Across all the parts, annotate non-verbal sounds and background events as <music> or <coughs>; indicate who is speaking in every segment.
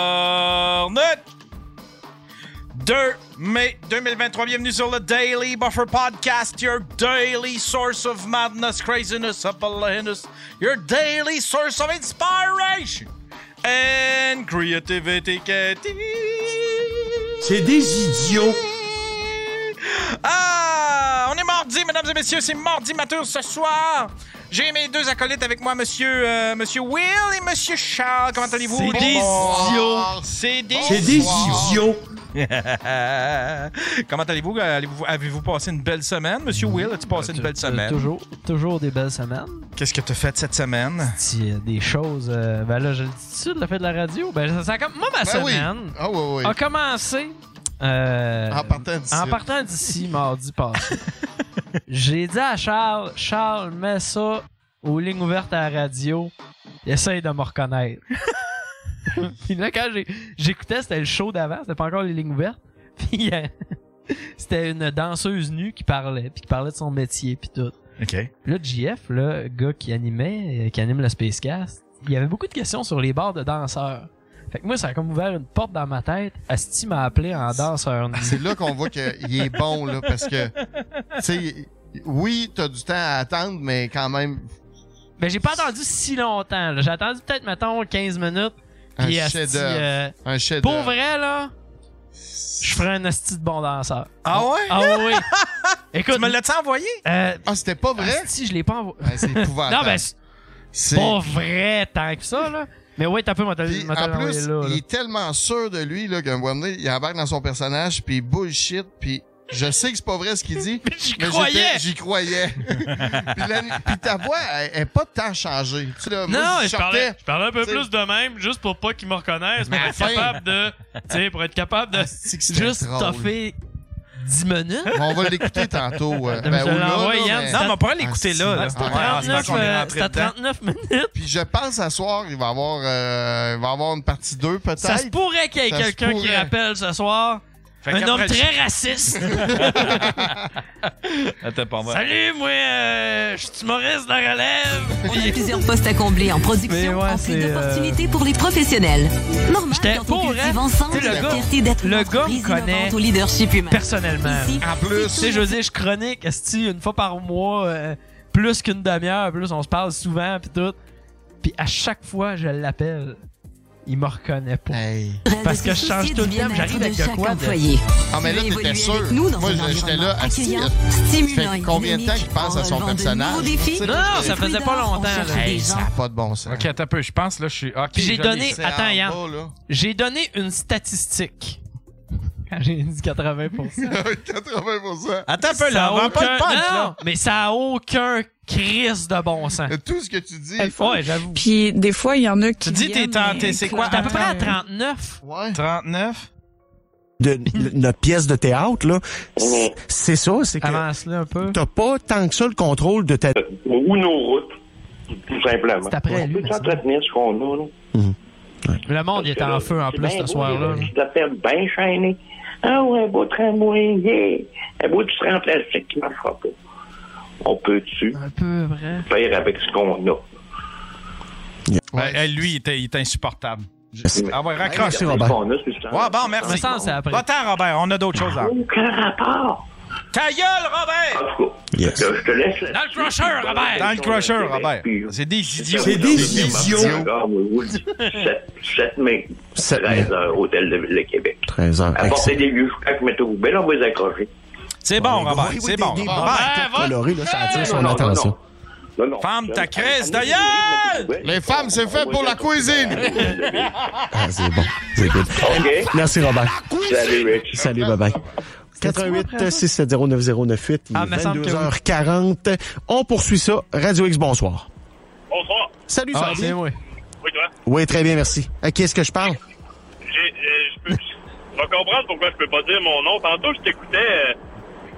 Speaker 1: Internet. 2 mai 2023, bienvenue sur le Daily Buffer Podcast, your daily source of madness, craziness, appalahiness, your daily source of inspiration and creativity.
Speaker 2: C'est des idiots.
Speaker 1: Ah! On est mardi, mesdames et messieurs, c'est mardi mature ce soir. J'ai mes deux acolytes avec moi, monsieur, euh, monsieur Will et monsieur Charles. Comment allez-vous?
Speaker 2: C'est des
Speaker 1: Bonsoir.
Speaker 2: idiots.
Speaker 1: C'est des
Speaker 2: C'est des idiots.
Speaker 1: <laughs> Comment allez-vous? Allez-vous- Avez-vous passé une belle semaine, monsieur Will? As-tu passé une belle
Speaker 3: Tu- tu-
Speaker 1: semaine?
Speaker 3: Euh, Toujours, toujours des belles semaines.
Speaker 1: Qu'est-ce que tu as fait cette semaine?
Speaker 3: Si, euh, des choses. euh, ben là, je le dis tu de la fête de la radio. Ben, ça, ça a comme- moi, ma
Speaker 4: Ben oui.
Speaker 3: semaine
Speaker 4: Ah oui, oui.
Speaker 3: a commencé euh,
Speaker 4: En partant d'ici.
Speaker 3: en partant d'ici mardi passé. <laughs> J'ai dit à Charles, Charles, mets ça aux lignes ouvertes à la radio. Essaye de me reconnaître. <laughs> Puis là, quand j'ai- j'écoutais, c'était le show d'avant, c'était pas encore les lignes ouvertes. <laughs> Puis euh, c'était une danseuse nue qui parlait, puis qui parlait de son métier, puis tout.
Speaker 1: OK.
Speaker 3: Puis Là, JF, le gars qui animait, euh, qui anime le Spacecast, il y avait beaucoup de questions sur les bars de danseurs. Fait que moi, ça a comme ouvert une porte dans ma tête. Asti m'a appelé en danseur. nu.
Speaker 4: C'est là qu'on voit qu'il est bon, là, parce que, tu sais, oui, t'as du temps à attendre, mais quand même,
Speaker 3: Mais j'ai pas attendu si longtemps. là. J'ai attendu peut-être, mettons, 15 minutes.
Speaker 4: un
Speaker 3: puis asti,
Speaker 4: chef-d'œuvre.
Speaker 3: euh,
Speaker 4: Un chef
Speaker 3: pour vrai, là, je ferais un asti de bon danseur.
Speaker 1: Ah ouais?
Speaker 3: Ah
Speaker 4: <laughs>
Speaker 3: oui!
Speaker 1: Tu
Speaker 3: Écoute,
Speaker 1: me l'as-tu envoyé?
Speaker 3: euh,
Speaker 4: Ah, c'était pas vrai?
Speaker 3: asti, je l'ai pas envoyé.
Speaker 4: Ben, c'est épouvantable.
Speaker 3: <laughs> Non, ben, c'est
Speaker 4: c'est...
Speaker 3: pas vrai tant que ça, là. Mais ouais, t'as peu, m'a
Speaker 4: Puis,
Speaker 3: m'a
Speaker 4: en
Speaker 3: envoyé
Speaker 4: plus,
Speaker 3: là, là.
Speaker 4: il est tellement sûr de lui, là, qu'un moment donné, il embarque dans son personnage, puis bullshit, puis je sais que c'est pas vrai ce qu'il dit,
Speaker 3: <laughs> J'y
Speaker 4: mais j'étais-
Speaker 3: croyais!
Speaker 4: j'y croyais. <laughs> puis, la- puis ta voix, elle, elle est pas tant changée. Tu sais, là, moi,
Speaker 5: Non,
Speaker 4: je
Speaker 5: je parlais,
Speaker 4: sortais,
Speaker 5: je parlais un peu
Speaker 4: T'sais.
Speaker 5: plus de même, juste pour pas qu'ils me reconnaissent,
Speaker 4: Mais
Speaker 5: pour
Speaker 4: à
Speaker 5: être
Speaker 4: la fin. Ah,
Speaker 5: capable de. Tu sais, pour être capable de.
Speaker 4: C'est que c'était
Speaker 3: Juste
Speaker 4: drôle.
Speaker 3: t'as fait 10 minutes.
Speaker 4: Bon, on va l'écouter tantôt.
Speaker 3: <laughs>
Speaker 4: euh,
Speaker 3: Je
Speaker 4: ben,
Speaker 3: te
Speaker 4: ou là,
Speaker 3: l'envoie,
Speaker 4: là,
Speaker 3: Yann,
Speaker 4: mais-
Speaker 3: c'est
Speaker 1: Non, mais on pourrait l'écouter
Speaker 4: Ah,
Speaker 1: là. là.
Speaker 4: c'est-
Speaker 1: Ouais,
Speaker 4: Ah,
Speaker 1: en ce moment
Speaker 3: 39,
Speaker 1: qu'on est
Speaker 3: euh,
Speaker 1: rentré
Speaker 3: c'était
Speaker 1: dedans.
Speaker 3: 39 minutes.
Speaker 4: Puis je pense à soir, il va avoir, euh, il va avoir une partie 2
Speaker 3: Ça se
Speaker 4: peut-être.
Speaker 3: pourrait qu'il y ait
Speaker 4: Ça se
Speaker 3: quelqu'un qui
Speaker 4: pourrait.
Speaker 3: rappelle ce soir
Speaker 1: Fait
Speaker 3: un
Speaker 1: qu'après
Speaker 3: homme
Speaker 1: le-
Speaker 3: très raciste.
Speaker 1: <laughs> Attends, pas moi.
Speaker 3: Salut, moi, euh, je suis humoriste de la relève.
Speaker 6: On a plusieurs postes à combler en
Speaker 3: Mais
Speaker 6: production,
Speaker 3: ouais,
Speaker 6: en plus
Speaker 3: c'est, euh,
Speaker 6: d'opportunités pour les professionnels. Normal,
Speaker 3: J'étais
Speaker 6: quand
Speaker 3: pour,
Speaker 6: on cultive
Speaker 3: hein.
Speaker 6: ensemble
Speaker 3: Tu sais, le
Speaker 6: la
Speaker 3: gars-
Speaker 6: fierté d'être une
Speaker 3: le gars me
Speaker 6: entreprise
Speaker 3: connaît
Speaker 6: innovante au leadership humain.
Speaker 3: Personnellement.
Speaker 6: Ici,
Speaker 4: En plus,
Speaker 3: Tu sais, je veux dire, je chronique, esti, une fois par mois, euh, plus qu'une demi-heure, plus on se parle souvent, puis tout. Puis à chaque fois, je l'appelle, il me reconnaît pas.
Speaker 4: Hey.
Speaker 6: rêve Ben, de
Speaker 3: parce que je
Speaker 6: se
Speaker 3: change
Speaker 6: soucier
Speaker 3: tout le
Speaker 6: du
Speaker 3: temps,
Speaker 6: bien-être
Speaker 3: j'arrive avec
Speaker 6: de
Speaker 3: de
Speaker 6: chaque
Speaker 3: quoi de-
Speaker 6: employé.
Speaker 4: Ah, mais là,
Speaker 6: Tu veux
Speaker 4: t'étais
Speaker 6: évoluer
Speaker 4: sûr.
Speaker 6: avec nous dans
Speaker 4: Moi,
Speaker 6: un
Speaker 4: j'étais
Speaker 6: environnement
Speaker 4: là, assis,
Speaker 6: accueillant,
Speaker 4: là.
Speaker 6: stimulant
Speaker 4: fait
Speaker 6: et
Speaker 4: combien de temps
Speaker 6: dynamique,
Speaker 4: qu'il pense
Speaker 6: en
Speaker 4: à son
Speaker 6: relevant de
Speaker 4: personnage?
Speaker 6: nouveaux défis.
Speaker 4: C'est-
Speaker 3: Non, non, ça
Speaker 6: Fruit
Speaker 3: faisait pas
Speaker 6: d'or, on
Speaker 3: longtemps.
Speaker 6: cherche
Speaker 3: là.
Speaker 6: des gens
Speaker 4: Ça n'a pas de bon sens.
Speaker 7: Ok, attends un peu, je pense là, je suis. Ok,
Speaker 3: Puis j'ai
Speaker 7: je
Speaker 3: donné-
Speaker 7: l'ai.
Speaker 4: C'est
Speaker 3: attends,
Speaker 4: en
Speaker 3: Yann.
Speaker 4: bas, là.
Speaker 3: J'ai donné une statistique. Quand j'ai dit 80%.
Speaker 4: 80%.
Speaker 1: <laughs> Attends un peu
Speaker 3: Ça
Speaker 1: là,
Speaker 3: a
Speaker 1: on va pas
Speaker 3: aucun-
Speaker 1: le punch
Speaker 3: Non,
Speaker 1: là.
Speaker 3: mais ça a aucun crise de bon sens.
Speaker 4: Tout ce que tu dis.
Speaker 3: Ouais, j'avoue.
Speaker 8: Puis des fois, il y en a qui.
Speaker 1: Tu dis t'es
Speaker 8: viennent,
Speaker 1: tenté,
Speaker 8: mais
Speaker 1: c'est
Speaker 8: que-
Speaker 1: quoi?
Speaker 3: J'étais à peu près à 39.
Speaker 4: Ouais.
Speaker 1: 39.
Speaker 3: <laughs>
Speaker 2: De, le- notre pièce de théâtre, là, c'est- c'est ça, c'est que
Speaker 3: Avance-le un peu.
Speaker 2: t'as pas tant que ça le contrôle de ta...
Speaker 9: ou nos routes, tout simplement.
Speaker 3: C'est après lui,
Speaker 9: On peut
Speaker 3: mais
Speaker 9: s'entretenir ce qu'on a. Là.
Speaker 2: Mhm.
Speaker 3: Le monde il était en feu en
Speaker 9: C'est
Speaker 3: plus
Speaker 9: bien
Speaker 3: ce
Speaker 9: beau,
Speaker 3: soir-là.
Speaker 9: Tu t'appelles bien chaîné. Ah ouais, un beau tramway, yeah. Un beau petit train en plastique qui ne marchera pas. On peut-tu
Speaker 3: Un peu vrai.
Speaker 9: faire avec ce qu'on
Speaker 10: <laughs>
Speaker 9: a?
Speaker 4: Ouais.
Speaker 1: Ouais, Ben, lui, il était, il était insupportable. Ah ouais, raccroche.
Speaker 2: Merci,
Speaker 9: Avec ce
Speaker 2: Robert.
Speaker 9: qu'on a, c'est ce qu'on a.
Speaker 1: Ouais, bon,
Speaker 3: Me
Speaker 1: merci.
Speaker 3: semble c'est après.
Speaker 1: Va-t'en, Robert, on a d'autres choses à
Speaker 9: Aucun rapport.
Speaker 1: Ta gueule, Robert!
Speaker 9: En tout cas,
Speaker 2: Yes.
Speaker 9: je te laisse.
Speaker 3: Dans le crusher, Robert!
Speaker 1: Dans le crusher, Robert. C'est des idiots.
Speaker 2: C'est des idiots.
Speaker 9: Regarde, oui, oui, le 7, 7 mai,
Speaker 2: 7 mai.
Speaker 9: 13 heures, Euh, Hôtel de Ville de Québec.
Speaker 2: 13 heures,
Speaker 9: Apportez
Speaker 2: excellent.
Speaker 9: des vieux choucacs, mettez-vous belle, on va les accrocher.
Speaker 1: C'est bon,
Speaker 2: Ouais,
Speaker 1: Robert,
Speaker 2: oui, oui,
Speaker 1: c'est
Speaker 2: des-
Speaker 1: bon.
Speaker 2: des-
Speaker 1: Robert,
Speaker 2: Tout coloré, là, Ah, ça attire son attention.
Speaker 9: Non, non.
Speaker 1: Femme, ta crèse,
Speaker 9: Allez,
Speaker 1: d'ailleurs!
Speaker 9: allez, allez,
Speaker 4: Les femmes, c'est fait pour la cuisine.
Speaker 2: Ah, c'est bon, c'est good.
Speaker 9: OK.
Speaker 2: Merci, Robert.
Speaker 9: Salut, Rich.
Speaker 2: Salut, bye-bye. 88 670 9098 il est
Speaker 3: Ah, me semble que oui.
Speaker 2: 22h40. On poursuit ça. Radio X, bonsoir.
Speaker 11: Bonsoir.
Speaker 2: Salut, ça
Speaker 3: Ah,
Speaker 2: va
Speaker 3: c'est
Speaker 2: bien?
Speaker 3: moi.
Speaker 11: Oui, toi.
Speaker 2: Oui, très bien, merci. À qui est-ce que je parle?
Speaker 11: J'ai- euh, Je peux- je vais comprendre pourquoi je peux pas dire mon nom. Tantôt, je t'écoutais euh,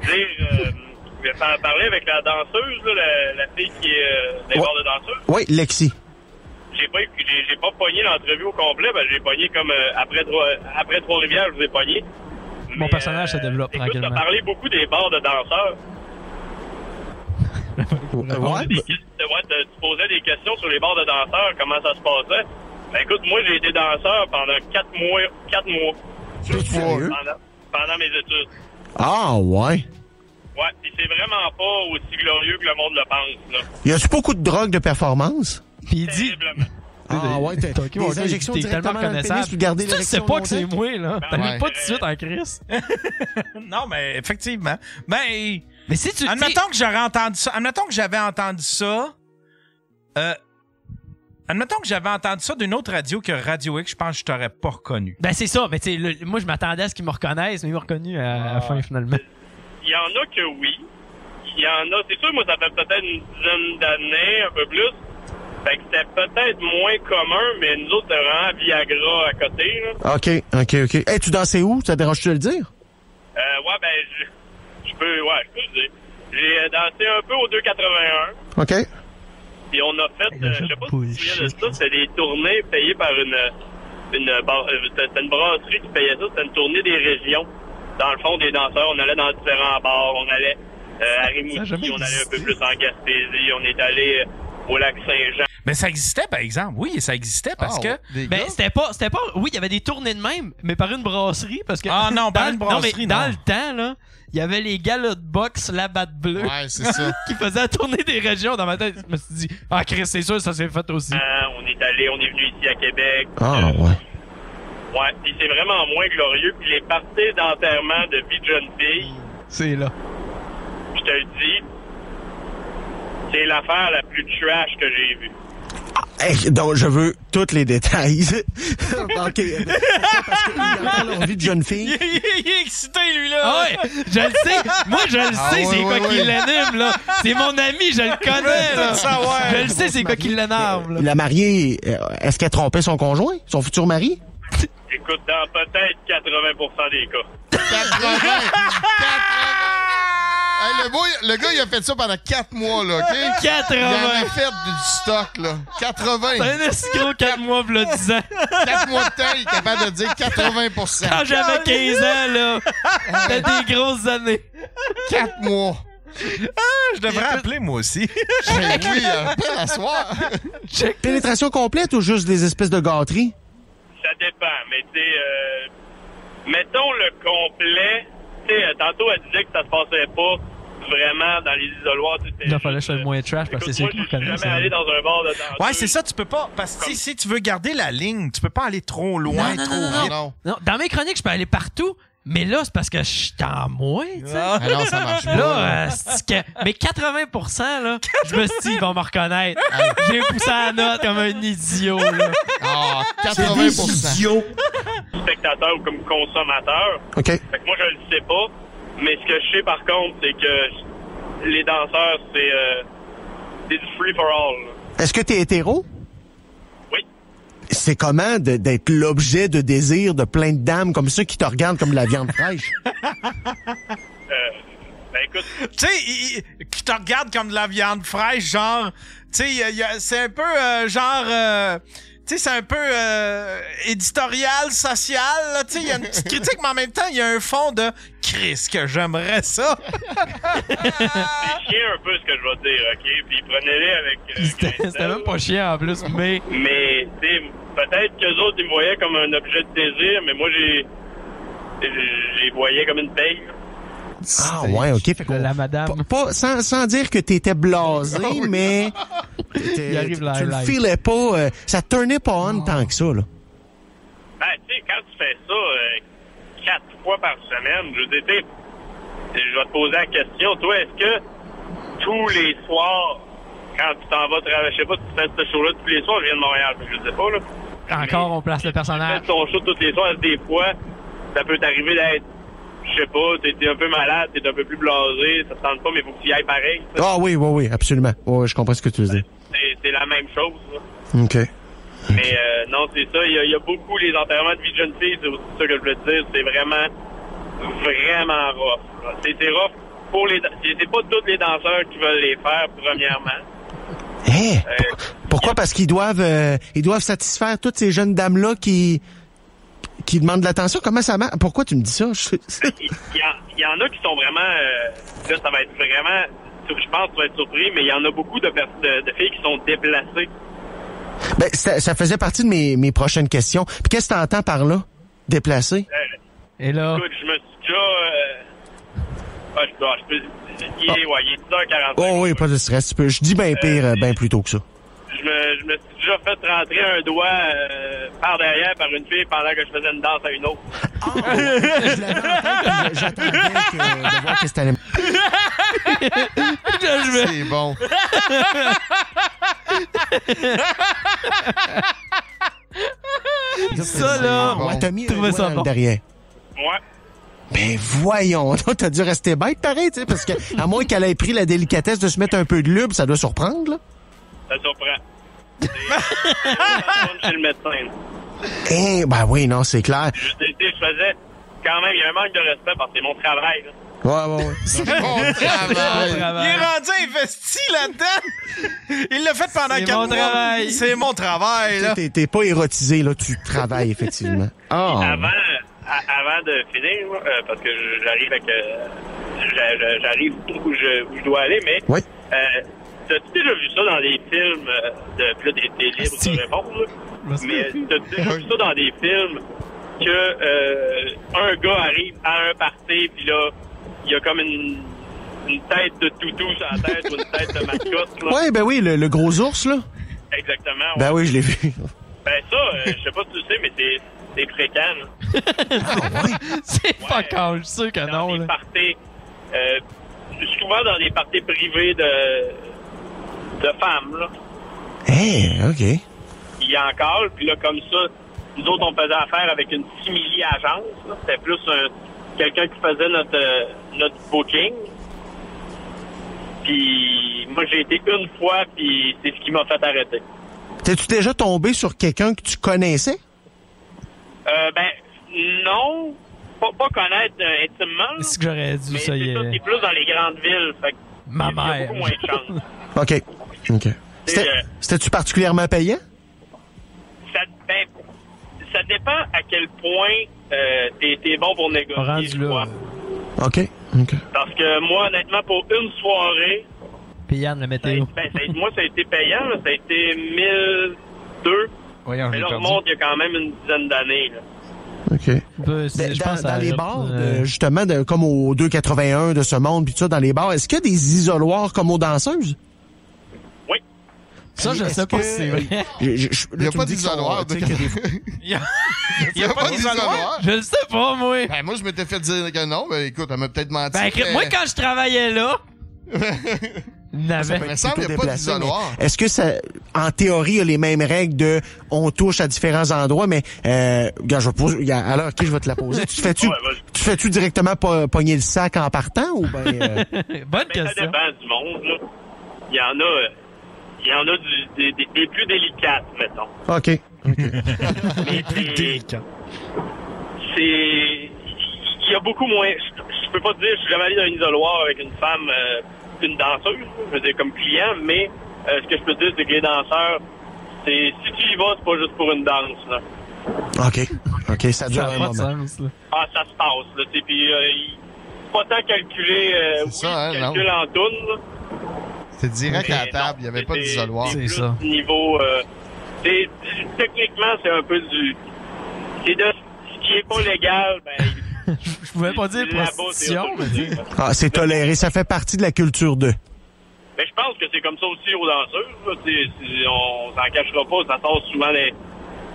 Speaker 11: dire. euh, mais par- parler avec la danseuse, là, la, la fille qui est euh, des
Speaker 2: Ouais.
Speaker 11: bars de danseuse.
Speaker 2: Oui, Lexi.
Speaker 11: J'ai pas, écou- j'ai, j'ai pas pogné l'entrevue au complet. Ben, j'ai pogné comme euh, après, trois, après Trois-Rivières, je vous ai pogné.
Speaker 3: Mon personnage se développe
Speaker 11: écoute,
Speaker 3: tranquillement.
Speaker 11: T'as parlé beaucoup des bars de danseurs.
Speaker 2: Ouais,
Speaker 11: Des- ouais, t'as- tu posais des questions sur les bars de danseurs, comment ça se passait. Ben, écoute, moi, j'ai été danseur pendant quatre mois. Quatre mois.
Speaker 2: T'es sérieux?
Speaker 11: Pendant, pendant mes études.
Speaker 2: Ah, ouais.
Speaker 11: Ouais, pis c'est vraiment pas aussi glorieux que le monde le pense, là.
Speaker 2: Y a-tu beaucoup de drogue de performance?
Speaker 3: Puis il dit.
Speaker 11: Terriblement.
Speaker 2: Ah, ouais, t'as
Speaker 3: T'es
Speaker 2: des injections directement dans le pénis pour garder
Speaker 3: Tu sais
Speaker 2: l'érection
Speaker 3: pas que c'est
Speaker 2: longtemps?
Speaker 3: moi, là. T'as
Speaker 4: ouais.
Speaker 3: même pas tout de suite en crise.
Speaker 1: <laughs> Non, mais effectivement. Ben,
Speaker 3: Mais si tu dis.
Speaker 1: admettons que j'aurais entendu ça. Admettons que j'avais entendu ça. Euh, admettons que j'avais entendu ça d'une autre radio que Radio X, je pense que je t'aurais pas reconnu.
Speaker 3: Ben, c'est ça. Mais tu sais, le- moi, je m'attendais à ce qu'ils me reconnaissent, mais ils m'ont reconnu à à la fin, finalement.
Speaker 11: Il y en a que oui. Il y en a, c'est sûr, moi, ça fait peut-être une dizaine d'années, un peu plus. Fait que c'était peut-être moins commun, mais nous autres, c'était vraiment Viagra à côté, là.
Speaker 2: OK, OK, OK. Hey, tu dansais où? Ça te dérange-tu de le dire?
Speaker 11: Euh, ouais, ben, je, je peux, ouais, je peux le dire. J'ai euh, dansé un peu au 281,
Speaker 2: OK.
Speaker 11: puis on a fait,
Speaker 3: le
Speaker 11: euh,
Speaker 3: jeu
Speaker 11: je sais
Speaker 3: de
Speaker 11: pas si tu te souviens de
Speaker 3: bullshit,
Speaker 11: ça, c'était des tournées payées par une, une, bar- euh, c'était c'était une brasserie qui payait ça, c'était une tournée des régions. Dans le fond, des danseurs, on allait dans différents bars, on allait euh, à
Speaker 3: a
Speaker 11: Rimouski,
Speaker 3: jamais
Speaker 11: on allait un peu
Speaker 3: existé.
Speaker 11: plus en Gaspésie, on est allé euh, au lac Saint-Jean.
Speaker 1: Mais ça existait, par exemple. Oui, ça existait parce
Speaker 4: Ah,
Speaker 1: que.
Speaker 4: ouais, des
Speaker 3: Ben,
Speaker 4: gars?
Speaker 3: c'était pas, c'était pas. Oui, il y avait des tournées de même, mais par une brasserie. Parce que
Speaker 1: Ah non, par
Speaker 3: dans-
Speaker 1: une brasserie,
Speaker 3: mais Dans
Speaker 1: non.
Speaker 3: le temps, là, il y avait les galas de boxe, la batte bleue,
Speaker 4: Ouais, c'est ça.
Speaker 3: <laughs> qui faisaient la tournée des régions. Dans ma tête, je me suis dit, ah, Chris, c'est sûr, ça s'est fait aussi.
Speaker 11: Hein, On est allé, on est venu ici à Québec.
Speaker 2: Ah, ouais.
Speaker 11: Ouais, puis c'est vraiment moins glorieux. Puis les parties d'enterrement de vie de jeune fille,
Speaker 3: C'est là. Mm.
Speaker 11: je te le dis, c'est l'affaire la plus trash que j'ai
Speaker 3: <laughs>
Speaker 11: vue.
Speaker 2: Hey, donc, je veux tous les détails.
Speaker 3: <laughs>
Speaker 2: OK. Parce qu'il a encore l'envie de jeune fille.
Speaker 1: il, est- il est excité, lui, là.
Speaker 3: Ah ouais, je le sais. Moi, je le sais,
Speaker 4: Ah ouais,
Speaker 3: c'est quoi
Speaker 4: ouais,
Speaker 3: qui
Speaker 4: ouais.
Speaker 3: l'anime, là. C'est mon ami, je le connais, là.
Speaker 1: savoir.
Speaker 3: Je le sais, c'est quoi qui l'énerve, là.
Speaker 2: La mariée, euh, est-ce qu'elle trompait son conjoint, son futur mari?
Speaker 11: Écoute, dans peut-être 80% des cas.
Speaker 4: 80! 80! Hey, le, boy, le gars, il a fait ça pendant 4 mois, là,
Speaker 3: <laughs>
Speaker 4: OK? Il en a
Speaker 3: 80.
Speaker 4: fait du stock, là. 80!
Speaker 3: Un escroc 4 mois, v'là 10 ans.
Speaker 4: 4 mois de temps, il est capable de dire 80
Speaker 3: Quand j'avais 15 ans, là, c'était des grosses années.
Speaker 4: 4 mois!
Speaker 1: Ah, Je devrais appeler, moi
Speaker 3: <laughs>
Speaker 1: aussi. <laughs>
Speaker 4: Ben oui, appelle à soir!
Speaker 2: Pénétration complète ou juste des espèces de gâteries?
Speaker 11: Ça dépend, mais tu sais, euh, mettons le complet. Tu sais, euh, tantôt, elle disait que ça se passait pas vraiment dans les isoloirs. tu sais, c'était
Speaker 3: Il fallait que je
Speaker 11: juste,
Speaker 3: sois moins trash parce que
Speaker 11: Écoute,
Speaker 3: c'est
Speaker 11: moi,
Speaker 3: sûr
Speaker 11: Ben, je
Speaker 3: qu'ils me
Speaker 11: suis
Speaker 3: connaissent.
Speaker 11: jamais allé dans un bar de danseuse.
Speaker 1: Ouais, c'est ça, tu peux pas. Parce que si- si tu veux garder la ligne, tu peux pas aller trop loin,
Speaker 3: Non, non,
Speaker 1: trop
Speaker 3: non,
Speaker 4: Non,
Speaker 1: vite.
Speaker 4: non.
Speaker 3: Non, dans mes chroniques, je peux aller partout, mais là, c'est parce que je suis en moins, tu sais.
Speaker 1: Ah.
Speaker 4: Ah non, ça marche pas.
Speaker 3: Là, euh, c'est que- mais 80%, là, je me suis dit, ils vont me reconnaître. J'ai poussé la note comme un idiot, là.
Speaker 4: Ah, 80
Speaker 2: idiots.
Speaker 11: spectateur ou comme consommateur.
Speaker 2: OK.
Speaker 11: Fait que moi, je le sais pas. Mais ce que je sais, par contre, c'est que les danseurs, c'est euh, c'est du free for all. là.
Speaker 2: Est-ce que t'es hétéro?
Speaker 11: Oui.
Speaker 2: C'est comment de- d'être l'objet de désir de plein de dames comme ceux qui te regardent comme de la viande
Speaker 3: <laughs>
Speaker 2: fraîche?
Speaker 3: Ah,
Speaker 11: Ben écoute,
Speaker 1: Tu sais, il- il- qui te regarde comme de la viande fraîche, genre. Tu sais, il y a- il y a- c'est un peu euh, genre. euh, tu sais, c'est un peu euh, éditorial, social. là. Tu sais, il y a une petite critique, mais en même temps, il y a un fond de Chris que j'aimerais ça.
Speaker 11: c'est chiant un peu ce que je vais dire, OK? Puis prenez-les avec... euh,
Speaker 3: C'était
Speaker 11: grain de
Speaker 3: c'était
Speaker 11: sel.
Speaker 3: même pas chiant en plus, mais
Speaker 11: Mais, tu sais, peut-être qu'eux autres, ils me voyaient comme un objet de désir, mais moi, j'ai... j'ai- J'y voyais comme une paye.
Speaker 2: Ah ouais, OK. Fait qu'on-
Speaker 3: la madame. Oh,
Speaker 2: pas, pas- sans, sans dire que t'étais
Speaker 3: <laughs>
Speaker 2: blasé,
Speaker 11: <laughs>
Speaker 2: mais t'étais-
Speaker 3: Il arrive le
Speaker 2: tu le
Speaker 3: highlight.
Speaker 2: filais pas. euh, ça tenait pas on tant que ça. Là.
Speaker 11: Ben, tu sais, quand tu fais ça euh, quatre fois par semaine, je veux dire, tu sais, je vais te poser la question, toi, est-ce que tous les soirs, quand tu t'en vas travailler, je sais pas, tu fais ce show-là tous les soirs, je viens de Montréal, fait que je sais pas, là.
Speaker 3: Encore,
Speaker 11: Mais
Speaker 3: on place le
Speaker 11: <laughs> Tu
Speaker 3: personnage.
Speaker 11: fais ton show tous les soirs, des fois, ça peut t'arriver d'être, je sais pas, t'es t'es un peu malade, t'es un peu plus blasé, ça te tente pas, mais faut que tu y ailles pareil. ça.
Speaker 2: Ah oui, oui, oui, absolument. Ouais, je comprends ce que tu veux dire.
Speaker 11: C'est- C'est la même chose, là.
Speaker 2: OK.
Speaker 11: Mais euh, non, c'est ça. Il y, a- il y a beaucoup les enterrements de vie de jeune fille. C'est aussi ça que je voulais te dire. C'est vraiment, vraiment rough. C'est c'est rough pour les. dan- C'est c'est pas tous les danseurs qui veulent les faire, premièrement.
Speaker 2: Hey,
Speaker 11: Euh,
Speaker 2: pourquoi? Parce qu'ils doivent euh, ils doivent satisfaire toutes ces jeunes dames-là qui qui demandent de l'attention. Comment ça marche? Pourquoi tu me dis ça? Je-
Speaker 4: <laughs>
Speaker 11: Il il y, en- il y en a qui sont vraiment. euh, là, ça va être vraiment. Je pense que tu vas être surpris, mais il y en a beaucoup de, pers- de, de filles qui sont déplacées.
Speaker 2: Ben, ça, ça faisait partie de mes, mes prochaines questions. Puis qu'est-ce que t'entends par là? Déplacé?
Speaker 3: Et là,
Speaker 11: Euh, Écoute, je me suis déjà. euh, ah, je, ah, je peux. Il est, ouais, il est
Speaker 4: Ah,
Speaker 11: 10h45.
Speaker 4: ben,
Speaker 2: Oh oui, pas de stress. Tu peux. Je dis bien pire, euh, bien plus tôt que ça.
Speaker 11: je, me, je me suis déjà fait rentrer un doigt euh, par derrière par une fille pendant que je faisais une danse à une autre.
Speaker 2: Ah, Je l'avais en tête, puis j'attendais que- de voir qu'est-ce que
Speaker 4: <laughs>
Speaker 2: t'allais me-
Speaker 4: C'est bon. <laughs>
Speaker 3: ça là,
Speaker 4: bon.
Speaker 2: Ouais, t'as mis un
Speaker 3: Trouvais
Speaker 2: doigt
Speaker 3: ça
Speaker 2: dans
Speaker 3: bon.
Speaker 2: le derrière.
Speaker 11: Ouais.
Speaker 2: Ben voyons, donc, t'as dû rester bête pareil, tu sais, parce que à moins qu'elle ait pris la délicatesse de se mettre un peu de lube, ça doit surprendre, là.
Speaker 11: Ça
Speaker 3: <laughs>
Speaker 11: surprend. C'est- Je retourne chez le médecin.
Speaker 2: Eh, ben oui, non, c'est clair.
Speaker 11: Je, tu sais, je faisais. Quand même, il y a un manque de respect parce que c'est mon travail. là.
Speaker 2: Ouais, ouais,
Speaker 1: <laughs>
Speaker 2: ouais.
Speaker 4: Bon travail.
Speaker 1: Il est rendu investi là-dedans. Il l'a fait pendant
Speaker 3: C'est
Speaker 1: quatre
Speaker 3: mon
Speaker 1: mois.
Speaker 3: travail.
Speaker 1: C'est mon travail.
Speaker 2: Tu sais,
Speaker 1: là.
Speaker 2: T'es, t'es pas érotisé, là, tu travailles,
Speaker 1: <laughs>
Speaker 2: effectivement. Ah,
Speaker 11: Avant, à- avant de finir, là, euh, parce que je- j'arrive avec. euh, j'a- j'a- j'arrive où je, où je dois aller, mais.
Speaker 2: Oui.
Speaker 11: Euh, T'as-tu déjà vu ça dans des films euh, de plus des, des
Speaker 2: Ah,
Speaker 11: livres
Speaker 3: Asti.
Speaker 11: de réponse? là?
Speaker 3: Parce que-
Speaker 11: Mais euh, t'as-tu déjà vu ça dans des films que euh, un gars arrive à un party puis là il y a comme une, une tête de toutou sur la tête ou une tête de mascotte là.
Speaker 2: Ouais, ben oui, le, le gros ours, là.
Speaker 11: Exactement. ouais.
Speaker 2: Ben oui, je l'ai vu. <laughs>
Speaker 11: Ben ça, euh, je sais pas si tu le sais, mais c'est c'est fréquent. là.
Speaker 3: c'est fuck all, je suis sûr que
Speaker 11: dans
Speaker 3: non.
Speaker 11: des
Speaker 3: Là.
Speaker 11: parties, euh, souvent dans des parties privées de, de femmes, là.
Speaker 2: Eh, OK.
Speaker 11: Il y a encore, puis là, comme ça, nous autres, on faisait affaire avec une simili-agence, là. C'était plus un, quelqu'un qui faisait notre, euh, notre booking. Puis moi, j'ai été une fois, puis c'est ce qui m'a fait arrêter.
Speaker 2: T'es-tu déjà tombé sur quelqu'un que tu connaissais?
Speaker 11: Euh, ben, non, pas, pas connaître euh, intimement, là.
Speaker 3: Est-ce que j'aurais dû,
Speaker 11: mais
Speaker 3: ça y
Speaker 11: c'est ça, c'est
Speaker 3: est.
Speaker 11: plus dans les grandes villes, fait que
Speaker 3: Ma
Speaker 11: il y a beaucoup
Speaker 3: mère.
Speaker 11: moins de chance.
Speaker 3: <laughs>
Speaker 2: OK. OK. C'était,
Speaker 11: euh,
Speaker 2: c'était-tu particulièrement payant?
Speaker 11: ça, ben, ça dépend à quel point euh, t'es t'es bon pour négocier.
Speaker 3: Rendu
Speaker 11: je
Speaker 3: là,
Speaker 11: crois.
Speaker 2: OK. OK.
Speaker 11: Parce que moi, honnêtement, pour une soirée,
Speaker 3: Payane, la
Speaker 11: ça a
Speaker 3: météo.
Speaker 11: été- ben, ça a été- moi, ça a été payant. là. Ça a été 1002.
Speaker 5: Voyons,
Speaker 11: Mais
Speaker 5: j'ai
Speaker 11: là,
Speaker 5: perdu.
Speaker 11: remonte, il y a quand même une dizaine d'années. là.
Speaker 2: OK.
Speaker 3: Peu, c'est-
Speaker 2: Euh, Dans,
Speaker 3: je pense
Speaker 2: dans
Speaker 3: à-
Speaker 2: les bars, de-
Speaker 3: euh,
Speaker 2: justement, de- comme au 281 de ce monde, puis tout ça, dans les bars, est-ce qu'il y a des isoloirs comme aux danseuses?
Speaker 11: Oui.
Speaker 3: Ça, je
Speaker 2: Est-ce
Speaker 3: sais pas
Speaker 2: que-
Speaker 3: si c'est vrai.
Speaker 2: Je- je- je-
Speaker 4: Il n'y
Speaker 2: là,
Speaker 4: a
Speaker 2: tu
Speaker 4: pas
Speaker 2: me dis qu'ils sont-
Speaker 4: d'isoloir.
Speaker 2: tu
Speaker 4: de-
Speaker 2: sais, qu'il y a des-
Speaker 4: <laughs>
Speaker 1: Il y a-
Speaker 4: Il n'y a
Speaker 1: pas d'isoloir?
Speaker 3: Je le sais pas, moi.
Speaker 4: Ben, moi, je m'étais fait dire que non. Ben, écoute, elle m'a peut-être menti.
Speaker 3: Ben, écrit-
Speaker 4: mais-
Speaker 3: moi, quand je
Speaker 4: <laughs>
Speaker 3: travaillais là, il n'avait
Speaker 4: Il me semble qu'il n'y a
Speaker 2: plutôt
Speaker 4: pas
Speaker 2: déplacé,
Speaker 4: d'isoloir.
Speaker 2: mais Est-ce que ça, en théorie, il y a les mêmes règles de on touche à différents endroits, mais euh, regarde, je vais poser, regarde, alors qui je vais te la poser. tu te
Speaker 3: <laughs>
Speaker 2: fais-tu,
Speaker 11: Ouais, vas-y.
Speaker 2: tu te fais-tu directement po- pogner le sac en partant ou ben
Speaker 3: <laughs>
Speaker 2: euh,
Speaker 3: Bonne
Speaker 11: Mais ça
Speaker 3: question.
Speaker 11: dépend du monde. là. Il y en a, euh, il y en a du- des, des- des plus délicates, mettons.
Speaker 2: ok.
Speaker 11: Les plus délicates. C'est. Il y a beaucoup moins. Je, je peux pas te dire, je suis jamais allé dans un isoloir avec une femme, euh, une danseuse, je veux dire, comme client, mais euh, ce que je peux te dire, c'est que les danseurs, c'est. Si tu y vas, c'est pas juste pour une danse, là.
Speaker 2: Ok, ok, ça dure
Speaker 3: Ça n'a
Speaker 2: un
Speaker 3: pas de
Speaker 2: moment.
Speaker 3: sens, là.
Speaker 11: Ah, ça se passe, là, tu sais, puis. euh, il- c'est pas tant calculé, euh,
Speaker 4: C'est ça, hein,
Speaker 11: oui,
Speaker 4: non.
Speaker 11: calcul en toune, là.
Speaker 4: C'est direct à
Speaker 11: Mais
Speaker 4: la table. Il n'y
Speaker 11: non,
Speaker 4: avait pas
Speaker 11: c'est-
Speaker 4: d'isoloir.
Speaker 3: c'est-
Speaker 11: plus
Speaker 3: ça.
Speaker 11: Niveau, euh, c'est- techniquement, c'est un peu du. C'est de ce qui est pas légal. Ben,
Speaker 3: <laughs> Je pouvais pas dire
Speaker 11: là-bas,
Speaker 3: prostitution,
Speaker 11: c'est
Speaker 3: mais
Speaker 11: autre
Speaker 3: tu sais.
Speaker 11: chose.
Speaker 2: Ah, c'est toléré, ça fait partie de la culture de.
Speaker 11: Mais je pense que c'est comme ça aussi aux danseurs. là, tu sais, si- On s'en cachera pas. Ça sort souvent. les-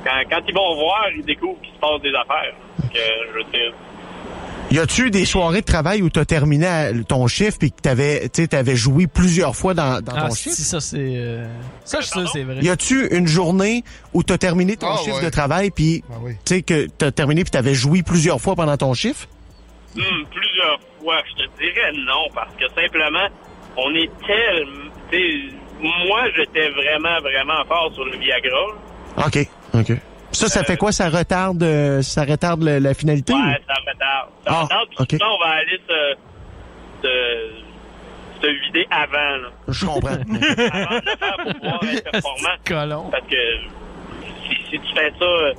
Speaker 11: Quand, quand ils vont voir, ils découvrent qu'il se passe des affaires. Donc, euh, je veux dire,
Speaker 2: Y a-tu des soirées de travail où t'as terminé à- ton chiffre puis que t'avais, tu sais, t'avais joué plusieurs fois dans, dans
Speaker 3: Ah,
Speaker 2: ton
Speaker 3: si,
Speaker 2: chiffre?
Speaker 3: ça, c'est. euh, Ça, je suis sûr, que c'est vrai.
Speaker 2: Y a-tu une journée où t'as terminé ton
Speaker 4: Ah,
Speaker 2: chiffre
Speaker 4: ouais.
Speaker 2: de travail puis
Speaker 4: Ben oui.
Speaker 2: tu sais que t'as terminé puis t'avais joué plusieurs fois pendant ton chiffre?
Speaker 11: Hmm, plusieurs fois, je te dirais non, parce que simplement, on est tellement... tu sais, Moi, j'étais vraiment, vraiment fort sur le Viagra.
Speaker 2: OK. OK. Ça, ça fait quoi? Ça retarde, euh, ça retarde le- la finalité? ou-
Speaker 11: Ouais, ça retarde. Ça
Speaker 2: Hmm. Ah,
Speaker 11: retarde. Puis
Speaker 2: ok.
Speaker 11: souvent, on va aller se, se, se vider avant, là.
Speaker 2: Je comprends.
Speaker 11: Avant de le faire pour
Speaker 3: <laughs>
Speaker 11: pouvoir être performant.
Speaker 3: Colon.
Speaker 11: Parce que si, si tu fais ça, euh,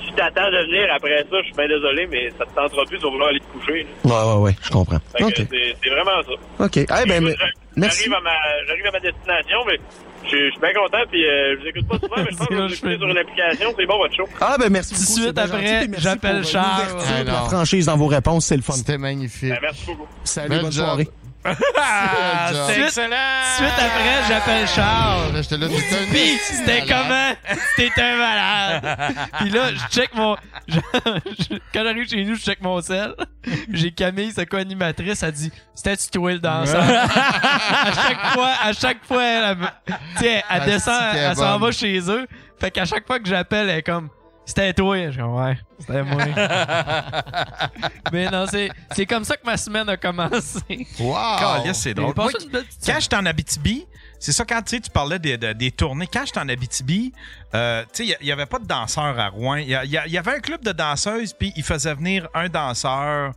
Speaker 11: tu t'attends de venir après ça, je suis bien désolé, mais ça te tentera plus de vouloir aller te coucher. là.
Speaker 2: ouais, ouais, ouais. Je comprends.
Speaker 11: Fait que
Speaker 2: OK.
Speaker 11: c'est- c'est vraiment ça.
Speaker 2: OK. Eh ben,
Speaker 11: Écoute,
Speaker 2: mais-
Speaker 11: j'arrive
Speaker 2: merci.
Speaker 11: à ma- J'arrive à ma destination, mais Je je suis bien content, puis euh, je vous écoute pas souvent, mais je pense
Speaker 3: C'est
Speaker 11: que
Speaker 3: <laughs>
Speaker 11: je
Speaker 3: là,
Speaker 11: vous
Speaker 3: je
Speaker 11: écoutez
Speaker 3: fais-
Speaker 11: sur une application. C'est bon, votre
Speaker 3: <laughs>
Speaker 11: show.
Speaker 2: Ah, ben merci
Speaker 3: Tout de
Speaker 2: beaucoup.
Speaker 3: suite
Speaker 2: c'est bien
Speaker 3: après,
Speaker 2: gentil, puis merci
Speaker 3: j'appelle
Speaker 2: pour, euh,
Speaker 3: Charles.
Speaker 2: l'ouverture
Speaker 4: Ah,
Speaker 2: de la
Speaker 4: non.
Speaker 2: franchise dans vos réponses, c'est le fun.
Speaker 4: C'était magnifique.
Speaker 11: Ben, merci beaucoup.
Speaker 2: Salut,
Speaker 4: Bonne
Speaker 2: bonne
Speaker 4: job.
Speaker 3: <laughs>
Speaker 2: soirée.
Speaker 1: Ah,
Speaker 4: C'est
Speaker 1: c'est
Speaker 3: job.
Speaker 1: excellent!
Speaker 3: Suite après, j'appelle Charles.
Speaker 4: Là, Ah, j'étais là tout un
Speaker 3: Pis c'était
Speaker 4: malade.
Speaker 3: comment? C'était un malade. Puis là, je check mon. je- je- Quand j'arrive chez nous, je check mon sel. J'ai Camille, sa co-animatrice, elle dit C'était-tu toi le danseur? à chaque fois, à chaque fois, elle, elle me- tu sais, elle
Speaker 4: Ah,
Speaker 3: descend,
Speaker 4: c'est qu'elle est
Speaker 3: elle s'en
Speaker 4: bonne.
Speaker 3: va chez eux. Fait qu'à chaque fois que j'appelle, elle est comme C'était toi. Je dis Ouais,
Speaker 4: <laughs>
Speaker 3: c'était moi. Mais non, c'est c'est comme ça que ma semaine a commencé.
Speaker 4: Wow!
Speaker 1: Caliste, c'est
Speaker 3: J'ai
Speaker 1: drôle.
Speaker 3: passé
Speaker 1: Moi,
Speaker 3: une belle petite
Speaker 1: Quand j'étais en Abitibi, c'est ça, quand tu sais, tu parlais des, de- des tournées, quand j'étais en Abitibi, euh, tu sais, il n'y avait pas de danseurs à Rouen. Il y, a- il y a- il y avait un club de danseuses, puis ils faisaient venir un danseur.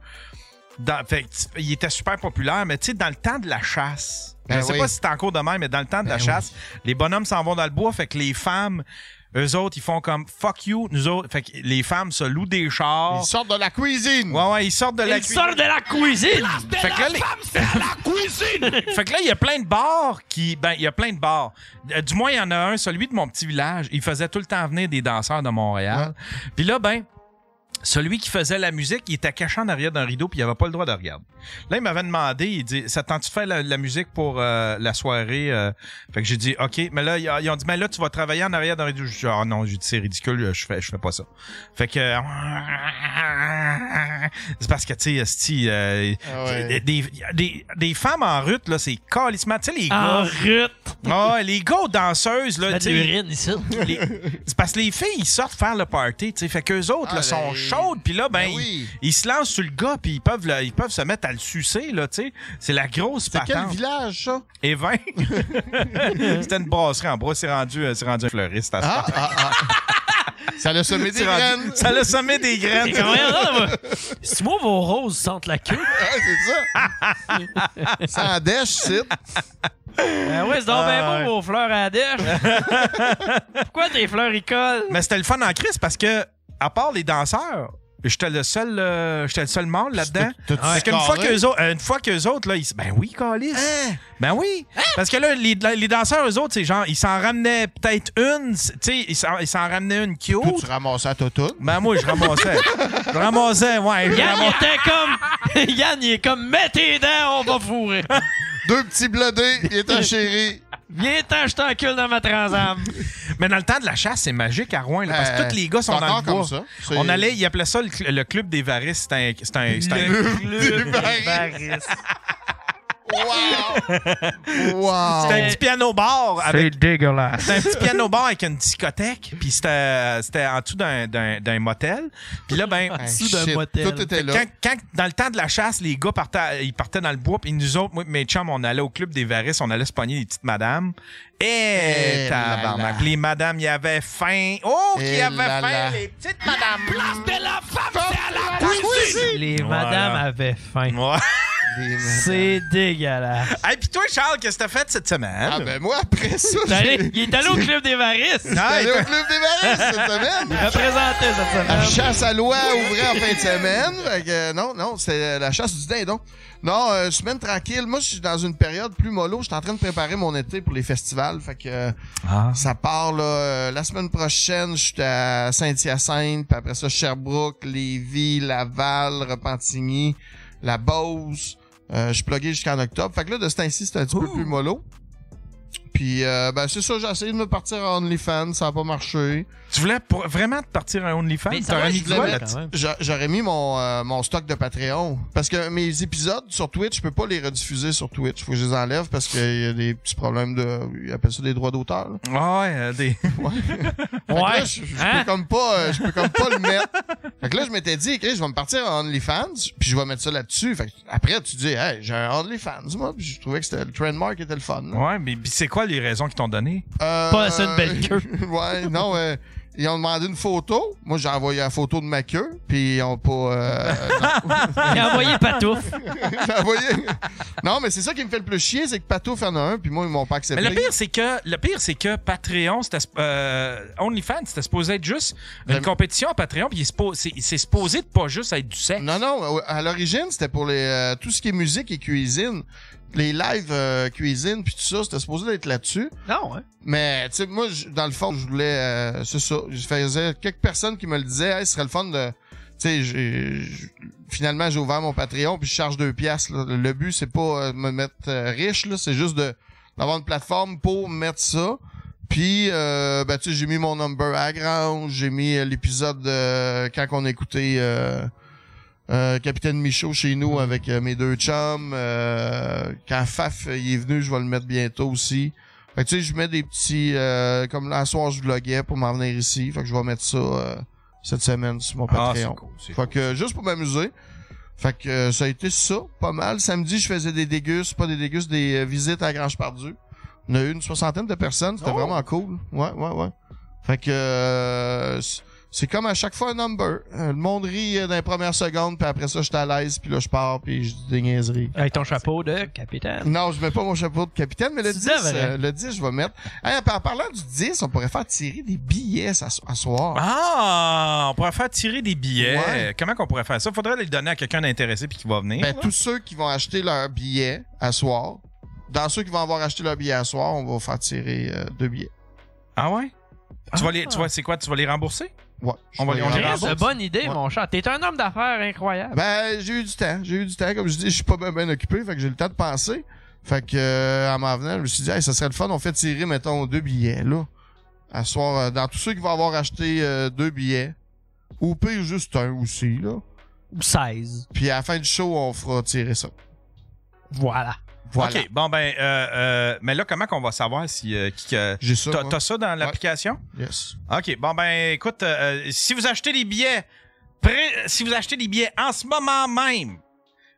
Speaker 1: Dans, fait que tu- il était super populaire, mais tu sais, dans le temps de la chasse,
Speaker 4: Ben
Speaker 1: je sais
Speaker 4: oui.
Speaker 1: pas si c'est en cours de même, mais dans le temps de la
Speaker 4: Ben
Speaker 1: chasse, les bonhommes s'en vont dans le bois, fait que les femmes, eux autres, ils font comme fuck you, nous autres, fait que les femmes se louent des chars.
Speaker 4: Ils sortent de la cuisine!
Speaker 1: Ouais, ouais, ils sortent de la cuisine.
Speaker 3: de la cuisine!
Speaker 1: Fait que là, les- <laughs> fait que là, il y a plein de bars qui. Ben, il y a plein de bars. Euh, Du moins, il y en a un, celui de mon petit village. Il faisait tout le temps venir des danseurs de Montréal. Puis là, ben. Celui qui faisait la musique, il était caché en arrière d'un rideau, puis il avait pas le droit de regarder. Là, il m'avait demandé, il dit, ça te tente-tu de faire la, la musique pour euh, la soirée? euh? Fait que j'ai dit, OK. Mais là, ils ils ont dit, mais là, tu vas travailler en arrière d'un rideau. J'ai dit, ah non, j'ai dit, c'est ridicule, je fais, je fais pas ça. Fait que... euh, C'est parce que, tu sais, esti, euh,
Speaker 4: Ah ouais.
Speaker 1: des, des, des- des femmes en rut, là, c'est calissement. Tu sais, les
Speaker 3: En
Speaker 1: gars...
Speaker 3: rute!
Speaker 1: Ah, les gars aux danseuses, là, tu sais,
Speaker 3: ici.
Speaker 1: les- C'est parce que les filles, ils sortent faire le party, tu sais. Fait qu'eux autres,
Speaker 4: Ah,
Speaker 1: là, sont
Speaker 4: ben,
Speaker 1: chaudes, puis là, ben,
Speaker 4: ben oui.
Speaker 1: ils, ils se lancent sur le gars, puis ils peuvent, le- ils peuvent se mettre à le sucer, là, tu sais. C'est la grosse
Speaker 4: C'est quel
Speaker 1: patente.
Speaker 4: village, ça?
Speaker 1: Et 20. C'était une brasserie en bois, c'est rendu, euh, c'est rendu un fleuriste à ce
Speaker 4: Ah, ah, ah. Ça l'a semé des
Speaker 1: C'est rendu-
Speaker 4: graines!
Speaker 1: Ça le sommet des graines.
Speaker 3: Si moi, vos roses sentent
Speaker 1: <laughs>
Speaker 3: la queue.
Speaker 4: Ah, c'est ça! ça en dèche, c'est.
Speaker 3: Ben oui, c'est donc
Speaker 1: Ah,
Speaker 3: bien
Speaker 1: ouais.
Speaker 3: beau vos fleurs
Speaker 1: <laughs>
Speaker 3: à la dèche. Pourquoi tes fleurs, ils collent?
Speaker 1: Mais c'était le fun en crise parce que, à part les danseurs, j'étais le seul, euh, j'étais le seul mâle là-dedans.
Speaker 4: T'as-tu
Speaker 1: Parce qu'une
Speaker 4: scoré?
Speaker 1: fois qu'eux autres, euh, une fois qu'eux autres, là, ils, se- ben oui, Calis.
Speaker 4: Hein?
Speaker 1: Ben oui.
Speaker 3: Hein?
Speaker 1: Parce que là, les, les danseurs, eux autres, c'est genre, ils s'en ramenaient peut-être une, tu sais, ils s'en ils s'en ramenaient une cute.
Speaker 4: Toi, tu ramassais à toutoune.
Speaker 1: Ben moi,
Speaker 4: <laughs>
Speaker 1: je ramassais. je ramassais, ouais. je
Speaker 3: Yann, il
Speaker 1: ramassais.
Speaker 3: était comme... <laughs> Yann, il est comme, mets tes dents, on va fourrer.
Speaker 4: Deux petits blodés, il est un chéri.
Speaker 3: Viens t'en, je t'encule dans ma transam.
Speaker 1: Mais dans le temps de la chasse, c'est magique à Rouen, là, parce que
Speaker 4: Euh,
Speaker 1: tous les gars sont
Speaker 4: c'est
Speaker 1: dans le
Speaker 4: encore
Speaker 1: bois.
Speaker 4: comme ça. C'est-
Speaker 1: On allait, ils appelaient ça le, cl- le club des varis. C'était un, c'était un, c'était un-
Speaker 4: Des barils.
Speaker 3: <laughs>
Speaker 4: Wow! <laughs> Wow!
Speaker 1: c'était un petit piano bar avec
Speaker 3: dégueulasse.
Speaker 1: C'était un petit piano bar avec une discothèque, puis c'était c'était en dessous d'un- d'un d'un motel. Puis là,
Speaker 4: <laughs>
Speaker 1: ben,
Speaker 4: Hey,
Speaker 3: dessous d'un
Speaker 4: shit,
Speaker 3: motel.
Speaker 4: Tout était là.
Speaker 1: quand, quand- dans le temps de la chasse, les gars partaient, ils partaient dans le bois, puis nous autres, moi, et mes chums, on allait au club des varis, on allait se pogner des petites madames. Et
Speaker 4: Eh là
Speaker 1: tabarnak,
Speaker 4: là.
Speaker 1: les madames, il y avait faim. Oh,
Speaker 4: Eh
Speaker 1: qu'il y avait
Speaker 4: là
Speaker 1: faim,
Speaker 4: là.
Speaker 1: les petites madames.
Speaker 3: Les
Speaker 1: Voilà.
Speaker 3: madames avaient faim.
Speaker 1: Ouais. <laughs>
Speaker 4: Des-
Speaker 3: C'est dégueulasse.
Speaker 1: Hey, puis toi, Charles, qu'est-ce que t'as fait cette semaine?
Speaker 4: Ah, ben moi, après ça,
Speaker 3: T'es allé-
Speaker 4: j'ai-
Speaker 3: Il est allé au club des varices.
Speaker 1: Ah,
Speaker 4: j'étais allé
Speaker 1: et
Speaker 4: au Club des Maris cette semaine.
Speaker 3: Représenté cette
Speaker 4: La
Speaker 3: semaine.
Speaker 4: chasse à l'oie ouvrait en fin de semaine. Fait que, euh, non, non, c'est euh, la chasse du dindon. Non, euh, semaine tranquille. Moi, je suis dans une période plus mollo. Je suis en train de préparer mon été pour les festivals. Fait que euh,
Speaker 1: Ah.
Speaker 4: ça part là, euh, la semaine prochaine. Je suis à Saint-Hyacinthe. Puis après ça, Sherbrooke, Lévis, Laval, Repentigny, La Beauce. Euh, je suis plugué jusqu'en octobre. Fait que là, de ce temps-ci, c'est un petit peu plus mollo. Puis, euh, ben, c'est ça, j'ai essayé de me partir en OnlyFans, ça n'a pas marché.
Speaker 1: Tu voulais pour- vraiment te partir à OnlyFans?
Speaker 3: Mais ça
Speaker 1: T'aurais
Speaker 3: va,
Speaker 1: mis
Speaker 3: je
Speaker 1: de quoi
Speaker 3: voulais-
Speaker 1: là-dessus?
Speaker 3: quand même.
Speaker 4: J'a- J'aurais mis mon, euh, mon stock de Patreon. Parce que mes épisodes sur Twitch, je peux pas les rediffuser sur Twitch. Faut que je les enlève parce qu'il y a des petits problèmes de. Ils appellent ça des droits d'auteur. là.
Speaker 1: Ouais, euh, des.
Speaker 4: <laughs> Fait que là,
Speaker 3: Ouais.
Speaker 4: je, je
Speaker 3: Hein?
Speaker 4: peux comme pas, euh, je peux comme pas le mettre. Fait que là, je m'étais dit, écrit, je vais me partir en OnlyFans, puis je vais mettre ça là-dessus. Fait que après, tu dis, hey, j'ai un OnlyFans, moi, puis je trouvais que c'était le trendmark était le fun. là.
Speaker 1: Ouais, mais puis c'est quoi les raisons qu'ils t'ont données?
Speaker 4: Euh,
Speaker 3: Pas assez de
Speaker 4: <laughs>
Speaker 3: belle queue.
Speaker 4: ouais, non, euh, ils ont demandé une photo. Moi, j'ai envoyé la photo de ma queue, puis ils ont pas.
Speaker 3: <laughs>
Speaker 4: euh,
Speaker 3: Il a
Speaker 4: <laughs>
Speaker 3: envoyé Patouf.
Speaker 4: T'as envoyé? Non, mais c'est ça qui me fait le plus chier, c'est que Pato en a un, puis moi, ils m'ont pas accepté.
Speaker 1: Mais le pire, c'est que le pire, c'est que Patreon, c'était euh, OnlyFans, c'était supposé être juste une
Speaker 4: Le-
Speaker 1: compétition à Patreon, puis il est suppo- c'est c'est supposé de pas juste être du sexe.
Speaker 4: euh, Non, non, à l'origine, c'était pour les, euh, tout ce qui est musique et cuisine. les lives euh, cuisine, puis tout ça, c'était supposé d'être là-dessus.
Speaker 3: Non, hein?
Speaker 4: Mais, tu sais, moi, je- dans le fond, je voulais... euh, c'est ça. Je faisais quelques personnes qui me le disaient. « Hey, ce serait le fun de... » Tu sais, j'ai- j'- finalement, j'ai ouvert mon Patreon, puis je charge deux piastres. là. Le but, c'est pas euh, me mettre euh, riche, là. C'est juste de d'avoir une plateforme pour mettre ça. Puis, euh, ben, tu sais, j'ai mis mon number à grand. J'ai mis euh, l'épisode euh, quand on écoutait... euh, euh, Capitaine Michaud chez nous avec euh, mes deux chums. Euh, quand Faf euh, il est venu, je vais le mettre bientôt aussi. Fait que tu sais, je mets des petits... euh, comme là, ce soir, je vloguais pour m'en venir ici. Fait que je vais mettre ça euh, cette semaine sur mon Patreon.
Speaker 1: Ah, c'est cool. c'est
Speaker 4: Fait que euh, juste pour m'amuser. Fait que euh, ça a été ça, pas mal. Samedi, je faisais des dégustes, pas des dégustes, des euh, visites à Grange Pardieu. On a eu une soixantaine de personnes, c'était vraiment cool. Ouais, ouais, ouais. Fait que euh, c- c'est comme à chaque fois un number. Euh, Le monde rit euh, dans les premières secondes, puis après ça, je suis à l'aise, puis là, je pars, puis je dis des niaiseries.
Speaker 3: Avec ton chapeau de capitaine.
Speaker 4: Non, je mets pas mon chapeau de capitaine, mais le
Speaker 3: Tu
Speaker 4: 10,
Speaker 3: devrais.
Speaker 4: euh, le 10, je vais mettre. Hey, en parlant du 10, on pourrait faire tirer des billets à, so- à soir.
Speaker 1: Ah, on pourrait faire tirer des billets.
Speaker 4: Ouais.
Speaker 1: Comment qu'on pourrait faire ça? Faudrait les donner à quelqu'un d'intéressé puis qui va venir.
Speaker 4: Ben, tous ceux qui vont acheter leur billet à soir, dans ceux qui vont avoir acheté leur billet à soir, on va faire tirer euh, deux billets.
Speaker 1: Ah ouais? Tu vas les, tu vois, c'est quoi? Tu vas les rembourser?
Speaker 4: Ouais. je
Speaker 1: On va-
Speaker 4: vais
Speaker 1: on
Speaker 4: les
Speaker 1: les
Speaker 4: rembourser.
Speaker 1: rembourse.
Speaker 3: C'est une bonne idée,
Speaker 4: Ouais.
Speaker 3: mon chat. T'es un homme d'affaires incroyable.
Speaker 4: Ben, j'ai eu du temps. J'ai eu du temps. Comme je dis, je suis pas bien occupé, fait que j'ai le temps de penser. Fait que, euh, en m'en venant, je me suis dit, hey, ça serait le fun, on fait tirer, mettons, deux billets, là. À soir, euh, dans tous ceux qui vont avoir acheté euh, deux billets, ou pire, juste un aussi, là.
Speaker 3: Ou 16.
Speaker 4: Puis à la fin du show, on fera tirer ça.
Speaker 3: Voilà.
Speaker 4: Voilà.
Speaker 1: OK, bon, ben, euh, euh, mais là, comment qu'on va savoir si. euh, qui, que-
Speaker 4: J'ai ça.
Speaker 1: T'as
Speaker 4: moi.
Speaker 1: t'as ça dans l'application?
Speaker 4: Yes.
Speaker 1: OK, bon, ben, écoute, euh, euh, si vous achetez des billets, pré- si vous achetez des billets en ce moment même,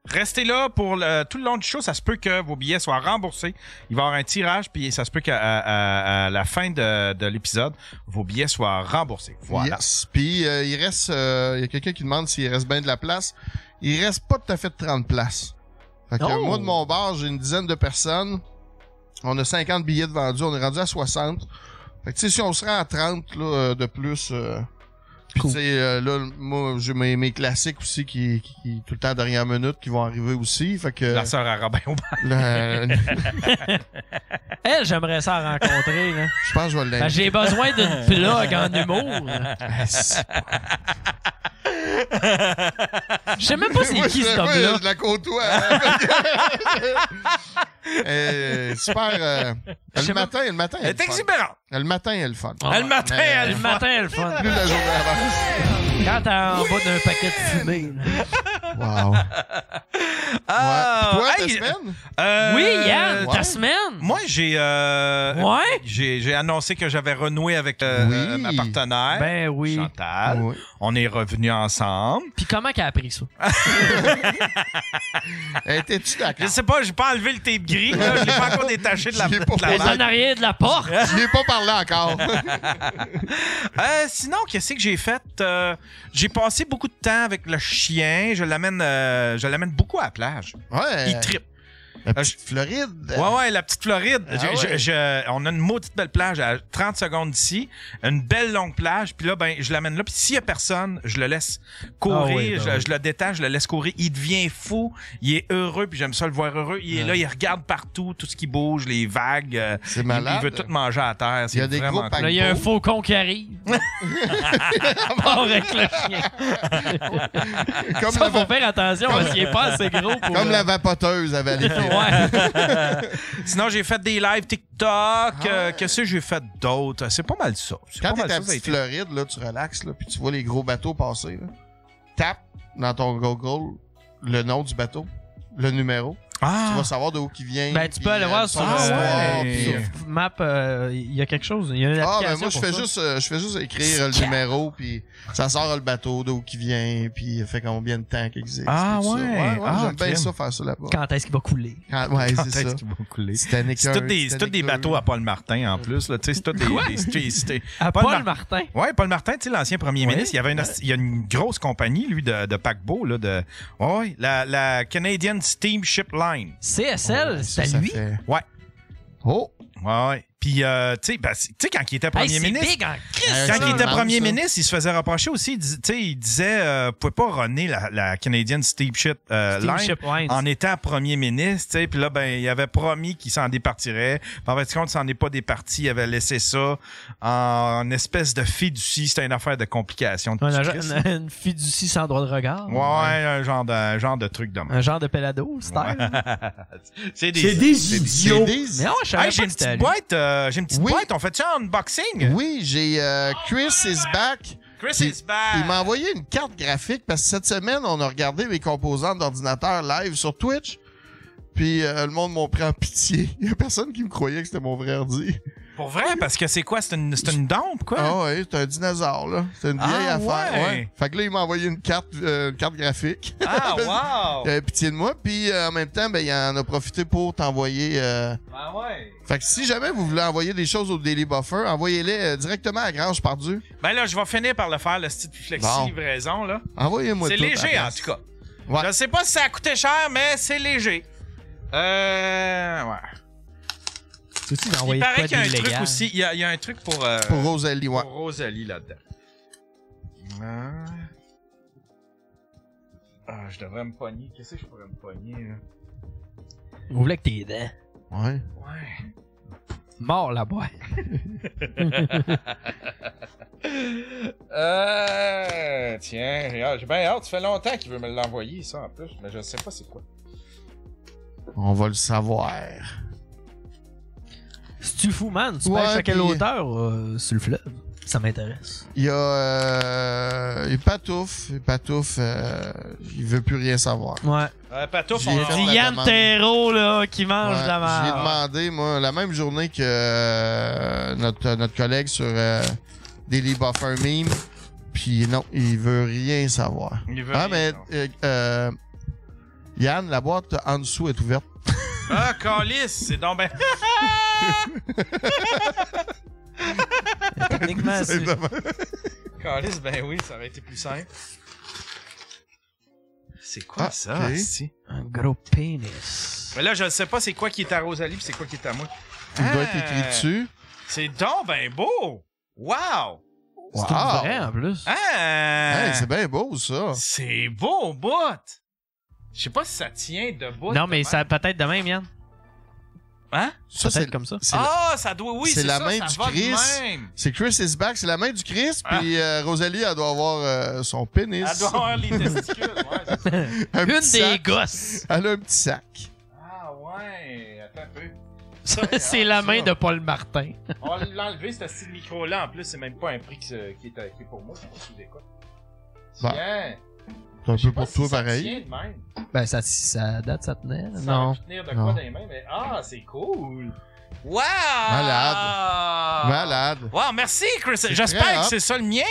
Speaker 1: restez là pour le- tout le long du show. Ça se peut que vos billets soient remboursés. Il va y avoir un tirage, puis ça se peut qu'à à- à- à la fin de, de l'épisode, vos billets soient remboursés. Voilà.
Speaker 4: Yes. Puis euh, il reste, euh, il y a quelqu'un qui demande s'il reste bien de la place. Il reste pas tout à fait 30 places. Fait que
Speaker 3: Oh!
Speaker 4: moi de mon bar, j'ai une dizaine de personnes. On a 50 billets de vendus, on est rendu à 60. Fait que tu sais, si on se rend à 30 là, euh, de plus, euh, puis
Speaker 3: Cool.
Speaker 4: tu sais, euh, là, moi, j'ai mes, mes classiques aussi qui, qui, qui- tout le temps dernière minute, qui vont arriver aussi. Fait que
Speaker 1: La sœur à Robin Aubin.
Speaker 4: là, euh,
Speaker 3: Elle, j'aimerais ça la rencontrer. là.
Speaker 4: je pense que je vais
Speaker 3: Ben,
Speaker 4: l'inviter.
Speaker 3: J'ai besoin d'une plug en humour. <laughs> Je sais même pas c'est
Speaker 4: Moi,
Speaker 3: qui
Speaker 4: je-
Speaker 3: ce
Speaker 4: moi,
Speaker 3: homme-là.
Speaker 4: Je la côtoie. <laughs> hein. Euh, super. euh, le,
Speaker 3: sais
Speaker 4: matin, le matin,
Speaker 1: Elle
Speaker 4: elle est
Speaker 1: est
Speaker 4: le fun.
Speaker 1: exubérante.
Speaker 4: Le matin, elle est le fun.
Speaker 1: Elle le matin,
Speaker 4: Ah, mais- euh,
Speaker 1: elle
Speaker 3: Le matin, elle est le fun.
Speaker 4: Plus la journée avance.
Speaker 3: Quand t'es en bas d'un paquet de fumée. là.
Speaker 4: Wow. Ouais.
Speaker 1: Ah,
Speaker 4: Puis toi, ta
Speaker 1: hey,
Speaker 4: semaine?
Speaker 1: euh,
Speaker 3: oui, Yann,
Speaker 4: ouais.
Speaker 3: ta semaine.
Speaker 1: Moi, j'ai. euh,
Speaker 3: Ouais?
Speaker 1: J'ai j'ai annoncé que j'avais renoué avec euh,
Speaker 4: Oui.
Speaker 1: euh, ma partenaire.
Speaker 3: Ben oui.
Speaker 1: Chantal.
Speaker 4: Oui.
Speaker 1: On est revenus ensemble.
Speaker 3: Puis comment qu'elle a appris
Speaker 4: <laughs>
Speaker 3: <laughs> ça?
Speaker 4: euh, Étais-tu
Speaker 1: Je
Speaker 4: d'accord?
Speaker 1: sais pas, j'ai pas enlevé le tape gris, là. Je l'ai pas encore détaché de la,
Speaker 4: J'ai pas
Speaker 1: de la
Speaker 4: fait
Speaker 3: Elle est
Speaker 1: bague.
Speaker 3: en arrière de
Speaker 4: <laughs>
Speaker 3: la porte.
Speaker 4: Je n'ai pas parlé
Speaker 3: <laughs>
Speaker 4: encore.
Speaker 1: <laughs> Euh, sinon, qu'est-ce que j'ai fait? Euh, j'ai passé beaucoup de temps avec le chien. Je l'amène euh, je l'amène beaucoup à la plage.
Speaker 4: ouais.
Speaker 1: Il tripe.
Speaker 4: La petite Floride.
Speaker 1: Ah, Ouais, ouais, la petite Floride.
Speaker 4: Ah
Speaker 1: Je- je-
Speaker 4: ouais.
Speaker 1: je- on a une maudite belle plage à 30 secondes d'ici. Une belle longue plage. Puis là, ben, je l'amène là. Puis s'il y a personne, je le laisse courir.
Speaker 3: Ah oui, ben
Speaker 1: je,
Speaker 3: oui.
Speaker 1: je le détache, je le laisse courir. Il devient fou. Il est heureux. Puis j'aime ça le voir heureux. Il est là, il regarde partout, tout ce qui bouge, les vagues. euh,
Speaker 4: C'est
Speaker 1: il-
Speaker 4: malade.
Speaker 1: Il veut tout manger à terre.
Speaker 4: Il y a
Speaker 1: c'est
Speaker 4: des
Speaker 1: vraiment
Speaker 4: gros
Speaker 1: cool.
Speaker 3: Là, il y a un faucon qui arrive. <laughs> Mort avec le chien.
Speaker 4: <laughs> Comme,
Speaker 3: Ça,
Speaker 4: la,
Speaker 3: faut faire attention parce qu'il est pas assez gros pour.
Speaker 4: comme la vapoteuse à Valleyfield.
Speaker 3: <laughs> <laughs> Ouais.
Speaker 1: Sinon, j'ai fait des lives TikTok. euh, Qu'est-ce que j'ai fait d'autre? C'est pas mal ça. <laughs> C'est
Speaker 4: Ah Quand
Speaker 1: pas mal
Speaker 4: t'es à
Speaker 1: ça, ça a
Speaker 4: petite
Speaker 1: été-
Speaker 4: Floride, là, tu relaxes, là, puis tu vois les gros bateaux passer. Là. Tape dans ton Google le nom du bateau, le numéro. Tu
Speaker 1: Ah,
Speaker 4: vas savoir d'où qui vient.
Speaker 3: Ben, tu
Speaker 4: puis,
Speaker 3: peux aller
Speaker 4: euh,
Speaker 3: voir
Speaker 4: le
Speaker 3: sur,
Speaker 4: soir,
Speaker 1: euh,
Speaker 4: puis,
Speaker 1: sur
Speaker 4: euh,
Speaker 3: Sur Map, euh, il y a quelque chose. Il y a une
Speaker 4: Ah,
Speaker 3: application.
Speaker 4: ben moi, je
Speaker 3: pour
Speaker 4: fais,
Speaker 3: ça.
Speaker 4: juste, euh, je fais juste écrire euh, le numéro, puis ça sort euh, le bateau, d'où qui vient, puis fait combien de temps qu'il existe.
Speaker 1: Ah,
Speaker 4: puis tout ça.
Speaker 1: ouais.
Speaker 4: ouais, ouais
Speaker 1: Ah,
Speaker 4: J'aime bien
Speaker 1: crime.
Speaker 4: ça, faire ça là-bas.
Speaker 3: Quand est-ce qu'il va couler?
Speaker 4: Quand- Ouais,
Speaker 1: <laughs> quand
Speaker 4: c'est
Speaker 1: est-ce
Speaker 4: ça.
Speaker 1: qu'ils vont couler?
Speaker 4: Titanic
Speaker 1: C'est tous des, c'est tous des
Speaker 4: Titanic
Speaker 1: bateaux
Speaker 4: deux.
Speaker 1: à Paul Martin en plus. Là. Tu sais, C'est tous des, des, des- c'était-
Speaker 3: À
Speaker 1: Paul
Speaker 3: Paul,
Speaker 1: Mar-
Speaker 3: Martin.
Speaker 1: Ouais, Paul Martin, tu sais, l'ancien premier ministre, il y avait une, il y a une grosse compagnie, lui, de, de paquebots, là, de, ouais, la, la Canadian Steamship Line.
Speaker 4: Ouais,
Speaker 3: CSL, c'est
Speaker 4: ça,
Speaker 3: à
Speaker 4: ça
Speaker 3: lui.
Speaker 4: fait-
Speaker 1: Ouais.
Speaker 4: Oh!
Speaker 1: Ouais, ouais. Puis, euh, tu sais, ben, c'est- tu sais, quand il était premier
Speaker 5: c'est
Speaker 1: ministre.
Speaker 5: big en
Speaker 4: Euh,
Speaker 1: Quand
Speaker 4: ça,
Speaker 1: il était
Speaker 4: ça,
Speaker 1: premier
Speaker 4: ça.
Speaker 1: ministre, il se faisait reprocher aussi. Il, dis- tu sais, il disait euh, Vous pouvez pas runner la, la Canadian Steamship euh,
Speaker 3: Team
Speaker 1: Line
Speaker 3: Ship Lines.
Speaker 1: en étant premier ministre. tu sais. Puis là, ben, il avait promis qu'il s'en départirait. En fait, compte, il s'en est pas départi. Il avait laissé ça en espèce de fiducie. C'était une affaire de complications. de
Speaker 3: Un
Speaker 1: petit
Speaker 3: agent- <laughs>
Speaker 1: Christ.
Speaker 3: une, une fiducie sans droit de regard.
Speaker 1: Ouais, ouais, un genre de, un genre de truc de même.
Speaker 3: Un genre de pelado, c'est
Speaker 1: Ouais.
Speaker 3: terre. <laughs>
Speaker 1: C'est
Speaker 2: C'est
Speaker 1: des.
Speaker 2: des
Speaker 4: C'est
Speaker 2: idiots.
Speaker 4: des-
Speaker 3: Mais non, je savais
Speaker 1: Hey, j'ai
Speaker 3: pas
Speaker 1: une
Speaker 3: que c'était
Speaker 1: petite
Speaker 3: lui.
Speaker 1: boîte. euh, j'ai une petite
Speaker 4: Oui.
Speaker 1: boîte. On fait ça en unboxing.
Speaker 4: Oui, j'ai euh, Chris is back.
Speaker 1: Chris
Speaker 4: Il-
Speaker 1: is back.
Speaker 4: Il m'a envoyé une carte graphique parce que cette semaine, on a regardé mes composantes d'ordinateur live sur Twitch. Puis euh, le monde m'ont pris en pitié. <laughs> Il y a personne qui me croyait que c'était mon vrai ordi.
Speaker 1: Pour vrai, parce que c'est quoi? C'est une, c'est une dompe, quoi?
Speaker 4: Ah ouais, c'est un dinosaure, là. C'est une
Speaker 1: Ah
Speaker 4: vieille affaire.
Speaker 1: ouais.
Speaker 4: ouais. Fait que là, il m'a envoyé une carte, euh, une carte graphique. <laughs>
Speaker 1: Ah, wow!
Speaker 4: Il avait pitié de moi. Puis euh, en même temps, ben, il en a profité pour t'envoyer. euh,
Speaker 1: Ah ouais.
Speaker 4: Fait que si jamais vous voulez envoyer des choses au Daily Buffer, envoyez-les euh, directement à Grange Pardieu.
Speaker 1: Ben là, je vais finir par le faire, le style plus flexible raison, là.
Speaker 4: Envoyez-moi
Speaker 1: C'est
Speaker 4: tout, à
Speaker 1: léger,
Speaker 4: la
Speaker 1: en
Speaker 4: place.
Speaker 1: tout cas.
Speaker 4: Ouais.
Speaker 1: Je sais pas si ça a coûté cher, mais c'est léger. Euh. Ouais.
Speaker 3: Tu veux-tu lui
Speaker 1: Il
Speaker 3: envoyer de
Speaker 1: paraît
Speaker 3: quoi
Speaker 1: qu'il y a un truc
Speaker 3: d'illégal?
Speaker 1: aussi. Il y, a, il y a un truc pour, euh,
Speaker 4: Pour Rosalie, ouais.
Speaker 1: pour Rosalie là-dedans. Euh. Ah, je devrais me pogner. Qu'est-ce que je pourrais me pogner, là?
Speaker 3: Vous voulez que tes dents.
Speaker 4: Ouais.
Speaker 1: Ouais.
Speaker 3: Mort
Speaker 4: <laughs>
Speaker 3: la boîte. <laughs>
Speaker 1: Euh. Tiens, j'ai hâte- j'ai bien hâte. Ça fait longtemps qu'il veut me l'envoyer, ça, en plus. Mais je sais pas c'est quoi.
Speaker 4: On va le savoir.
Speaker 3: C'est-tu fou, man? Tu
Speaker 4: Ouais,
Speaker 3: pêches à quelle
Speaker 4: puis-
Speaker 3: hauteur euh, sur le fleuve? Ça m'intéresse.
Speaker 4: Il y a. Euh, il patouffe. Il patouffe. euh, il veut plus rien savoir.
Speaker 3: Ouais.
Speaker 1: Euh, Patouf,
Speaker 4: J'ai
Speaker 1: on,
Speaker 4: fait-
Speaker 1: on-
Speaker 5: Dit Yann Terreau, là, qui mange
Speaker 4: Ouais,
Speaker 5: de la
Speaker 4: je lui ai
Speaker 5: merde.
Speaker 4: demandé, moi, la même journée que euh, notre, notre collègue sur euh, Daily Buffer Meme. Puis non, il veut rien savoir.
Speaker 1: Il veut
Speaker 4: Ah,
Speaker 1: rien,
Speaker 4: mais.
Speaker 1: non.
Speaker 4: euh, euh, Yann, la boîte en dessous est ouverte.
Speaker 1: Ah, calice, c'est donc ben...
Speaker 3: Techniquement, c'est.
Speaker 1: Calice, ben oui, ça aurait été plus simple. C'est quoi
Speaker 4: Ah,
Speaker 1: ça,
Speaker 4: ok.
Speaker 1: asti?
Speaker 3: Un gros pénis.
Speaker 1: Mais là, je ne sais pas c'est quoi qui est à Rosalie puis c'est quoi qui est à moi.
Speaker 4: Il doit être écrit
Speaker 1: Ah,
Speaker 4: dessus.
Speaker 1: C'est donc ben beau! Wow!
Speaker 4: Wow.
Speaker 3: C'est tout vrai en plus.
Speaker 1: Ah!
Speaker 4: Hey, c'est bien beau, ça.
Speaker 1: c'est beau, bout! Je sais pas si ça tient debout.
Speaker 3: non, mais ça peut-être de même, Yann.
Speaker 1: Hein?
Speaker 4: Ça, c'est
Speaker 3: Peut-être comme ça.
Speaker 4: c'est la-
Speaker 1: Ah, ça doit... Oui,
Speaker 4: c'est
Speaker 1: c'est
Speaker 4: la
Speaker 1: ça,
Speaker 4: main
Speaker 1: ça
Speaker 4: du
Speaker 1: va de
Speaker 4: Christ.
Speaker 1: même.
Speaker 4: C'est Chris is back, c'est la main du Chris,
Speaker 1: Ah.
Speaker 4: puis euh, Rosalie, elle doit avoir euh, son pénis.
Speaker 1: Elle doit avoir les testicules, ouais. c'est ça.
Speaker 4: <laughs> Un
Speaker 3: Une des
Speaker 4: petit sac.
Speaker 3: gosses.
Speaker 4: Elle a un petit sac.
Speaker 1: Ah ouais, attends un <laughs> peu.
Speaker 3: c'est la main de Paul Martin.
Speaker 1: On l'a enlevé, ce style micro-là. En plus, c'est même pas un prix qui, se- qui est, qui est pour moi. C'est sous des quoi.
Speaker 4: Bah,
Speaker 1: Tiens!
Speaker 4: C'est un
Speaker 1: Je sais
Speaker 4: peu
Speaker 1: pas
Speaker 4: pour
Speaker 1: si
Speaker 4: toi,
Speaker 1: ça
Speaker 4: pareil.
Speaker 1: tient de même.
Speaker 3: Ben, ça, ça date, ça tenait. là.
Speaker 1: Ça
Speaker 3: Non.
Speaker 1: aurait pu tenir de
Speaker 4: Non.
Speaker 1: quoi dans les mains, mais ah, c'est cool! Wow!
Speaker 4: Malade. Malade.
Speaker 1: Wow, merci, Chris.
Speaker 4: C'est très
Speaker 1: J'espère
Speaker 4: hot.
Speaker 1: que c'est ça le mien.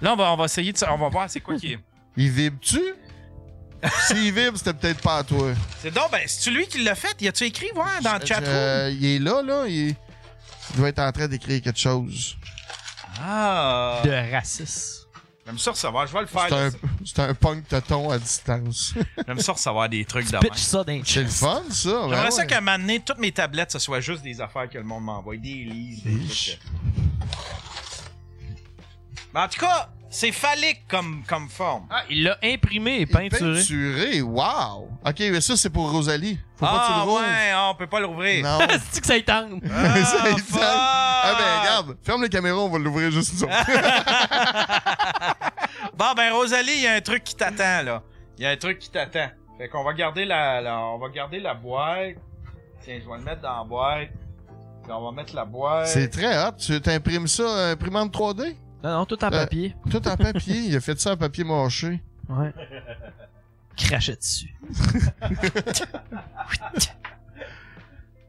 Speaker 1: Là, on va, on va essayer de... ça- On va voir c'est quoi qui est...
Speaker 4: Il vibre-tu? S'il vibre, c'était peut-être pas à toi.
Speaker 1: <laughs> C'est donc, ben, c'est-tu lui qui l'a fait? Y a-tu écrit, voir, dans le
Speaker 4: Je-
Speaker 1: chatroom?
Speaker 4: euh, il est là, là. Il... il doit être en train d'écrire quelque chose.
Speaker 1: Ah!
Speaker 3: De racisme.
Speaker 1: J'aime ça recevoir. Je vais le faire.
Speaker 4: C'est un...
Speaker 1: là.
Speaker 4: c'est un punk toton à distance.
Speaker 1: J'aime ça recevoir des trucs de même.
Speaker 3: Pitch ça d'un
Speaker 4: C'est le fun, ça. ben
Speaker 1: J'aimerais ça
Speaker 4: ouais.
Speaker 1: qu'à un moment donné, toutes mes tablettes, ce soit juste des affaires que le monde m'envoie. Des livres, des
Speaker 4: Ish.
Speaker 1: trucs. Mais en tout cas, c'est phallique comme, comme forme.
Speaker 3: Ah, il l'a imprimé et peinturé.
Speaker 4: Peinturé, wow! OK, mais ça, c'est pour Rosalie. Faut pas que
Speaker 1: ah
Speaker 4: tu le roules.
Speaker 1: ouais, ah, on peut pas l'ouvrir.
Speaker 4: Non.
Speaker 3: <laughs> C'est-tu que ça y tente?
Speaker 1: Ah,
Speaker 4: <laughs> Ça, il
Speaker 1: fuck!
Speaker 4: tente. Ah ben regarde, ferme les caméras, on va l'ouvrir juste nous autres.
Speaker 1: Bon, ben Rosalie, il y a un truc qui t'attend, là. Il y a un truc qui t'attend. Fait qu'on va garder la, la- on va garder la boîte. Tiens, je vais le mettre dans la boîte. Puis on va mettre la boîte.
Speaker 4: C'est très hot. Tu t'imprimes ça, euh, imprimante 3D?
Speaker 3: Non, non, tout en papier.
Speaker 4: Tout en papier. il a fait ça en papier mâché.
Speaker 3: Ouais. Crachez dessus.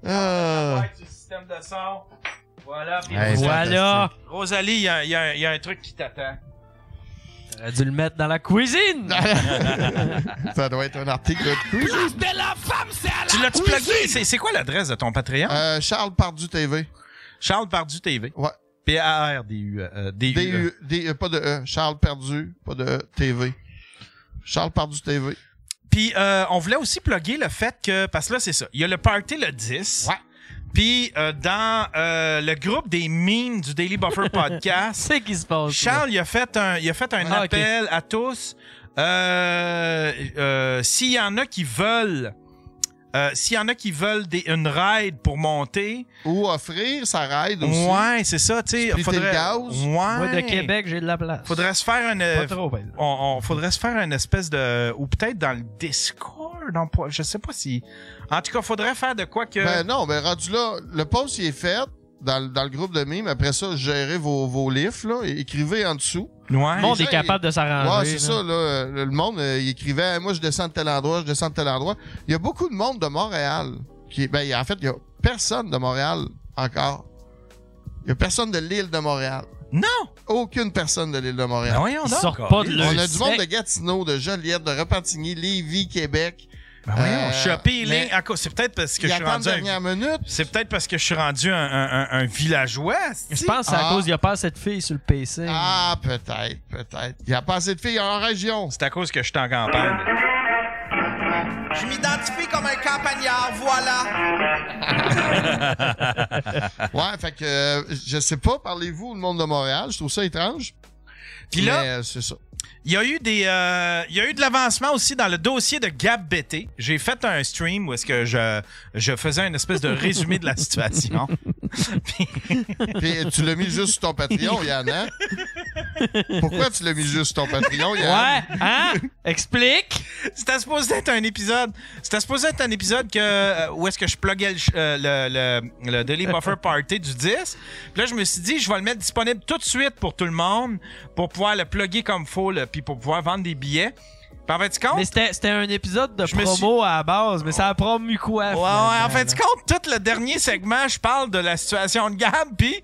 Speaker 4: Ah.
Speaker 1: Ouais, sur le système de son. Voilà. puis
Speaker 4: Hey,
Speaker 3: voilà!
Speaker 1: Rosalie, il y a- il y a un- il y a un truc qui t'attend.
Speaker 3: T'aurais dû le mettre dans
Speaker 4: <laughs>
Speaker 3: la cuisine!
Speaker 4: <laughs> Ça doit être un article de couille.
Speaker 1: Tu l'as-tu plugué? C'est, c'est quoi l'adresse de ton Patreon?
Speaker 4: Euh, Charles Pardu TV.
Speaker 1: Charles Pardu TV.
Speaker 4: Ouais.
Speaker 1: P-A-R-D-U. euh, D-U.
Speaker 4: D -U, D, euh, pas de E. Charles Perdu, pas de E. TV. Charles Pardu TV.
Speaker 1: Puis, euh, on voulait aussi plugger le fait que... Parce que là, c'est ça. Il y a le party le 10.
Speaker 4: Ouais.
Speaker 1: Puis euh, dans euh, le groupe des memes du
Speaker 4: <laughs>
Speaker 1: Daily Buffer Podcast,
Speaker 3: C'est qui se passe. là?
Speaker 1: Charles il a fait un, il a fait un
Speaker 3: Ah, ok.
Speaker 1: appel à tous. Euh, euh, s'il y en a qui veulent, euh, s'il y en a qui veulent des, une ride pour monter,
Speaker 4: Ou offrir sa ride aussi.
Speaker 1: ouais, c'est ça, tu sais,
Speaker 4: Splitter le gaz.
Speaker 1: ouais,
Speaker 3: Moi, de Québec, j'ai de la place.
Speaker 1: faudrait se faire une,
Speaker 3: Pas trop, ben.
Speaker 1: on, on- faudrait se faire une espèce de, ou peut-être dans le Discord, on pourra- je sais pas si, en tout cas, faudrait faire de quoi que.
Speaker 4: Ben non, ben rendu là, le post il est fait dans, le- dans le groupe de mimes. Après ça, gérez vos, vos livres, là, et écrivez en dessous.
Speaker 1: Ouais.
Speaker 3: Le monde
Speaker 4: les
Speaker 3: est
Speaker 4: gens,
Speaker 3: capable de s'arranger.
Speaker 4: ouais, c'est ça, là. euh, Le monde, euh, il écrivait Hey, Moi, je descends de tel endroit, je descends de tel endroit. Il y a beaucoup de monde de Montréal. Qui, est- ben, il y a- en fait, il y a personne de Montréal encore. Il y a personne de l'île de Montréal.
Speaker 1: Non!
Speaker 4: Aucune personne de l'île de Montréal.
Speaker 1: Ben voyons
Speaker 3: Ils
Speaker 1: donc,
Speaker 3: sortent pas
Speaker 1: Carlis.
Speaker 3: de leur-
Speaker 4: On a
Speaker 3: Le
Speaker 4: du monde
Speaker 3: sec.
Speaker 4: de Gatineau, de Joliette, de Repentigny, Lévis, Québec.
Speaker 1: Ben voyons,
Speaker 4: Euh,
Speaker 1: je suis à Peeling
Speaker 4: mais-
Speaker 1: à cause- C'est peut-être parce que
Speaker 4: Ils
Speaker 1: je suis
Speaker 4: attendent
Speaker 1: rendu un-
Speaker 4: dernière minute.
Speaker 1: C'est peut-être parce que je suis rendu un, un- un- un villageois.
Speaker 3: Je pense que c'est
Speaker 4: Ah.
Speaker 3: à cause qu'il n'y a pas cette fille sur le PC.
Speaker 4: Ah, peut-être, peut-être. Il n'y a pas assez de filles en région.
Speaker 1: C'est à cause que je suis en campagne. Je m'identifie comme un campagnard, voilà.
Speaker 4: Ouais, fait que euh, je sais pas, parlez-vous le monde de Montréal, je trouve ça étrange.
Speaker 1: Puis là-
Speaker 4: Mais, euh, c'est ça.
Speaker 1: Il y a eu des, euh, il y a eu de l'avancement aussi dans le dossier de Gab Bété. J'ai fait un stream où est-ce que je, je faisais une espèce de résumé de la
Speaker 3: <laughs>
Speaker 1: situation.
Speaker 4: Puis euh, tu l'as mis juste sur ton Patreon, Yann, hein? Pourquoi tu l'as mis juste sur ton Patreon, Yann?
Speaker 3: Ouais, hein? Explique!
Speaker 1: C'était supposé être un épisode. C'était supposé être un épisode que euh, où est-ce que je pluguais le, ch- euh, le, le, le Daily
Speaker 3: <laughs>
Speaker 1: Buffer Party du 10. Puis là, je me suis dit, je vais le mettre disponible tout de suite pour tout le monde, pour pouvoir le plugger comme faut, là, puis pour pouvoir vendre des billets. Puis en fait, tu comptes?
Speaker 3: Mais c'était c'était un épisode de
Speaker 1: Je me
Speaker 3: promo à la base, mais ça a promu quoi?
Speaker 1: Ouais, ouais, en fait, tu comptes tout le dernier segment, je parle de la situation de Gab, puis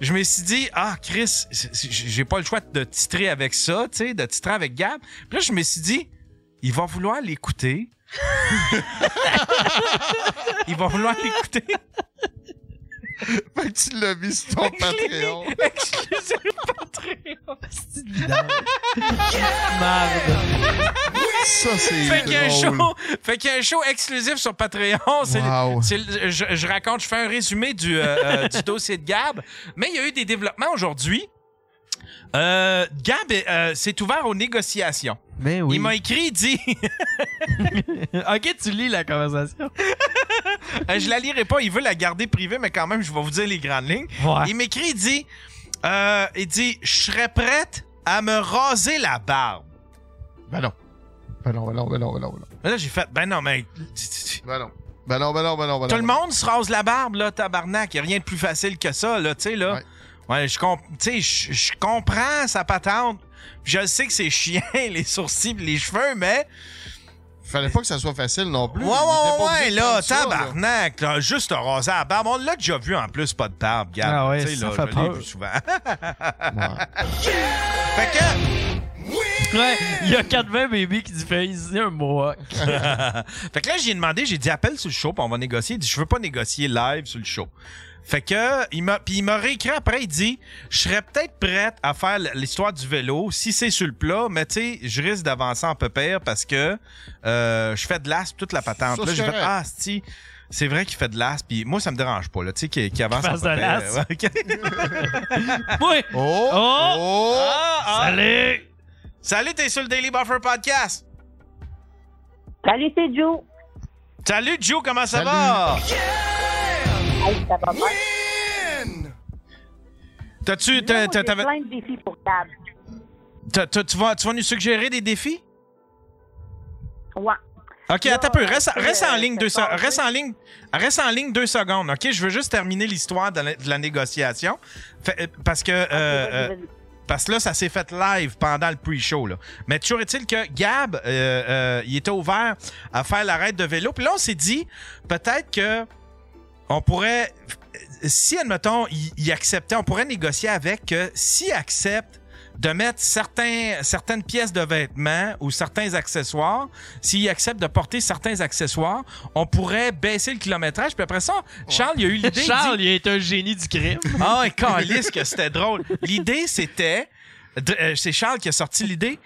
Speaker 1: je me suis dit, ah, Chris, c'est- c'est- j'ai pas le choix de titrer avec ça, tu sais, de titrer avec Gab. Puis là, je me suis dit, il va vouloir l'écouter. <laughs> il va vouloir l'écouter.
Speaker 4: Fait que tu l'as mis sur ton <laughs> Patreon. Ça, c'est
Speaker 1: Fait qu'il y a un
Speaker 4: drôle.
Speaker 1: show, fait qu'il y a un show exclusif sur Patreon. C'est,
Speaker 4: Wow.
Speaker 1: c'est le- je, je raconte, je fais un résumé du, euh, euh,
Speaker 3: <laughs>
Speaker 1: du dossier de Gab. Mais il y a eu des développements aujourd'hui. Euh, Gab euh, s'est ouvert aux négociations.
Speaker 3: Mais Ben oui.
Speaker 1: Il m'a écrit, il dit,
Speaker 3: <laughs> ok, tu lis la conversation.
Speaker 1: <laughs> euh, je la lirai pas, il veut la garder privée, mais quand même, je vais vous dire les grandes lignes.
Speaker 3: Ouais.
Speaker 1: Il m'écrit, il dit, euh, il dit, je serais prête à me raser la barbe.
Speaker 4: Ben non. Ben non, ben non, ben non, ben non, ben non.
Speaker 1: Mais Là, j'ai fait, ben non, mais tu- tu- tu-
Speaker 4: Ben non. Ben non, ben non, ben non, ben
Speaker 1: tout
Speaker 4: non.
Speaker 1: le monde se rase la barbe, là, tabarnak. Y a rien de plus facile que ça, là, tu sais, là.
Speaker 4: Ouais.
Speaker 1: Ouais, je comp- tu sais, je je comprends sa patente. Je sais que c'est chiant, <laughs> les sourcils, pis les cheveux, mais
Speaker 4: Fallait pas que ça soit facile non plus.
Speaker 1: Ouais,
Speaker 4: Il était
Speaker 1: ouais,
Speaker 4: pas
Speaker 1: ouais,
Speaker 4: obligé de
Speaker 1: là,
Speaker 4: prendre ça, là.
Speaker 1: tabarnak, là, juste un rasé à la barbe. On l'a déjà vu en plus, pas de barbe, Gab.
Speaker 3: Ah ouais,
Speaker 1: Tu sais,
Speaker 3: ça
Speaker 1: là,
Speaker 3: fait
Speaker 1: je
Speaker 3: peur.
Speaker 1: l'ai vu
Speaker 3: <laughs>
Speaker 1: souvent. Fait que,
Speaker 3: Ouais, il y a 40 bébés qui disent fait ici un mohawk.
Speaker 1: <laughs> fait que là, j'ai demandé, j'ai dit appelle sur le show, puis on va négocier. Il dit, je veux pas négocier live sur le show. Fait que, il m'a, puis il m'a réécrit après, il dit, je serais peut-être prête à faire l'histoire du vélo si c'est sur le plat, mais tu sais, je risque d'avancer un peu pire parce que euh, je fais de l'as toute la patente.
Speaker 4: Ça,
Speaker 1: là,
Speaker 4: c'est
Speaker 1: j'ai fait,
Speaker 4: correct.
Speaker 1: ah, c'ti, c'est vrai qu'il fait de l'as, puis moi, ça me dérange pas, là, tu sais, qu'il, qu'il avance
Speaker 3: fasse
Speaker 1: un peu
Speaker 3: de
Speaker 1: pire. <laughs> Ouais, ok.
Speaker 3: l'as. <laughs> Oui!
Speaker 4: Oh!
Speaker 3: Oh! ah.
Speaker 4: oh.
Speaker 3: Salut!
Speaker 1: Salut, t'es sur le Daily Buffer Podcast.
Speaker 7: Salut, c'est Joe.
Speaker 1: Salut, Joe, comment ça
Speaker 4: Salut.
Speaker 1: va?
Speaker 7: Hey, ça va bien?
Speaker 1: T'as-tu,
Speaker 7: Moi,
Speaker 1: t'as-
Speaker 7: j'ai
Speaker 1: t'as- t'avais-
Speaker 7: plein de défis pour Gab.
Speaker 1: t'as- t'as- tu, vas, tu vas nous suggérer des défis?
Speaker 7: Ouais.
Speaker 1: OK,
Speaker 7: Là,
Speaker 1: attends un peu.
Speaker 7: euh,
Speaker 1: Reste,
Speaker 7: c'est,
Speaker 1: reste en
Speaker 7: euh,
Speaker 1: ligne
Speaker 7: c'est
Speaker 1: deux
Speaker 7: pas
Speaker 1: se-
Speaker 7: vrai.
Speaker 1: reste en ligne, reste en ligne deux secondes, OK? Je veux juste terminer l'histoire de la, de la négociation. Fait- euh, parce que... euh, euh,
Speaker 7: Vas-y, vas-y.
Speaker 1: Parce que là, ça s'est fait live pendant le pre-show. là. Mais toujours est-il que Gab, euh, euh, il était ouvert à faire l'arrêt de vélo. Puis là, on s'est dit, peut-être que on pourrait, si, admettons, il, il acceptait, on pourrait négocier avec que s'il accepte de mettre certains, certaines pièces de vêtements ou certains accessoires, s'il accepte de porter certains accessoires, on pourrait baisser le kilométrage. Puis après ça, Charles, il a eu l'idée. il dit-
Speaker 3: <laughs> Charles, il est un génie du crime.
Speaker 1: ah, et calisse que c'était drôle. L'idée, c'était. Dr- euh, C'est Charles qui a sorti l'idée.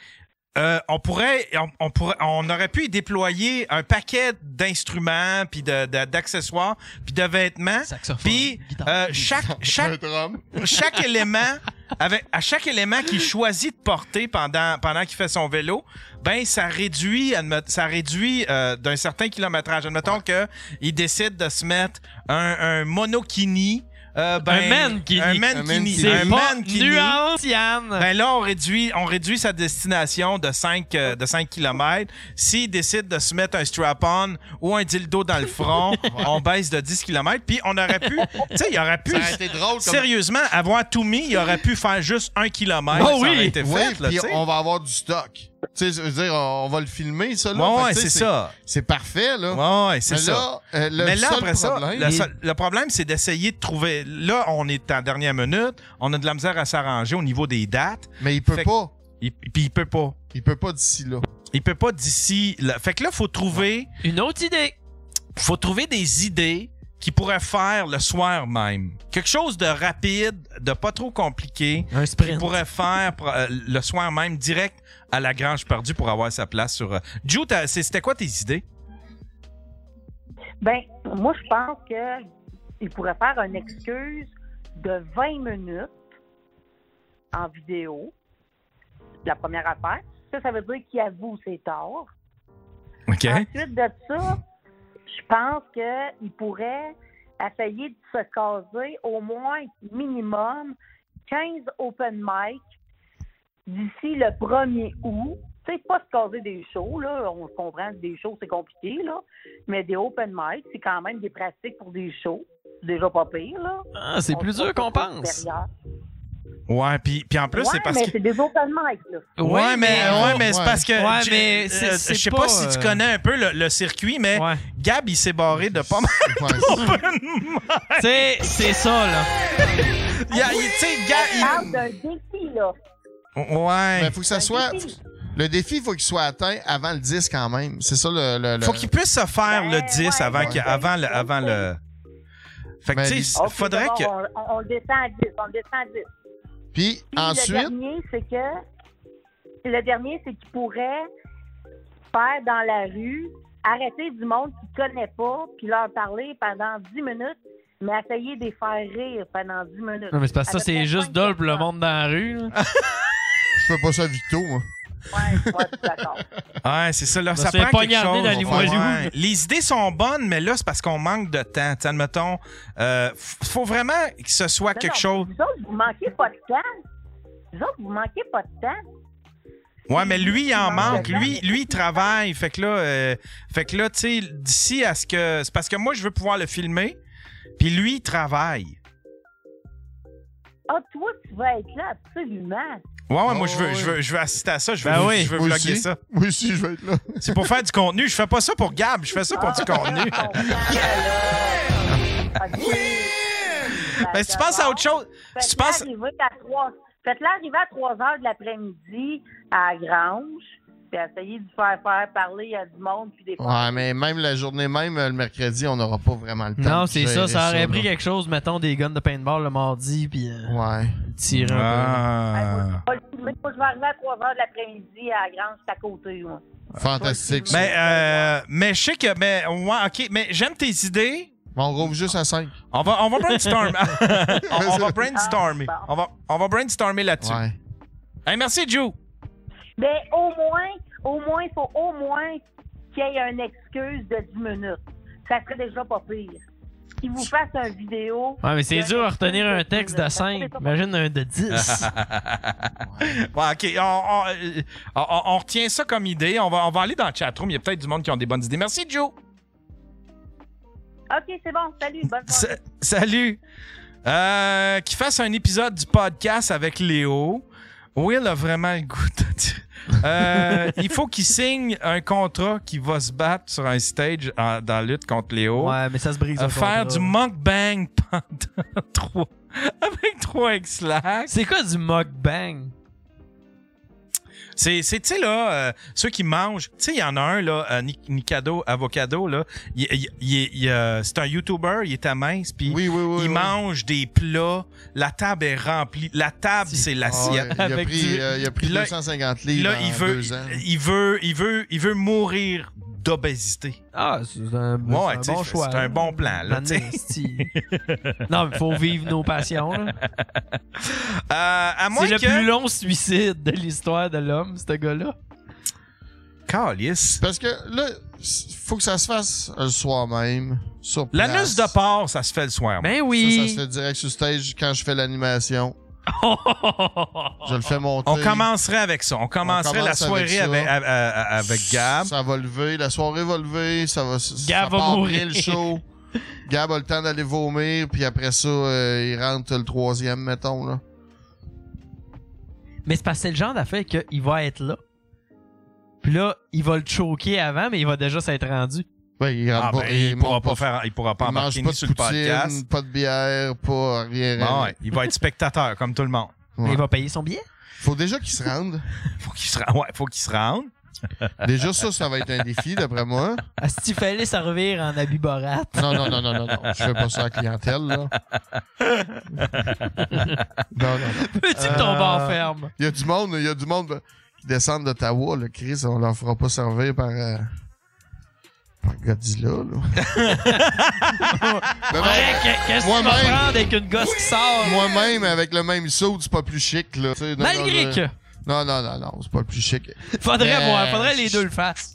Speaker 1: euh, on pourrait, on, on pourrait, on aurait pu y déployer un paquet d'instruments, puis de- de- d'accessoires, puis de vêtements.
Speaker 3: Saxophone,
Speaker 1: Puis
Speaker 3: guitare.
Speaker 1: euh, chaque
Speaker 4: Un
Speaker 1: chaque
Speaker 4: drum.
Speaker 1: chaque élément avec à chaque élément qu'il choisit de porter pendant pendant qu'il fait son vélo, ben ça réduit admet- ça réduit euh, d'un certain kilométrage. Admettons que il décide de se mettre un, un monokini. euh, ben,
Speaker 5: Un mankini.
Speaker 1: Un
Speaker 4: Un
Speaker 1: mankini.
Speaker 4: mankini.
Speaker 1: Un
Speaker 5: C'est pas
Speaker 1: mankini.
Speaker 5: nuance, Yann.
Speaker 1: Ben là, on réduit, on réduit sa destination de 5, de 5 km. S'il décide de se mettre un strap-on ou un dildo dans
Speaker 5: <laughs>
Speaker 1: le front, on baisse de 10 km. Puis on aurait pu, tu sais, il aurait pu,
Speaker 4: Ça aurait été drôle. Comme...
Speaker 1: sérieusement, avoir tout mis, il aurait pu faire juste 1 km.
Speaker 5: Oh
Speaker 1: ça
Speaker 5: oui!
Speaker 1: aurait été
Speaker 4: Oui,
Speaker 1: fait, là,
Speaker 4: puis
Speaker 1: tu sais.
Speaker 4: on va avoir du stock. Tu sais, je veux dire, on, on va le filmer, ça, là.
Speaker 1: Ouais,
Speaker 4: Fait que,
Speaker 1: ouais,
Speaker 4: tu sais,
Speaker 1: c'est ça.
Speaker 4: C'est parfait, là.
Speaker 1: Ouais, ouais, c'est
Speaker 4: Mais
Speaker 1: ça.
Speaker 4: là, euh, le
Speaker 1: Mais là,
Speaker 4: seul
Speaker 1: après
Speaker 4: problème-
Speaker 1: ça, le, seul- le problème, c'est d'essayer de trouver. Là, on est en dernière minute. On a de la misère à s'arranger au niveau des dates.
Speaker 4: Mais il peut
Speaker 1: Fait que-
Speaker 4: pas.
Speaker 1: Il- Puis il peut pas.
Speaker 4: Il peut pas d'ici là.
Speaker 1: Il peut pas d'ici. là. Fait que là, faut trouver.
Speaker 5: Une autre idée.
Speaker 1: faut trouver des idées qui pourraient faire le soir même. Quelque chose de rapide, de pas trop compliqué,
Speaker 5: Un
Speaker 1: qui
Speaker 5: sprint.
Speaker 1: pourrait faire pour, euh, le soir même direct à la Grange Perdue pour avoir sa place sur... euh, Joe, t'as- c'est- c'était quoi tes idées?
Speaker 7: Ben, moi, je pense que il pourrait faire une excuse de 20 minutes en vidéo. La première affaire. Ça, ça veut dire qu'il avoue ses torts.
Speaker 1: OK.
Speaker 7: Ensuite de ça, je pense qu'il pourrait essayer de se caser au moins minimum 15 open mic d'ici le 1er août. Tu sais, pas se caser des shows, là. On comprend que des shows, c'est compliqué, là. Mais des open mic, c'est quand même des pratiques pour des shows. C'est déjà pas pire, là.
Speaker 5: Ah, c'est
Speaker 7: On
Speaker 5: plus
Speaker 7: se
Speaker 5: dur qu'on
Speaker 7: retrouve
Speaker 5: pense.
Speaker 7: derrière.
Speaker 1: Ouais, puis, puis en plus,
Speaker 7: Ouais,
Speaker 1: c'est parce
Speaker 7: mais
Speaker 1: que...
Speaker 7: c'est des open mic, là.
Speaker 1: Ouais, mais, ouais, mais c'est
Speaker 4: ouais.
Speaker 1: parce que...
Speaker 5: Ouais,
Speaker 1: tu-
Speaker 5: mais c'est-
Speaker 1: euh,
Speaker 5: c'est
Speaker 1: je sais pas,
Speaker 5: pas,
Speaker 1: si tu
Speaker 5: euh,
Speaker 1: connais un peu le, le circuit, mais
Speaker 5: Ouais.
Speaker 1: Gab, il s'est barré de
Speaker 5: <laughs>
Speaker 1: pas mal.
Speaker 4: Ouais,
Speaker 1: d'open mic.
Speaker 5: C'est, c'est ça, là.
Speaker 1: Il y a- il- tu sais, Gab,
Speaker 7: On parle d'un Ah, défi, là.
Speaker 1: il- Ouais.
Speaker 4: Mais faut que ça soit.
Speaker 7: défi.
Speaker 4: Le défi, faut qu'il soit atteint avant le 10 quand même. C'est ça le. le, le-
Speaker 1: Faut qu'il puisse se faire le
Speaker 7: Ben,
Speaker 1: 10
Speaker 7: ouais,
Speaker 1: avant,
Speaker 7: ouais.
Speaker 1: qu'il- avant, le, avant le. Fait que,
Speaker 4: Mais
Speaker 1: tu
Speaker 4: les-
Speaker 1: sais,
Speaker 7: OK,
Speaker 1: faudrait
Speaker 7: d'abord,
Speaker 1: que.
Speaker 7: On, on le descend à 10, on le descend à 10.
Speaker 4: Puis
Speaker 7: Puis le
Speaker 4: ensuite,
Speaker 7: dernier, c'est que le dernier, c'est qu'il pourrait faire dans la rue, arrêter du monde qu'il connaît pas, puis leur parler pendant 10 minutes, mais essayer de les faire rire pendant 10 minutes.
Speaker 5: Non, mais c'est parce que ça,
Speaker 7: Avec
Speaker 5: c'est
Speaker 7: la
Speaker 5: juste
Speaker 7: cinq
Speaker 5: dole pour le
Speaker 7: personnes.
Speaker 5: monde dans la rue. là.
Speaker 4: <laughs> je fais pas ça vito, moi.
Speaker 7: Ouais, ouais, je suis d'accord.
Speaker 1: Ouais, c'est ça. Là,
Speaker 5: se
Speaker 1: ça
Speaker 5: fait
Speaker 1: prend quelque
Speaker 5: poignarder
Speaker 1: chose.
Speaker 5: dans les moelleux.
Speaker 1: Ouais. Les idées sont bonnes, mais là, c'est parce qu'on manque de temps. Tu sais, admettons, euh, f- faut vraiment que ce soit
Speaker 7: Non,
Speaker 1: quelque
Speaker 7: Ben non,
Speaker 1: chose.
Speaker 7: Vous autres, vous manquez pas de temps. Vous autres, vous manquez pas de temps.
Speaker 1: Ouais, mais lui, il en
Speaker 7: Il
Speaker 1: manque.
Speaker 7: manque de
Speaker 1: Lui,
Speaker 7: temps.
Speaker 1: lui, il travaille. Fait que là, euh, fait que là, tu sais, d'ici à ce que, c'est parce que moi, je veux pouvoir le filmer. Puis lui, il travaille.
Speaker 7: Ah, toi, tu vas être là, absolument.
Speaker 1: Ouais, ouais, moi, je veux,
Speaker 4: Oh,
Speaker 1: je veux, je veux assister à ça. Je veux,
Speaker 5: Ben oui,
Speaker 1: je veux
Speaker 4: Moi
Speaker 1: vlogger
Speaker 4: aussi.
Speaker 1: ça.
Speaker 4: Moi aussi, je vais être là.
Speaker 1: <laughs> C'est pour faire du contenu. Je fais pas ça pour Gab. Je fais ça pour du contenu. <laughs> Mais Ben, si tu penses à autre chose, si tu
Speaker 7: Faites-le
Speaker 1: penses.
Speaker 7: arriver à 3... Faites-le arriver à 3 heures de l'après-midi à la Grange, puis essayez de faire faire parler à du monde, puis des fois...
Speaker 4: Ouais, mais même la journée même, euh, le mercredi, on n'aura pas vraiment le temps.
Speaker 5: Non,
Speaker 4: de
Speaker 5: c'est ça.
Speaker 4: gérer
Speaker 5: Ça aurait pris
Speaker 4: là.
Speaker 5: quelque chose, mettons, des guns de paintball le mardi, puis euh,
Speaker 4: Ouais.
Speaker 5: tirer un
Speaker 1: Ah.
Speaker 7: Moi, je vais arriver à 3 heures de l'après-midi à la Grange, c'est à côté, moi.
Speaker 4: Fantastique.
Speaker 7: Ouais.
Speaker 1: Mais, euh, mais je sais que. Mais, ouais, OK. Mais j'aime tes idées.
Speaker 4: Mais on rouvre juste à 5.
Speaker 1: On va, on
Speaker 4: <laughs>
Speaker 1: va brainstormer. on, on va brainstormer.
Speaker 7: Ah,
Speaker 1: On va, on va brainstormer là-dessus.
Speaker 4: Ouais.
Speaker 1: Hey, merci, Joe.
Speaker 7: Mais au moins, au moins, il faut au moins qu'il y ait une excuse de 10 minutes. Ça serait déjà pas pire. Qu'il vous fasse une vidéo.
Speaker 5: peu. Ouais, mais c'est dur à retenir un texte de 5. Imagine un de
Speaker 4: <laughs>
Speaker 5: 10.
Speaker 1: Ouais, OK. On, on, euh, on- on retient ça comme idée. On va, on va aller dans le chatroom. Il y a peut-être du monde qui ont des bonnes idées. Merci, Joe.
Speaker 7: OK, c'est bon. Salut. Bonne soirée.
Speaker 1: Sa- <laughs> Salut. Euh, qu'il fasse un épisode du podcast avec Léo. Will a vraiment le goût de dire- Euh, il faut qu'il signe un contrat qui va se battre sur un stage en- dans la lutte contre Léo.
Speaker 3: Ouais, mais ça se brise.
Speaker 1: Euh,
Speaker 3: un
Speaker 1: faire
Speaker 3: contrat.
Speaker 1: du mukbang
Speaker 4: <laughs>
Speaker 1: pendant trois avec 3 x
Speaker 5: c'est quoi du mukbang?
Speaker 1: C'est, c'est- tu sais, là, euh, ceux qui mangent, tu sais, il y en a un, là, euh, Ni- Nikado Avocado, là. Il- il- il- il, euh, c'est un YouTuber, il est à mince, puis
Speaker 4: Oui, oui, oui. oui.
Speaker 1: il mange des plats. La table est remplie. La table, c'est
Speaker 4: Ah ouais,
Speaker 1: l'assiette.
Speaker 4: il, a
Speaker 3: Avec
Speaker 4: pris,
Speaker 3: du-
Speaker 4: euh, il a pris
Speaker 1: Puis là,
Speaker 4: 250
Speaker 1: Puis
Speaker 4: livres
Speaker 1: là,
Speaker 4: en
Speaker 1: il veut,
Speaker 4: deux ans.
Speaker 1: il veut, il veut, il veut mourir d'obésité.
Speaker 3: Ah, c'est un,
Speaker 1: Ouais,
Speaker 3: c'est un
Speaker 1: tu sais,
Speaker 3: bon
Speaker 1: c'est
Speaker 3: choix.
Speaker 1: un bon
Speaker 4: Ah,
Speaker 1: plan, là,
Speaker 3: Un
Speaker 1: tu sais.
Speaker 3: esti. non, mais faut vivre nos passions. là.
Speaker 1: <laughs> Euh, à moins
Speaker 3: C'est le
Speaker 1: que.
Speaker 3: plus long suicide de l'histoire de l'homme, ce gars-là.
Speaker 1: Câlisse.
Speaker 4: Parce que là, s- faut que ça se fasse le soir même. Sur place.
Speaker 1: L'anus de porc, ça se fait le soir. moi.
Speaker 3: Ben
Speaker 4: Ça, ça
Speaker 3: oui! Oh!
Speaker 4: se fait direct sur stage quand je
Speaker 5: <laughs>
Speaker 4: fais l'animation. Je le fais monter.
Speaker 1: On commencerait avec ça. On commencerait la
Speaker 4: commence avec
Speaker 1: soirée
Speaker 4: ça.
Speaker 1: avec, avec, avec Gab.
Speaker 4: Ça va lever, la soirée va lever, ça va. ça-
Speaker 3: Gab
Speaker 4: ça
Speaker 3: va
Speaker 4: part après
Speaker 3: mourir.
Speaker 4: le
Speaker 3: <laughs>
Speaker 4: show. Gab a le temps d'aller vomir, puis après ça, euh, il rentre le troisième, mettons. Là.
Speaker 3: Mais c'est parce que c'est le genre d'affaire qu'il va être là. Puis là, il va le choquer avant, mais il va déjà s'être rendu.
Speaker 4: Ouais, il rentre
Speaker 1: Ah, ben,
Speaker 4: pas,
Speaker 1: il,
Speaker 4: monte
Speaker 1: pourra pas faire, il pourra pas
Speaker 4: il mange
Speaker 1: embarquer
Speaker 4: pas
Speaker 1: ni
Speaker 4: de
Speaker 1: sur le podcast.
Speaker 4: poutine, pas de bière, pas rien. rien.
Speaker 1: Bon, ouais, il va être spectateur comme tout le monde.
Speaker 4: Ouais.
Speaker 3: Mais il va payer son billet.
Speaker 4: Faut déjà qu'il se rende.
Speaker 1: <laughs> Faut qu'il se rende. Ouais, faut qu'il se rende.
Speaker 4: Déjà, ça, ça va être un défi, d'après
Speaker 1: <laughs>
Speaker 4: moi.
Speaker 3: <laughs> Ah, si il fallait servir en habit borat.
Speaker 4: Non, non, non, non, non, non. Je fais pas ça <laughs> à la clientèle, là. non, non, non.
Speaker 3: <laughs>
Speaker 4: Euh,
Speaker 3: Peux-tu me tomber en ferme?
Speaker 4: Il y a du monde, il y a du monde qui descendent d'Ottawa, le Chris, on leur fera pas servir par. euh, par Godzilla,
Speaker 3: <laughs>
Speaker 4: là. Ben, ben,
Speaker 3: Ouais, que- Qu'est-ce que tu vas
Speaker 4: Moi-même.
Speaker 3: prendre avec une gosse qui sort?
Speaker 4: Moi-même, avec le même saut, c'est pas plus chic, là. Tu sais, non,
Speaker 3: Malgré
Speaker 4: non, je-
Speaker 3: que.
Speaker 4: Non, non, non, non, c'est pas le plus chic.
Speaker 3: Faudrait
Speaker 4: Euh,
Speaker 3: voir, faudrait les deux le fassent.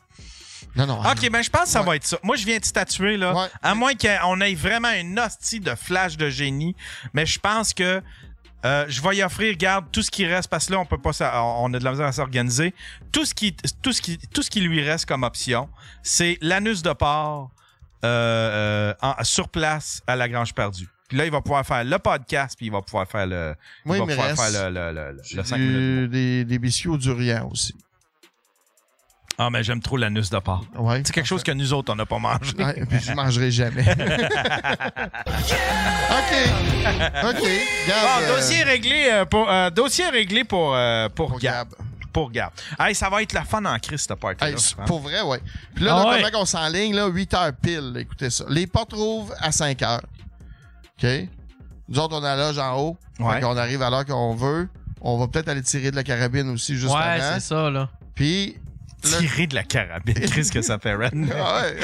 Speaker 4: Non, non.
Speaker 1: OK, ben je pense que ça
Speaker 4: Ah. Ouais.
Speaker 1: va être ça. Moi, je viens de statuer, là.
Speaker 4: Ouais.
Speaker 1: À moins qu'on ait vraiment une hostie de flash de génie. Mais je pense que euh, je vais y offrir, garde, tout ce qui reste, parce que là, on peut pas s'a- on a de la misère à s'organiser. Tout ce qui, tout ce qui, tout ce qui lui reste comme option, c'est l'anus de porc euh, euh, en- sur place à la Grange perdue. Puis là, il va pouvoir faire le podcast, puis il va pouvoir faire le, il
Speaker 4: Moi, il
Speaker 1: va
Speaker 4: me
Speaker 1: pouvoir
Speaker 4: reste.
Speaker 1: faire le, le, le, le,
Speaker 4: j'ai
Speaker 1: 5
Speaker 4: du-
Speaker 1: minutes.
Speaker 4: Euh, des, des biscuits au durian aussi.
Speaker 1: Ah, mais j'aime trop l'anus de porc.
Speaker 4: Ouais.
Speaker 1: C'est quelque chose que nous autres, on n'a pas mangé.
Speaker 4: Ouais, puis je mangerai <laughs> jamais. OK. <laughs> OK. Gab.
Speaker 1: Bon,
Speaker 4: euh,
Speaker 1: Ah,
Speaker 4: <laughs>
Speaker 1: dossier réglé euh, pour euh, dossier réglé pour euh, pour,
Speaker 4: pour
Speaker 1: Gab,
Speaker 4: Gab.
Speaker 1: pour Gab. Hey, ça va être la fun en crise, cette party
Speaker 4: Hey, c'est pour vrai, ouais. Puis là,
Speaker 3: Ah
Speaker 4: là,
Speaker 3: ouais.
Speaker 4: comment qu'on s'enligne, là, 8 heures pile, écoutez ça. Les portes rouvrent à 5 heures. OK? Nous autres, on a la loge en haut.
Speaker 1: Ouais.
Speaker 4: on arrive à l'heure qu'on veut. On va peut-être aller tirer de la carabine aussi juste
Speaker 3: Ouais,
Speaker 4: avant.
Speaker 3: c'est ça, là.
Speaker 4: Puis. là-
Speaker 1: Tirer de
Speaker 4: <laughs>
Speaker 1: la carabine, Chris, que ça fait Ren.
Speaker 4: Ah ouais,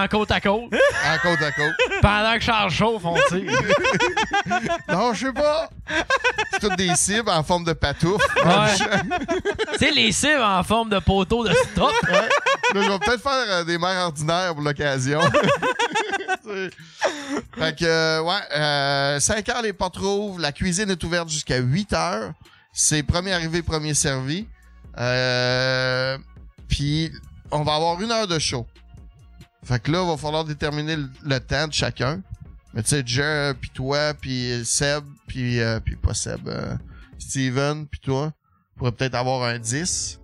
Speaker 3: En, en côte
Speaker 4: <laughs>
Speaker 3: à côte.
Speaker 4: à côte à côte.
Speaker 3: Pendant que Charles chauffe, on tire.
Speaker 4: <laughs> Non, je sais pas. C'est toutes des cibles en forme de patouf.
Speaker 3: Ouais. tu sais, les cibles en forme de poteau de stop.
Speaker 4: Ouais. <laughs> Là, je vais peut-être faire euh, des mères ordinaires pour l'occasion. <laughs> C'est- fait que, euh, ouais, 5 heures, les portes rouvrent. La cuisine est ouverte jusqu'à 8 heures. C'est premier arrivé, premier servi. Euh, Puis, on va avoir une heure de show. Fait que là, il va falloir déterminer le, le temps de chacun. Mais tu sais, Jer, puis toi, puis Seb, puis euh, puis pas Seb, euh, Steven, puis toi, pourrait peut-être avoir un 10.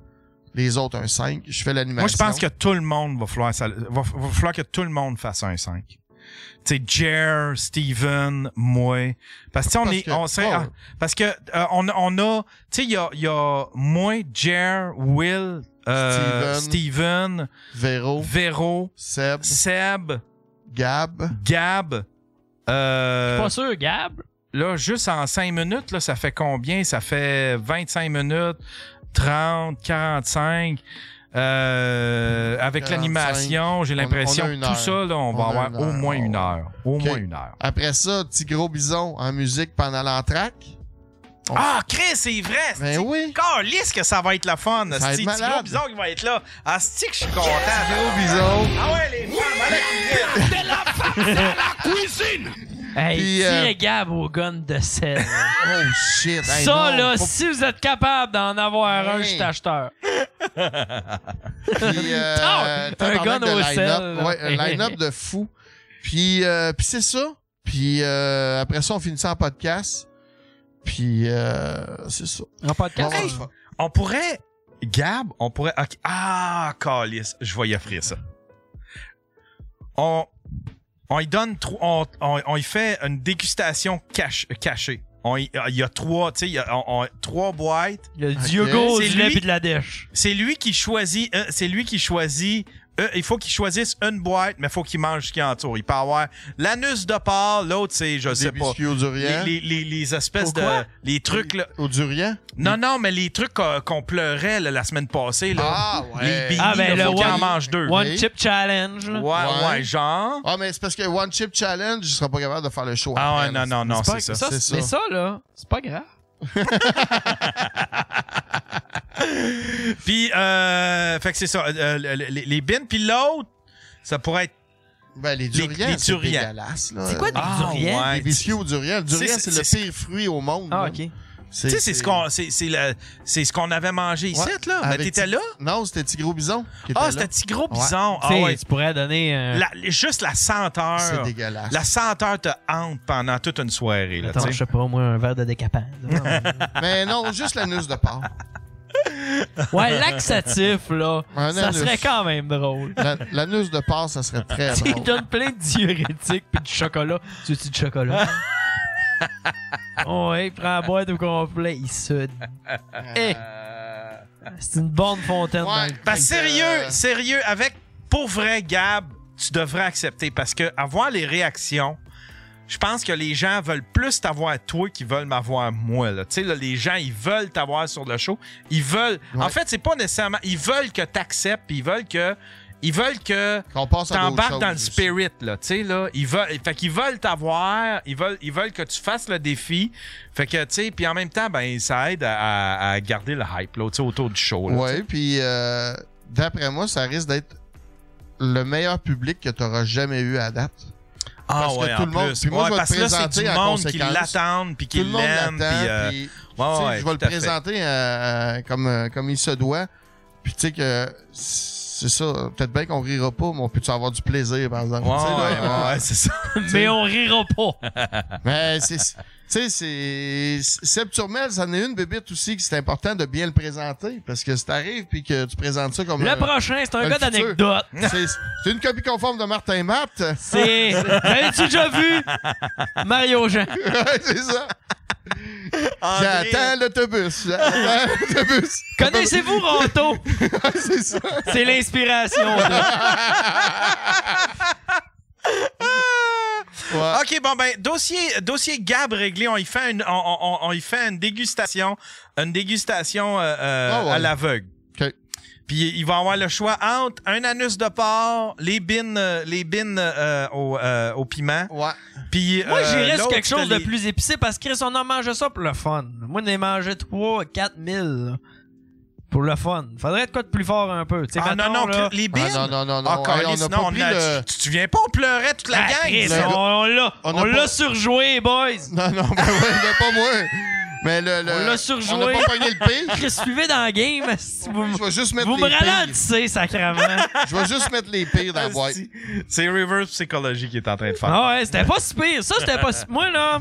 Speaker 4: Les autres, un 5. Je fais l'animation.
Speaker 1: Moi, je pense que tout le monde va falloir, ça- va, va falloir que tout le monde fasse un 5. Tu sais, Jer, Steven, moi. Parce que, tu sais, on
Speaker 4: Parce
Speaker 1: est,
Speaker 4: que-
Speaker 1: on sait,
Speaker 4: oh.
Speaker 1: ah, parce que, euh, on, on a, tu sais, il y a, il y a moi, Jer, Will, euh, Steven,
Speaker 4: Véro,
Speaker 1: Véro,
Speaker 4: Seb,
Speaker 1: Seb,
Speaker 4: Gab.
Speaker 1: Gab, euh,
Speaker 3: Pas sûr, Gab.
Speaker 1: là, juste en 5 minutes, là, ça fait combien? Ça fait 25 minutes, 30, 45. euh, avec
Speaker 4: 45.
Speaker 1: l'animation, j'ai
Speaker 4: On-
Speaker 1: l'impression
Speaker 4: on a
Speaker 1: que
Speaker 4: une
Speaker 1: tout
Speaker 4: heure.
Speaker 1: ça, là, on, va
Speaker 4: On a
Speaker 1: avoir
Speaker 4: une
Speaker 1: au
Speaker 4: heure.
Speaker 1: moins une heure. Au
Speaker 4: Ok.
Speaker 1: moins une heure.
Speaker 4: Après ça, petit gros bison en musique pendant l'entraque. On-
Speaker 1: Ah, Chris, c'est vrai!
Speaker 4: Ben oui.
Speaker 1: Calisse que ça va être la fun!
Speaker 4: Ça va
Speaker 1: asti.
Speaker 4: être
Speaker 1: Petit gros
Speaker 4: malade.
Speaker 1: bison qui va être là. Asti que je suis content!
Speaker 4: Gros bison.
Speaker 1: Ah ouais, les femmes, à la cuisine!
Speaker 3: Hey,
Speaker 4: Puis, euh,
Speaker 3: tirez Gab au gun de sel.
Speaker 4: Oh shit. Hey,
Speaker 3: ça,
Speaker 4: non,
Speaker 3: là,
Speaker 4: faut-
Speaker 3: si vous êtes capable d'en avoir un,
Speaker 4: Hey.
Speaker 3: je
Speaker 4: <laughs>
Speaker 3: suis acheteur.
Speaker 4: Puis,
Speaker 1: <laughs>
Speaker 4: euh, t'as
Speaker 3: Ah, un
Speaker 4: parlé
Speaker 3: gun
Speaker 4: de
Speaker 3: au sel,
Speaker 4: line-up.
Speaker 3: là.
Speaker 4: Ouais, un line-up de fou. Puis, euh, puis c'est ça. Puis euh, après ça, on finit ça en podcast. Puis euh, c'est ça.
Speaker 3: En podcast.
Speaker 4: Bon,
Speaker 1: Hey.
Speaker 4: bon,
Speaker 1: On pourrait. Gab, on pourrait. ok. Ah, Calis, je vais y offrir ça. On, on y donne. trou- On, on, on y fait une dégustation cache- cachée. On y- Il y a trois, tu sais, il y a on- on- trois boîtes.
Speaker 3: Le
Speaker 4: Ok.
Speaker 3: dieu gros,
Speaker 1: C'est
Speaker 3: du lait
Speaker 1: lui-
Speaker 3: puis de la dèche.
Speaker 1: C'est lui qui choisit. euh, c'est lui qui choisit. euh, il faut qu'il choisisse une boîte, mais il faut qu'il mange ce qui entoure. Il peut avoir l'anus de porc, l'autre c'est, je
Speaker 4: Des
Speaker 1: sais pas,
Speaker 4: biscuits au durian.
Speaker 1: les, les, les- les espèces
Speaker 3: Pourquoi?
Speaker 1: de, les trucs là.
Speaker 4: Au durian?
Speaker 1: Non, non, mais les trucs qu'on qu'on pleurait là, la semaine passée là.
Speaker 4: Ah,
Speaker 1: Les
Speaker 4: ouais.
Speaker 1: beanies,
Speaker 3: Ah,
Speaker 1: là,
Speaker 3: ben, le
Speaker 1: faut qu'il en
Speaker 3: one-
Speaker 1: mange deux.
Speaker 3: One
Speaker 4: Oui.
Speaker 3: chip challenge.
Speaker 1: Ouais,
Speaker 3: là.
Speaker 1: ouais,
Speaker 4: Ouais.
Speaker 1: genre.
Speaker 4: Ah, mais c'est parce que One Chip Challenge, je serais pas capable de faire le choix.
Speaker 1: Ah ouais,
Speaker 4: après,
Speaker 1: non,
Speaker 4: là.
Speaker 1: non, non,
Speaker 3: pas-
Speaker 1: c'est ça.
Speaker 4: c'est ça.
Speaker 3: Mais ça, là, c'est pas grave.
Speaker 1: Puis, euh, fait que c'est ça, euh, le- le- les, les bins. Puis l'autre, ça pourrait être...
Speaker 4: Ben, les
Speaker 1: Les-
Speaker 4: durians,
Speaker 1: les
Speaker 4: c'est
Speaker 1: durians.
Speaker 4: dégueulasse, là.
Speaker 3: C'est quoi des
Speaker 1: Ah,
Speaker 3: durians?
Speaker 1: ouais.
Speaker 4: Les biscuits au durian. Le durian,
Speaker 1: C'est-
Speaker 4: c'est le
Speaker 1: c'est-
Speaker 4: pire fruit au monde.
Speaker 3: Ah,
Speaker 4: là.
Speaker 3: ok.
Speaker 1: Tu sais, c'est ce qu'on c'est- c'est le- c'est ce qu'on avait mangé ici,
Speaker 4: Ouais,
Speaker 1: là. Mais
Speaker 4: avec
Speaker 1: t'étais
Speaker 4: ti-
Speaker 1: là?
Speaker 4: Non, c'était Tigro Bison. qui
Speaker 1: Ah,
Speaker 4: était
Speaker 1: c'était
Speaker 4: là.
Speaker 1: petit gros bison.
Speaker 3: Tu
Speaker 1: Ah
Speaker 3: sais,
Speaker 1: ouais.
Speaker 3: Tu pourrais donner un.
Speaker 1: La- juste la
Speaker 4: C'est
Speaker 1: senteur.
Speaker 4: dégueulasse.
Speaker 1: La senteur te hante pendant toute une soirée, là,
Speaker 3: Attends,
Speaker 1: tu
Speaker 3: je
Speaker 1: sais.
Speaker 3: sais pas, moi, un verre de décapant.
Speaker 4: Mais non, juste l'anus de porc.
Speaker 3: <laughs> ouais, laxatif, là.
Speaker 4: Un
Speaker 3: ça
Speaker 4: anus.
Speaker 3: serait quand même drôle.
Speaker 4: La- L'anus de porc, ça serait très
Speaker 3: <laughs> Tu lui
Speaker 4: drôle.
Speaker 3: donnes plein de diurétiques puis du chocolat. Tu veux-tu du <laughs> chocolat? ouais, il prend la boîte au complet. Il se.
Speaker 4: <laughs>
Speaker 3: Eh! Bah, C'est une bonne fontaine.
Speaker 4: Euh, Ouais.
Speaker 3: dans le-
Speaker 1: Parce que
Speaker 4: Fait que,
Speaker 1: sérieux,
Speaker 4: euh,
Speaker 1: sérieux, avec pour vrai Gab, tu devrais accepter parce que avoir les réactions, je pense que les gens veulent plus t'avoir toi qu'ils veulent m'avoir moi. là. Tu sais, là, les gens, ils veulent t'avoir sur le show. Ils veulent. En
Speaker 4: Ouais.
Speaker 1: fait, c'est pas nécessairement. Ils veulent que t'acceptes, puis ils veulent que. Ils veulent que
Speaker 4: Qu'on passe à d'autres
Speaker 1: t'embarques
Speaker 4: choses
Speaker 1: dans le
Speaker 4: aussi.
Speaker 1: spirit, là, tu sais, là. Ils veulent, fait qu'ils veulent t'avoir, ils veulent, ils veulent que tu fasses le défi. Fait que, tu sais, puis en même temps, ben, ça aide à, à- à garder le hype, là, tu sais, autour du show, là.
Speaker 4: Ouais, puis euh, d'après moi, ça risque d'être le meilleur public que tu auras jamais eu à date.
Speaker 1: Ah
Speaker 4: Parce que
Speaker 1: ouais,
Speaker 4: tout
Speaker 1: en
Speaker 4: le monde-
Speaker 1: plus.
Speaker 4: puis moi,
Speaker 1: Ouais,
Speaker 4: je vais
Speaker 1: parce
Speaker 4: le
Speaker 1: que là, c'est
Speaker 4: présenter
Speaker 1: du
Speaker 4: en
Speaker 1: monde qui
Speaker 4: conséquence.
Speaker 1: l'attend, puis qui
Speaker 4: tout le monde
Speaker 1: l'aime, puis...
Speaker 4: l'attend,
Speaker 1: euh,
Speaker 4: puis,
Speaker 1: ouais,
Speaker 4: tu sais,
Speaker 1: ouais,
Speaker 4: je vais le
Speaker 1: tout à fait.
Speaker 4: présenter euh, comme, euh, comme il se doit. Puis tu sais que c'est ça, peut-être bien qu'on rira pas, mais on peut-tu avoir du plaisir, par exemple.
Speaker 1: Ouais,
Speaker 4: Tu sais, là,
Speaker 1: ouais,
Speaker 3: <laughs>
Speaker 1: ouais, c'est ça.
Speaker 3: Mais on rira pas.
Speaker 4: Mais c'est. Tu sais, c'est. Seb Turmel, ça en est une bébite aussi que c'est important de bien le présenter. Parce que si t'arrives puis que tu présentes ça comme.
Speaker 3: Le
Speaker 4: un-
Speaker 3: prochain, c'est un
Speaker 4: Le
Speaker 3: gars
Speaker 4: futur.
Speaker 3: d'anecdote.
Speaker 4: <laughs> c'est c'est une copie conforme de Martin Matt.
Speaker 3: C'est.
Speaker 4: <laughs>
Speaker 3: T'avais-tu déjà vu Mario Jean?
Speaker 4: Ouais, c'est ça. J'attends l'autobus.
Speaker 3: <laughs>
Speaker 4: J'attends l'autobus.
Speaker 3: Connaissez-vous
Speaker 4: <laughs>
Speaker 3: Ronto?
Speaker 4: C'est ça.
Speaker 3: C'est l'inspiration. là.
Speaker 4: <laughs> Ouais.
Speaker 1: OK, bon, ben, dossier, dossier Gab réglé, on y fait une, on, on- on- on y fait une dégustation, une dégustation euh, euh,
Speaker 4: Ah ouais.
Speaker 1: à l'aveugle.
Speaker 4: OK.
Speaker 1: Puis il va avoir le choix entre un anus de porc, les bines, euh, les bines euh, au, euh, au piment,
Speaker 4: Ouais.
Speaker 1: puis...
Speaker 3: Moi,
Speaker 1: euh,
Speaker 3: j'irais sur
Speaker 1: l'autre,
Speaker 3: quelque chose
Speaker 1: les-
Speaker 3: de plus épicé parce que Chris, on en mange ça pour le fun. Moi, on en mangé 3 4 000 là, pour le fun. Faudrait être quoi de plus fort un peu. Tu sais,
Speaker 1: Ah non, non,
Speaker 3: mettons, là,
Speaker 1: les bines?
Speaker 4: Ah, non, non, non, non.
Speaker 1: Ah,
Speaker 4: Hey,
Speaker 1: câlisse,
Speaker 4: on a
Speaker 1: non,
Speaker 4: pas pris le.
Speaker 1: Tu te souviens pas, on pleurait toute la
Speaker 3: Ah,
Speaker 1: gang.
Speaker 3: Chris,
Speaker 4: Le-
Speaker 3: on on l'a
Speaker 4: On
Speaker 3: on
Speaker 4: a
Speaker 3: l'a
Speaker 4: pas-
Speaker 3: surjoué, boys.
Speaker 4: Non, non, mais ouais, mais pas moi. Mais le. le-
Speaker 3: On l'a surjoué.
Speaker 4: Euh, On a pas pogné le pire.
Speaker 3: <laughs> Chris, suivez dans la game. si vous
Speaker 4: Je vais juste mettre
Speaker 3: vous
Speaker 4: les
Speaker 3: me
Speaker 4: pires.
Speaker 3: ralentissez, sacrément.
Speaker 4: Je vais juste mettre les pires dans la boîte.
Speaker 1: Asti. C'est reverse psychologie qui est en train de faire.
Speaker 3: Ah ouais, c'était pas si pire. Ça,
Speaker 1: <laughs>
Speaker 3: c'était pas si... Moi, là,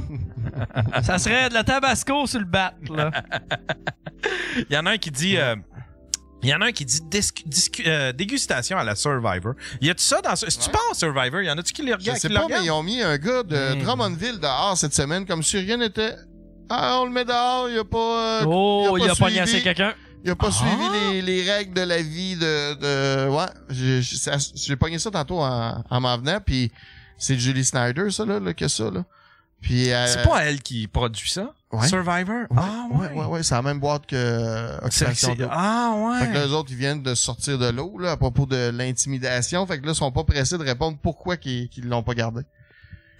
Speaker 3: ça serait de la tabasco sur le bat, là.
Speaker 1: <laughs> Il y en a un qui dit. euh, il y en a un qui dit discu- discu- euh, dégustation à la Survivor. Y a-tu ça dans. ce- Si tu penses Survivor, y en a-tu qui le
Speaker 4: Je
Speaker 1: regardent?
Speaker 4: sais
Speaker 1: qui le
Speaker 4: pas, mais
Speaker 1: regardent?
Speaker 4: ils ont mis un gars de
Speaker 3: Hmm.
Speaker 4: Drummondville dehors cette semaine, comme si rien n'était. Ah, on le met dehors, il a pas. euh,
Speaker 3: Oh,
Speaker 4: il
Speaker 3: il
Speaker 4: a
Speaker 3: a
Speaker 4: pas
Speaker 3: pogné
Speaker 4: suivi.
Speaker 3: assez quelqu'un. Ah.
Speaker 4: Il a pas suivi les, les règles de la vie de. de- ouais, j'ai- j'ai ça- j'ai pogné ça tantôt en, en m'en venant, puis c'est Julie Snyder, ça, là, là, que ça, là. Puis. euh,
Speaker 1: C'est pas elle qui produit ça?
Speaker 4: Ouais.
Speaker 1: Survivor? ah ouais.
Speaker 4: Ouais, ouais, ouais, c'est la même boîte que euh,
Speaker 1: C'est-
Speaker 4: Occupation
Speaker 1: c'est-
Speaker 4: Double.
Speaker 1: ah ouais.
Speaker 4: Fait que les autres, ils viennent de sortir de l'eau, là, à propos de l'intimidation. Fait que là, ils sont pas pressés de répondre pourquoi qu'ils qu'ils l'ont pas gardé.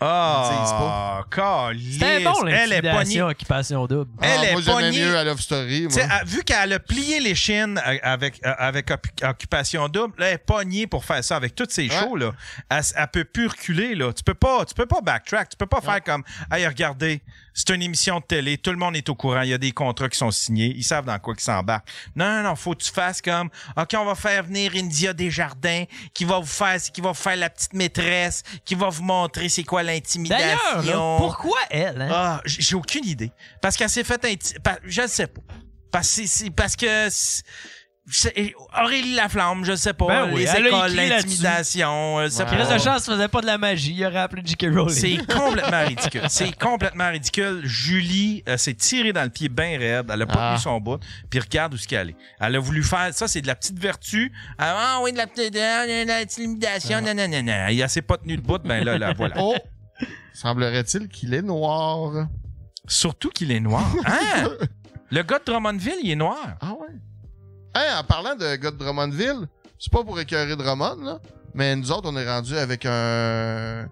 Speaker 1: Ah, calisse.
Speaker 3: C'était bon,
Speaker 1: Elle est pognée.
Speaker 3: l'intimidation, occupation double.
Speaker 1: Elle
Speaker 4: Ah,
Speaker 1: est
Speaker 4: moi, j'aimais
Speaker 1: pognée.
Speaker 4: mieux à Love Story, moi.
Speaker 1: Tu sais, elle- vu qu'elle a plié les chines euh, avec, euh, avec Occu- Occupation Double, là, elle est pognée pour faire ça avec toutes ces
Speaker 4: Ouais.
Speaker 1: shows. Là. Elle, s- elle peut plus reculer. Là. Tu peux pas tu peux pas backtrack. Tu peux pas faire comme Hey, regardez, c'est une émission de télé. Tout le monde est au courant. Il y a des contrats qui sont signés. Ils savent dans quoi ils s'embarquent. Non, non, non. Faut que tu fasses comme OK, on va faire venir India Desjardins qui va vous faire qui va vous faire la petite maîtresse, qui va vous montrer c'est quoi l'intimidation.
Speaker 3: D'ailleurs, là, pourquoi elle, hein?
Speaker 1: Ah, j- j'ai aucune idée. Parce qu'elle s'est fait inti- pa- Je ne sais pas. Parce, que c'est- c'est- parce que. c'est- c'est- Aurélie Laflamme, je sais pas,
Speaker 3: Ben oui,
Speaker 1: les
Speaker 3: elle a
Speaker 1: écoles,
Speaker 3: écrit là-dessus.
Speaker 1: l'intimidation, euh, c'est
Speaker 4: Ouais.
Speaker 1: pas-
Speaker 3: Chris de chance faisait pas de la magie, il aurait appelé J.K. Rowling.
Speaker 1: C'est complètement ridicule.
Speaker 3: <laughs>
Speaker 1: C'est complètement ridicule. Julie euh, s'est tirée dans le pied bien raide. Elle a pas
Speaker 4: Ah.
Speaker 1: tenu son bout. Puis regarde où ce qu'elle est. Elle a voulu faire ça, c'est de la petite vertu. Ah ah oui, de la petite de l'intimidation. Non,
Speaker 3: Ah.
Speaker 1: non, non, non. Elle s'est pas tenue de bout. Ben là, là, voilà.
Speaker 4: Oh! Semblerait-il qu'il est noir.
Speaker 1: Surtout qu'il
Speaker 4: <laughs>
Speaker 1: est noir. Hein? Le gars de Drummondville, il est noir.
Speaker 4: Ah ouais? Hey, en parlant de gars de Drummondville, c'est pas pour écœurer Drummond, là, mais nous autres, on est rendu avec
Speaker 1: <laughs>
Speaker 4: un,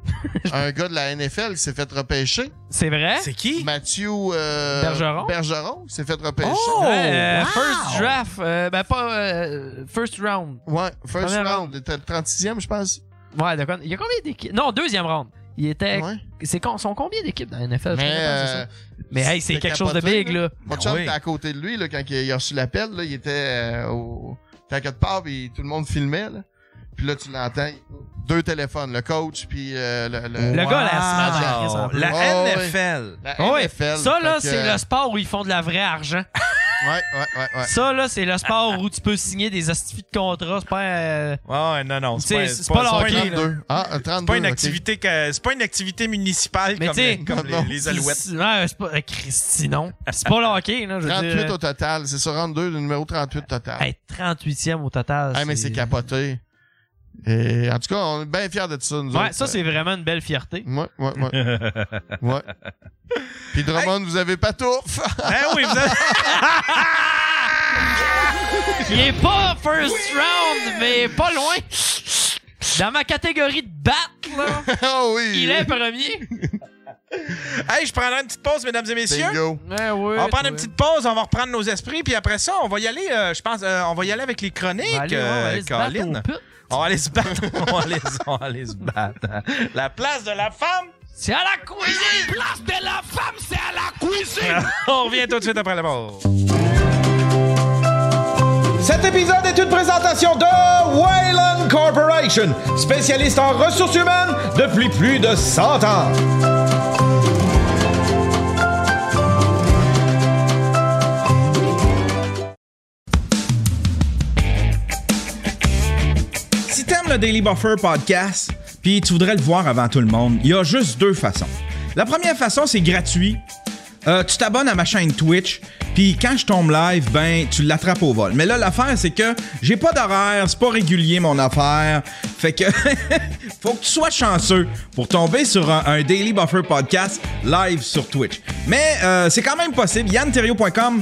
Speaker 4: un gars de la NFL qui s'est fait repêcher.
Speaker 3: C'est vrai?
Speaker 1: C'est qui?
Speaker 4: Mathieu euh,
Speaker 3: Bergeron?
Speaker 4: Bergeron s'est fait repêcher.
Speaker 1: Oh!
Speaker 3: Ouais, euh,
Speaker 1: wow!
Speaker 3: First draft, euh, ben pas euh, first round.
Speaker 4: Ouais, first
Speaker 3: Première
Speaker 4: round. Il était le 36e, je pense.
Speaker 3: Ouais, de con- il y a combien d'équipes Non, deuxième round. Il était.
Speaker 4: Ouais.
Speaker 3: C'est con- sont combien d'équipes dans la NFL Je
Speaker 4: Mais,
Speaker 3: connais pas, c'est ça.
Speaker 4: euh,
Speaker 3: Mais hey, c'est
Speaker 4: c'était
Speaker 3: quelque chose de
Speaker 4: capoté,
Speaker 3: big là. Ben
Speaker 4: Mon
Speaker 1: Ah
Speaker 4: chum
Speaker 1: oui.
Speaker 4: était à côté de lui là, quand il a reçu l'appel. Là, il était euh, au... était à quelque part, puis tout le monde filmait. Là. Puis là, tu l'entends. Deux téléphones, le coach, puis euh, le, le-
Speaker 3: Le gars, la semaine
Speaker 1: Oh, Wow.
Speaker 3: Chris, en plus.
Speaker 1: La
Speaker 4: Oh, ouais.
Speaker 1: NFL.
Speaker 4: la
Speaker 3: Ah ouais,
Speaker 4: NFL,
Speaker 3: ça là,
Speaker 4: fait que,
Speaker 3: c'est
Speaker 4: euh,
Speaker 3: le sport où ils font de la vraie argent.
Speaker 4: Ouais, ouais, ouais, <laughs> ouais.
Speaker 3: Ça là, c'est le sport où tu peux signer des astuces de contrat. C'est pas. euh,
Speaker 1: Ouais, non, non.
Speaker 3: Tu sais, c'est pas le
Speaker 1: c'est
Speaker 3: hockey,
Speaker 1: une-
Speaker 3: là.
Speaker 4: 32. Ah, un 32.
Speaker 1: c'est pas une
Speaker 4: ok.
Speaker 1: activité que- c'est pas une activité municipale
Speaker 3: Mais
Speaker 1: comme,
Speaker 3: t'sais,
Speaker 1: les, comme les-
Speaker 4: non.
Speaker 1: les alouettes.
Speaker 3: c'est- Ouais, c'est pas. euh,
Speaker 1: <laughs>
Speaker 3: Christy, non. C'est pas le hockey là. Je veux
Speaker 4: 38
Speaker 3: dire.
Speaker 4: au total. C'est sur 32, le numéro 38 total.
Speaker 3: Hey, 38e au total.
Speaker 4: Ah, mais c'est capoté. Et, en tout cas, on est bien fiers de ça, nous
Speaker 3: Ouais,
Speaker 4: autres.
Speaker 3: ça c'est vraiment une belle fierté.
Speaker 4: Ouais, ouais, ouais.
Speaker 3: <laughs>
Speaker 4: ouais. Puis Drummond, vous avez pas touffe.
Speaker 1: Ben oui, vous avez-
Speaker 4: <laughs>
Speaker 3: Il est pas first round, mais pas loin. Dans ma catégorie de bat, là,
Speaker 4: Ah oui.
Speaker 3: il est premier.
Speaker 1: <laughs> Hey, je prendrai une petite pause, mesdames et messieurs.
Speaker 4: Bingo.
Speaker 3: Ouais, ouais,
Speaker 1: On va prendre une petite pause, on va reprendre nos esprits, puis après ça, on va y aller, euh, je pense, euh, on va y aller avec les chroniques, euh, Colin. On va aller se battre, <laughs> on va aller, se- on va aller se battre. hein. La place de la femme,
Speaker 3: C'est à la cuisine!
Speaker 1: <laughs> on revient tout de suite après la pause.
Speaker 8: Cet épisode est une présentation de Wayland Corporation, spécialiste en ressources humaines depuis plus de 100 ans.
Speaker 1: Si t'aimes le Daily Buffer podcast, puis tu voudrais le voir avant tout le monde, il y a juste deux façons. La première façon, c'est gratuit. Euh, tu t'abonnes à ma chaîne Twitch, puis quand je tombe live, ben tu l'attrapes au vol. Mais là, l'affaire, c'est que j'ai pas d'horaire, c'est pas régulier mon affaire. Fait que <laughs> faut que tu sois chanceux pour tomber sur un, un Daily Buffer podcast live sur Twitch. Mais euh, c'est quand même possible. YannTerrio.com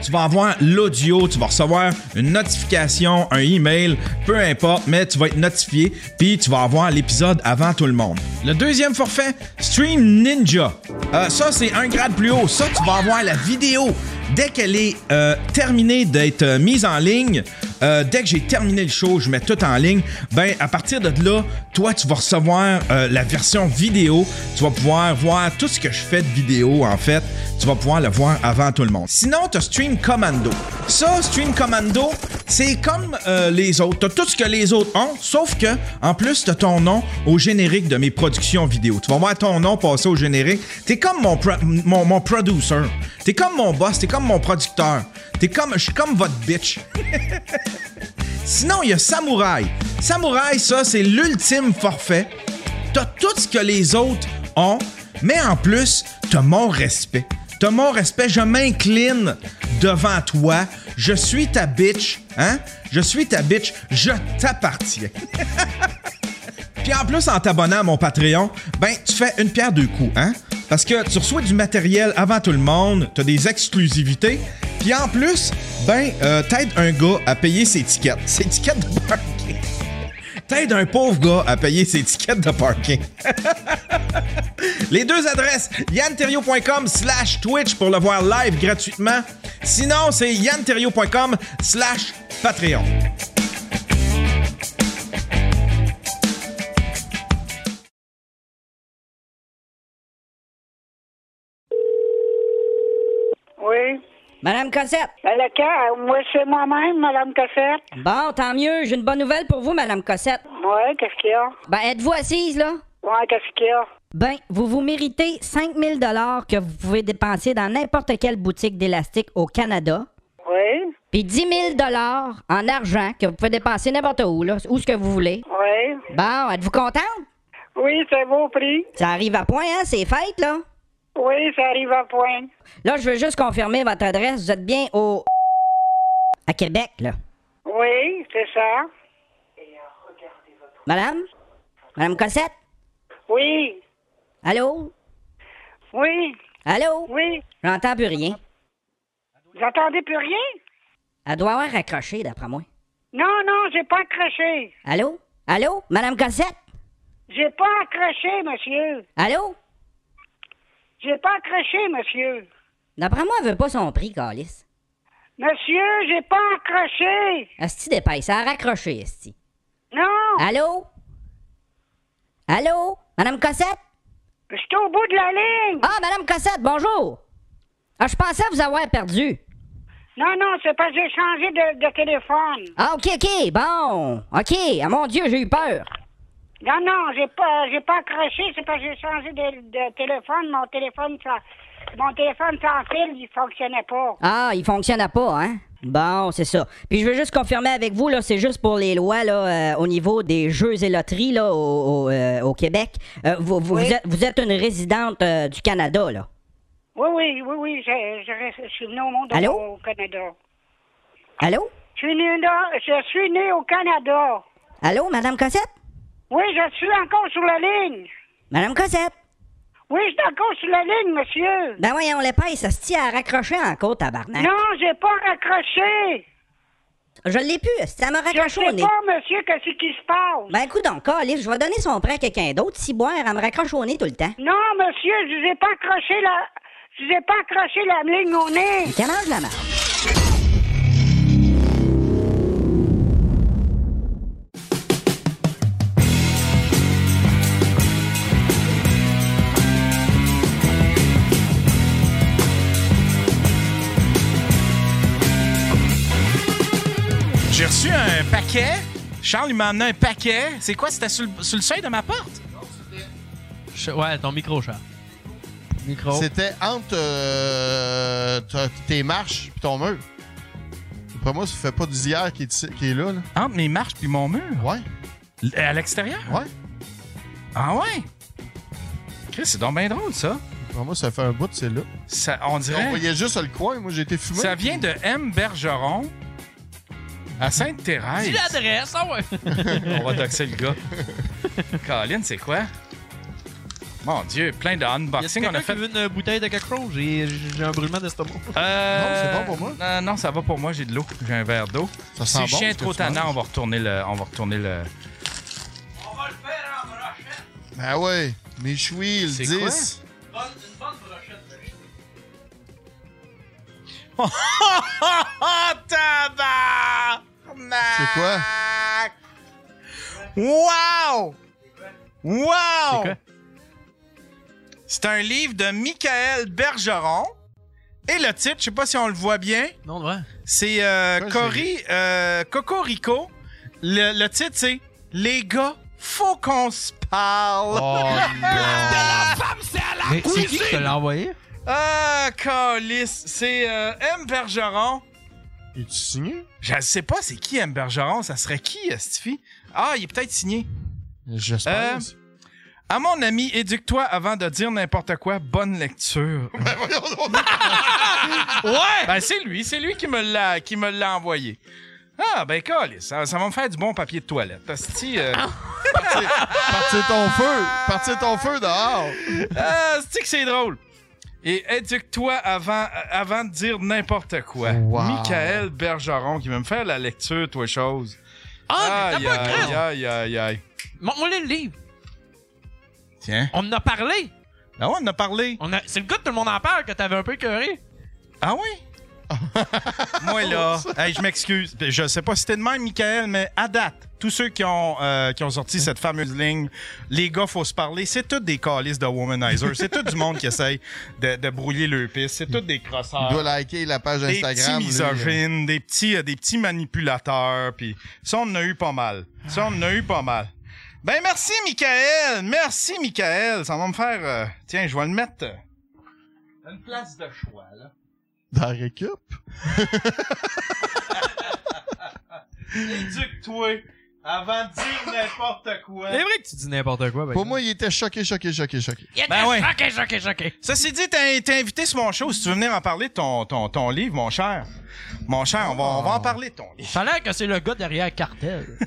Speaker 1: tu vas avoir l'audio, tu vas recevoir une notification, un email, peu importe, mais tu vas être notifié, puis tu vas avoir l'épisode avant tout le monde. Le deuxième forfait, Stream Ninja. Euh, ça, c'est un grade plus haut. Ça, tu vas avoir la vidéo dès qu'elle est euh, terminée d'être euh, mise en ligne. Euh, dès que j'ai terminé le show, je mets tout en ligne. Ben, à partir de là, toi, tu vas recevoir euh, la version vidéo. Tu vas pouvoir voir tout ce que je fais de vidéo, en fait. Tu vas pouvoir le voir avant tout le monde. Sinon, tu as Stream Commando. Ça, Stream Commando, c'est comme euh, les autres. Tu as tout ce que les autres ont, sauf que, en plus, tu as ton nom au générique de mes productions vidéo. Tu vas voir ton nom passer au générique. Tu es comme mon, pro- mon, mon producer. Tu es comme mon boss. Tu es comme mon producteur. T'es comme, je suis comme votre bitch. Sinon, il y a Samouraï. Samouraï, ça, c'est l'ultime forfait. T'as tout ce que les autres ont, mais en plus, t'as mon respect. T'as mon respect, je m'incline devant toi. Je suis ta bitch, hein? Je suis ta bitch, je t'appartiens. Puis en plus, en t'abonnant à mon Patreon, ben, tu fais une pierre deux coups, hein? Parce que tu reçois du matériel avant tout le monde, t'as des exclusivités, puis en plus, ben, euh, t'aides un gars à payer ses tickets. Ses tickets de parking. T'aides un pauvre gars à payer ses tickets de parking. <laughs> Les deux adresses, yanterio.com slash Twitch pour le voir live gratuitement. Sinon, c'est yanterio.com slash Patreon.
Speaker 12: Oui.
Speaker 13: Madame Cossette.
Speaker 12: Ben, lequel? Moi, c'est moi-même, Madame Cossette.
Speaker 13: Bon, tant mieux. J'ai une bonne nouvelle pour vous, Madame Cossette.
Speaker 12: Ouais, qu'est-ce qu'il y a?
Speaker 13: Ben, êtes-vous assise, là?
Speaker 12: Ouais, qu'est-ce qu'il y a?
Speaker 13: Ben, vous vous méritez 5000 dollars que vous pouvez dépenser dans n'importe quelle boutique d'élastique au Canada.
Speaker 12: Oui.
Speaker 13: Puis 10 000 dollars en argent que vous pouvez dépenser n'importe où, là, où ce que vous voulez.
Speaker 12: Oui.
Speaker 13: Bon, êtes-vous contente?
Speaker 12: Oui, c'est beau prix.
Speaker 13: Ça arrive à point, hein? C'est fête, là?
Speaker 12: Oui, ça arrive à point.
Speaker 13: Là, je veux juste confirmer votre adresse. Vous êtes bien au... à Québec, là.
Speaker 12: Oui, c'est ça.
Speaker 13: Madame? Madame Cossette?
Speaker 12: Oui.
Speaker 13: Allô?
Speaker 12: Oui.
Speaker 13: Allô?
Speaker 12: Oui.
Speaker 13: J'entends plus rien.
Speaker 12: Vous entendez plus rien?
Speaker 13: Elle doit avoir raccroché, d'après moi.
Speaker 12: Non, non, j'ai pas accroché.
Speaker 13: Allô? Allô? Madame Cossette?
Speaker 12: J'ai pas accroché, monsieur.
Speaker 13: Allô?
Speaker 12: J'ai pas accroché, monsieur.
Speaker 13: D'après moi, elle veut pas son prix, Calis.
Speaker 12: Monsieur, j'ai pas accroché.
Speaker 13: Esti dépaille, ça a raccroché, Esti.
Speaker 12: Non.
Speaker 13: Allô? Allô? Madame Cossette?
Speaker 12: Je suis au bout de la ligne.
Speaker 13: Ah, Madame Cossette, bonjour! Ah, je pensais vous avoir perdu.
Speaker 12: Non, non, c'est pas que j'ai changé de, de téléphone.
Speaker 13: Ah, ok, ok, bon. Ok, ah mon Dieu, j'ai eu peur.
Speaker 12: Non, non, j'ai pas, j'ai pas accroché, c'est parce que j'ai changé de, de téléphone. Mon téléphone, ça, mon téléphone sans fil, il fonctionnait pas.
Speaker 13: Ah, il fonctionnait pas, hein? Bon, c'est ça. Puis je veux juste confirmer avec vous, là, c'est juste pour les lois, là, euh, au niveau des jeux et loteries, là, au, au, euh, au Québec. Euh, vous, vous,
Speaker 12: Oui.
Speaker 13: vous êtes, vous êtes une résidente euh, du Canada, là.
Speaker 12: Oui, oui, oui, oui, je, je reste- je suis venu au monde
Speaker 13: Allô?
Speaker 12: au Canada.
Speaker 13: Allô?
Speaker 12: Je suis né, là- je suis né au Canada.
Speaker 13: Allô, Madame Cossette?
Speaker 12: Oui, je suis encore sur la ligne.
Speaker 13: Madame Cossette?
Speaker 12: Oui, je suis encore sur la ligne, monsieur.
Speaker 13: Ben voyons, les paye, ça se tient à raccrocher encore, tabarnak.
Speaker 12: Non, j'ai pas raccroché.
Speaker 13: Je l'ai pu, ça m'a
Speaker 12: Je
Speaker 13: raccroché au
Speaker 12: sais
Speaker 13: nez.
Speaker 12: pas, monsieur, qu'est-ce qui se passe.
Speaker 13: Ben écoute donc, Calis, je vais donner son prêt à quelqu'un d'autre, si boire, elle me raccroche au nez tout le temps.
Speaker 12: Non, monsieur, je vous ai pas accroché la... Je vous ai pas accroché la ligne au nez.
Speaker 13: Comment je la marche?
Speaker 1: J'ai reçu un paquet. Charles, il m'a amené un paquet. C'est quoi? C'était sur, le- sur le seuil de ma porte?
Speaker 3: Ch- Ouais, ton micro, chat. Micro.
Speaker 4: C'était entre euh, ta- tes marches et ton mur. Après moi, ça fait pas d'hier qui, est ici- qui est là, là.
Speaker 1: Entre mes marches puis mon mur?
Speaker 4: Ouais.
Speaker 1: L- À l'extérieur?
Speaker 4: Ouais.
Speaker 1: Ah ouais? Chris, c'est donc bien drôle, ça.
Speaker 4: Après moi, ça fait un bout, c'est là.
Speaker 1: Ça, on dirait...
Speaker 4: On voyait juste le coin. Moi, j'ai été fumé.
Speaker 1: Ça vient de M. Bergeron à Sainte-Thérèse.
Speaker 3: Dis l'adresse, ah <laughs> ouais!
Speaker 1: <laughs> On va doxer le gars. <laughs> Colin, c'est quoi? Mon Dieu, plein de unboxing. On a fait.
Speaker 3: Quelqu'un qui veut une bouteille de quelque chose? J'ai j'ai un brûlement d'estomac.
Speaker 1: Euh,
Speaker 3: Non, c'est bon pour moi.
Speaker 1: euh, non, ça va pour moi. J'ai de l'eau. J'ai un verre d'eau.
Speaker 4: Ça
Speaker 1: Si
Speaker 4: sent
Speaker 1: le
Speaker 4: bon,
Speaker 1: chien
Speaker 4: ce
Speaker 1: est
Speaker 4: que
Speaker 1: trop
Speaker 4: tu
Speaker 1: tannant,
Speaker 4: manges.
Speaker 1: on va retourner le. On va retourner le.
Speaker 4: Ben ouais. Mes chouilles,
Speaker 1: C'est
Speaker 4: 10.
Speaker 1: <laughs> Oh, tabarnak!
Speaker 4: C'est quoi?
Speaker 1: Wow!
Speaker 3: C'est
Speaker 1: Wow!
Speaker 3: quoi?
Speaker 1: C'est un livre de Michael Bergeron. Et le titre, je sais pas si on le voit bien,
Speaker 3: Non, ouais.
Speaker 1: c'est euh,
Speaker 3: Ouais,
Speaker 1: Cory euh, Cocorico. Le, le titre, c'est Les gars, faut qu'on se parle.
Speaker 12: Oh.
Speaker 1: <laughs>
Speaker 3: Mais c'est qui qui te l'a envoyé?
Speaker 1: Ah, Calis, c'est euh, M. Bergeron.
Speaker 4: Es-tu signé?
Speaker 1: Je sais pas c'est qui M. Bergeron, ça serait qui, Stifi? Ah, il est peut-être signé.
Speaker 4: J'espère.
Speaker 1: Euh, à mon ami, éduque-toi avant de dire n'importe quoi. Bonne lecture.
Speaker 4: <laughs> Ben,
Speaker 1: <laughs> ouais! Ben, c'est lui, c'est lui qui me l'a, qui me l'a envoyé. Ah, ben, Calis, ça, ça va me faire du bon papier de toilette. Asti, euh,
Speaker 4: Partir ton feu. Partir ton feu dehors.
Speaker 1: ah, asti que c'est drôle. Et éduque-toi avant, euh, avant de dire n'importe quoi. Michael Bergeron qui va me faire la lecture, toi, chose.
Speaker 3: Ah, mais
Speaker 1: aïe,
Speaker 3: t'as pas grave.
Speaker 1: aïe, aïe, aïe, aïe.
Speaker 3: Montre-moi le livre.
Speaker 1: Tiens.
Speaker 3: On en a parlé.
Speaker 1: Ah ouais, on en a parlé.
Speaker 3: On a- C'est le gars de tout le monde en parle que t'avais un peu écœuré.
Speaker 1: Ah oui?
Speaker 4: <laughs>
Speaker 1: Ben, Moi, là, hey, je m'excuse. Je sais pas si t'es de même, Michael, mais à date, tous ceux qui ont, euh, qui ont sorti cette fameuse ligne, les gars, faut se parler, c'est tous des calices de womanizer. c'est tout du monde qui essaye de, de brouiller le piste. C'est tous des crosseurs.
Speaker 4: Il doit liker la page Instagram,
Speaker 1: Des
Speaker 4: lui.
Speaker 1: petits misogynes, des, petits, euh, des petits manipulateurs. Puis ça, on en a eu pas mal. Ça, on en a eu pas mal. Ben, merci, Michael. Merci, Michael. Ça va me faire. euh, tiens, je vais le mettre. euh, Une place de choix, là.
Speaker 4: Dans la récup?
Speaker 1: Éduque-toi avant de dire n'importe quoi.
Speaker 3: C'est vrai que tu dis n'importe quoi. ben,
Speaker 4: Pour moi, il était choqué, choqué, choqué, choqué.
Speaker 1: Ben ouais.
Speaker 3: Choqué, choqué, choqué.
Speaker 1: Ceci dit, t'es t'es invité sur mon show si tu veux venir en parler de ton, ton, ton livre, mon cher. Mon cher, on va, on va en parler de ton livre.
Speaker 3: Ça a l'air que c'est le gars derrière Cartel.
Speaker 1: <laughs>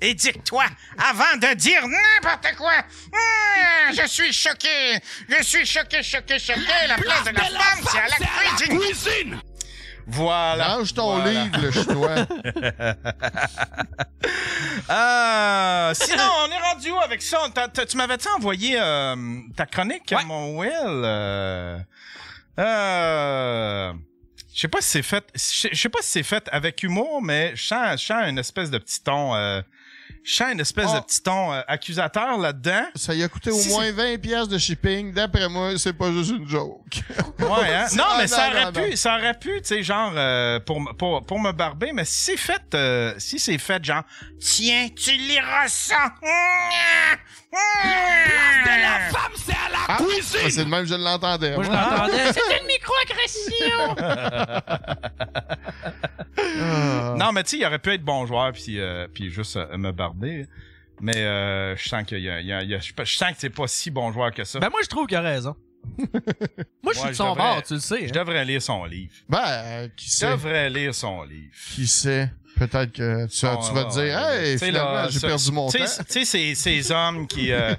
Speaker 1: Éduque-toi avant de dire n'importe quoi. Mmh, je suis choqué. Je suis choqué, choqué, choqué. La, place de la femme, c'est à la cuisine. Voilà.
Speaker 4: Range ton
Speaker 1: Voilà.
Speaker 4: livre, le ch'tois.
Speaker 1: <laughs> Euh, sinon, on est rendu où avec ça? T'as- t'as- tu m'avais-tu envoyé euh, ta chronique, mon Will? Euh, euh, je sais pas si c'est fait. Je je sais pas si c'est fait avec humour, mais je sens, je sens une espèce de petit ton. euh, je sens une espèce de petit ton euh, accusateur là-dedans.
Speaker 4: Ça y a coûté au
Speaker 1: Si,
Speaker 4: moins 20 pièces de shipping. D'après moi, c'est pas juste une joke.
Speaker 1: Ouais,
Speaker 4: <laughs>
Speaker 1: hein? Non,
Speaker 4: Ah,
Speaker 1: mais ça
Speaker 4: non,
Speaker 1: aurait
Speaker 4: non,
Speaker 1: pu,
Speaker 4: non.
Speaker 1: ça aurait pu, tu sais, genre, euh, pour, m- pour, pour me barber, mais si c'est fait, euh, si c'est fait, genre, tiens, tu les ressens. de la femme, c'est à la
Speaker 4: Ah, c'est le même, je l'entendais.
Speaker 3: Moi, je
Speaker 4: Ah.
Speaker 3: l'entendais.
Speaker 5: Euh, une microagression!
Speaker 4: Ah.
Speaker 1: Non, mais tu sais, il aurait pu être bon joueur puis, euh, puis juste euh, me barber. Mais euh, je sens qu'il y a, il y a- il y a- je je sens que c'est pas si bon joueur que ça.
Speaker 3: ben moi, je trouve qu'il a raison. moi, je suis
Speaker 1: Ouais,
Speaker 3: de son
Speaker 1: devrais-
Speaker 3: bord, tu le sais.
Speaker 1: Je
Speaker 3: hein.
Speaker 1: devrais lire son livre.
Speaker 4: <laughs> Ben, euh, qui
Speaker 1: Je
Speaker 4: sait?
Speaker 1: devrais lire son livre.
Speaker 4: Qui sait? Peut-être que tu,
Speaker 1: Ah,
Speaker 4: Ben, tu
Speaker 1: ouais,
Speaker 4: vas te
Speaker 1: ouais,
Speaker 4: dire,
Speaker 1: ouais.
Speaker 4: hey,
Speaker 1: Tu sais,
Speaker 4: finalement,
Speaker 1: là,
Speaker 4: j'ai
Speaker 1: ça-
Speaker 4: perdu mon
Speaker 1: tu
Speaker 4: temps.
Speaker 1: sais, Tu sais, ces, ces hommes qui, euh,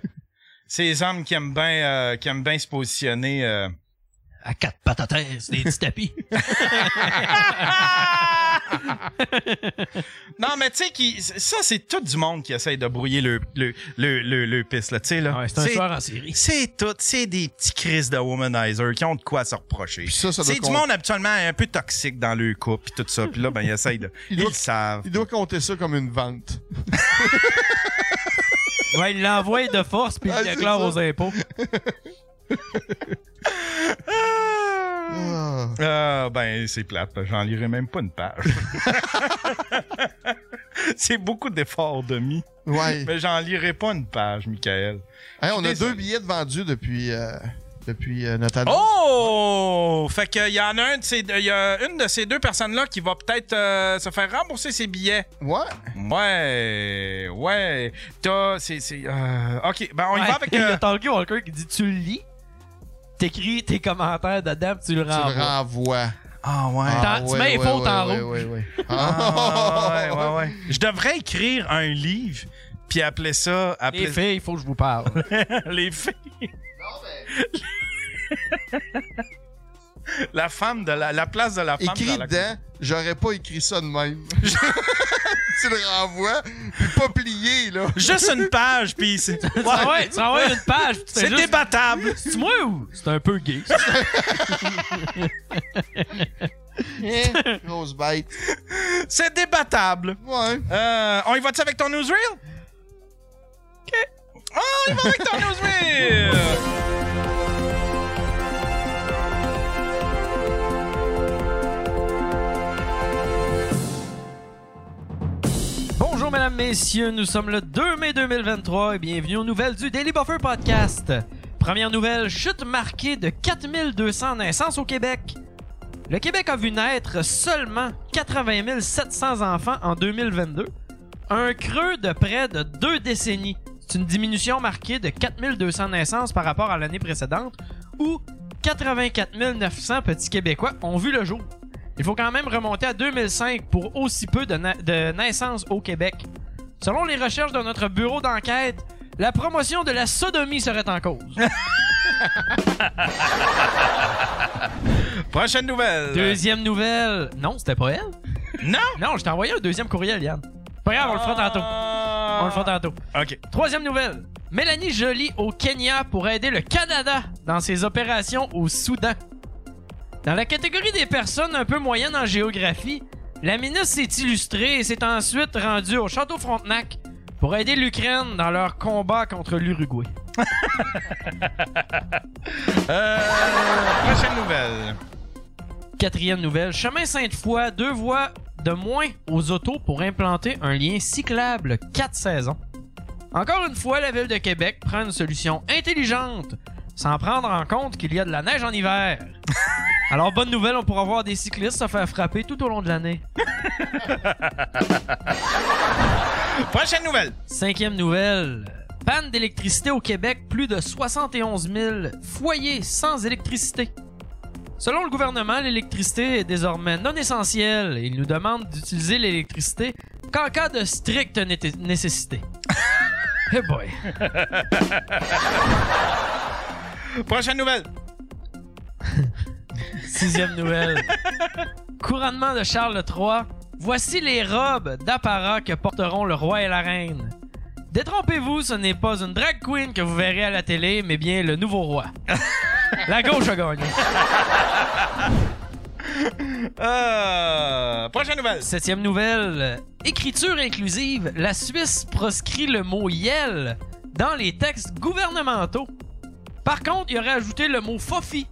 Speaker 1: ces hommes qui aiment bien, euh, qui aiment bien se positionner. euh.
Speaker 3: À quatre patates, Ben, des
Speaker 1: <laughs>
Speaker 3: petits tapis.
Speaker 1: Ben, Non, mais tu sais, qui, ça, c'est tout du monde qui essaye de brouiller le, le, le, le, le piste, là, tu sais, là.
Speaker 3: Ouais, c'est un soir en série.
Speaker 1: C'est tout, c'est des petits crises de womanizer qui ont de quoi se reprocher.
Speaker 4: Puis ça, ça doit
Speaker 1: C'est du
Speaker 4: compter.
Speaker 1: monde habituellement un peu toxique dans le couple puis tout ça, puis là, ben, ils essayent de,
Speaker 4: <laughs> Il
Speaker 1: ils
Speaker 4: doit-
Speaker 1: le savent.
Speaker 4: Il doit compter ça comme une vente.
Speaker 3: Ouais, il l'envoie de force puis
Speaker 4: Ah,
Speaker 3: il
Speaker 4: c'est
Speaker 3: déclare
Speaker 4: ça.
Speaker 3: aux impôts.
Speaker 4: Ah.
Speaker 1: Euh, ben, c'est plate. parce que J'en lirai même pas
Speaker 4: <laughs>
Speaker 1: une page. <laughs> c'est beaucoup d'efforts de mis.
Speaker 4: Ouais.
Speaker 1: Mais j'en lirai pas une page, Michael.
Speaker 4: Hey, on a
Speaker 1: désolé.
Speaker 4: deux billets de vendus depuis, euh, depuis euh, notre annonce.
Speaker 1: Oh! Fait que il y en a, un de ces, il y a une de ces deux personnes-là qui va peut-être euh, se faire rembourser ses billets.
Speaker 4: Ouais.
Speaker 1: Ouais, ouais. T'as, c'est, c'est, euh, ok, ben on y
Speaker 3: Ouais,
Speaker 1: va avec.
Speaker 3: Il y
Speaker 1: euh,
Speaker 3: a Talkie Walker qui dit tu le lis, t'écris tes commentaires dedans puis tu le
Speaker 4: Tu le
Speaker 3: renvoies.
Speaker 4: renvoies.
Speaker 1: Ah ouais.
Speaker 3: T'en- tu mets les fautes en
Speaker 4: ouais,
Speaker 3: rouge.
Speaker 4: ouais, ouais, ouais.
Speaker 1: Ah, ouais,
Speaker 4: Ah.
Speaker 1: ouais, ouais. Je devrais écrire un livre puis appeler ça, appeler
Speaker 3: Les filles, il faut que je vous parle.
Speaker 1: <laughs> les filles. <laughs> la femme de la, la place de la femme.
Speaker 4: Écrit
Speaker 1: dans la-
Speaker 4: dedans, j'aurais pas écrit ça de même. <laughs> tu le renvoies, puis pas plié, là.
Speaker 1: Juste une page, puis c'est.
Speaker 3: <laughs> tu renvoies, tu renvoies une page puis tu
Speaker 1: C'est
Speaker 3: fais juste...
Speaker 1: débattable.
Speaker 3: C'est moi ou? C'est un peu gay.
Speaker 1: <laughs>
Speaker 3: ça.
Speaker 4: Eh, Grosse bête.
Speaker 1: <laughs> C'est débattable.
Speaker 4: Ouais.
Speaker 1: Euh, on y va-tu avec ton newsreel? OK. Ah, on y va avec ton newsreel!
Speaker 3: Bonjour mesdames, messieurs, nous sommes le 2 mai 2023 et bienvenue aux nouvelles du Daily Buffer Podcast. Première nouvelle, chute marquée de 4200 naissances au Québec. Le Québec a vu naître seulement 80 700 enfants en 2022, un creux de près de deux décennies. C'est une diminution marquée de 4200 naissances par rapport à l'année précédente où 84 900 petits Québécois ont vu le jour. Il faut quand même remonter à 2005 pour aussi peu de, na- de naissances au Québec. Selon les recherches de notre bureau d'enquête, la promotion de la sodomie serait en cause. <laughs>
Speaker 1: Prochaine nouvelle.
Speaker 3: Deuxième nouvelle. Non, c'était pas elle.
Speaker 1: Non?
Speaker 3: Non, je t'ai envoyé un deuxième courriel, Yann. Pas grave, on le fera tantôt. On le fera tantôt.
Speaker 1: Ah. OK.
Speaker 3: Troisième nouvelle. Mélanie Joly au Kenya pour aider le Canada dans ses opérations au Soudan. Dans la catégorie des personnes un peu moyennes en géographie, La ministre s'est illustrée et s'est ensuite rendue au Château Frontenac pour aider l'Ukraine dans leur <laughs> combat contre l'Uruguay.
Speaker 1: Euh, prochaine nouvelle.
Speaker 3: Quatrième nouvelle. Chemin Sainte-Foy, deux voies de moins aux autos pour implanter un lien cyclable quatre saisons. Encore une fois, la Ville de Québec prend une solution intelligente sans prendre en compte qu'il y a de la neige en hiver. Alors, bonne nouvelle, on pourra voir des cyclistes se faire frapper tout au long
Speaker 1: <laughs>
Speaker 3: de l'année.
Speaker 1: Prochaine nouvelle.
Speaker 3: Cinquième nouvelle. Panne d'électricité au Québec, plus de 71 000 foyers sans électricité. Selon le gouvernement, l'électricité est désormais non essentielle et il nous demande d'utiliser l'électricité qu'en cas de stricte né- nécessité.
Speaker 1: <laughs>
Speaker 3: hey boy.
Speaker 1: Prochaine nouvelle.
Speaker 3: <laughs> Sixième nouvelle. Couronnement de Charles III. Voici les robes d'apparat que porteront le roi et la reine. Détrompez-vous, ce n'est pas une drag queen que vous verrez à la télé, mais bien le nouveau roi. la gauche a gagné.
Speaker 1: Euh, prochaine nouvelle.
Speaker 3: Septième nouvelle. Écriture inclusive. La Suisse proscrit le mot yel dans les textes gouvernementaux. Par contre, il aurait ajouté le mot fofi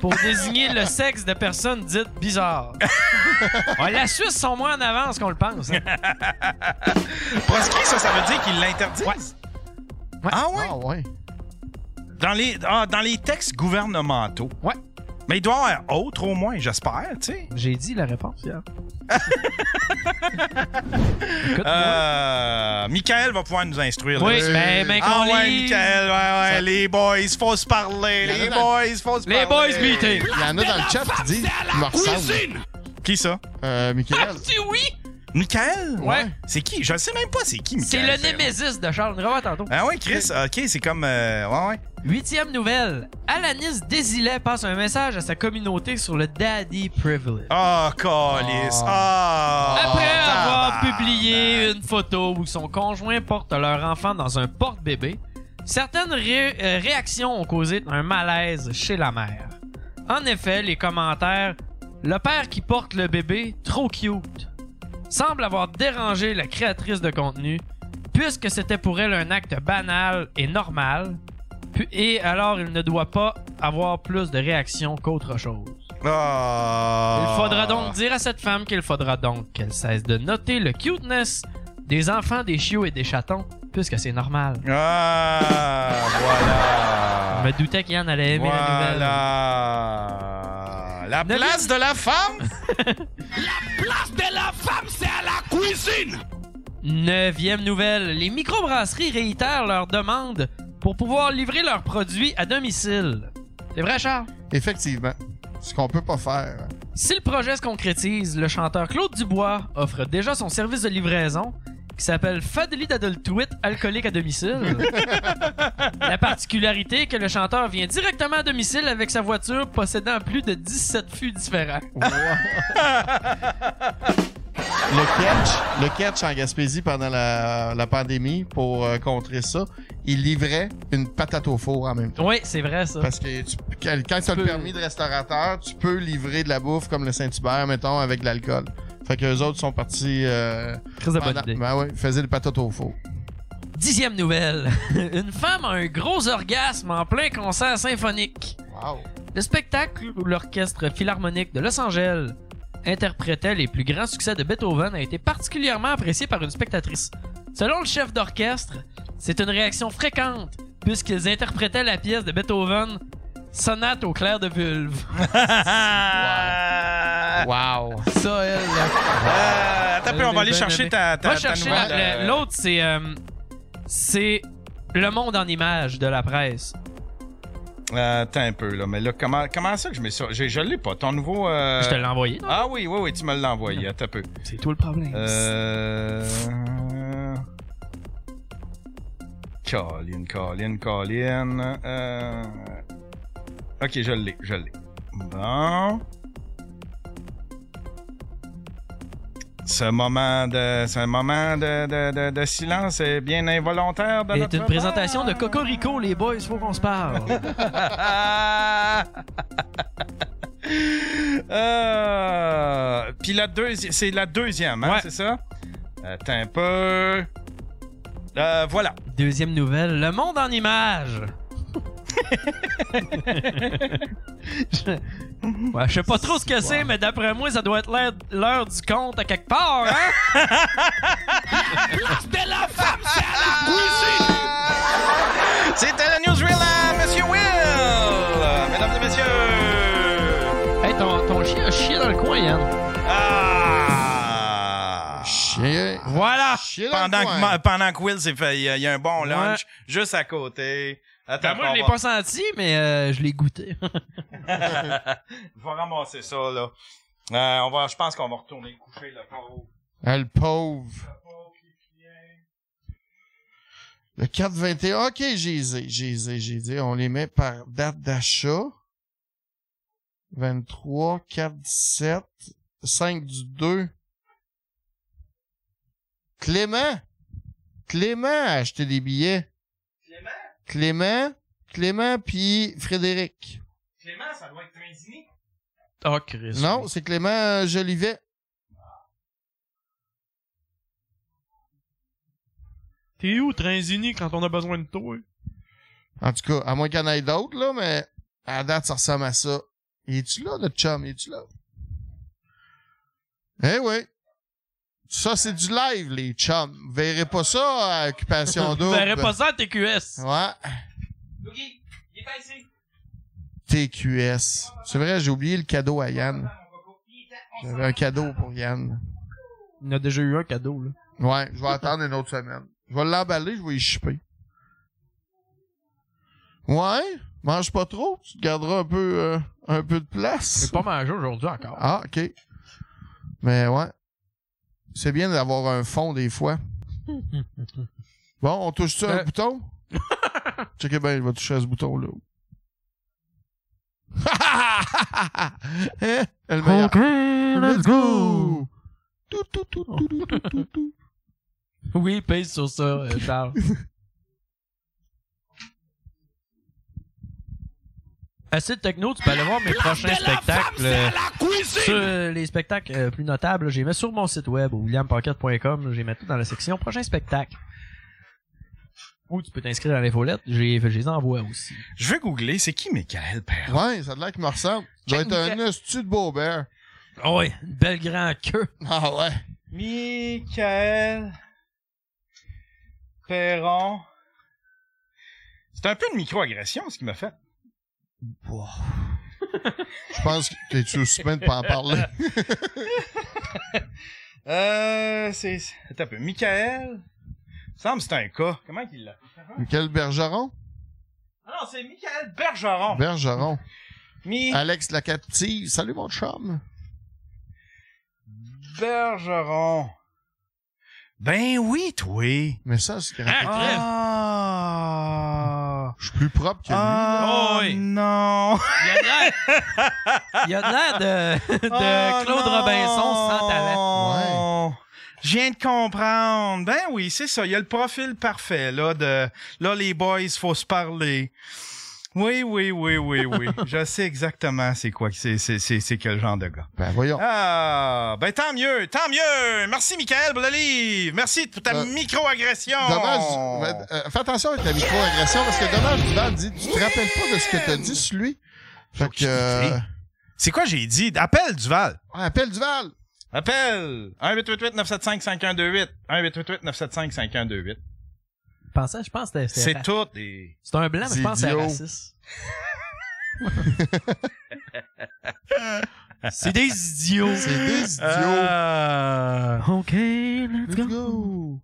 Speaker 3: pour désigner le sexe de personnes dites
Speaker 1: <laughs>
Speaker 3: bizarres. Ouais, la Suisse sont moins en avance qu'on le pense. hein.
Speaker 1: <laughs> Proscrit, ça, ça veut dire qu'ils l'interdisent? Ah ouais? Dans les, ah, dans les textes gouvernementaux.
Speaker 3: Ouais.
Speaker 1: Mais il doit y avoir autre au moins, j'espère, tu sais.
Speaker 3: J'ai dit la réponse
Speaker 1: <laughs>
Speaker 3: hier.
Speaker 1: Euh, Michael va pouvoir nous instruire.
Speaker 3: Oui,
Speaker 1: là-dessus.
Speaker 3: ben, ben,
Speaker 1: Ah
Speaker 3: qu'on
Speaker 1: ouais,
Speaker 3: lit.
Speaker 1: Michael, ouais, ouais, les boys, faut se parler,
Speaker 4: Il y en a
Speaker 1: les
Speaker 4: dans-
Speaker 1: boys, faut se parler.
Speaker 4: Les boys meeting. Il y en a dans le chat qui disent, je me ressemble.
Speaker 1: Qui ça? Ah!
Speaker 4: Euh, Michael.
Speaker 3: Ah, oui!
Speaker 1: Michael?
Speaker 3: Ouais.
Speaker 1: C'est qui? Je sais même pas c'est qui,
Speaker 3: C'est
Speaker 1: Michael.
Speaker 3: le némésis de Charles. On va tantôt.
Speaker 1: Ah ouais, Chris, ok, c'est comme. euh, ouais, ouais.
Speaker 3: Huitième nouvelle. Alanis Désilet passe un message à sa communauté sur le daddy privilege.
Speaker 1: Ah, calice. Ah.
Speaker 3: Après avoir publié une photo où son conjoint porte leur enfant dans un porte-bébé, certaines ré- euh, réactions ont causé un malaise chez la mère. En effet, les commentaires Le père qui porte le bébé, trop cute, semble avoir dérangé la créatrice de contenu, puisque c'était pour elle un acte banal et normal, pu- et alors il ne doit pas avoir plus de réactions qu'autre chose.
Speaker 1: Ah,
Speaker 3: Il faudra donc dire à cette femme qu'il faudra donc qu'elle cesse de noter le cuteness des enfants, des chiots et des chatons, puisque c'est normal.
Speaker 1: Ah, voilà.
Speaker 3: Je me doutais qu'Yann allait aimer
Speaker 1: Voilà. La
Speaker 3: Neuvième-
Speaker 1: place de la femme?
Speaker 14: Place de la femme, c'est à la cuisine!
Speaker 3: la nouvelle. Neuvième nouvelle, les microbrasseries réitèrent leur demande pour pouvoir livrer leurs produits à domicile. C'est vrai, Charles?
Speaker 4: Effectivement. Ce qu'on peut pas faire.
Speaker 3: Si le projet se concrétise, le chanteur Claude Dubois offre déjà son service de livraison qui s'appelle Fadeli d'Adult Tweet alcoolique à domicile. La particularité est que le chanteur vient directement à domicile avec sa voiture possédant plus de 17 fûts différents.
Speaker 4: Le catch, le catch en Gaspésie pendant la, la pandémie, pour euh, contrer ça, il livrait une patate au four en même temps.
Speaker 3: Oui, c'est vrai ça.
Speaker 4: Parce que tu- quand tu as le permis de restaurateur, tu peux livrer de la bouffe comme le Saint-Hubert, mettons, avec de l'alcool. Fait que les autres sont partis. Euh,
Speaker 3: Très bonne idée.
Speaker 4: Ben ouais, ils faisaient le patate au four.
Speaker 3: Dixième nouvelle. <laughs> Une femme a un gros orgasme en plein concert symphonique. Le spectacle où l'Orchestre Philharmonique de Los Angeles interprétait les plus grands succès de Beethoven a été particulièrement apprécié par une spectatrice. Selon le chef d'orchestre, c'est une réaction fréquente puisqu'ils interprétaient la pièce de Beethoven Sonate au clair de <laughs> vulve.
Speaker 4: wow.
Speaker 3: Ça, elle.
Speaker 1: Euh, attends un peu, on va aller chercher ta, ta,
Speaker 3: Va
Speaker 1: ta
Speaker 3: chercher
Speaker 1: nouvelle.
Speaker 3: la- la-
Speaker 1: euh,
Speaker 3: L'autre, c'est. euh, c'est Le Monde en images de la presse.
Speaker 1: euh, attends un peu, là. Mais là, comment, comment ça que je mets ça? Je, je l'ai pas. Ton nouveau. euh,
Speaker 3: Je te l'ai envoyé.
Speaker 1: Ah oui, oui, oui, tu me l'as envoyé. Attends un peu.
Speaker 3: C'est tout le problème.
Speaker 1: Euh. Colin, Colin, Colin. Euh... Ok, je l'ai, je l'ai. Bon. Ce moment de, ce moment de, de- de- de silence est bien involontaire de
Speaker 3: C'est
Speaker 1: notre
Speaker 3: une présentation de Cocorico, les boys, faut qu'on se parle.
Speaker 1: <laughs> Euh, Puis la deuxième, c'est la deuxième, hein, c'est ça? Attends un peu. Euh, voilà.
Speaker 3: Deuxième nouvelle, le monde en <laughs> images. je... <laughs> Ouais, Ben, je sais pas
Speaker 5: <laughs>
Speaker 3: trop ce que c'est, mais d'après moi, ça doit être l'heure- l'heure du compte à quelque part, <laughs> hein?
Speaker 14: Place de la femme, c'est à la
Speaker 1: C'était la newsreel à Monsieur Will! Mesdames et messieurs!
Speaker 3: Hey, ton, ton chien a chié dans le coin, Yann.
Speaker 1: Ah!
Speaker 4: Chier.
Speaker 1: Voilà!
Speaker 4: Chier dans le
Speaker 1: pendant,
Speaker 4: coin.
Speaker 1: que, ma- pendant que Will s'est fait, il y, a- il y a un bon lunch juste à côté. Attends,
Speaker 3: Ben, moi, je l'ai
Speaker 1: on va-
Speaker 3: pas senti, mais euh, je l'ai goûté.
Speaker 1: <laughs> Je vais ramasser ça, là. Euh, on va, je pense qu'on va retourner coucher le pauvre.
Speaker 4: Ah, le pauvre. Le 421. OK, j'ai les ai, j'ai les ai, j'ai les ai. On les met par date d'achat. 23, 4, 17, 5 du 2. Clément! Clément a acheté des billets. Clément? Clément, Clément puis Frédéric.
Speaker 1: Clément, ça doit être Trinzini.
Speaker 3: <laughs> Oh, Chris.
Speaker 4: Non, c'est Clément euh, Jolivet.
Speaker 15: T'es où, Trinzini, quand on a besoin de toi?
Speaker 4: En tout cas, à moins qu'il y en ait d'autres, là, mais à date, ça ressemble à ça. Es-tu là, notre chum? Es-tu là? Eh oui. Ça, c'est du live, les chums. Vous verrez pas ça
Speaker 15: <laughs>
Speaker 4: à
Speaker 3: <laughs>
Speaker 4: Occupation
Speaker 3: Vous
Speaker 4: Double.
Speaker 3: verrez pas ça à TQS.
Speaker 4: Ouais.
Speaker 1: Dougie, il est pas ici.
Speaker 4: TQS. C'est vrai, j'ai oublié le cadeau à Yann. J'avais un cadeau pour Yann.
Speaker 3: Il a déjà eu un cadeau, là.
Speaker 4: Ouais, je vais attendre une autre semaine. Je vais l'emballer, je vais y chipper. Ouais, mange pas trop, tu te garderas un peu, euh, un peu de place.
Speaker 1: <laughs>
Speaker 3: J'ai pas mangé aujourd'hui encore.
Speaker 4: Ah, ok. Mais ouais. C'est bien d'avoir un fond des fois. Bon, on touche ça à un <laughs>
Speaker 3: Euh.
Speaker 4: bouton? Checkez bien, il va toucher à ce bouton-là. <laughs> Hein? Le meilleur. let's go!
Speaker 3: <laughs> Oui, pèse sur ça,
Speaker 4: <laughs>
Speaker 3: euh, Charles. Assez de techno, tu peux aller voir mes prochains spectacles. euh, Sur euh, les spectacles euh, plus notables, là, j'ai mis sur mon site web, au williampocket.com, j'ai mis tout dans la section prochain spectacle. Ou tu peux t'inscrire à l'infolette, j'ai, je les envoie aussi.
Speaker 1: Je vais googler, c'est qui Michael Perron?
Speaker 4: Ouais, ça a l'air qu'il me ressemble. Ça doit
Speaker 3: Check,
Speaker 4: être un
Speaker 3: Michael.
Speaker 4: astuce de Beaubert.
Speaker 3: Oh oui, une belle grande queue.
Speaker 4: Ah ouais.
Speaker 1: Michael Perron. C'est un peu une microagression, ce qu'il m'a fait.
Speaker 4: Je pense que t'es-tu aussi bien de pas en parler.
Speaker 1: <laughs> euh, c'est... Attends un peu. Michael... semble que c'est un cas. Comment qu'il l'a?
Speaker 4: Michael Bergeron?
Speaker 1: Ah non, c'est Michael Bergeron.
Speaker 4: Bergeron.
Speaker 1: Mi-
Speaker 4: Alex la captive. Salut mon chum.
Speaker 1: Bergeron. Ben oui, toi.
Speaker 4: Mais ça, c'est
Speaker 1: Ah, Ah.
Speaker 4: Je suis plus propre que lui.
Speaker 1: Ah,
Speaker 3: Oh, oui.
Speaker 1: non. <laughs>
Speaker 3: Il y a de l'air, il y a de, l'air de, de Claude Robinson sans talent.
Speaker 1: Oh, Je viens de comprendre. Ben oui, c'est ça. Il y a le profil parfait, là, de... Là, les boys, faut se parler. Oui, oui, oui, oui,
Speaker 3: <laughs>
Speaker 1: oui. Je sais exactement c'est quoi, que c'est, c'est, c'est, c'est quel genre de gars.
Speaker 4: Ben voyons.
Speaker 1: Ah, ben tant mieux, tant mieux. Merci, Michael, pour le livre. Merci pour ta
Speaker 4: Euh,
Speaker 1: micro-agression.
Speaker 4: Dommage. mais, euh, fais attention avec la micro-agression parce que dommage, Duval dit Tu te rappelles pas de ce que t'as dit sur lui Fait que. euh,
Speaker 1: C'est quoi j'ai dit? Appelle Duval.
Speaker 4: ouais, appelle Duval.
Speaker 1: Appelle 1-888-975-5128. 1-888-975-5128.
Speaker 3: Je pensais, je pense que c'était-
Speaker 1: C'est
Speaker 3: c'était-
Speaker 1: tout des...
Speaker 3: C'est un blanc, mais je
Speaker 1: des
Speaker 3: pense que c'est
Speaker 1: idiots.
Speaker 3: raciste. <laughs> C'est des idiots.
Speaker 4: C'est des idiots.
Speaker 1: Euh,
Speaker 3: OK, let's go.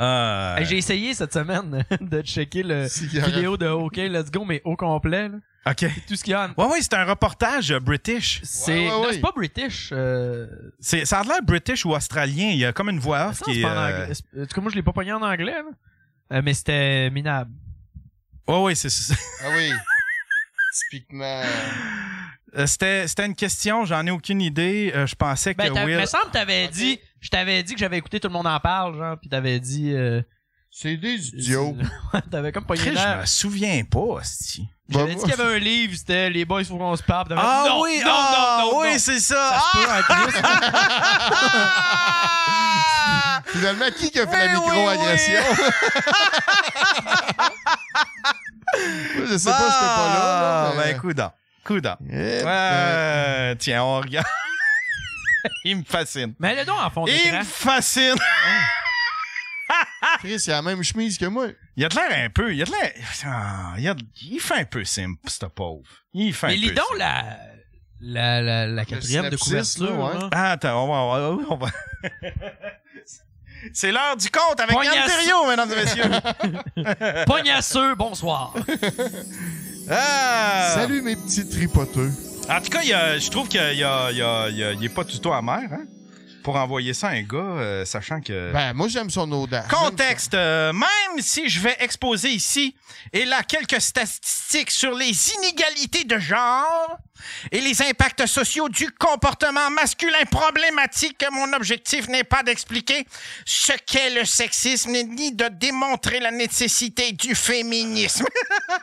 Speaker 1: euh,
Speaker 3: Hey, J'ai essayé cette semaine <laughs> de checker le
Speaker 4: y a-
Speaker 3: vidéo de OK, let's go, mais au complet. là.
Speaker 1: OK.
Speaker 3: Tout ce qu'il y a. en-
Speaker 1: Ouais, ouais, c'est un reportage euh, british.
Speaker 3: C'est
Speaker 4: ouais,
Speaker 3: non,
Speaker 4: ouais.
Speaker 3: c'est pas british. euh,
Speaker 1: C'est- ça a l'air british ou australien. Il y a comme une voix off
Speaker 3: ça,
Speaker 1: qui
Speaker 3: c'est
Speaker 1: est.
Speaker 3: pas en
Speaker 1: euh,
Speaker 3: anglais. C'est- En tout cas, moi, je l'ai pas pogné en anglais. là. Euh, mais c'était minable.
Speaker 1: Ouais, ouais, c'est ça. <laughs>
Speaker 4: Ah oui. Typiquement.
Speaker 1: Euh, C'était, c'était une question, j'en ai aucune idée. Euh, je pensais
Speaker 3: Ben,
Speaker 1: que
Speaker 3: t'as-
Speaker 1: Will.
Speaker 3: me semble que t'avais dit, je t'avais dit que j'avais écouté Tout le monde en parle, genre, pis t'avais dit... euh,
Speaker 4: C'est des idiots.
Speaker 3: <laughs> t'avais comme pogné
Speaker 1: Chris, je
Speaker 3: l'air.
Speaker 1: me souviens pas, hostie.
Speaker 3: J'avais dit qu'il y avait un livre, c'était Les boys, faut qu'on se parle. Puis
Speaker 1: Bah, Ah
Speaker 3: t'avais dit, non,
Speaker 1: oui,
Speaker 3: non,
Speaker 1: ah
Speaker 3: non, non,
Speaker 1: oui,
Speaker 3: non.
Speaker 1: c'est ça. <laughs>
Speaker 3: se peut, hein, Chris. <laughs>
Speaker 1: Ah!
Speaker 4: <laughs> Finalement, qui qui a fait
Speaker 1: Eh
Speaker 4: la micro-agression? <laughs> Moi, <laughs> je sais pas, j'étais pas là. là,
Speaker 1: Ah,
Speaker 4: mais-
Speaker 1: ben, coudant. Coudant.
Speaker 4: Eh,
Speaker 1: Ouais, Tiens, on regarde. <laughs> Il me fascine.
Speaker 3: Mais le don en fond
Speaker 1: Il me fascine.
Speaker 4: Chris, il a la même chemise que moi.
Speaker 1: Il a de l'air un peu. Il a de l'air. Ah, il, a de- il fait un peu simp, ce pauvre. Il fait
Speaker 3: Mais
Speaker 1: un
Speaker 3: les
Speaker 1: peu
Speaker 3: dons,
Speaker 1: simp.
Speaker 3: la, la, la, la quatrième de
Speaker 1: synopsis,
Speaker 3: couverture.
Speaker 1: là, ouais.
Speaker 3: là.
Speaker 1: Ah, attends, on va. on va- <laughs> on va- C'est l'heure du compte avec Yann
Speaker 3: Pognasse-
Speaker 1: Thériault, mesdames et messieurs.
Speaker 3: <laughs>
Speaker 1: <laughs>
Speaker 3: Pognasseux, bonsoir.
Speaker 1: Ah!
Speaker 4: Salut mes petits tripoteux.
Speaker 1: En tout cas, il y a- je trouve qu'il y a- il y a- il y a- il est pas du tout amer, hein? Pour envoyer ça à un gars, euh, sachant que.
Speaker 4: Ben, moi, j'aime son odeur.
Speaker 1: Contexte, euh, même si je vais exposer ici et là quelques statistiques sur les inégalités de genre et les impacts sociaux du comportement masculin problématique, mon objectif n'est pas d'expliquer ce qu'est le sexisme ni de démontrer la nécessité du féminisme.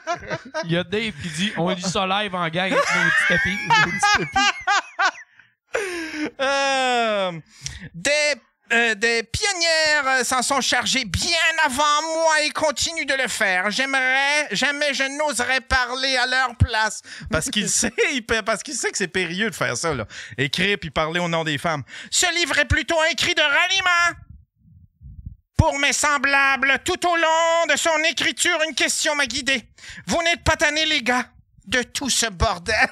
Speaker 1: <laughs>
Speaker 3: Il y a Dave qui dit on lit ça live en gang avec nos
Speaker 1: <laughs>
Speaker 3: petits tapis.
Speaker 1: Ah. Euh, des, euh, des pionnières euh, s'en sont chargées bien avant moi et continuent de le faire. J'aimerais, jamais je n'oserais parler à leur place. Parce qu'il sait, il peut- parce qu'il sait que c'est périlleux de faire ça, là. Écrire puis parler au nom des femmes. Ce livre est plutôt un cri de ralliement. Pour mes semblables, tout au long de son écriture, une question m'a guidé. Vous n'êtes pas tannés, les gars, de tout ce bordel.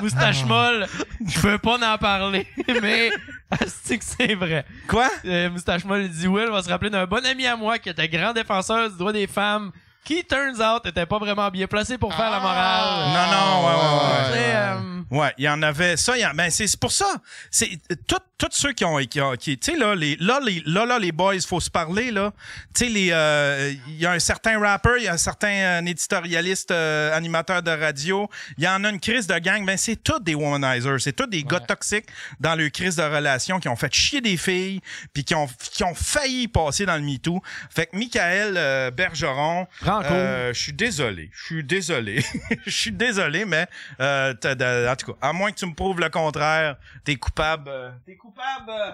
Speaker 3: Moustache molle, je peux pas en parler, <laughs> mais asti que c'est vrai.
Speaker 1: Quoi?
Speaker 3: Euh, Moustache molle il dit Will va se rappeler d'un bon ami à moi qui était grand défenseur du droit des femmes, qui, turns out, était pas vraiment bien placé pour faire la morale.
Speaker 1: Ah. Non, non, ouais, ouais, ouais.
Speaker 3: Tu sais, euh,
Speaker 1: Ouais, il y en avait ça. il y en- ben c'est c'est pour ça. C'est euh, tout- tous ceux qui ont, qui ont- qui- tu sais là, les, là, les, là, là, les boys, faut se parler là. Tu sais les, euh, il y a un certain rapper, il y a un certain euh, éditorialiste, euh, animateur de radio. Il y en a une crise de gang. Ben c'est tous des womanizers, c'est tous des gars toxiques dans leur crise de relation qui ont fait chier des filles, puis qui ont, qui ont failli passer dans le MeToo. Fait que Michael euh, Bergeron,
Speaker 3: Franco.
Speaker 1: euh, je suis désolé. Je suis désolé. <laughs> Je suis désolé, mais euh, t'as- t'as- en tout cas, à moins que tu me prouves le contraire, t'es coupable. euh, T'es coupable. euh,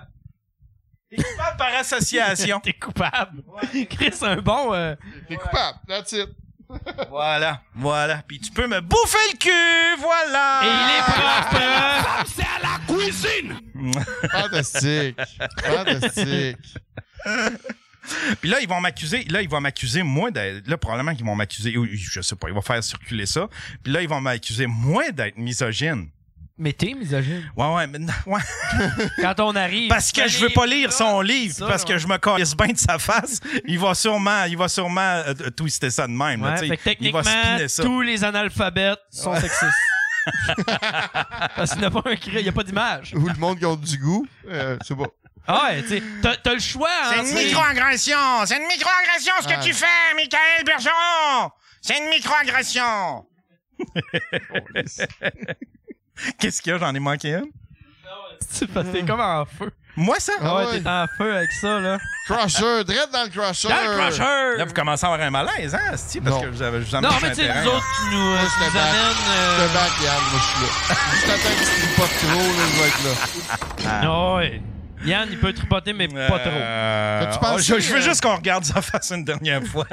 Speaker 1: T'es coupable par association.
Speaker 3: <laughs> T'es coupable. Chris, un bon. euh,
Speaker 4: T'es coupable, that's it.
Speaker 1: voilà, voilà. Puis tu peux me bouffer le cul, voilà.
Speaker 3: Et il est propre.
Speaker 14: C'est à la cuisine!
Speaker 4: Fantastique. Fantastique.
Speaker 1: Puis là, ils vont m'accuser. Là, ils vont m'accuser moi d'être. Là, probablement qu'ils vont m'accuser. ou- Je sais pas. Ils vont faire circuler ça. Puis là, ils vont m'accuser moi d'être misogyne.
Speaker 3: Mais t'es misogyne.
Speaker 1: Ouais, ouais, mais non, ouais.
Speaker 3: Quand on arrive.
Speaker 1: Parce que je veux pas lire son livre,
Speaker 3: ça,
Speaker 1: parce que
Speaker 3: ouais.
Speaker 1: je me casse bien de sa face. Il va sûrement, il va sûrement euh, euh, twister ça de même. là,
Speaker 3: Ouais,
Speaker 1: tu sais.
Speaker 3: fait que
Speaker 1: il va spinner
Speaker 3: techniquement,
Speaker 1: ça.
Speaker 3: tous les analphabètes sont sexistes.
Speaker 1: <laughs>
Speaker 3: Parce qu'il n'y a pas un cri, il n'y a pas d'image.
Speaker 4: Ou le monde qui a du goût, euh, c'est bon.
Speaker 3: Ah ouais, tu sais, t'as- t'as le choix
Speaker 1: C'est
Speaker 3: entre-
Speaker 1: une microagression! C'est une microagression ce que
Speaker 4: Ah.
Speaker 1: tu fais, Michael Bergeron! C'est une microagression! <laughs> Qu'est-ce qu'il y a? J'en ai manqué une?
Speaker 3: C'est parce que t'es comme en feu.
Speaker 1: Moi, ça?
Speaker 4: Ah
Speaker 3: Ah ouais,
Speaker 4: ouais.
Speaker 3: t'es en feu avec ça, là.
Speaker 4: Crusher, direct dans le crusher.
Speaker 3: Dans le crusher!
Speaker 1: Là, vous commencez à avoir un malaise, hein, Asti, parce
Speaker 4: Non.
Speaker 1: que vous avez vous en
Speaker 3: Non,
Speaker 1: touchez
Speaker 3: mais
Speaker 1: un
Speaker 3: tu sais,
Speaker 1: terrain. hein.
Speaker 3: nous autres, tu nous, euh,
Speaker 4: Moi, je
Speaker 3: tu
Speaker 4: te back. Je te
Speaker 3: nous amènes... euh,
Speaker 4: back, Yann, moi, je suis
Speaker 3: <laughs>
Speaker 4: là. Je t'attends que tu ne pas trop, là, je vais être là. Ah.
Speaker 3: euh, ouais. Yann, il peut tripoter, mais pas trop.
Speaker 1: Euh,
Speaker 4: T'as-tu pensé,
Speaker 1: oh, je, je veux
Speaker 4: euh,
Speaker 1: juste qu'on regarde sa <laughs> face une dernière fois.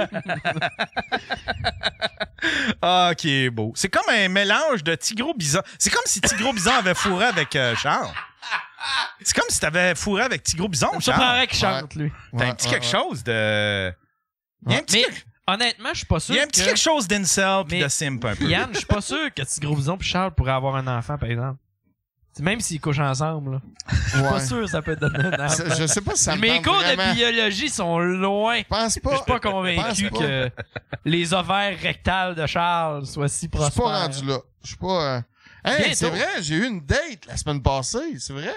Speaker 1: <laughs> ah, qui est beau. C'est comme un mélange de Tigro Bison. C'est comme si Tigro Bison avait fourré avec euh, Charles. C'est comme si t'avais fourré avec Tigro Bison,
Speaker 3: Ça me
Speaker 1: Charles.
Speaker 3: surprendrait qu'il chante, lui.
Speaker 1: T'as un petit
Speaker 4: Ouais, ouais,
Speaker 1: quelque chose de. Il y a un petit,
Speaker 3: Mais
Speaker 1: quelque-
Speaker 3: honnêtement, je suis pas sûr
Speaker 1: il y a un petit
Speaker 3: que...
Speaker 1: quelque chose d'incel puis
Speaker 3: Mais-
Speaker 1: de simp un peu.
Speaker 3: Yann, je suis pas sûr que Tigre Bison et Charles pourraient avoir un enfant, par exemple. C'est Même s'ils couchent ensemble, là. Je suis
Speaker 4: Ouais.
Speaker 3: pas sûr que ça peut donner un enfant.
Speaker 4: Ça- Je sais pas si ça me
Speaker 3: Mes
Speaker 4: tente
Speaker 3: cours
Speaker 4: vraiment.
Speaker 3: de biologie sont loin.
Speaker 4: Je pense
Speaker 3: Je
Speaker 4: pas.
Speaker 3: suis pas convaincu
Speaker 4: Je pense pas.
Speaker 3: que les ovaires rectales de Charles soient si
Speaker 4: Je suis
Speaker 3: prospères.
Speaker 4: pas rendu là. Je suis pas. euh, Hey,
Speaker 3: Bientôt.
Speaker 4: c'est vrai, j'ai eu une date la semaine passée, c'est vrai.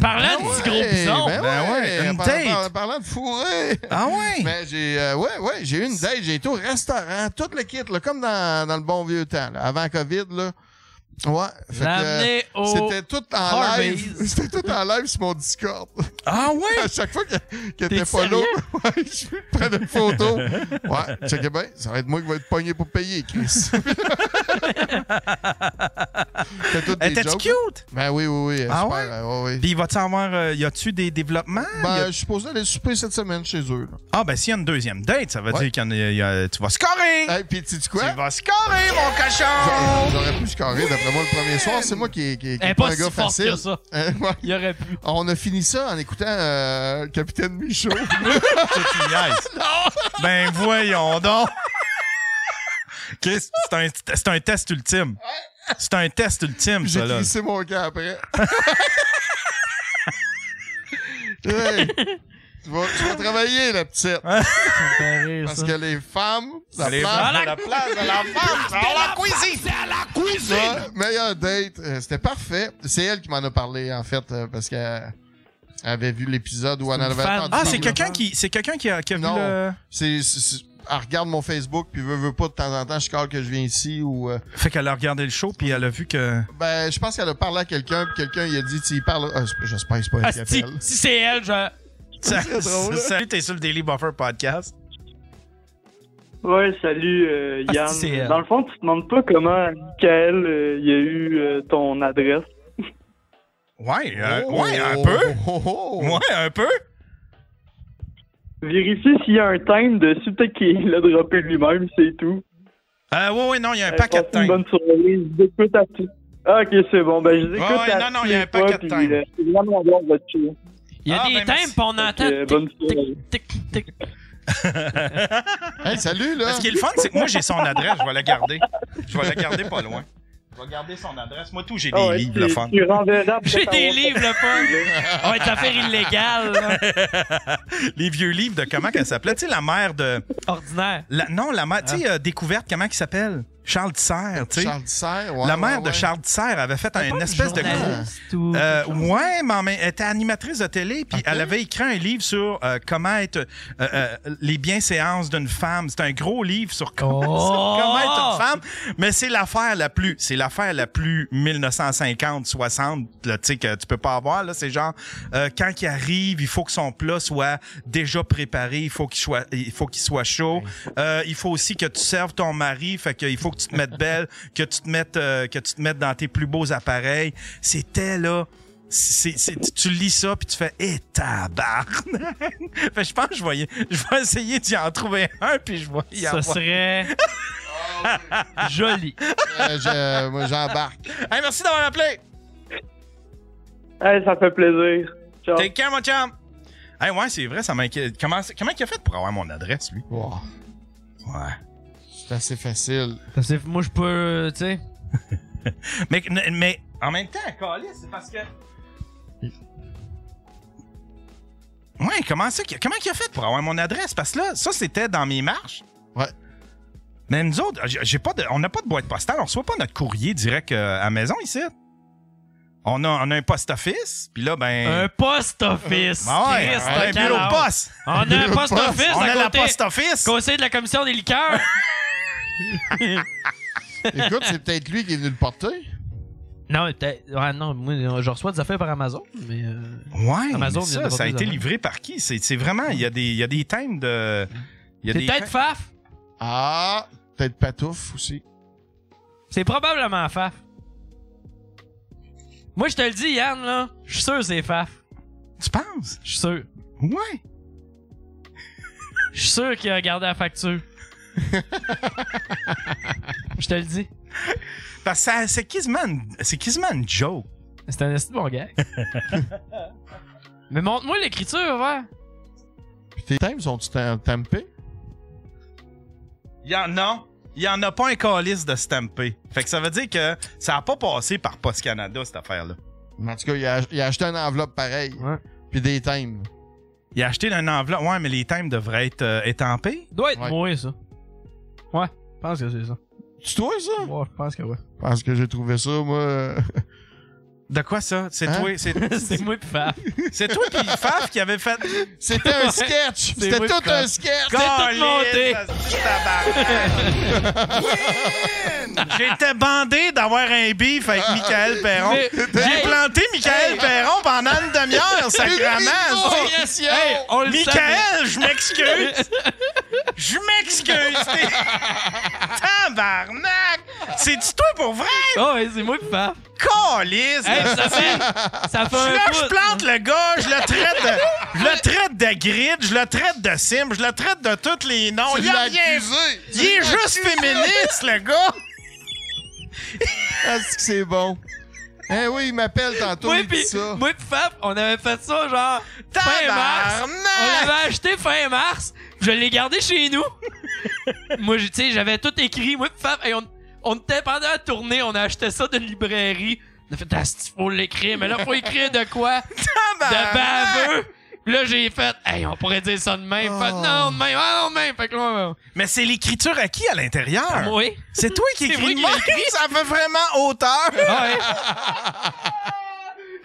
Speaker 3: Parlant
Speaker 4: Ben
Speaker 3: de petit gros bison,
Speaker 4: Ben
Speaker 1: Hein? Ben ouais,
Speaker 4: ouais,
Speaker 1: une
Speaker 4: par-
Speaker 1: date.
Speaker 4: par- Parlant de fourré.
Speaker 1: Ah ouais?
Speaker 4: Mais j'ai euh, ouais ouais, j'ai eu une date, j'ai été au restaurant, tout le kit là, comme dans, dans le bon vieux temps là, avant Covid là. Ouais. fait que,
Speaker 3: L'amener
Speaker 4: euh,
Speaker 3: au
Speaker 4: C'était tout en live. <laughs>
Speaker 3: Harvey's.
Speaker 4: C'était tout en live sur mon Discord.
Speaker 1: Ah
Speaker 4: ouais? <laughs> À chaque fois que- qu'il
Speaker 3: T'es
Speaker 4: était pas là,
Speaker 3: sérieux?
Speaker 4: <laughs> ouais, je lui prenais une photo. Ouais, checkez bien, ça va être moi qui vais être pogné pour payer, Chris.
Speaker 3: <laughs>
Speaker 4: C'était toutes des
Speaker 1: Était-tu
Speaker 4: jokes.
Speaker 1: cute?
Speaker 4: Ben oui, oui, oui.
Speaker 1: Ah
Speaker 4: super,
Speaker 1: ouais?
Speaker 4: euh, ouais, ouais.
Speaker 1: Puis va-tu avoir. euh, y a-tu des développements?
Speaker 4: Ben,
Speaker 1: Y a-
Speaker 4: je suis supposé aller souper cette semaine chez eux. là.
Speaker 1: Ah, ben s'il y a une deuxième date, ça veut
Speaker 4: Ouais.
Speaker 1: dire qu'il y en a- y a- tu vas scorer!
Speaker 4: Hey, puis tu dis quoi?
Speaker 1: Tu vas scorer, mon
Speaker 4: <laughs>
Speaker 1: cochon!
Speaker 4: J'aurais pu scorer, d'après
Speaker 1: <laughs>
Speaker 4: moi, le premier soir. C'est moi qui, qui, qui
Speaker 3: Elle
Speaker 4: est
Speaker 3: est
Speaker 4: pas
Speaker 3: pas
Speaker 4: un
Speaker 3: si
Speaker 4: gars
Speaker 3: forte
Speaker 4: facile.
Speaker 3: que ça.
Speaker 4: Hein, <laughs> ouais.
Speaker 3: Il aurait pu.
Speaker 4: On a fini ça en écoutant euh, Capitaine
Speaker 3: <laughs>
Speaker 4: Michaud. <laughs>
Speaker 1: Tu niaises. Ben voyons donc! Chris, c'est un, c'est un test ultime. C'est un test ultime,
Speaker 4: J'ai
Speaker 1: ça, là.
Speaker 4: glissé mon camp après. <laughs> Hey, tu, vas, tu vas travailler, la petite. Parce que les femmes, la
Speaker 1: Les
Speaker 4: place-
Speaker 1: femmes, la place de la femme, c'est à la cuisine!
Speaker 10: <laughs>
Speaker 4: Ça, meilleure date. Euh, C'était parfait. C'est elle qui m'en a parlé, en fait, euh, parce qu'elle avait vu l'épisode où on en
Speaker 1: une
Speaker 4: avait
Speaker 1: fan.
Speaker 4: entendu
Speaker 1: Ah, c'est
Speaker 4: parler.
Speaker 1: quelqu'un qui, c'est quelqu'un qui a, qui a vu
Speaker 4: Non.
Speaker 1: le-
Speaker 4: C'est, c'est- c'est- elle regarde mon Facebook, puis veut, veut pas, de temps en temps, je cale que je viens ici ou... euh,
Speaker 1: Fait qu'elle a regardé le show, puis elle a vu que...
Speaker 4: ben, je pense qu'elle a parlé à quelqu'un, puis quelqu'un, il a dit, tu y parles... Ah, c'est- J'espère que c'est pas elle qui
Speaker 3: Asti,
Speaker 4: appelle.
Speaker 3: si c'est elle, je.
Speaker 4: <laughs> C'est drôle.
Speaker 1: Salut, t'es sur le Daily Buffer Podcast.
Speaker 16: Ouais, salut euh,
Speaker 1: Ah,
Speaker 16: Yann.
Speaker 1: c'est elle.
Speaker 16: Dans le fond, tu te demandes pas comment Michael euh, il a eu euh, ton adresse.
Speaker 1: Ouais, euh,
Speaker 16: Oh.
Speaker 1: ouais, un peu.
Speaker 4: Oh, oh, oh.
Speaker 1: Ouais, un peu.
Speaker 16: Vérifie s'il y a un timbre dessus, peut-être qu'il l'a
Speaker 1: <laughs>
Speaker 16: droppé lui-même, c'est tout.
Speaker 1: Euh, ouais, ouais, non, il y a un
Speaker 16: Euh,
Speaker 1: paquet de
Speaker 16: passe une
Speaker 1: timbres.
Speaker 16: bonne soirée, je vous écoute à tout. Ah, ok, c'est bon, ben je vous écoute
Speaker 1: Ouais, ouais,
Speaker 16: à
Speaker 1: non, non,
Speaker 16: tous
Speaker 1: il y a
Speaker 16: les
Speaker 1: un paquet
Speaker 16: fois,
Speaker 1: de
Speaker 16: puis,
Speaker 1: timbres.
Speaker 16: euh, C'est vraiment bon, votre show.
Speaker 3: Il y a
Speaker 1: Ah,
Speaker 3: des
Speaker 1: ben,
Speaker 3: timbres,
Speaker 1: merci.
Speaker 3: pis on entend.
Speaker 16: Euh, bonne soirée.
Speaker 4: Hey, salut, là!
Speaker 1: Ce qui est le fun, c'est que moi, j'ai son adresse, je vais la garder. Je vais la garder pas loin. Je vais garder son adresse. Moi, tout, j'ai des
Speaker 16: Ah ouais,
Speaker 1: livres,
Speaker 16: tu-
Speaker 1: le fun.
Speaker 16: tu renverras pour
Speaker 3: <laughs> J'ai des
Speaker 16: savoir-
Speaker 3: livres, là, pas. On va être affaire illégale, là.
Speaker 1: <laughs> Les vieux livres de comment qu'elle s'appelait. Tu sais, la mère de...
Speaker 3: Ordinaire. Ah.
Speaker 1: la- non, la mère... Tu sais, euh, Découverte, comment qu'il s'appelle? Charles Tisser, tu sais.
Speaker 4: Charles Tisser, ouais,
Speaker 1: la mère
Speaker 4: ouais,
Speaker 1: de
Speaker 4: ouais.
Speaker 1: Charles Tisser avait fait un espèce de gros...
Speaker 3: Tout.
Speaker 1: Euh, ouais, mais en même- elle était animatrice de télé, puis elle avait écrit un livre sur euh, comment être euh, euh, les bienséances d'une femme. C'est un gros livre <laughs> sur comment,
Speaker 3: Oh!
Speaker 1: sur comment être une femme, mais c'est l'affaire la plus, c'est l'affaire la plus 1950, 60, là, tu sais que tu peux pas avoir là. C'est genre euh, quand il arrive, il faut que son plat soit déjà préparé, il faut qu'il soit, il faut qu'il soit chaud. Euh, il faut aussi que tu serves ton mari, fait qu'il faut que tu te mettes belle, que tu te mettes, euh, que tu te mettes dans tes plus beaux appareils. C'était là. C'est- c'est- tu- tu lis ça puis tu fais eh tabarnak. <laughs> fait que je pense que je vais, je vais essayer d'y en trouver un puis je vais y
Speaker 3: Ça
Speaker 1: avoir.
Speaker 3: serait. Joli.
Speaker 4: Euh, je- moi, j'embarque.
Speaker 1: Hey, merci d'avoir appelé.
Speaker 16: Hey, <laughs> ça fait plaisir. Ciao.
Speaker 1: T'es quand mon chum? Hey, ouais, c'est vrai, ça m'inquiète. Comment, comment il a fait pour avoir mon adresse lui
Speaker 4: Wow,
Speaker 1: Ouais.
Speaker 4: c'est assez facile.
Speaker 3: Ça, c'est- Moi, je peux. euh, Tu sais.
Speaker 1: <laughs> Mais, mais en même temps, Calis, c'est parce que. Ouais, comment ça qu'il- comment il a fait pour avoir mon adresse Parce que là, ça c'était dans mes marches.
Speaker 4: Ouais.
Speaker 1: Mais nous autres, j'ai j'ai pas de- on n'a pas de boîte postale, on reçoit pas notre courrier direct euh, à la maison ici. On a, on a un post office, puis là ben
Speaker 3: Un post-office.
Speaker 1: Ah ouais,
Speaker 3: Christ,
Speaker 1: on a un
Speaker 3: quel
Speaker 1: bureau de
Speaker 3: âge.
Speaker 1: poste.
Speaker 3: On a un
Speaker 4: Bureau de poste.
Speaker 3: post-office.
Speaker 1: on
Speaker 3: à
Speaker 1: a la
Speaker 3: côté.
Speaker 1: post office.
Speaker 3: Conseil de la commission
Speaker 1: <laughs>
Speaker 3: des liqueurs.
Speaker 4: Écoute, c'est peut-être lui qui est venu le porter.
Speaker 3: non, mais peut-être. Ouais, non, moi, je reçois des affaires par Amazon, mais. euh,
Speaker 1: Ouais,
Speaker 3: Amazon
Speaker 1: Ah, mais
Speaker 3: vient
Speaker 1: ça,
Speaker 3: de
Speaker 1: ça a
Speaker 3: porter
Speaker 1: été
Speaker 3: les
Speaker 1: livré par qui C'est c'est vraiment il y a des il y a des thèmes de il y a
Speaker 3: C'est
Speaker 1: des
Speaker 3: peut-être Faf.
Speaker 4: Ah, peut-être Patouf aussi.
Speaker 3: C'est probablement Faf. Moi, je te le dis, Yann, là. Je suis sûr que c'est Faf.
Speaker 1: Tu penses
Speaker 3: Je suis sûr.
Speaker 1: Ouais.
Speaker 3: Je suis sûr qu'il a gardé la facture. Je te le dis.
Speaker 1: Parce que ça- c'est quasiment, une- c'est quasiment une joke.
Speaker 3: C'est un esti de
Speaker 1: <laughs>
Speaker 3: bon gars. Mais montre-moi l'écriture, ouais.
Speaker 4: Puis tes thèmes sont-tu tam- tampés?
Speaker 1: Il y en, non, il y en a pas un calice de stampé. Fait que ça veut dire que ça a pas passé par Post Canada, cette affaire-là.
Speaker 4: Mais En tout cas, il a, il a acheté une enveloppe pareille.
Speaker 3: Ouais.
Speaker 4: Puis des thèmes.
Speaker 1: Il a acheté un enveloppe. Ouais, mais les thèmes devraient être euh, étampés.
Speaker 3: Doit être
Speaker 4: Ouais.
Speaker 3: mouillé, ça. Ouais, je pense que c'est ça.
Speaker 4: Tu trouves ça?
Speaker 3: Ouais, je pense que ouais.
Speaker 4: Parce que j'ai trouvé ça, moi.
Speaker 1: <laughs> De quoi ça? C'est
Speaker 4: Hein?
Speaker 1: toi.
Speaker 4: <laughs>
Speaker 1: C'est
Speaker 4: C'est
Speaker 1: moi puis Faf. C'est toi puis Faf qui avait fait.
Speaker 4: <laughs> C'était un sketch. C'était tout un sketch. C'était tout monté. <laughs>
Speaker 1: J'étais bandé d'avoir un bif
Speaker 4: Ah.
Speaker 1: avec Michael Perron.
Speaker 14: Mais-
Speaker 1: J'ai
Speaker 14: Hey!
Speaker 1: planté Michael
Speaker 14: Hey!
Speaker 1: Perron pendant une demi-heure, sacrément.
Speaker 14: Une humiliation! Hey, on le
Speaker 1: Michael,
Speaker 14: savait.
Speaker 1: je m'excuse. Je m'excuse. T'es- Tabarnak! C'est-tu toi pour vrai?
Speaker 3: Oh, ouais, c'est moi qui fais.
Speaker 1: Calice!
Speaker 3: Hey, ça fait- ça fait un
Speaker 1: Là, je
Speaker 3: bout.
Speaker 1: plante le gars, je le traite de, je le traite de grid, je le traite de sim, je le traite de tous les noms.
Speaker 14: Tu
Speaker 1: Il a
Speaker 14: l'as
Speaker 1: rien.
Speaker 14: accusé.
Speaker 1: Il
Speaker 14: Tu
Speaker 1: est
Speaker 14: l'as
Speaker 1: juste
Speaker 14: accusé.
Speaker 1: féministe, le gars!
Speaker 4: Est-ce que c'est bon? Eh oui, il m'appelle tantôt,
Speaker 3: Moi
Speaker 4: il dit
Speaker 3: pis,
Speaker 4: ça.
Speaker 3: moi pis Fab, on avait fait ça genre fin mars.
Speaker 1: Tabarnak!
Speaker 3: On l'avait acheté fin mars. Je l'ai gardé
Speaker 1: <laughs>
Speaker 3: chez nous. moi, je- tu sais, j'avais tout écrit. Moi pis Fab, et on, on était pendant la tournée, on a acheté ça d'une librairie. On a fait, ah, c'est- faut l'écrire, mais là, faut écrire de
Speaker 1: <laughs>
Speaker 3: quoi? de baveux! Pis Là, j'ai fait, hey, on pourrait dire ça de même. Fait, non, de même, ah, non, de même. Fait que là, on-
Speaker 1: Oh.
Speaker 3: Ah,
Speaker 1: Mais c'est l'écriture à qui à l'intérieur?
Speaker 3: Oui.
Speaker 1: C'est toi qui
Speaker 3: <laughs> C'est moi
Speaker 1: écris.
Speaker 3: qui Ah
Speaker 1: le mot.
Speaker 3: l'écris.
Speaker 1: Ça fait vraiment hauteur.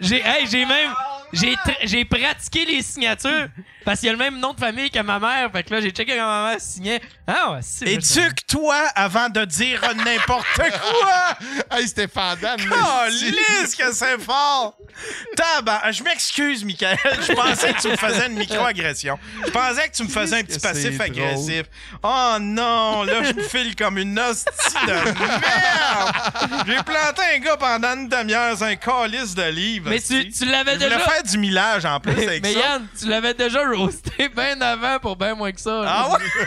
Speaker 3: J'ai, hey, j'ai même. J'ai, tr- j'ai pratiqué les signatures parce qu'il y a le même nom de famille que ma mère. Fait que là, j'ai checké quand ma mère signait. Ah, ouais, c'est
Speaker 1: Et tuque-toi avant de dire n'importe quoi!
Speaker 4: hey, c'était
Speaker 1: <laughs>
Speaker 4: fandam!
Speaker 1: Calisse que c'est fort!
Speaker 4: <laughs>
Speaker 1: Tabar... Ah, Je m'excuse, Michael. Je pensais que tu me faisais une micro-agression. Je pensais que tu me faisais un petit
Speaker 4: que c'est
Speaker 1: passif agressif. Oh non! Là, je me file comme une hostie de Ah! merde! J'ai planté un gars pendant une demi-heure dans un calice de livres.
Speaker 3: Mais tu,
Speaker 1: hostie.
Speaker 3: tu l'avais
Speaker 1: Je voulais
Speaker 3: déjà.
Speaker 1: faire du millage en plus avec
Speaker 3: Mais
Speaker 1: ça.
Speaker 3: Yann, tu l'avais déjà roasté bien avant pour bien moins que ça.
Speaker 1: Ah ouais?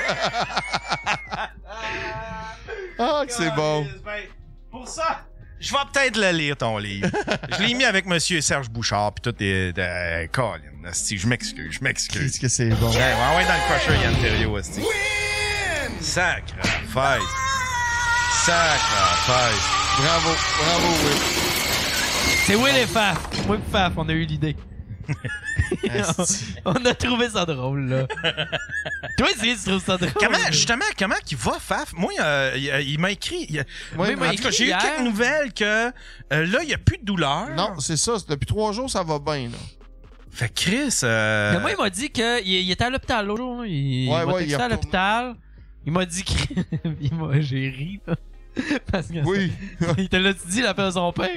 Speaker 4: Ah, que c'est bon.
Speaker 1: Ben, pour ça, je vais peut-être le lire, ton livre. je l'ai mis avec Monsieur Serge Bouchard, puis tout est... Euh, Colin, esti, je m'excuse, je m'excuse.
Speaker 4: Qu'est-ce que c'est bon?
Speaker 1: Ouais, ouais, ouais, dans le crusher, Yann Terriot, esti. Sacre fête. Sacre fête.
Speaker 4: Bravo, bravo, Will.
Speaker 3: C'est Will et Faf. Moi et Faf, on a eu l'idée.
Speaker 4: Asti.
Speaker 3: <laughs> on a trouvé ça drôle, là. <laughs> Toi, aussi, tu trouves ça drôle.
Speaker 1: Comment, justement, comment qu'il va, Faf? Moi, euh, il, il m'a écrit... il-
Speaker 4: Ouais,
Speaker 1: en
Speaker 4: mais
Speaker 1: tout cas, j'ai eu
Speaker 4: hier-
Speaker 1: quelques nouvelles que euh, là, il n'y a plus de douleur.
Speaker 4: Non, c'est ça. c'est- Depuis trois jours, ça va bien, là.
Speaker 1: Fait que Chris... euh,
Speaker 3: Mais moi, il m'a dit qu'il il était à l'hôpital l'autre jour. là. Il,
Speaker 4: Ouais,
Speaker 3: il m'a
Speaker 4: ouais, il
Speaker 3: texté
Speaker 4: est
Speaker 3: à
Speaker 4: retourné.
Speaker 3: l'hôpital. Il m'a dit que. <laughs> il m'a- J'ai ri, là. <laughs> Parce que.
Speaker 4: Oui.
Speaker 3: il te l'a-tu dit, l'appel de son père?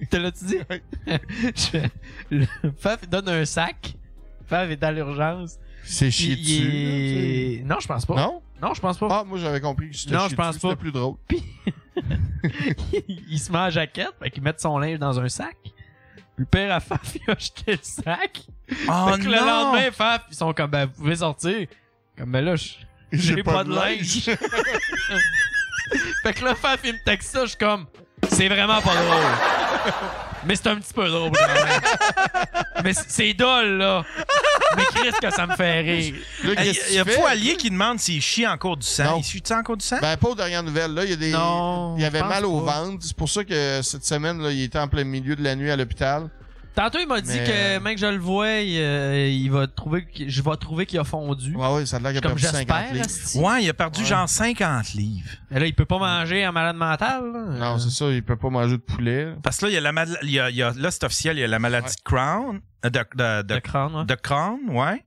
Speaker 3: il te l'a-tu dit? <laughs> Je fais- le- Faf, il donne un sac. Faf est à l'urgence.
Speaker 4: C'est chié
Speaker 3: Puis
Speaker 4: dessus.
Speaker 3: il est- Non, je pense pas.
Speaker 4: Non?
Speaker 3: Non, je pense pas.
Speaker 4: Ah, moi, j'avais compris que c'était
Speaker 3: Non,
Speaker 4: chié
Speaker 3: je pense
Speaker 4: dessus,
Speaker 3: pas.
Speaker 4: C'était plus drôle.
Speaker 3: <laughs> il il se met en jaquette, fait qu'il met son linge dans un sac. Puis le père à Faf, <laughs> il a jeté le sac.
Speaker 1: Oh
Speaker 3: fait que le
Speaker 1: non!
Speaker 3: lendemain, Faf, ils sont comme, ben, vous pouvez sortir. Comme, ben là, je- j'ai pas, de linge. <laughs> fait que là, Faf, il me texte ça, je suis comme, c'est vraiment pas drôle. Mais c'est un petit peu drôle, quand même. Mais c'est- c'est dole, là. Mais Chris, que ça me fait rire.
Speaker 4: Là,
Speaker 1: Il
Speaker 4: qu'est-ce que
Speaker 1: y a
Speaker 4: tu fais?
Speaker 1: Poilier qui demande s'il chie en cours du sang.
Speaker 4: Non.
Speaker 1: Il chie en cours du sang?
Speaker 4: Ben, pas aux dernières nouvelles, là. Il y a des.
Speaker 3: Non,
Speaker 4: Il y avait
Speaker 3: je pense
Speaker 4: mal au
Speaker 3: pas.
Speaker 4: ventre. C'est pour ça que cette semaine, là, il était en plein milieu de la nuit à l'hôpital.
Speaker 3: Tantôt, il m'a dit
Speaker 4: Mais- euh,
Speaker 3: que, mec, je le vois, il, euh, il va trouver, que- je vais trouver qu'il a fondu.
Speaker 4: Ouais, ouais, ça a l'air qu'il a
Speaker 3: Comme
Speaker 4: perdu 50
Speaker 3: j'espère,
Speaker 4: livres.
Speaker 3: asti.
Speaker 1: Ouais, il a perdu genre 50 livres.
Speaker 3: Mais là, il peut pas manger en malade mental. là.
Speaker 4: Non, c'est ça. Il peut pas manger de poulet. là.
Speaker 1: Parce que là, il y a la mal- il y a- il y a- là, c'est officiel, il y a la maladie de Crohn. euh, De, de, de,
Speaker 3: Le crâne, ouais.
Speaker 1: de Crohn, ouais.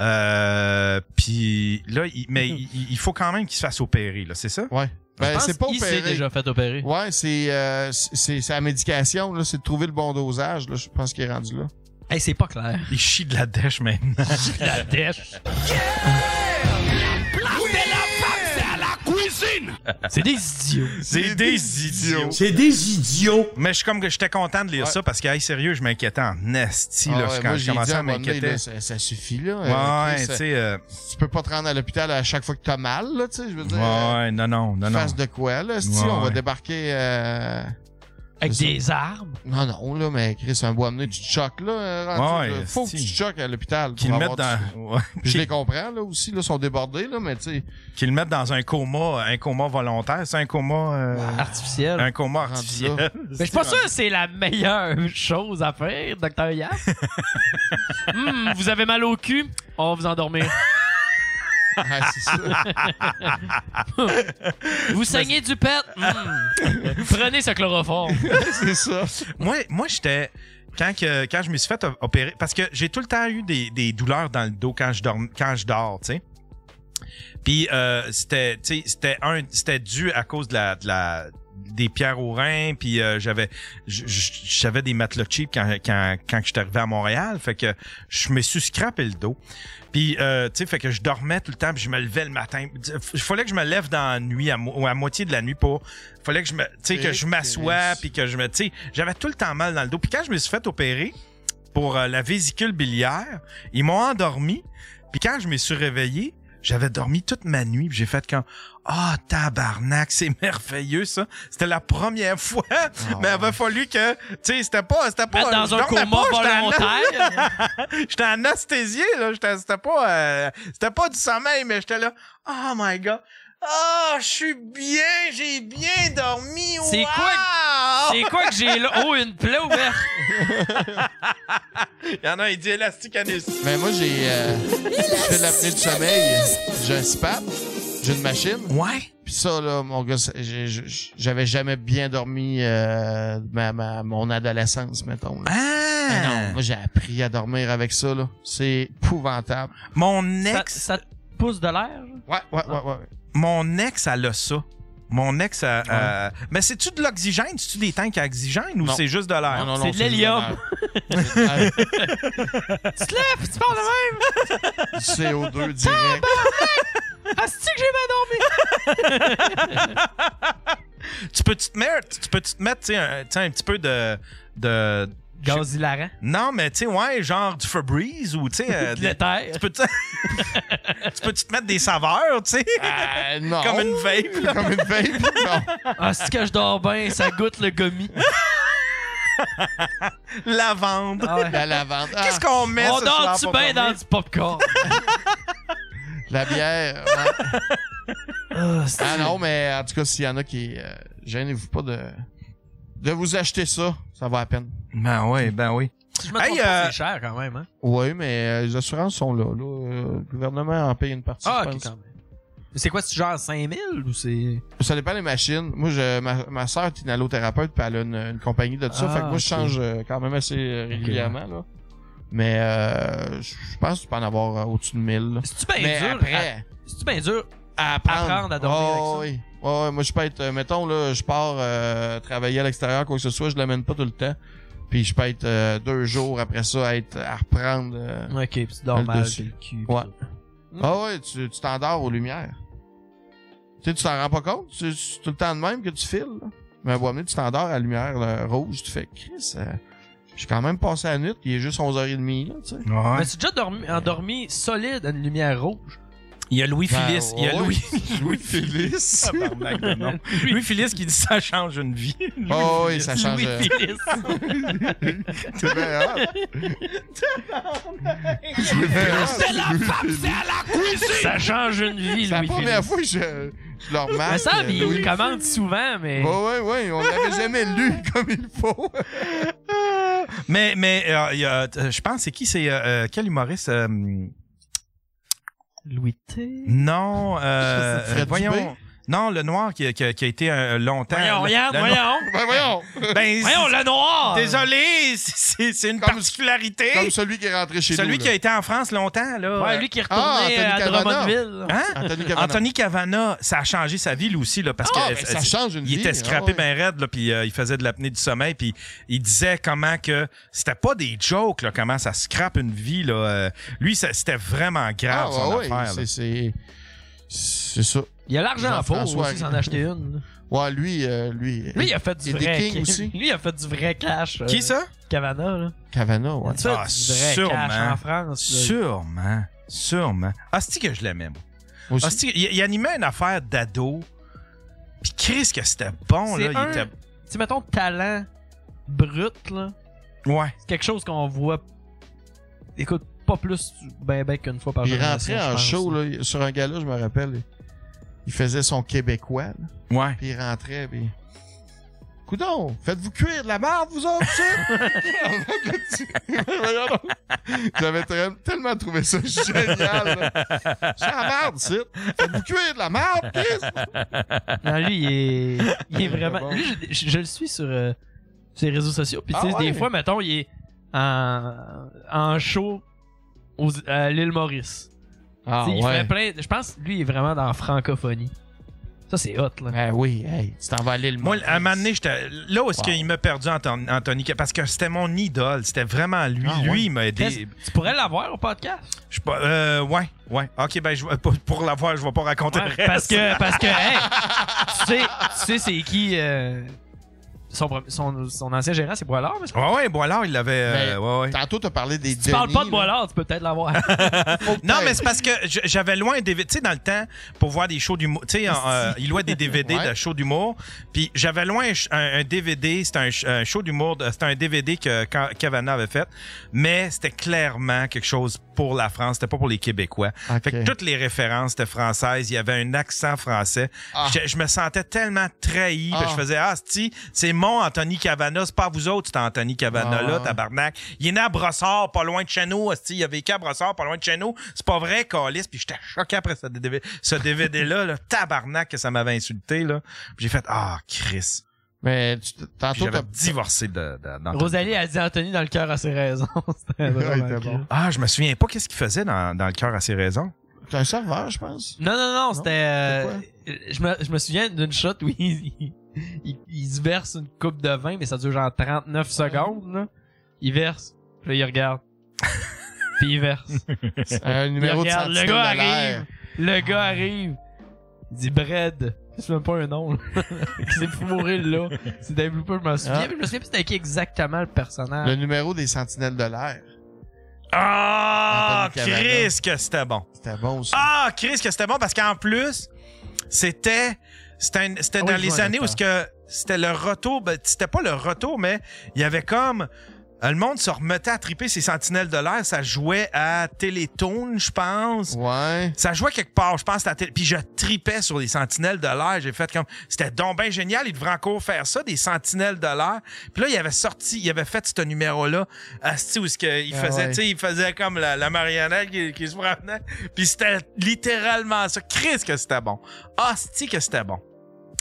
Speaker 1: Euh, puis là, il, mais il, il faut quand même qu'il se fasse opérer, là, c'est ça?
Speaker 4: Ouais. Ben,
Speaker 3: Mm-hmm. pense
Speaker 4: c'est pas
Speaker 3: qu'il s'est
Speaker 4: opéré.
Speaker 3: déjà fait opérer.
Speaker 4: Ouais, c'est euh, c'est- c'est c'est la médication, là, c'est de trouver le bon dosage, là, je pense qu'il est rendu là.
Speaker 3: Hey, c'est pas
Speaker 4: <laughs>
Speaker 3: clair. <laughs>
Speaker 1: Il chie de la dèche maintenant.
Speaker 3: La dèche.
Speaker 14: Place de la femme, c'est à la cuisine.
Speaker 3: C'est des idiots.
Speaker 1: <laughs> C'est des idiots.
Speaker 2: C'est des idiots.
Speaker 1: Mais je suis comme que j'étais content de lire
Speaker 4: Ouais.
Speaker 1: ça parce que, hey, sérieux, je m'inquiétais en nasty,
Speaker 4: Ah
Speaker 1: là,
Speaker 4: ouais,
Speaker 1: quand
Speaker 4: moi,
Speaker 1: je
Speaker 4: j'ai dit
Speaker 1: commençais
Speaker 4: à
Speaker 1: à
Speaker 4: un moment donné,
Speaker 1: m'inquiéter.
Speaker 4: là, ça, ça suffit, là. Euh,
Speaker 1: Ouais,
Speaker 4: Chris,
Speaker 1: tu sais, euh,
Speaker 4: tu peux pas te rendre à l'hôpital à chaque fois que t'as mal, là, tu sais, je veux dire. euh,
Speaker 1: ouais, non, non, non, non.
Speaker 4: Face de quoi, là, si
Speaker 1: Ouais,
Speaker 4: on va
Speaker 1: ouais.
Speaker 4: débarquer... euh,
Speaker 3: Avec
Speaker 4: C'est
Speaker 3: des armes.
Speaker 4: Non, non, là, mais Chris, un bois amené, tu te choques, là. euh, rendu,
Speaker 1: Ouais,
Speaker 4: là. Faut que tu
Speaker 1: si.
Speaker 4: te choques à l'hôpital.
Speaker 1: Qu'ils
Speaker 4: pour
Speaker 1: le
Speaker 4: avoir
Speaker 1: mettent dans,
Speaker 4: du-
Speaker 1: <laughs> ouais.
Speaker 4: Puis Je les comprends, là, aussi, là, sont débordés, là, mais tu sais,
Speaker 1: Qu'ils le mettent dans un coma, un coma volontaire, c'est un coma, euh,
Speaker 3: Artificielles.
Speaker 1: un coma
Speaker 4: là.
Speaker 1: <laughs> artificiel.
Speaker 3: Mais je suis pas sûr que c'est la meilleure chose à faire,
Speaker 4: <laughs>
Speaker 1: <laughs>
Speaker 3: docteur Yann. Hmm, vous avez mal au cul? On va vous endormir.
Speaker 4: Ouais, Ah, c'est ça.
Speaker 3: <laughs> Vous saignez du pet?
Speaker 4: <laughs>
Speaker 3: Hmm. Prenez ce chloroforme.
Speaker 4: c'est ça.
Speaker 1: Moi, moi j'étais. Quand, que- quand je me suis fait op- opérer, parce que j'ai tout le temps eu des, des douleurs dans le dos quand je, dorm- quand je dors, tu sais. Puis euh, c'était, tu sais, c'était un, c'était dû à cause de la, de la- des pierres aux reins. Puis euh, j'avais, j- j- j'avais des matelas cheap quand, quand, quand je suis arrivé à Montréal. Fait que je me suis scrapé le dos. Puis euh, tu sais, fait que je dormais tout le temps. Puis je me levais le matin. Il fallait que je me lève dans la nuit à, mo- ou à moitié de la nuit pour. Fallait que je me, tu sais, que je m'assoie puis que je me, tu sais, j'avais tout le temps mal dans le dos. Puis quand je me suis fait opérer pour euh, la vésicule biliaire. Ils m'ont endormi. Puis quand je me suis réveillé, j'avais dormi toute ma nuit. Puis j'ai fait comme ah tabarnak, c'est <laughs> merveilleux ça. C'était la première fois, mais il avait fallu que tu sais c'était pas c'était pas
Speaker 3: Mettre dans
Speaker 1: je
Speaker 3: un
Speaker 1: dormais
Speaker 3: coma
Speaker 1: j'étais en-
Speaker 3: volontaire.
Speaker 1: <laughs> J'étais en anesthésie là, J'étais- c'était pas euh, c'était pas du sommeil mais j'étais là oh my god. Ah, je suis bien, j'ai bien dormi.
Speaker 3: C'est
Speaker 1: wow!
Speaker 3: quoi- C'est quoi que j'ai là? Oh, une plaie <laughs> ouverte!
Speaker 1: <laughs> Il y en a un, il dit élastique anus.
Speaker 4: Mais moi, j'ai.
Speaker 1: <laughs>
Speaker 4: euh, je fais de l'apnée du sommeil. J'ai un CPAP. J'ai une machine.
Speaker 1: Ouais.
Speaker 4: Puis ça, là, mon gars, c'est- j'ai- j'ai- j'avais jamais bien dormi euh, ma, ma- mon adolescence, mettons. là.
Speaker 1: Ah!
Speaker 4: Mais non, moi, j'ai appris à dormir avec ça, là. C'est épouvantable.
Speaker 1: Mon
Speaker 3: Ça,
Speaker 1: ex.
Speaker 3: ça te pousse de l'air?
Speaker 4: Ouais, ouais, ouais, ouais.
Speaker 1: Mon ex, elle a ça. Mon ex, elle- euh, mais c'est-tu de l'oxygène? C'est-tu des tanks à oxygène ou
Speaker 4: Non.
Speaker 1: c'est juste de l'air?
Speaker 4: Non, non, non,
Speaker 3: C'est de l'hélium. <laughs>
Speaker 4: C'est de l'air.
Speaker 3: tu te lèves, tu parles de même!
Speaker 4: Du CO2 direct.
Speaker 1: <laughs>
Speaker 3: Ah, c'est-tu que j'ai mal
Speaker 4: <laughs>
Speaker 1: Tu peux te mettre, tu peux te mettre, tu sais, un, tu sais, un petit peu de, de
Speaker 3: dormi? Gaz hilarant.
Speaker 1: non, mais tu sais, ouais, genre du Febreze ou tu sais,
Speaker 3: <laughs>
Speaker 1: euh,
Speaker 3: De
Speaker 1: des-
Speaker 3: l'éther.
Speaker 1: tu peux te, <laughs> tu peux te mettre des saveurs, tu sais,
Speaker 4: Euh, non.
Speaker 1: comme une vape. là.
Speaker 4: Comme une vape. Non.
Speaker 1: <laughs>
Speaker 3: Ah, c'est que je dors bien, ça goûte le gommi.
Speaker 1: lavande.
Speaker 3: Ah ouais.
Speaker 4: La lavande. Ah,
Speaker 1: Qu'est-ce qu'on met
Speaker 3: On
Speaker 1: ce soir
Speaker 3: dort-tu
Speaker 1: pour
Speaker 3: bien dans
Speaker 1: dormir?
Speaker 3: du popcorn?
Speaker 4: La bière. ouais.
Speaker 1: <laughs>
Speaker 3: Ah, c'est-
Speaker 4: Ah non, mais en tout cas, s'il y en a qui. euh, gênez-vous pas de. De vous acheter ça. Ça va à peine.
Speaker 1: Ben oui, ben oui.
Speaker 3: Si je me
Speaker 1: Hey,
Speaker 3: trompe pas,
Speaker 1: euh,
Speaker 3: c'est cher quand même, hein?
Speaker 4: Oui, mais euh, les assurances sont là. là. Euh, Le gouvernement en paye une partie.
Speaker 3: Ah,
Speaker 4: je
Speaker 3: ok,
Speaker 4: pense.
Speaker 3: quand même. Mais C'est quoi, c'est genre 5000 ou c'est.
Speaker 4: Ça dépend des machines. Moi, je, ma, ma soeur est une allothérapeute, puis elle a une, une compagnie de tout ça.
Speaker 3: Ah,
Speaker 4: fait que moi,
Speaker 3: ok.
Speaker 4: je change euh, quand même assez euh, régulièrement. Là. Mais euh, je je pense que tu peux en avoir euh, au-dessus de 1000. là.
Speaker 3: C'est-tu bien
Speaker 4: Mais
Speaker 3: dur? à-
Speaker 4: après,
Speaker 3: C'est-tu bien dur?
Speaker 4: à
Speaker 3: apprendre à dormir
Speaker 4: Oh,
Speaker 3: avec
Speaker 4: oui. Ouais, ouais, moi, je peux être... euh, mettons, là, je pars euh, travailler à l'extérieur, quoi que ce soit, je l'amène pas tout le temps. Puis je peux être euh, deux jours après ça à, être, à reprendre... euh,
Speaker 3: Ok, puis tu dors
Speaker 4: Le
Speaker 3: mal,
Speaker 4: dessus.
Speaker 3: c'est le cul.
Speaker 4: Ouais.
Speaker 3: pis tout.
Speaker 4: Ah ouais, tu tu t'endors aux lumières. Tu sais, tu t'en rends pas compte. Tu- C'est tout le temps de même que tu files. là. Mais à un moment donné, tu t'endors à la lumière là, rouge. Tu fais, Chris, euh, j'ai quand même passé la nuit. Il est juste 11h30. Là, tu sais.
Speaker 1: Ouais.
Speaker 3: Mais tu déjà dormi, endormi solide à une lumière rouge?
Speaker 1: Il y a Louis
Speaker 4: Ben,
Speaker 1: Phyllis. Il y a
Speaker 4: ouais. <laughs>
Speaker 1: Louis, Louis Phyllis. <laughs> Ah, Tabarnak de nom. Louis Phyllis qui dit ça change une vie.
Speaker 4: Oh oui, ça change.
Speaker 3: Louis
Speaker 4: euh,
Speaker 3: Phyllis.
Speaker 4: <laughs> C'est bien hein? hot. C'est bien hot.
Speaker 14: C'est la femme, c'est à la cuisine.
Speaker 3: ça change une vie,
Speaker 4: C'est la
Speaker 3: Louis
Speaker 4: première
Speaker 3: Phyllis.
Speaker 4: fois que je, je le remarque.
Speaker 3: Mais ça,
Speaker 4: euh,
Speaker 3: il
Speaker 4: Louis-
Speaker 3: commande souvent, mais.
Speaker 4: Ouais, ouais, ouais. On l'avait jamais lu comme il faut.
Speaker 1: Mais, mais euh, il y a, euh, je pense, c'est qui? C'est euh, euh, quel humoriste? euh,
Speaker 3: Louis T.
Speaker 1: non, euh,
Speaker 4: Fred
Speaker 1: euh, voyons. Non, le noir qui, a- qui a- qui a été euh, longtemps.
Speaker 3: Voyons,
Speaker 1: le-
Speaker 3: regarde,
Speaker 1: le noir-
Speaker 3: voyons!
Speaker 4: Ben voyons.
Speaker 1: Ben,
Speaker 3: Voyons,
Speaker 1: c'est-
Speaker 3: le noir!
Speaker 1: Désolé, c'est- c'est c'est une
Speaker 4: Comme-
Speaker 1: particularité.
Speaker 4: Comme celui qui est rentré chez nous.
Speaker 1: Celui qui a été en France longtemps, là.
Speaker 3: Ouais, lui qui est
Speaker 4: Ah,
Speaker 3: retourné euh,
Speaker 4: Anthony
Speaker 3: à
Speaker 4: Cavana.
Speaker 3: Drummondville.
Speaker 1: Hein?
Speaker 4: Anthony Cavana.
Speaker 1: Anthony Cavana, ça a changé sa vie, lui aussi, là, parce
Speaker 4: Ah,
Speaker 1: que
Speaker 4: ben,
Speaker 1: euh,
Speaker 4: ça
Speaker 1: c'est-
Speaker 4: change une
Speaker 1: il
Speaker 4: vie.
Speaker 1: était scrappé
Speaker 4: ah ouais.
Speaker 1: ben raide, là, puis euh, il faisait de l'apnée du sommeil, puis il disait comment que c'était pas des jokes, là, comment ça scrappe une vie, là. Euh, lui, ça- c'était vraiment grave,
Speaker 4: Ah,
Speaker 1: son
Speaker 4: ouais,
Speaker 1: affaire, là.
Speaker 4: c'est- c'est- C'est ça.
Speaker 3: Il a l'argent pour
Speaker 4: Jean-François
Speaker 3: aussi s'en acheter une.
Speaker 4: Ouais, lui, euh, lui.
Speaker 3: Lui, il a fait du
Speaker 4: Il était
Speaker 3: vrai.
Speaker 4: king aussi.
Speaker 3: Lui, il a fait du vrai cash. euh,
Speaker 1: Qui ça?
Speaker 3: Cavana, là.
Speaker 4: Cavana, ouais.
Speaker 3: Il a fait
Speaker 1: Ah,
Speaker 3: du vrai
Speaker 1: sûrement.
Speaker 3: cash en France. là.
Speaker 1: Sûrement. Sûrement. Ah, c'est que je l'aimais, moi.
Speaker 4: Aussi.
Speaker 1: Hostie, il, il animait une affaire d'ado. Puis Chris, que c'était bon, là.
Speaker 3: C'est
Speaker 1: Il
Speaker 3: un-
Speaker 1: était.
Speaker 3: Tu sais, mettons, talent brut, là.
Speaker 1: Ouais.
Speaker 3: C'est quelque chose qu'on voit. Écoute, pas plus ben ben qu'une fois par
Speaker 4: il
Speaker 3: génération,
Speaker 4: rentrait
Speaker 3: je
Speaker 4: en
Speaker 3: pense,
Speaker 4: show,
Speaker 3: là.
Speaker 4: là, sur un gala, je me rappelle. Il faisait son québécois, là,
Speaker 1: Ouais.
Speaker 4: puis il rentrait, puis Coudon, faites-vous cuire de la marde, vous autres,
Speaker 1: <laughs>
Speaker 4: Ah, ça? Voyons donc. J'avais te- tellement trouvé
Speaker 3: <laughs>
Speaker 4: ça génial. là. C'est la marde, ça. Faites-vous cuire de la marde, Chris?
Speaker 3: Non, lui, il est, il est
Speaker 4: Il est
Speaker 3: vraiment.
Speaker 4: bon.
Speaker 3: Lui, je, je- je le suis sur euh, ses réseaux sociaux. Puis,
Speaker 4: Ah
Speaker 3: tu sais,
Speaker 4: ouais?
Speaker 3: des fois, mettons, il est en, en show aux- à l'île Maurice.
Speaker 4: Ah
Speaker 3: Tu sais, il
Speaker 4: ouais.
Speaker 3: fait plein. Je pense, lui, il est vraiment dans la francophonie. Ça, c'est hot, là.
Speaker 1: Ben
Speaker 4: Ah oui, hey, tu t'en vas aller le
Speaker 1: Moi, à un moment donné, j'étais- là où est-ce
Speaker 3: Wow.
Speaker 1: qu'il m'a perdu, Anton- Anthony, parce que c'était mon idole. C'était vraiment lui.
Speaker 3: Ah,
Speaker 1: lui,
Speaker 3: ouais.
Speaker 1: il m'a aidé.
Speaker 3: Qu'est-ce- Tu pourrais l'avoir au podcast.
Speaker 1: Je sais pas, euh, ouais, ouais. Ok, ben, je, vais- pour, pour l'avoir, je vais pas raconter
Speaker 3: Ouais,
Speaker 1: le reste.
Speaker 3: parce que,
Speaker 1: <laughs>
Speaker 3: parce que, hey, tu sais, tu sais c'est qui euh, son, pre- son, son ancien gérant, c'est Boilard, mais
Speaker 1: Ouais, ouais, Boilard, il l'avait. euh, ouais, ouais.
Speaker 4: Tantôt, t'as parlé des
Speaker 3: tu parles pas de Boilard, tu peux peut-être l'avoir.
Speaker 1: non, mais c'est parce que je- j'avais loin un DVD. Tu sais, dans le temps, pour voir des shows d'humour. Tu sais, en, euh, il louait des DVD
Speaker 4: Ouais.
Speaker 1: de shows d'humour. Puis j'avais loin un, ch- un- un DVD. C'était un, ch- un show d'humour. de- C'était un DVD que Ka- Cavana avait fait. Mais c'était clairement quelque chose pour la France. C'était pas pour les Québécois. Fait que toutes les références étaient françaises. Il y avait un accent français.
Speaker 4: Ah.
Speaker 1: Je, je me sentais tellement trahi. puis
Speaker 4: Ah.
Speaker 1: Je faisais, ah, c'ti, c'est mon Anthony Cavana. C'est pas vous autres, c'est Anthony Cavana,
Speaker 4: Ah.
Speaker 1: là, tabarnak. Il est né à Brossard, pas loin de chez nous. hostie. Il y avait qu'à Brossard, pas loin de chez nous. C'est pas vrai, Calis. Puis j'étais choqué après ce DVD ce DVD-là, là, <laughs> tabarnak, que ça m'avait insulté. là. Puis J'ai fait, ah, Chris.
Speaker 4: Mais tu-
Speaker 1: Puis
Speaker 4: tantôt,
Speaker 1: J'avais
Speaker 4: t'as...
Speaker 1: divorcé de, de- d'Anthony.
Speaker 3: Rosalie a dit Anthony dans le cœur à ses raisons. <laughs> C'était vraiment
Speaker 4: Ouais, il était
Speaker 3: cute.
Speaker 4: bon.
Speaker 1: Ah, je me souviens pas qu'est-ce qu'il faisait dans, dans le cœur à ses raisons.
Speaker 4: T'es un serveur, je pense.
Speaker 3: Non, non, non, c'était. euh,
Speaker 4: C'est
Speaker 3: je, me, je me souviens d'une shot où il, il, il- il se verse une coupe de vin, mais ça dure genre 39 secondes. Là. Il verse, puis là,
Speaker 4: <laughs>
Speaker 3: il regarde. puis il verse.
Speaker 4: Un Euh, numéro
Speaker 3: il regarde,
Speaker 4: de
Speaker 3: le
Speaker 4: sentinelle
Speaker 3: gars
Speaker 4: de l'air.
Speaker 3: arrive. Le gars arrive. Il dit Bread. C'est même pas un nom. là. <laughs> Il s'est fait mourir là. C'est Dave Looper, je m'en souviens.
Speaker 4: Ah.
Speaker 3: mais Je me souviens plus c'était qui exactement le personnage.
Speaker 4: Le numéro des sentinelles de l'air.
Speaker 1: Ah,
Speaker 4: Anthony Cavana.
Speaker 1: Chris, que c'était bon.
Speaker 4: C'était bon, ça.
Speaker 1: Ah, Chris, que c'était bon parce qu'en plus, c'était c'était une- c'était
Speaker 4: Ah oui,
Speaker 1: dans
Speaker 4: je
Speaker 1: les
Speaker 4: vois
Speaker 1: années où
Speaker 4: le
Speaker 1: ce que c'était le retour, ben, c'était pas le retour, mais il y avait comme euh, le monde se remettait à triper ses sentinelles de l'air, ça jouait à Télétoon, je pense.
Speaker 4: Ouais.
Speaker 1: Ça jouait quelque part, je pense, c'était à Télé- puis je tripais sur les sentinelles de l'air, j'ai fait comme c'était donc bien génial, ils devraient encore faire ça des sentinelles de l'air. Puis là, il avait sorti, il avait fait ce numéro là, asti où ce que il
Speaker 4: Ah
Speaker 1: faisait,
Speaker 4: ouais.
Speaker 1: tu sais, il faisait comme la, la marionnette qui, qui se promenait. Puis c'était littéralement ça. Chris que c'était bon. Asti que c'était bon.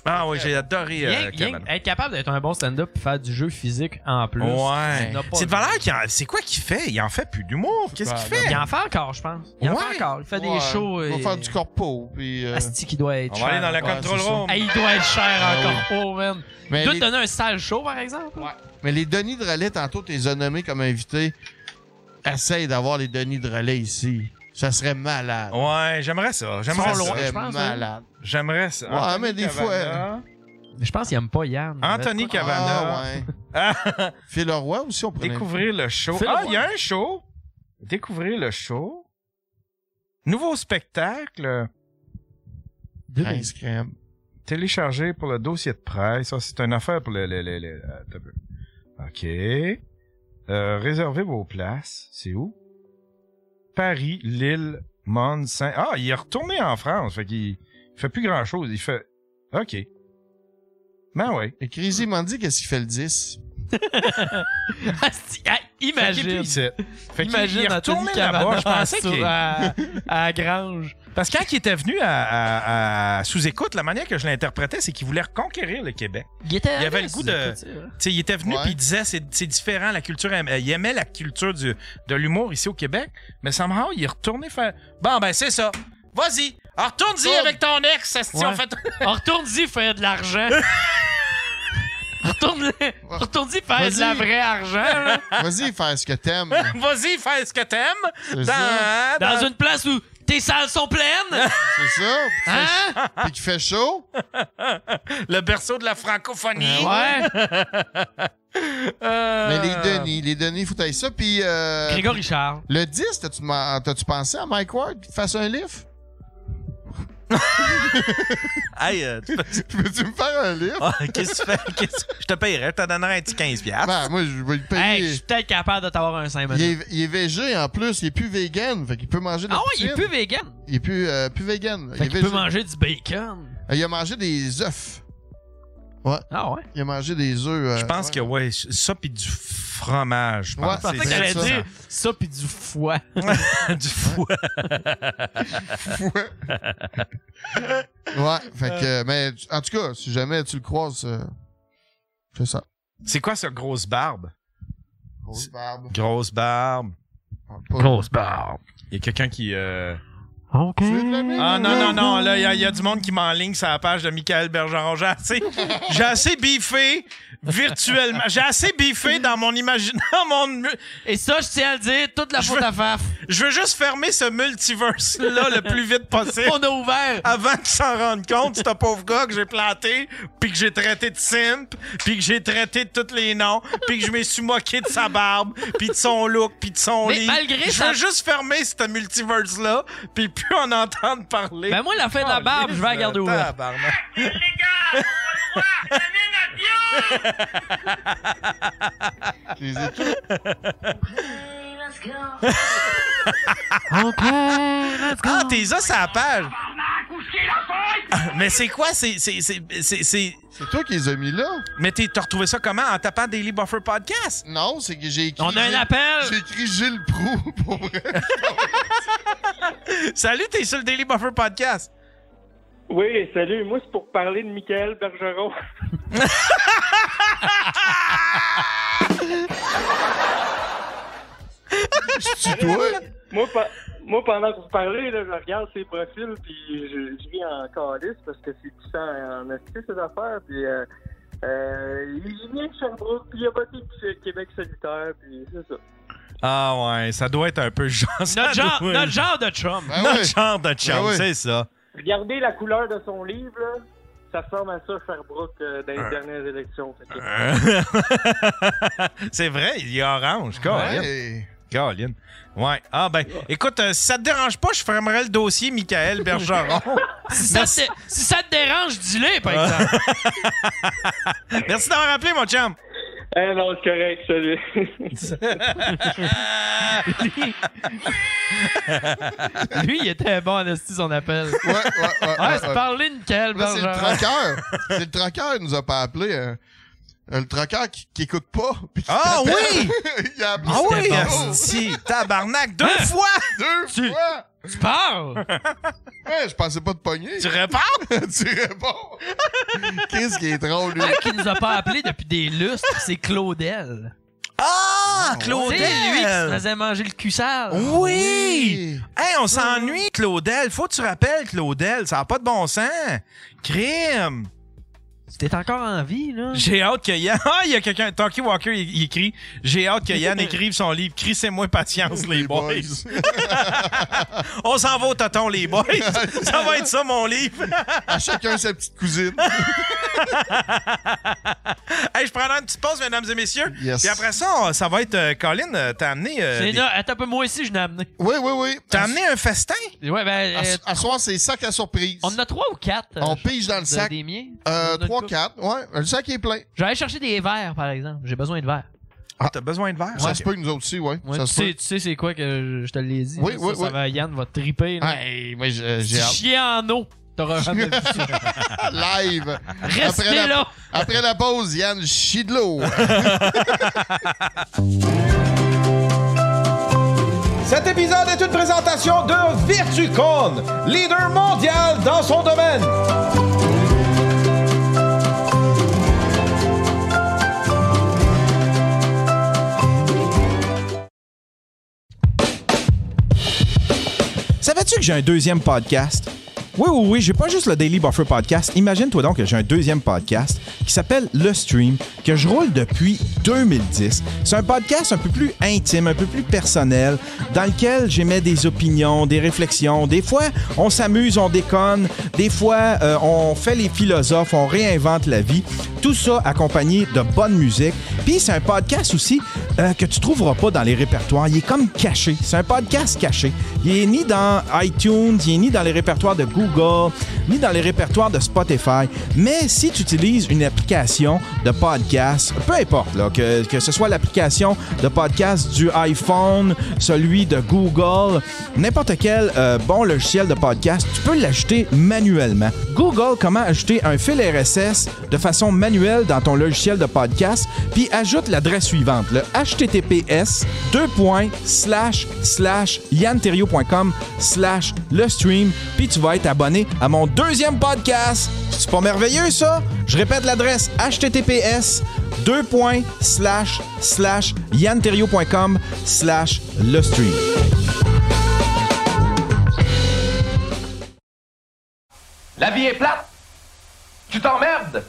Speaker 1: Ah oui, j'ai adoré euh,
Speaker 3: Rien- rien-
Speaker 1: Cabana.
Speaker 3: être capable d'être un bon stand-up et faire du jeu physique en plus.
Speaker 1: Ouais.
Speaker 3: ça n'a pas
Speaker 1: C'est de
Speaker 3: de-
Speaker 1: valeur qui en... C'est quoi qu'il fait? Il en fait plus d'humour. Qu'est-ce qu'il fait?
Speaker 3: Il en fait encore, je pense. Il en
Speaker 1: Ouais.
Speaker 3: fait encore. Il fait
Speaker 4: Ouais,
Speaker 3: des shows.
Speaker 4: Il va
Speaker 3: et-
Speaker 4: faire du corpo, puis... euh,
Speaker 3: Asti qui doit être
Speaker 1: On
Speaker 3: cher.
Speaker 1: va aller dans la
Speaker 4: Ouais,
Speaker 1: control
Speaker 4: c'est ça.
Speaker 1: room.
Speaker 3: Hey, il doit être cher
Speaker 4: Ah
Speaker 3: encore.
Speaker 4: oui.
Speaker 3: Oh, man.
Speaker 4: Mais
Speaker 3: il doit
Speaker 4: les-
Speaker 3: te donner un sale show, par exemple. Ouais.
Speaker 4: Mais les Denis de relais, tantôt, t'es nommés comme invités. Essaye d'avoir les Denis de relais ici. Ça serait malade.
Speaker 1: <laughs> Ouais, j'aimerais ça. J'aimerais
Speaker 4: Ça
Speaker 1: ça.
Speaker 4: serait
Speaker 3: je pense, hein.
Speaker 4: malade.
Speaker 1: J'aimerais ça.
Speaker 4: Ouais, mais des fois,
Speaker 3: euh,
Speaker 1: Cavana.
Speaker 3: Je pense qu'il aime pas Yann.
Speaker 1: Anthony Cavana.
Speaker 4: Ah, ouais.
Speaker 1: Ah,
Speaker 4: Phil Leroy aussi, on pourrait...
Speaker 1: Découvrir le show.
Speaker 3: Fais-le
Speaker 1: Ah,
Speaker 3: voir.
Speaker 1: il y a un show. Découvrir le show. Nouveau spectacle
Speaker 4: Prince Crème.
Speaker 1: téléchargé pour le dossier de presse. Ça, c'est une affaire pour le... le, le, le- euh, t'as vu. OK. Euh, réservez vos places. C'est où? Paris, Lille, Mons, Saint... Ah, il est retourné en France. Fait qu'il il fait plus grand-chose. Il fait... OK. Ben ouais.
Speaker 4: Et Crazy m'en dit qu'est-ce qu'il fait le 10.
Speaker 3: Asti,
Speaker 1: Fait qu'il est plus
Speaker 3: hey, imagine.
Speaker 1: ici. Fait qu'il
Speaker 3: Imagine
Speaker 1: il est
Speaker 3: Anthony
Speaker 1: retourné
Speaker 3: Cavana
Speaker 1: là-bas. Je pensais
Speaker 3: sur- euh,
Speaker 1: qu'il... <laughs>
Speaker 3: à, <laughs> à la Grange.
Speaker 1: Parce que quand il était venu à, à- à sous-écoute, la manière que je l'interprétais, c'est qu'il voulait reconquérir le Québec.
Speaker 3: Il, était
Speaker 1: Il avait
Speaker 3: allé
Speaker 1: le goût
Speaker 3: sous-
Speaker 1: de-
Speaker 3: tu sais, ouais.
Speaker 1: Tu sais, il était venu
Speaker 4: Ouais.
Speaker 1: puis il disait c'est c'est différent la culture. aim- euh, Il aimait la culture du, de l'humour ici au Québec, mais somehow il est retourné faire. Bon ben c'est ça. Vas-y, Alors, retourne-y
Speaker 4: Retourne.
Speaker 1: avec ton ex. ça se dit,
Speaker 3: Ouais.
Speaker 1: on fait-
Speaker 3: Alors, Retourne-y faire
Speaker 1: <laughs>
Speaker 3: de l'argent. Retourne-y retourne-y faire
Speaker 4: Vas-y.
Speaker 3: de la vraie argent. là.
Speaker 4: <laughs>
Speaker 3: Hein?
Speaker 4: Vas-y, faire ce que t'aimes.
Speaker 1: <laughs> Vas-y, fais ce que t'aimes.
Speaker 4: C'est ça.
Speaker 3: Dans une place où tes salles sont pleines.
Speaker 4: <laughs> C'est ça. Puis qu'il fait-
Speaker 3: Hein?
Speaker 4: Puis qu'il fait chaud.
Speaker 1: <laughs> le berceau de la <laughs> francophonie.
Speaker 3: Ouais. <laughs>
Speaker 1: Euh,
Speaker 4: Ben Mais les Denis, les Denis, il faut tailler ça. Puis euh,
Speaker 3: Grégory Charles.
Speaker 4: le 10, t'as-tu deman- t'as-tu pensé à Mike Ward qui te fasse un livre?
Speaker 1: Hey, euh, tu peux-
Speaker 4: <laughs> Peux-tu me faire un livre?
Speaker 1: Ah, qu'est-ce que tu fais? Qu'est-ce que- Je te payerais, je te donnerais un petit 15$. piastres.
Speaker 4: Ben, moi, je vais le
Speaker 3: Hey, je
Speaker 4: payer.
Speaker 3: suis peut-être capable de t'avoir un 5
Speaker 4: il,
Speaker 3: minutes.
Speaker 4: est, il est végé en plus, il est plus vegan. Fait qu'il peut manger de la
Speaker 3: Ah ouais, il est
Speaker 4: poutine.
Speaker 3: plus vegan.
Speaker 4: Il est plus, euh, plus vegan.
Speaker 3: Fait
Speaker 4: est
Speaker 3: qu'il
Speaker 4: végé.
Speaker 3: peut manger du bacon.
Speaker 4: Euh, Il a mangé des œufs. Ouais.
Speaker 3: Ah ouais?
Speaker 4: Il a mangé des œufs. euh,
Speaker 1: Je pense que, ouais, ça puis du fromage. je
Speaker 4: Ouais,
Speaker 1: pense.
Speaker 4: c'est
Speaker 1: C'est
Speaker 4: ça.
Speaker 1: ça.
Speaker 4: dire
Speaker 3: ça puis
Speaker 1: <laughs>
Speaker 3: du foie.
Speaker 1: du foie.
Speaker 4: <laughs> Ouais, fait que,
Speaker 3: Euh.
Speaker 4: mais tu- en tout cas, si jamais tu le croises, euh, fais ça.
Speaker 1: C'est quoi ça, grosse barbe?
Speaker 4: Grosse barbe.
Speaker 1: Grosse barbe.
Speaker 4: Grosse
Speaker 1: barbe. Il y a quelqu'un qui. euh,
Speaker 3: OK.
Speaker 1: Ah non, non, non, là, il y a- il y, a du monde qui m'enligne sur la page de Michael Bergeron.
Speaker 4: <laughs>
Speaker 1: J'ai assez, j'ai assez biffé virtuellement. J'ai assez biffé dans mon imaginaire, mon... mu-
Speaker 3: Et ça, je tiens à le dire, toute la
Speaker 1: Je
Speaker 3: faute
Speaker 1: veux-
Speaker 3: à Faf.
Speaker 1: Je veux juste fermer ce multiverse-là le plus vite possible.
Speaker 3: On a ouvert.
Speaker 1: Avant qu'il s'en rende compte, ce pauvre gars que j'ai planté, puis que j'ai traité de simp, puis que j'ai traité de tous les noms, puis que je me suis moqué de sa barbe, puis de son look, puis de son
Speaker 3: Mais
Speaker 1: lit.
Speaker 3: malgré
Speaker 1: je veux
Speaker 3: sa-
Speaker 1: juste fermer ce multiverse-là, puis plus en entendre parler.
Speaker 3: Ben moi, la fin de la barbe, je vais la garder ouverte.
Speaker 1: Tabarnak.
Speaker 4: Les
Speaker 3: <laughs>
Speaker 4: étoiles.
Speaker 1: Ah, t'es ça sur la page. <laughs> Mais c'est quoi? C'est c'est- c'est- c'est- c'est-
Speaker 4: C'est toi qui les as mis là?
Speaker 1: Mais t'es- t'as retrouvé ça comment? En tapant Daily Buffer Podcast?
Speaker 4: Non, c'est que j'ai écrit.
Speaker 1: On a un
Speaker 4: Gilles-
Speaker 1: appel.
Speaker 4: J'ai écrit Gilles Proux <laughs> pour vrai.
Speaker 1: <laughs> Salut, t'es sur le Daily Buffer Podcast.
Speaker 16: Oui, salut. Moi, c'est pour parler de Michael Bergeron.
Speaker 4: C'est toi?
Speaker 16: Moi, pe- moi, pendant que vous parlez, là, je regarde ses profils, puis je, je vis en calice parce que c'est hein. tout ça en astuce, ces affaires. Puis, euh, euh, il vient de Sherbrooke, puis il a bâti le Québec solitaire, puis c'est ça.
Speaker 1: <laughs> Ah ouais, ça doit être un peu genre.
Speaker 3: Notre genre, notre genre de chum.
Speaker 4: Ben
Speaker 1: Notre
Speaker 4: oui.
Speaker 1: genre de chum,
Speaker 4: Ben oui.
Speaker 1: c'est ça.
Speaker 16: Regardez la couleur de son livre, là. Ça ressemble à ça, Sherbrooke, euh, dans les dernières élections. Fait que-
Speaker 1: Euh. <laughs> Hein? c'est vrai, il est orange, Colin.
Speaker 4: Ouais.
Speaker 1: Colin. Ouais. Ah ben, écoute, euh, si ça te dérange pas, je fermerai le dossier Michael Bergeron.
Speaker 3: <laughs> Si ça, te, si ça te dérange, dis-le, par
Speaker 1: Ah.
Speaker 3: exemple.
Speaker 1: Merci d'avoir appelé, mon chum.
Speaker 16: Eh non, c'est correct, salut.
Speaker 3: Lui, il était bon en esti, son appel.
Speaker 4: Ouais, ouais, ouais. ouais,
Speaker 3: <laughs> Ouais, c'est
Speaker 4: ouais.
Speaker 3: parler de Michael
Speaker 4: Là, c'est le
Speaker 3: Bergeron. <laughs>
Speaker 4: traqueur. C'est le traqueur qui nous a pas appelé. euh, euh, le traqueur qui, qui écoute pas. puis qui
Speaker 1: Ah
Speaker 4: t'appelle.
Speaker 1: oui!
Speaker 4: <laughs> Il a appelé
Speaker 1: Ah oui!
Speaker 4: C'était bon.
Speaker 1: Asti, tabarnak, deux
Speaker 3: Hein?
Speaker 1: fois!
Speaker 4: Deux
Speaker 3: Tu-
Speaker 4: fois!
Speaker 3: Tu
Speaker 4: <laughs>
Speaker 3: parles!
Speaker 4: Ouais, je pensais pas te pogner.
Speaker 1: Tu réponds?
Speaker 4: <laughs> tu réponds. Qu'est-ce qui est drôle, lui?
Speaker 3: Un qui nous a pas appelé depuis des lustres, c'est Claudel.
Speaker 1: <laughs> Ah,
Speaker 3: C'est
Speaker 1: Claudel!
Speaker 3: lui qui se faisait manger le cul sale.
Speaker 1: Oui! Hey, on s'ennuie, Claudel. Faut que tu rappelles, Claudel. Ça n'a pas de bon sens. Crime!
Speaker 3: T'es encore en vie, là.
Speaker 1: J'ai hâte que Yann. Ah, il y a quelqu'un. Tonky Walker, il, il écrit. J'ai hâte que
Speaker 3: <laughs>
Speaker 1: Yann écrive son livre. Crissez-moi patience, les boys. <laughs> on s'en va au tonton, les <laughs> boys. ça va être ça, mon livre.
Speaker 4: À chacun sa petite cousine.
Speaker 1: hey, je prends une petite pause, mesdames et messieurs.
Speaker 4: Yes.
Speaker 1: Puis après ça, on- ça va être. euh, Colin, euh, t'as amené. euh,
Speaker 3: C'est
Speaker 1: des-
Speaker 3: là, attends un peu, moi aussi, je l'ai amené.
Speaker 4: Oui, oui, oui.
Speaker 1: T'as amené un festin?
Speaker 3: Ouais, ben,
Speaker 4: À,
Speaker 3: euh,
Speaker 4: à soir, c'est sac à surprise.
Speaker 3: on en a trois ou quatre. euh,
Speaker 4: On
Speaker 3: je-
Speaker 4: pige dans le
Speaker 3: de-
Speaker 4: sac.
Speaker 3: Des miens.
Speaker 4: Euh,
Speaker 3: On en
Speaker 4: 3,
Speaker 3: a une couple.
Speaker 4: 4. Ouais, le sac est plein.
Speaker 3: J'allais chercher des verres, par exemple. J'ai besoin de verres.
Speaker 1: Ah, t'as besoin de verre?
Speaker 4: Ça
Speaker 1: Ok.
Speaker 4: se peut, nous autres aussi, ouais.
Speaker 3: Ouais,
Speaker 4: ça
Speaker 3: tu,
Speaker 4: se peut.
Speaker 3: sais, tu sais, c'est quoi que je, je te l'ai dit.
Speaker 4: Oui,
Speaker 3: là,
Speaker 4: oui,
Speaker 3: ça, ça
Speaker 4: oui.
Speaker 3: va- Yann va triper. là.
Speaker 4: Hey, moi, je- j'ai
Speaker 3: Petit
Speaker 4: hâte.
Speaker 3: chien en eau. T'auras jamais vu
Speaker 4: <laughs>
Speaker 3: ça.
Speaker 4: Live.
Speaker 3: Restez
Speaker 4: après la,
Speaker 3: là.
Speaker 4: Après la pause, Yann chie de
Speaker 1: <laughs>
Speaker 4: l'eau.
Speaker 8: Cet épisode est une présentation de Virtucon, leader mondial dans son domaine. Savais-tu que j'ai un deuxième podcast? Oui, oui, oui, j'ai pas juste le Daily Buffer podcast. Imagine-toi donc que j'ai un deuxième podcast qui s'appelle Le Stream, que je roule depuis 2010. C'est un podcast un peu plus intime, un peu plus personnel, dans lequel j'émets des opinions, des réflexions. Des fois, on s'amuse, on déconne. Des fois, euh, on fait les philosophes, on réinvente la vie. Tout ça accompagné de bonne musique. Puis c'est un podcast aussi euh, que tu trouveras pas dans les répertoires. Il est comme caché. C'est un podcast caché. Il est ni dans iTunes, il est ni dans les répertoires de Google.
Speaker 1: ni dans les répertoires de Spotify. Mais si tu utilises une application de podcast, peu importe, là, que, que ce soit l'application de podcast du iPhone, celui de Google, n'importe quel euh, bon logiciel de podcast, tu peux l'ajouter manuellement. Google, comment ajouter un fil RSS de façon manuelle dans ton logiciel de podcast, puis ajoute l'adresse suivante, le https deux points, slash slash yanterio.com slash le stream, puis tu vas être abonné à mon deuxième podcast. C'est pas merveilleux ça? Je répète l'adresse https deux points, slash slash yanterio.com slash le stream.
Speaker 12: La vie est plate. Tu t'emmerdes.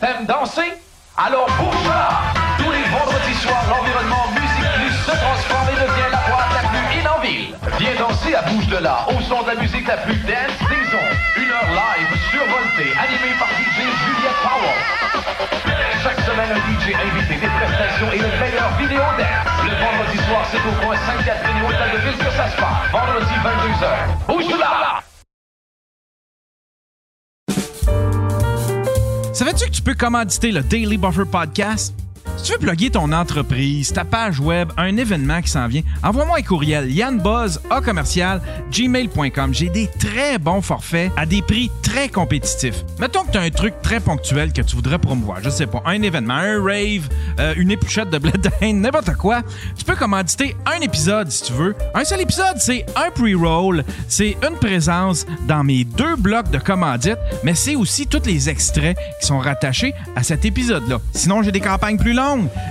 Speaker 12: T'aimes danser? Alors bouge Tous les vendredis soirs, l'environnement Musique Plus se transforme et devient la boîte la plus in en ville. Viens danser à Bouge de là, au son de la musique la plus dance des ondes. Une heure live survoltée, animée par DJ Juliette Powell. Chaque semaine, un DJ invité, des prestations et les meilleures vidéos dance. Le vendredi soir, c'est au coin 5 catherine au Hôtel de Ville que ça se passe. Vendredi 22h. Bouge de là!
Speaker 1: Savais-tu que tu peux commanditer le Daily Buffer Podcast? Si tu veux plugger ton entreprise, ta page web, un événement qui s'en vient, envoie-moi un courriel yannbuzz à commercial gmail.com. J'ai des très bons forfaits à des prix très compétitifs. Mettons que tu as un truc très ponctuel que tu voudrais promouvoir, je sais pas, un événement, un rave, euh, une épluchette de blé d'Inde, n'importe quoi. Tu peux commanditer un épisode si tu veux. Un seul épisode, c'est un pre-roll, c'est une présence dans mes deux blocs de commandite, mais c'est aussi tous les extraits qui sont rattachés à cet épisode-là. Sinon, j'ai des campagnes plus longues.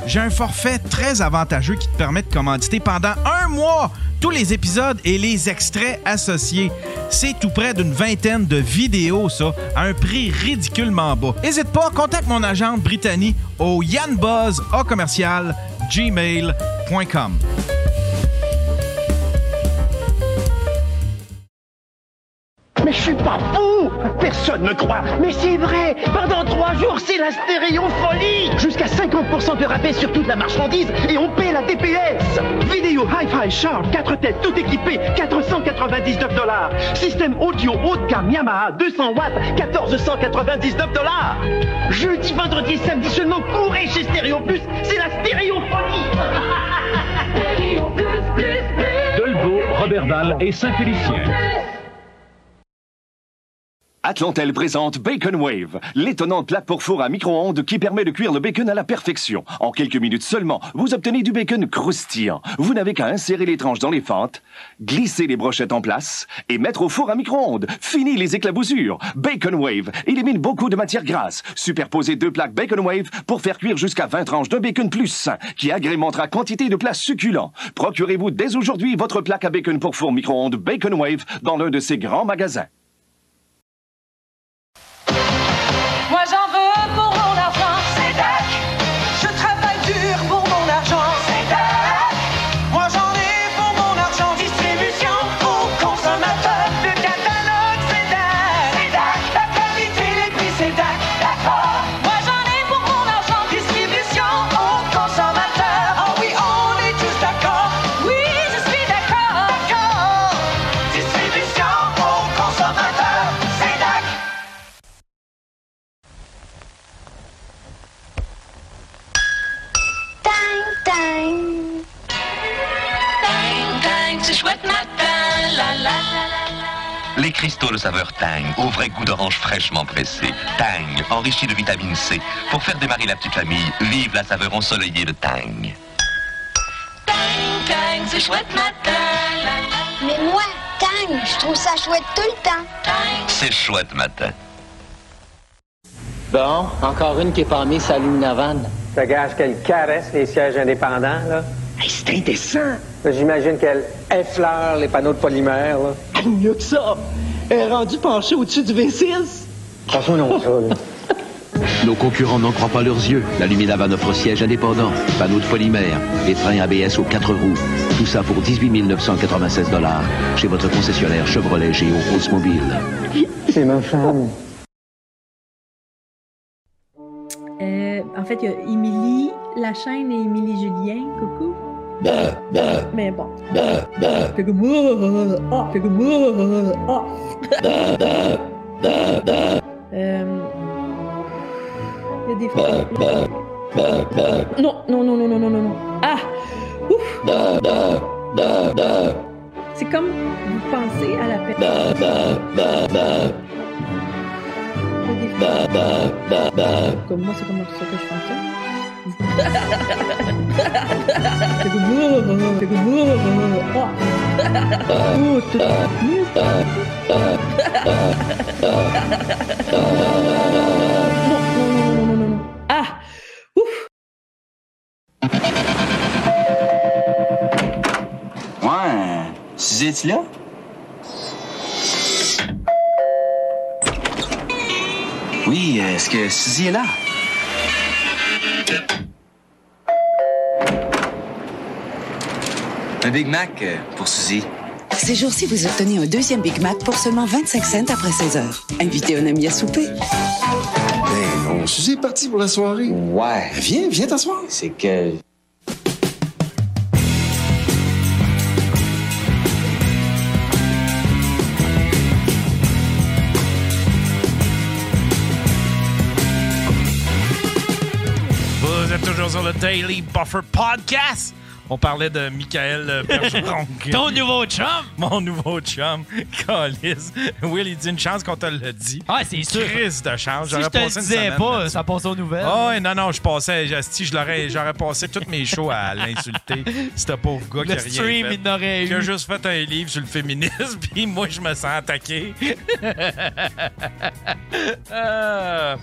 Speaker 1: J'ai un forfait très avantageux qui te permet de commanditer pendant un mois tous les épisodes et les extraits associés. C'est tout près d'une vingtaine de vidéos, ça, à un prix ridiculement bas. N'hésite pas, contacte mon agent Brittany au yanbuzz au commercial gmail.com.
Speaker 7: Mais je suis pas fou Personne ne croit Mais c'est vrai Pendant trois jours, c'est la stéréopholie Jusqu'à 50% de rabais sur toute la marchandise et on paie la TPS Vidéo Hi-Fi Sharp, 4 têtes, tout équipé, 499 dollars Système audio haut de gamme Yamaha, 200 watts, 1499 dollars Jeudi, vendredi, samedi seulement, courez chez Stéréo Plus C'est la <laughs> stéréophonie
Speaker 17: Delvaux, Robert Dahl et Saint-Félicien.
Speaker 10: Atlantel présente Bacon Wave, l'étonnante plaque pour four à micro-ondes qui permet de cuire le bacon à la perfection. En quelques minutes seulement, vous obtenez du bacon croustillant. Vous n'avez qu'à insérer les tranches dans les fentes, glisser les brochettes en place et mettre au four à micro-ondes. Fini les éclaboussures. Bacon Wave élimine beaucoup de matière grasse. Superposez deux plaques Bacon Wave pour faire cuire jusqu'à 20 tranches de bacon plus sain qui agrémentera quantité de plats succulents. Procurez-vous dès aujourd'hui votre plaque à bacon pour four micro-ondes Bacon Wave dans l'un de ses grands magasins.
Speaker 7: Moi j'en veux pour mon argent, c'est Dac. Je travaille dur pour mon argent, c'est Dac. Moi j'en ai pour mon argent, distribution pour consommateurs. Le catalogue, c'est Dac. C'est Dac. La qualité, les prix, c'est Dac. D'accord. Moi j'en ai pour mon argent, distribution pour consommateurs. Oh oui, on est tous d'accord. Oui, je suis d'accord. D'accord. Distribution pour consommateurs, c'est Dac. Tang, tang. Tang, tang, c'est chouette matin, la la la la.
Speaker 18: Les cristaux de saveur Tang, au vrai goût d'orange fraîchement pressé. Tang, enrichi de vitamine C. Pour faire démarrer la petite famille, vive la saveur ensoleillée de Tang.
Speaker 7: Tang, tang, c'est chouette matin, la la.
Speaker 19: Mais moi, Tang, je trouve ça chouette tout le temps.
Speaker 18: C'est chouette matin.
Speaker 2: Bon, encore une qui est pas mise à l'Unavan. Ça gage qu'elle caresse les sièges indépendants, là. c'est indécent! J'imagine qu'elle effleure les panneaux de polymère, là.
Speaker 7: Mieux que ça, elle est rendue penchée au-dessus du V6.
Speaker 17: Façon, non,
Speaker 20: Nos concurrents n'en croient pas leurs yeux. L'Aluminavan offre siège indépendant, panneaux de polymère, des trains ABS aux quatre roues. Tout ça pour 18 996 dollars chez votre concessionnaire Chevrolet Géo Oldsmobile.
Speaker 2: C'est ma femme.
Speaker 3: Euh, en fait, il y a Émilie Lachaine et Émilie Julien. Coucou. Mais bon. Fait que moi, ah, fait que moi, ah.
Speaker 21: Euh, Il y a des fois. Non, non, non, non, non, non, non, non. Ah! Ouf! C'est comme vous pensez à la
Speaker 7: <laughs>
Speaker 21: personne. Il y a des fois- Comme moi, c'est comme ça que je fonctionne. C'est que vous- c'est que vous- Ah! Oh, tout- Ah!
Speaker 6: Ouais, Suzette là? Oui, euh, est-ce que Suzy est là? Un Big Mac euh, pour Suzy.
Speaker 9: Ces jours-ci, vous obtenez un deuxième Big Mac pour seulement 25 cents après 16 heures. Invitez un ami à souper.
Speaker 6: Ben non, Suzy est partie pour la soirée. Ouais. Viens, viens t'asseoir. C'est que...
Speaker 1: Vous êtes toujours sur le Daily Buffer Podcast. On parlait de Michael euh, Bergeron.
Speaker 3: Ton
Speaker 1: nouveau chum? Mon nouveau chum, <laughs> Colis. Will, il dit une chance qu'on te l'a dit.
Speaker 3: Ah, c'est sûr.
Speaker 1: Crise de chance.
Speaker 3: Si je te le disais pas, ça passait aux nouvelles.
Speaker 1: Ah ouais, non, non, je passais. je- Si je l'aurais, j'aurais passé toutes mes shows à
Speaker 3: <laughs>
Speaker 1: l'insulter. C'était pauvre gars qui a
Speaker 3: Le
Speaker 1: rien
Speaker 3: stream,
Speaker 1: fait.
Speaker 3: il n'aurait
Speaker 1: Qui a
Speaker 3: eu.
Speaker 1: juste fait un livre sur le féminisme, <laughs> puis moi, je me sens attaqué. Euh,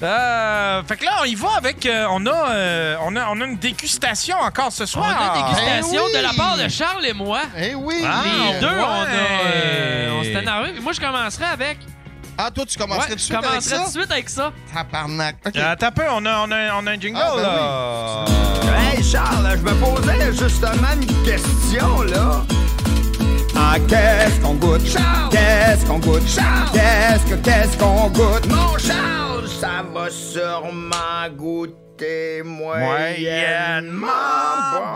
Speaker 1: euh, fait que là, on y va avec. euh, on, a, euh, on, a, on a une dégustation encore ce soir. Ah, ben
Speaker 3: On a dégustation de la part de Charles et moi.
Speaker 4: Eh oui!
Speaker 3: Les deux, on a.
Speaker 1: ouais.
Speaker 3: euh, on s'est énervé. Moi, je commencerai avec.
Speaker 4: Ah, toi, tu
Speaker 1: commencerais tout de suite avec ça?
Speaker 3: tout de suite avec ça.
Speaker 4: Tabarnak.
Speaker 1: Euh, Attends un peu, on a, on a, on a un jingle,
Speaker 4: Ah, ben
Speaker 1: là.
Speaker 11: Hey Charles, je me posais justement une question là. Ah qu'est-ce qu'on goûte Charles Qu'est-ce qu'on goûte Charles Qu'est-ce que qu'est-ce qu'on goûte Mon Charles, Oh, ça va sûrement goûter moyennement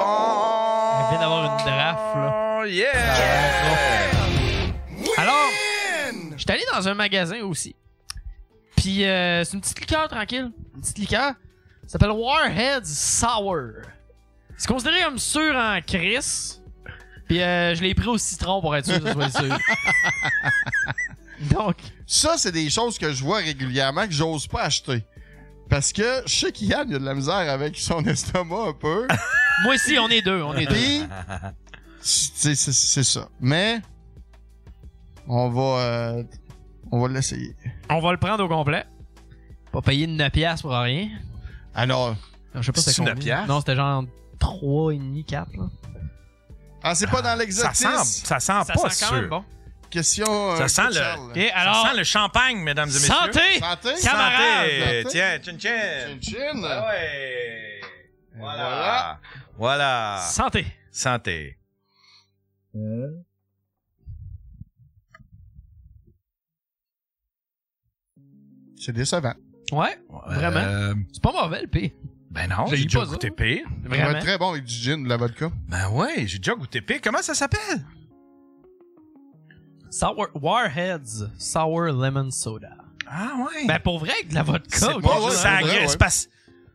Speaker 3: On vient d'avoir une draft, là.
Speaker 1: Oh, yeah!
Speaker 3: Alors, je allé dans un magasin aussi. Puis, euh, c'est une petite liqueur tranquille. Une petite liqueur. Ça s'appelle Warheads Sour. C'est considéré comme sûr en Chris. Puis, euh, je l'ai pris au citron pour être sûr que ce
Speaker 4: <laughs>
Speaker 3: soit
Speaker 11: <laughs>
Speaker 3: sûr. Donc.
Speaker 4: Ça, c'est des choses que je vois régulièrement que j'ose pas acheter. Parce que je sais qu'Yann, il a de la misère avec son <laughs> estomac un peu.
Speaker 3: Moi aussi, on est deux. On est
Speaker 4: Puis,
Speaker 3: deux.
Speaker 4: c'est c'est- c'est ça. Mais, on va, euh, on va l'essayer.
Speaker 3: On va le prendre au complet. Pas payer 9 piastres pour rien.
Speaker 4: Ah non.
Speaker 3: Je sais pas c'était
Speaker 4: C'est-tu
Speaker 3: combien.
Speaker 4: 9 piastres?
Speaker 3: Non, c'était genre 3,5, 4. Là.
Speaker 4: Ah, c'est pas dans l'exotisme.
Speaker 1: Ça sent- ça sent Ça pas sent quand sûr. même bon.
Speaker 4: Question. euh,
Speaker 1: Ça sent,
Speaker 4: Charles.
Speaker 1: le, ça sent le champagne, mesdames et messieurs.
Speaker 4: Santé! Santé!
Speaker 1: Camarades!
Speaker 4: Santé!
Speaker 1: Tiens, chin chin!
Speaker 4: Chin-chin.
Speaker 1: Ah ouais! Voilà. Voilà.
Speaker 3: Santé!
Speaker 1: Santé. Euh,
Speaker 4: C'est décevant.
Speaker 3: Ouais, vraiment.
Speaker 1: Euh,
Speaker 3: C'est pas mauvais le P.
Speaker 1: Ben non,
Speaker 4: J'ai
Speaker 1: j'ai
Speaker 4: eu
Speaker 1: déjà
Speaker 4: pas ça.
Speaker 1: goûté pire.
Speaker 4: Vraiment. Très bon avec du gin, de la vodka.
Speaker 1: Ben ouais, j'ai déjà goûté pire. Comment ça s'appelle?
Speaker 3: Sour Warheads Sour Lemon Soda.
Speaker 1: Ah ouais.
Speaker 3: Ben pour vrai, avec de la vodka.
Speaker 1: C'est
Speaker 3: ok,
Speaker 1: pas-
Speaker 3: ouais,
Speaker 1: ça
Speaker 3: ouais,
Speaker 1: agresse
Speaker 3: ouais.
Speaker 1: pas.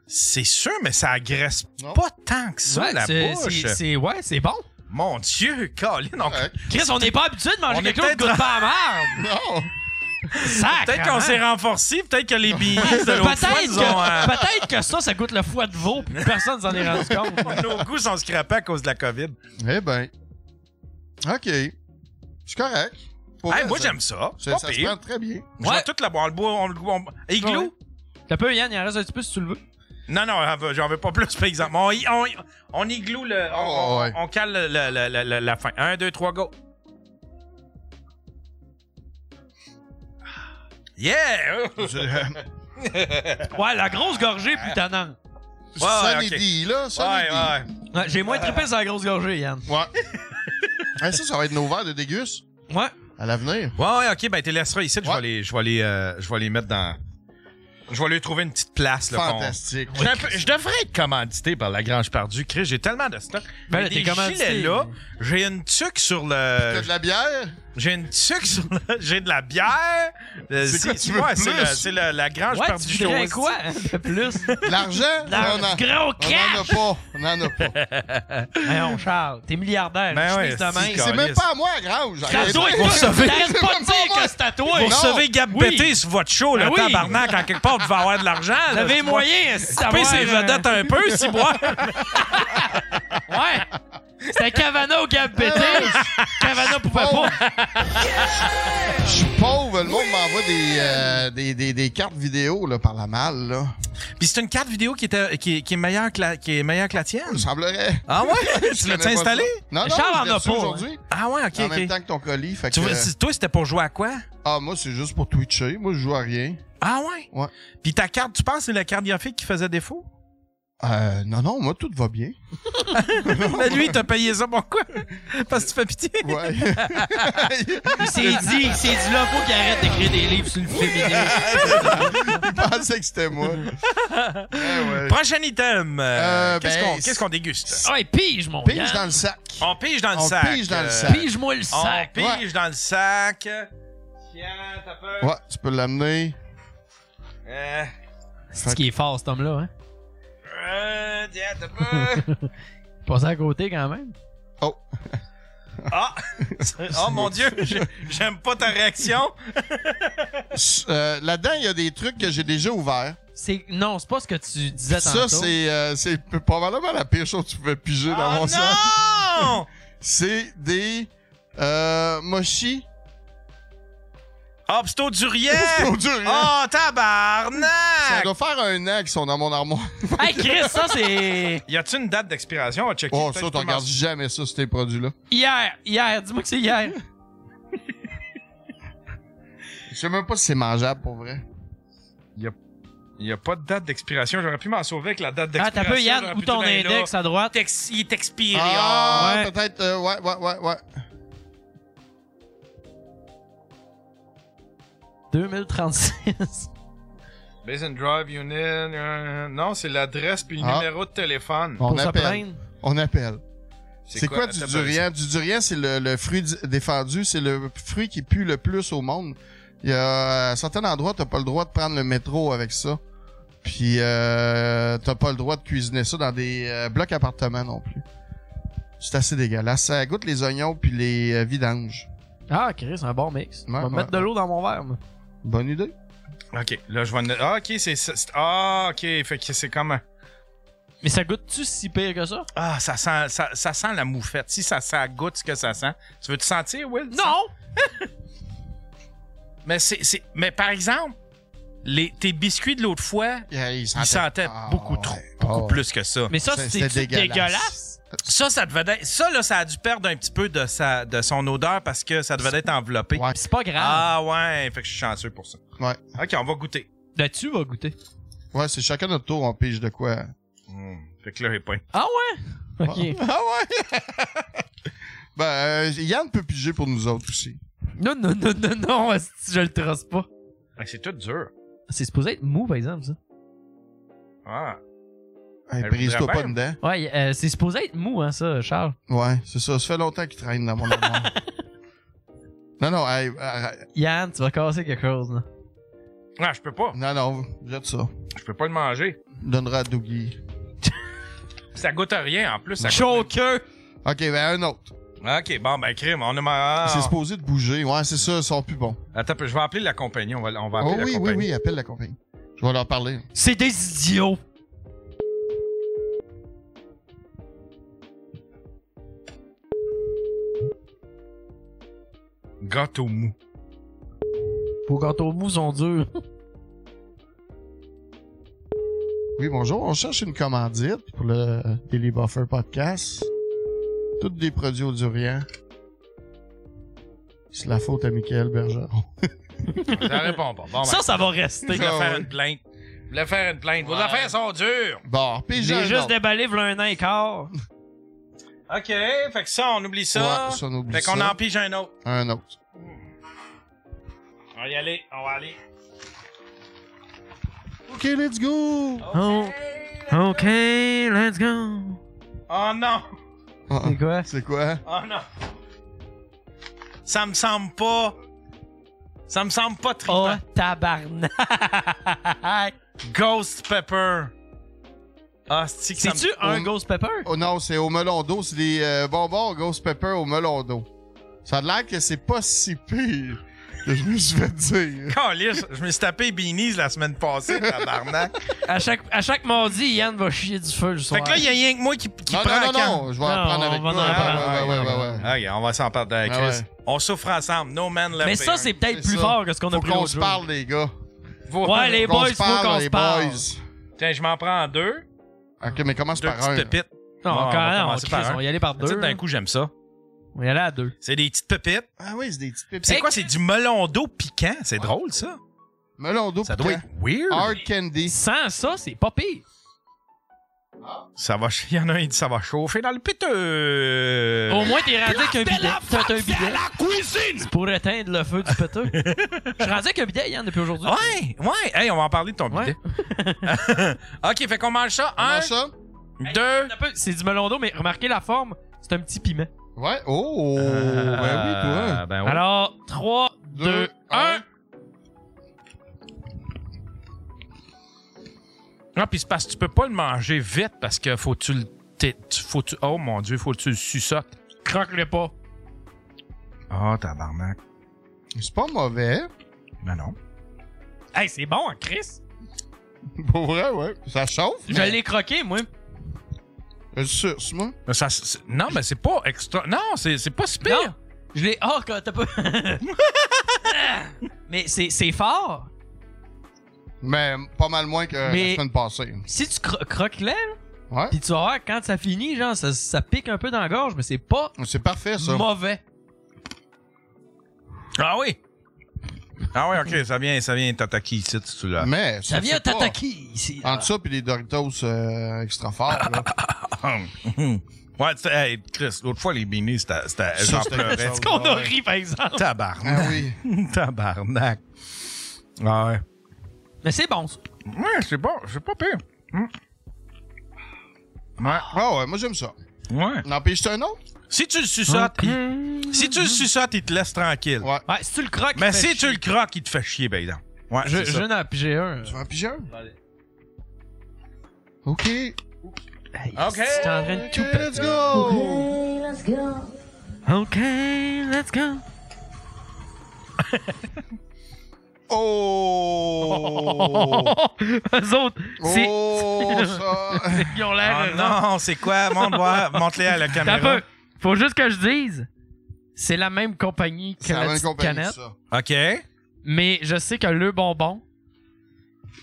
Speaker 1: C'est sûr, mais ça agresse pas tant que ça
Speaker 3: Ouais,
Speaker 1: la
Speaker 3: c'est-
Speaker 1: bouche.
Speaker 3: c'est- c'est- ouais, c'est bon.
Speaker 1: Mon Dieu, Colin. on-
Speaker 3: Chris, on n'est pas habitué de manger
Speaker 1: On est
Speaker 3: quelque chose qui
Speaker 1: peut-être-
Speaker 3: goûte pas
Speaker 1: <laughs>
Speaker 3: à merde.
Speaker 4: Non.
Speaker 1: Peut-être qu'on s'est renforcé, peut-être que les billets de l'autre fois
Speaker 3: Peut-être
Speaker 1: nous ont, euh,
Speaker 3: que, peut-être que ça, ça goûte le foie de veau,
Speaker 1: <laughs>
Speaker 3: puis personne s'en est rendu compte.
Speaker 1: Nos goûts sont scrapés à cause de la COVID.
Speaker 4: Eh ben. OK. C'est correct. Pour
Speaker 1: Hey,
Speaker 4: vrai,
Speaker 1: moi, j'aime ça.
Speaker 4: Ça,
Speaker 1: Pas
Speaker 4: ça se
Speaker 1: pire.
Speaker 4: prend très bien.
Speaker 1: Je vais toute la boire. On le boit. On le boit. on- Igloo?
Speaker 3: Ouais. T'as peu, Yann, il en reste un petit peu si tu le veux.
Speaker 1: Non, non, euh, j'en veux pas plus, par exemple. On, y- on, y- on igloo le. On, on- on cale le- le- le- le- le- la fin. Un, deux, trois, go. <laughs> Yeah!
Speaker 3: <laughs> Ouais, la grosse gorgée, puis t'en as.
Speaker 4: Ça les dit, là, ça les dit.
Speaker 3: Ouais, J'ai moins trippé sur la grosse gorgée, Yann.
Speaker 4: Ouais. <laughs> Hey, ça, ça va être nos verres de dégus.
Speaker 3: Ouais.
Speaker 4: À l'avenir.
Speaker 1: Ouais, ouais, ok, ben, tu les laisseras ici. Je vais les, je vais les, euh, je vais les mettre dans. Je vais lui trouver une petite place. Là, qu'on-
Speaker 4: Fantastique.
Speaker 1: Je, devrais- je devrais être commandité par la Grange Pardue. Chris, j'ai tellement de stock.
Speaker 3: Ben là,
Speaker 1: J'ai
Speaker 3: t'es
Speaker 1: des
Speaker 3: commandité.
Speaker 1: gilets là. J'ai une tuque sur le.
Speaker 4: T'as de la bière?
Speaker 1: J'ai une sucre sur le- J'ai de la bière. Euh,
Speaker 4: C'est quoi tu veux
Speaker 1: ouais,
Speaker 4: de
Speaker 1: c'est
Speaker 4: plus?
Speaker 1: le- c'est la, la grange
Speaker 4: Ouais,
Speaker 1: perdue
Speaker 4: tu voudrais
Speaker 1: chaud.
Speaker 4: quoi, hein,
Speaker 3: de plus?
Speaker 4: <laughs>
Speaker 3: <laughs>
Speaker 4: L'argent?
Speaker 1: Dans
Speaker 4: on en-
Speaker 1: le gros cash!
Speaker 4: On en a pas. On en a pas.
Speaker 3: <laughs> Voyons, Charles, t'es milliardaire.
Speaker 1: Ben
Speaker 3: tu
Speaker 1: ouais,
Speaker 3: finis de
Speaker 1: c'est
Speaker 3: même.
Speaker 4: C'est même pas à moi, Grange. <laughs>
Speaker 3: Rassure-toi,
Speaker 1: Vous recevez-
Speaker 3: t'arrêtes pas de dire que c'est à toi.
Speaker 1: Vous recevez Gab
Speaker 3: Oui.
Speaker 1: Bété sur votre show, le
Speaker 3: Ben oui.
Speaker 1: tabarnak, en quelque part, vous devez avoir de l'argent. là,
Speaker 3: Vous avez
Speaker 1: c'est
Speaker 3: moyen,
Speaker 1: <laughs> pas-
Speaker 3: si
Speaker 1: Coupez ses
Speaker 3: savoir, euh,
Speaker 1: vedettes un peu, si
Speaker 3: <laughs>
Speaker 1: moi.
Speaker 3: C'était Cavana au Gab Pété.
Speaker 4: <laughs>
Speaker 3: Cavana pouvait
Speaker 4: Pauvre.
Speaker 3: pas.
Speaker 4: Je suis pauvre. Le monde m'envoie des, euh, des, des, des cartes <laughs> vidéo là, par la malle. Là.
Speaker 1: Puis c'est une carte vidéo qui, était, qui, est- qui est meilleure que la, qui est meilleure que la tienne. Il
Speaker 4: semblerait. <laughs>
Speaker 1: Ah ouais?
Speaker 4: Je
Speaker 1: tu
Speaker 4: connais
Speaker 1: l'as
Speaker 4: pas
Speaker 1: installé?
Speaker 4: ça. Non, non, je l'ai reçu aujourd'hui.
Speaker 1: Ah ouais, ok,
Speaker 4: en
Speaker 1: ok.
Speaker 4: même temps que ton colis. Fait
Speaker 1: Tu
Speaker 4: que-
Speaker 1: vois, c'est- toi, c'était pour jouer à quoi?
Speaker 4: Ah, moi, c'est juste pour Twitcher. Moi, je joue à rien.
Speaker 1: Ah ouais?
Speaker 4: Ouais.
Speaker 1: Puis ta carte, tu penses, c'est la carte graphique qui
Speaker 4: <laughs>
Speaker 1: faisait défaut?
Speaker 4: Euh, non, non, moi, tout va bien.
Speaker 1: Mais lui, il t'a payé ça pourquoi? Parce que tu fais pitié.
Speaker 4: Ouais.
Speaker 3: Il s'est dit, il s'est dit là, faut qu'il arrête d'écrire des livres sur le féminisme.
Speaker 4: <laughs> Il pensait que c'était moi. Ah
Speaker 1: Prochain item. euh,
Speaker 4: Euh,
Speaker 1: Qu'est-ce
Speaker 4: ben,
Speaker 1: qu'on
Speaker 4: c'est-
Speaker 1: qu'est-ce qu'on déguste?
Speaker 3: Ah Ouais, pige, mon
Speaker 4: Pige
Speaker 3: gars.
Speaker 4: dans le sac.
Speaker 1: On pige dans le
Speaker 4: on
Speaker 1: sac.
Speaker 4: pige dans le
Speaker 1: euh,
Speaker 4: sac.
Speaker 3: Pige-moi le sac.
Speaker 1: On pige dans le sac.
Speaker 4: Ouais, tu peux l'amener.
Speaker 1: Euh,
Speaker 3: C'est ce qui est fort, cet homme-là, hein?
Speaker 1: euh, tiens, t'as pas-
Speaker 3: <laughs> Passé à côté quand même.
Speaker 1: <laughs> Ah! Oh mon dieu, j'ai- j'aime pas ta réaction.
Speaker 4: S- euh, Là-dedans, il y a des trucs que j'ai déjà ouverts.
Speaker 3: C'est... Non, c'est pas ce que tu disais
Speaker 4: Ça,
Speaker 3: tantôt.
Speaker 4: c'est euh, c'est p- probablement la pire chose que tu pouvais piger dans mon sac.
Speaker 1: Oh Non!
Speaker 4: <laughs> C'est des euh, mochis.
Speaker 1: Obsto
Speaker 4: <laughs>
Speaker 1: Durien!
Speaker 4: Obsto-Durien.
Speaker 1: Oh, tabarnak!
Speaker 4: Ça doit faire un an qu'ils sont dans mon armoire.
Speaker 3: Hey, Chris, ça, c'est...
Speaker 1: Y a-tu une date d'expiration? On va checker.
Speaker 4: Oh, ça,
Speaker 1: Peut-être que
Speaker 4: tu regardes
Speaker 1: Thomas-
Speaker 4: jamais ça, ces produits-là.
Speaker 3: Hier, hier, dis-moi que c'est hier.
Speaker 4: Je sais même pas si c'est mangeable pour vrai.
Speaker 1: Y a pas de date d'expiration. J'aurais pu m'en sauver avec la date
Speaker 3: Ah, t'as
Speaker 1: d'expiration.
Speaker 3: peu, Yann,
Speaker 1: J'aurais
Speaker 3: où
Speaker 1: pu
Speaker 3: ton
Speaker 1: dire, ben là,
Speaker 3: index à droite?
Speaker 1: t'ex- Il est expiré.
Speaker 4: Ah,
Speaker 1: Ah,
Speaker 4: peut-être, euh, ouais, ouais, ouais, ouais.
Speaker 3: 2036.
Speaker 1: Base and Drive Union. euh, non, c'est l'adresse puis le
Speaker 4: Ah.
Speaker 1: numéro de téléphone.
Speaker 4: On
Speaker 3: Pour se
Speaker 4: appelle.
Speaker 3: plaindre.
Speaker 4: On appelle.
Speaker 1: C'est
Speaker 4: C'est
Speaker 1: quoi,
Speaker 4: quoi, du
Speaker 1: attends,
Speaker 4: durian? Du durian, c'est le, le fruit di- défendu. C'est le fruit qui pue le plus au monde. Il y a, à certains endroits, t'as pas le droit de prendre le métro avec ça. Puis, euh, t'as pas le droit de cuisiner ça dans des euh, blocs appartements non plus. C'est assez dégueulasse. Ça goûte les oignons puis les euh, vidanges.
Speaker 3: Ah, Chris, un bon mix. On
Speaker 4: Ouais,
Speaker 3: va
Speaker 4: ouais,
Speaker 3: mettre de l'eau dans mon verre, moi.
Speaker 4: Bonne idée.
Speaker 1: Ok, là, je vais. en- Ah, ok, c'est. c'est- Ah, ok, fait que c'est comme. un-
Speaker 3: Mais ça goûte-tu si pire que ça?
Speaker 1: Ah, ça sent, ça, ça sent la moufette. Si ça, ça goûte ce que ça sent. Tu veux te sentir, Will?
Speaker 3: Non!
Speaker 1: <laughs> Mais, c'est, c'est- mais par exemple, les, tes biscuits de l'autre fois,
Speaker 4: Ils
Speaker 1: ils sentaient beaucoup
Speaker 3: Ah,
Speaker 1: trop, beaucoup plus que ça.
Speaker 3: Mais ça,
Speaker 4: Ça,
Speaker 3: c'est
Speaker 4: c'était dégueulasse.
Speaker 3: dégueulasse.
Speaker 1: Ça, ça devait être- ça, là, ça a dû perdre un petit peu de, sa, de son odeur parce que ça devait être enveloppé.
Speaker 4: Ouais.
Speaker 3: C'est pas grave.
Speaker 1: Ah ouais, fait que je suis chanceux pour ça.
Speaker 4: Ouais.
Speaker 1: Ok, on va goûter.
Speaker 3: Là-dessus, va goûter.
Speaker 4: Ouais, c'est chacun notre tour, on pige de quoi.
Speaker 1: Hmm, Fait que là, j'ai pas.
Speaker 3: Ah ouais? <laughs> Ok.
Speaker 4: Ah ouais! <laughs> ben, euh, Yann peut piger pour nous autres aussi.
Speaker 3: Non, <laughs> non, non, non, non, esti, je le trace pas.
Speaker 1: Ah, C'est tout dur.
Speaker 3: C'est supposé être mou, par exemple, ça.
Speaker 1: Ah.
Speaker 4: Hey,
Speaker 1: Elle
Speaker 4: Brise-toi
Speaker 1: voudrait
Speaker 4: pas
Speaker 1: bien.
Speaker 4: dedans.
Speaker 3: Ouais, euh, c'est supposé être mou, hein, ça, Charles.
Speaker 4: Ouais, c'est ça. Ça fait longtemps qu'il traîne dans mon
Speaker 3: <laughs>
Speaker 4: armoire. non, non, hey, euh, arrête.
Speaker 3: Yann, tu vas casser quelque chose, là.
Speaker 1: Ah, je peux pas.
Speaker 4: non, non, jette ça.
Speaker 1: Je peux pas le manger.
Speaker 4: Donnera à Dougie.
Speaker 1: Ça goûte à rien en plus. Ça goûte-
Speaker 3: Choker!
Speaker 4: Ok, ben un autre.
Speaker 1: Ok, bon, ben, crime, on a marre.
Speaker 4: C'est supposé de bouger. Ouais, c'est ça, ils sont plus bons.
Speaker 1: Attends, un peu, je vais appeler la compagnie. On va, on va
Speaker 4: Oh
Speaker 1: appeler la
Speaker 4: oui, oui,
Speaker 1: compagnie.
Speaker 4: oui, appelle la compagnie. Je vais leur parler.
Speaker 3: C'est des idiots!
Speaker 1: Gâteau
Speaker 3: <laughs>
Speaker 1: mou.
Speaker 3: Vos gâteaux mous sont durs.
Speaker 4: Oui, bonjour. On cherche une commandite pour le Daily Buffer Podcast. Toutes des produits au durian. C'est la faute à Michael Bergeron. <laughs>
Speaker 1: Ça répond pas. Bon, ben,
Speaker 3: Ça, ça va rester.
Speaker 1: je voulais
Speaker 4: Ah
Speaker 1: faire
Speaker 4: ouais.
Speaker 1: une plainte. Je voulais faire une plainte. Vos affaires sont dures.
Speaker 4: Bon, pige un
Speaker 3: Ah, J'ai juste
Speaker 4: autre.
Speaker 3: déballé v'là un an et <laughs> quart.
Speaker 1: OK, fait que ça, on oublie ça.
Speaker 4: Ouais, ça, on oublie
Speaker 1: fait qu'on
Speaker 4: ça.
Speaker 1: en pige un autre.
Speaker 4: Un autre.
Speaker 1: On va y aller, on va aller.
Speaker 4: Ok, let's go!
Speaker 3: Oh. Ok, let's go.
Speaker 1: Oh non!
Speaker 4: Ah,
Speaker 3: C'est quoi?
Speaker 4: C'est quoi?
Speaker 1: Oh non! Oh, ça me semble pas. Ça me semble pas trippant. Oh, tabarnak! Ghost Pepper. Ah, c'est que ça me-
Speaker 4: Ghost Pepper? Oh non, c'est au melon d'eau. C'est des euh, bonbons Ghost Pepper au melon d'eau. Ça a l'air que c'est pas si pire que je me suis fait dire.
Speaker 1: Calisse, je me suis tapé Beanies la semaine passée, tabarnak.
Speaker 3: À chaque, à chaque mardi, Yann va chier du feu le soir.
Speaker 1: Fait que là, il y a rien que moi qui, qui
Speaker 3: Non,
Speaker 1: prend
Speaker 3: non,
Speaker 1: la
Speaker 3: non,
Speaker 1: canne.
Speaker 3: non, je vais en Non, prendre avec on va toi. en Ouais, prendre. ouais, ouais, ouais,
Speaker 1: Ok, on va s'en parler avec
Speaker 4: Ah
Speaker 1: Chris.
Speaker 4: ouais.
Speaker 1: On souffre ensemble. No man left
Speaker 3: Mais ça,
Speaker 1: behind.
Speaker 3: c'est peut-être plus fort que ce qu'on a
Speaker 4: Faut
Speaker 3: pris
Speaker 4: qu'on
Speaker 3: l'autre
Speaker 4: se
Speaker 3: jour.
Speaker 4: parle, les gars.
Speaker 1: Faut-
Speaker 3: Ouais, les
Speaker 1: qu'on
Speaker 3: boys,
Speaker 1: se
Speaker 3: faut
Speaker 1: parle,
Speaker 3: qu'on
Speaker 1: les
Speaker 3: se parle.
Speaker 1: boys. Tiens, je m'en prends en deux.
Speaker 4: Ok, mais commence
Speaker 1: deux
Speaker 4: par
Speaker 1: petites
Speaker 4: un.
Speaker 3: Ah,
Speaker 1: Pépites.
Speaker 4: Non,
Speaker 1: Bon,
Speaker 4: quand
Speaker 1: va
Speaker 4: même, on
Speaker 1: commencer
Speaker 4: crisse,
Speaker 1: un.
Speaker 4: on va y aller par
Speaker 1: Tu sais,
Speaker 4: deux,
Speaker 1: D'un
Speaker 4: là.
Speaker 1: coup, j'aime ça.
Speaker 3: On y aller à deux.
Speaker 1: C'est des petites pépites.
Speaker 4: Ah oui, c'est des petites pépites.
Speaker 1: C'est quoi? C'est du melon d'eau piquant. C'est drôle, ça.
Speaker 4: Melon d'eau
Speaker 1: Ça doit être weird.
Speaker 4: Hard candy.
Speaker 3: Sans ça, c'est pas pire.
Speaker 1: Ça va, il y en a un qui dit ça va chauffer dans le piteux.
Speaker 3: Au moins, t'es rendu avec un bidet. T'as un bidet. C'est pour éteindre le feu
Speaker 1: <laughs>
Speaker 3: du péteux. Je suis rendu avec un bidet, Yann, depuis aujourd'hui.
Speaker 1: Ouais, ouais. Hey, on va en parler de ton bidet. <laughs> ok, fait qu'on mange ça. un, deux.
Speaker 3: C'est du melon d'eau, mais remarquez la forme. C'est un petit piment.
Speaker 4: Ouais. Oh, ben oui, toi.
Speaker 1: Ben
Speaker 3: Alors, 3, 2, 1.
Speaker 1: Non, puis c'est parce que tu peux pas le manger vite parce que faut que tu le. t'es- tu- Faut que tu, oh mon dieu, faut que tu le suçotes.
Speaker 3: Croque-le pas.
Speaker 1: Ah, tabarnak.
Speaker 4: C'est pas mauvais.
Speaker 1: Ben non.
Speaker 3: Hey, c'est bon, hein, Chris?
Speaker 4: <laughs> Pour vrai, ouais. Ça chauffe.
Speaker 3: Je l'ai croqué, moi.
Speaker 4: Je suce, moi.
Speaker 1: Mais ça, c'est- non, mais c'est pas extra. Non, c'est c'est pas si pire.
Speaker 3: Je l'ai. Oh, quand
Speaker 1: <laughs>
Speaker 3: t'as pas. <laughs> mais c'est c'est fort.
Speaker 4: Mais euh, pas mal moins que la
Speaker 3: Mais-
Speaker 4: semaine passée.
Speaker 3: Si tu cro- croques là,
Speaker 4: ouais.
Speaker 3: pis tu vas voir quand ça finit, genre, ça, ça pique un peu dans la gorge, mais c'est pas
Speaker 4: C'est parfait, ça.
Speaker 3: mauvais.
Speaker 1: Ah oui. Ah oui, ok, ça vient, ça vient t'attaquer ici, si tu l'as.
Speaker 4: Mais
Speaker 3: Ça vient
Speaker 4: c'est pas-
Speaker 3: t'attaquer ici.
Speaker 4: Entre ça puis les Doritos euh, extra forts, là.
Speaker 1: <laughs> ouais, tu sais, hey, Chris, l'autre fois, les beanies, c'était. c'était-
Speaker 4: Ça,
Speaker 1: J'en
Speaker 4: c'était
Speaker 1: pleurais. <laughs>
Speaker 4: quelque chose, Qu'on a ouais.
Speaker 3: ri, par exemple.
Speaker 1: Tabarnak.
Speaker 4: Ah oui.
Speaker 1: <laughs> Tabarnak. Ouais.
Speaker 3: Mais c'est bon, ça.
Speaker 1: Ouais, c'est bon, c'est pas pire. Ouais.
Speaker 4: Ah ouais, moi j'aime ça.
Speaker 1: Ouais.
Speaker 4: N'empêche-tu un autre?
Speaker 1: Si tu le suçotes, il- si tu le suçotes, il te laisse tranquille.
Speaker 4: Ouais.
Speaker 3: si tu le croques,
Speaker 1: Mais
Speaker 3: il te fait
Speaker 1: si tu le croques, il te fait chier, ben non. Ouais,
Speaker 3: Je,
Speaker 1: c'est
Speaker 3: je
Speaker 1: ça.
Speaker 3: n'en pigé un.
Speaker 4: Tu vas en piger un? OK. OK.
Speaker 1: Ok.
Speaker 3: T'es en train de tout péter.
Speaker 14: let's
Speaker 4: Let's go!
Speaker 14: go.
Speaker 3: OK, let's go.
Speaker 4: Oh!
Speaker 3: <laughs> Eux autres, c'est...
Speaker 4: Oh,
Speaker 3: <laughs>
Speaker 4: ça!
Speaker 3: Ils ont l'air...
Speaker 1: Oh non, c'est quoi? Montre-moi, montre-les à la
Speaker 3: T'as un
Speaker 1: caméra.
Speaker 3: peu. Faut juste que je dise, c'est la même compagnie que
Speaker 4: C'est
Speaker 3: la,
Speaker 4: la même
Speaker 3: petite
Speaker 4: compagnie,
Speaker 3: canette,
Speaker 4: ça.
Speaker 1: Ok.
Speaker 3: mais je sais que le bonbon,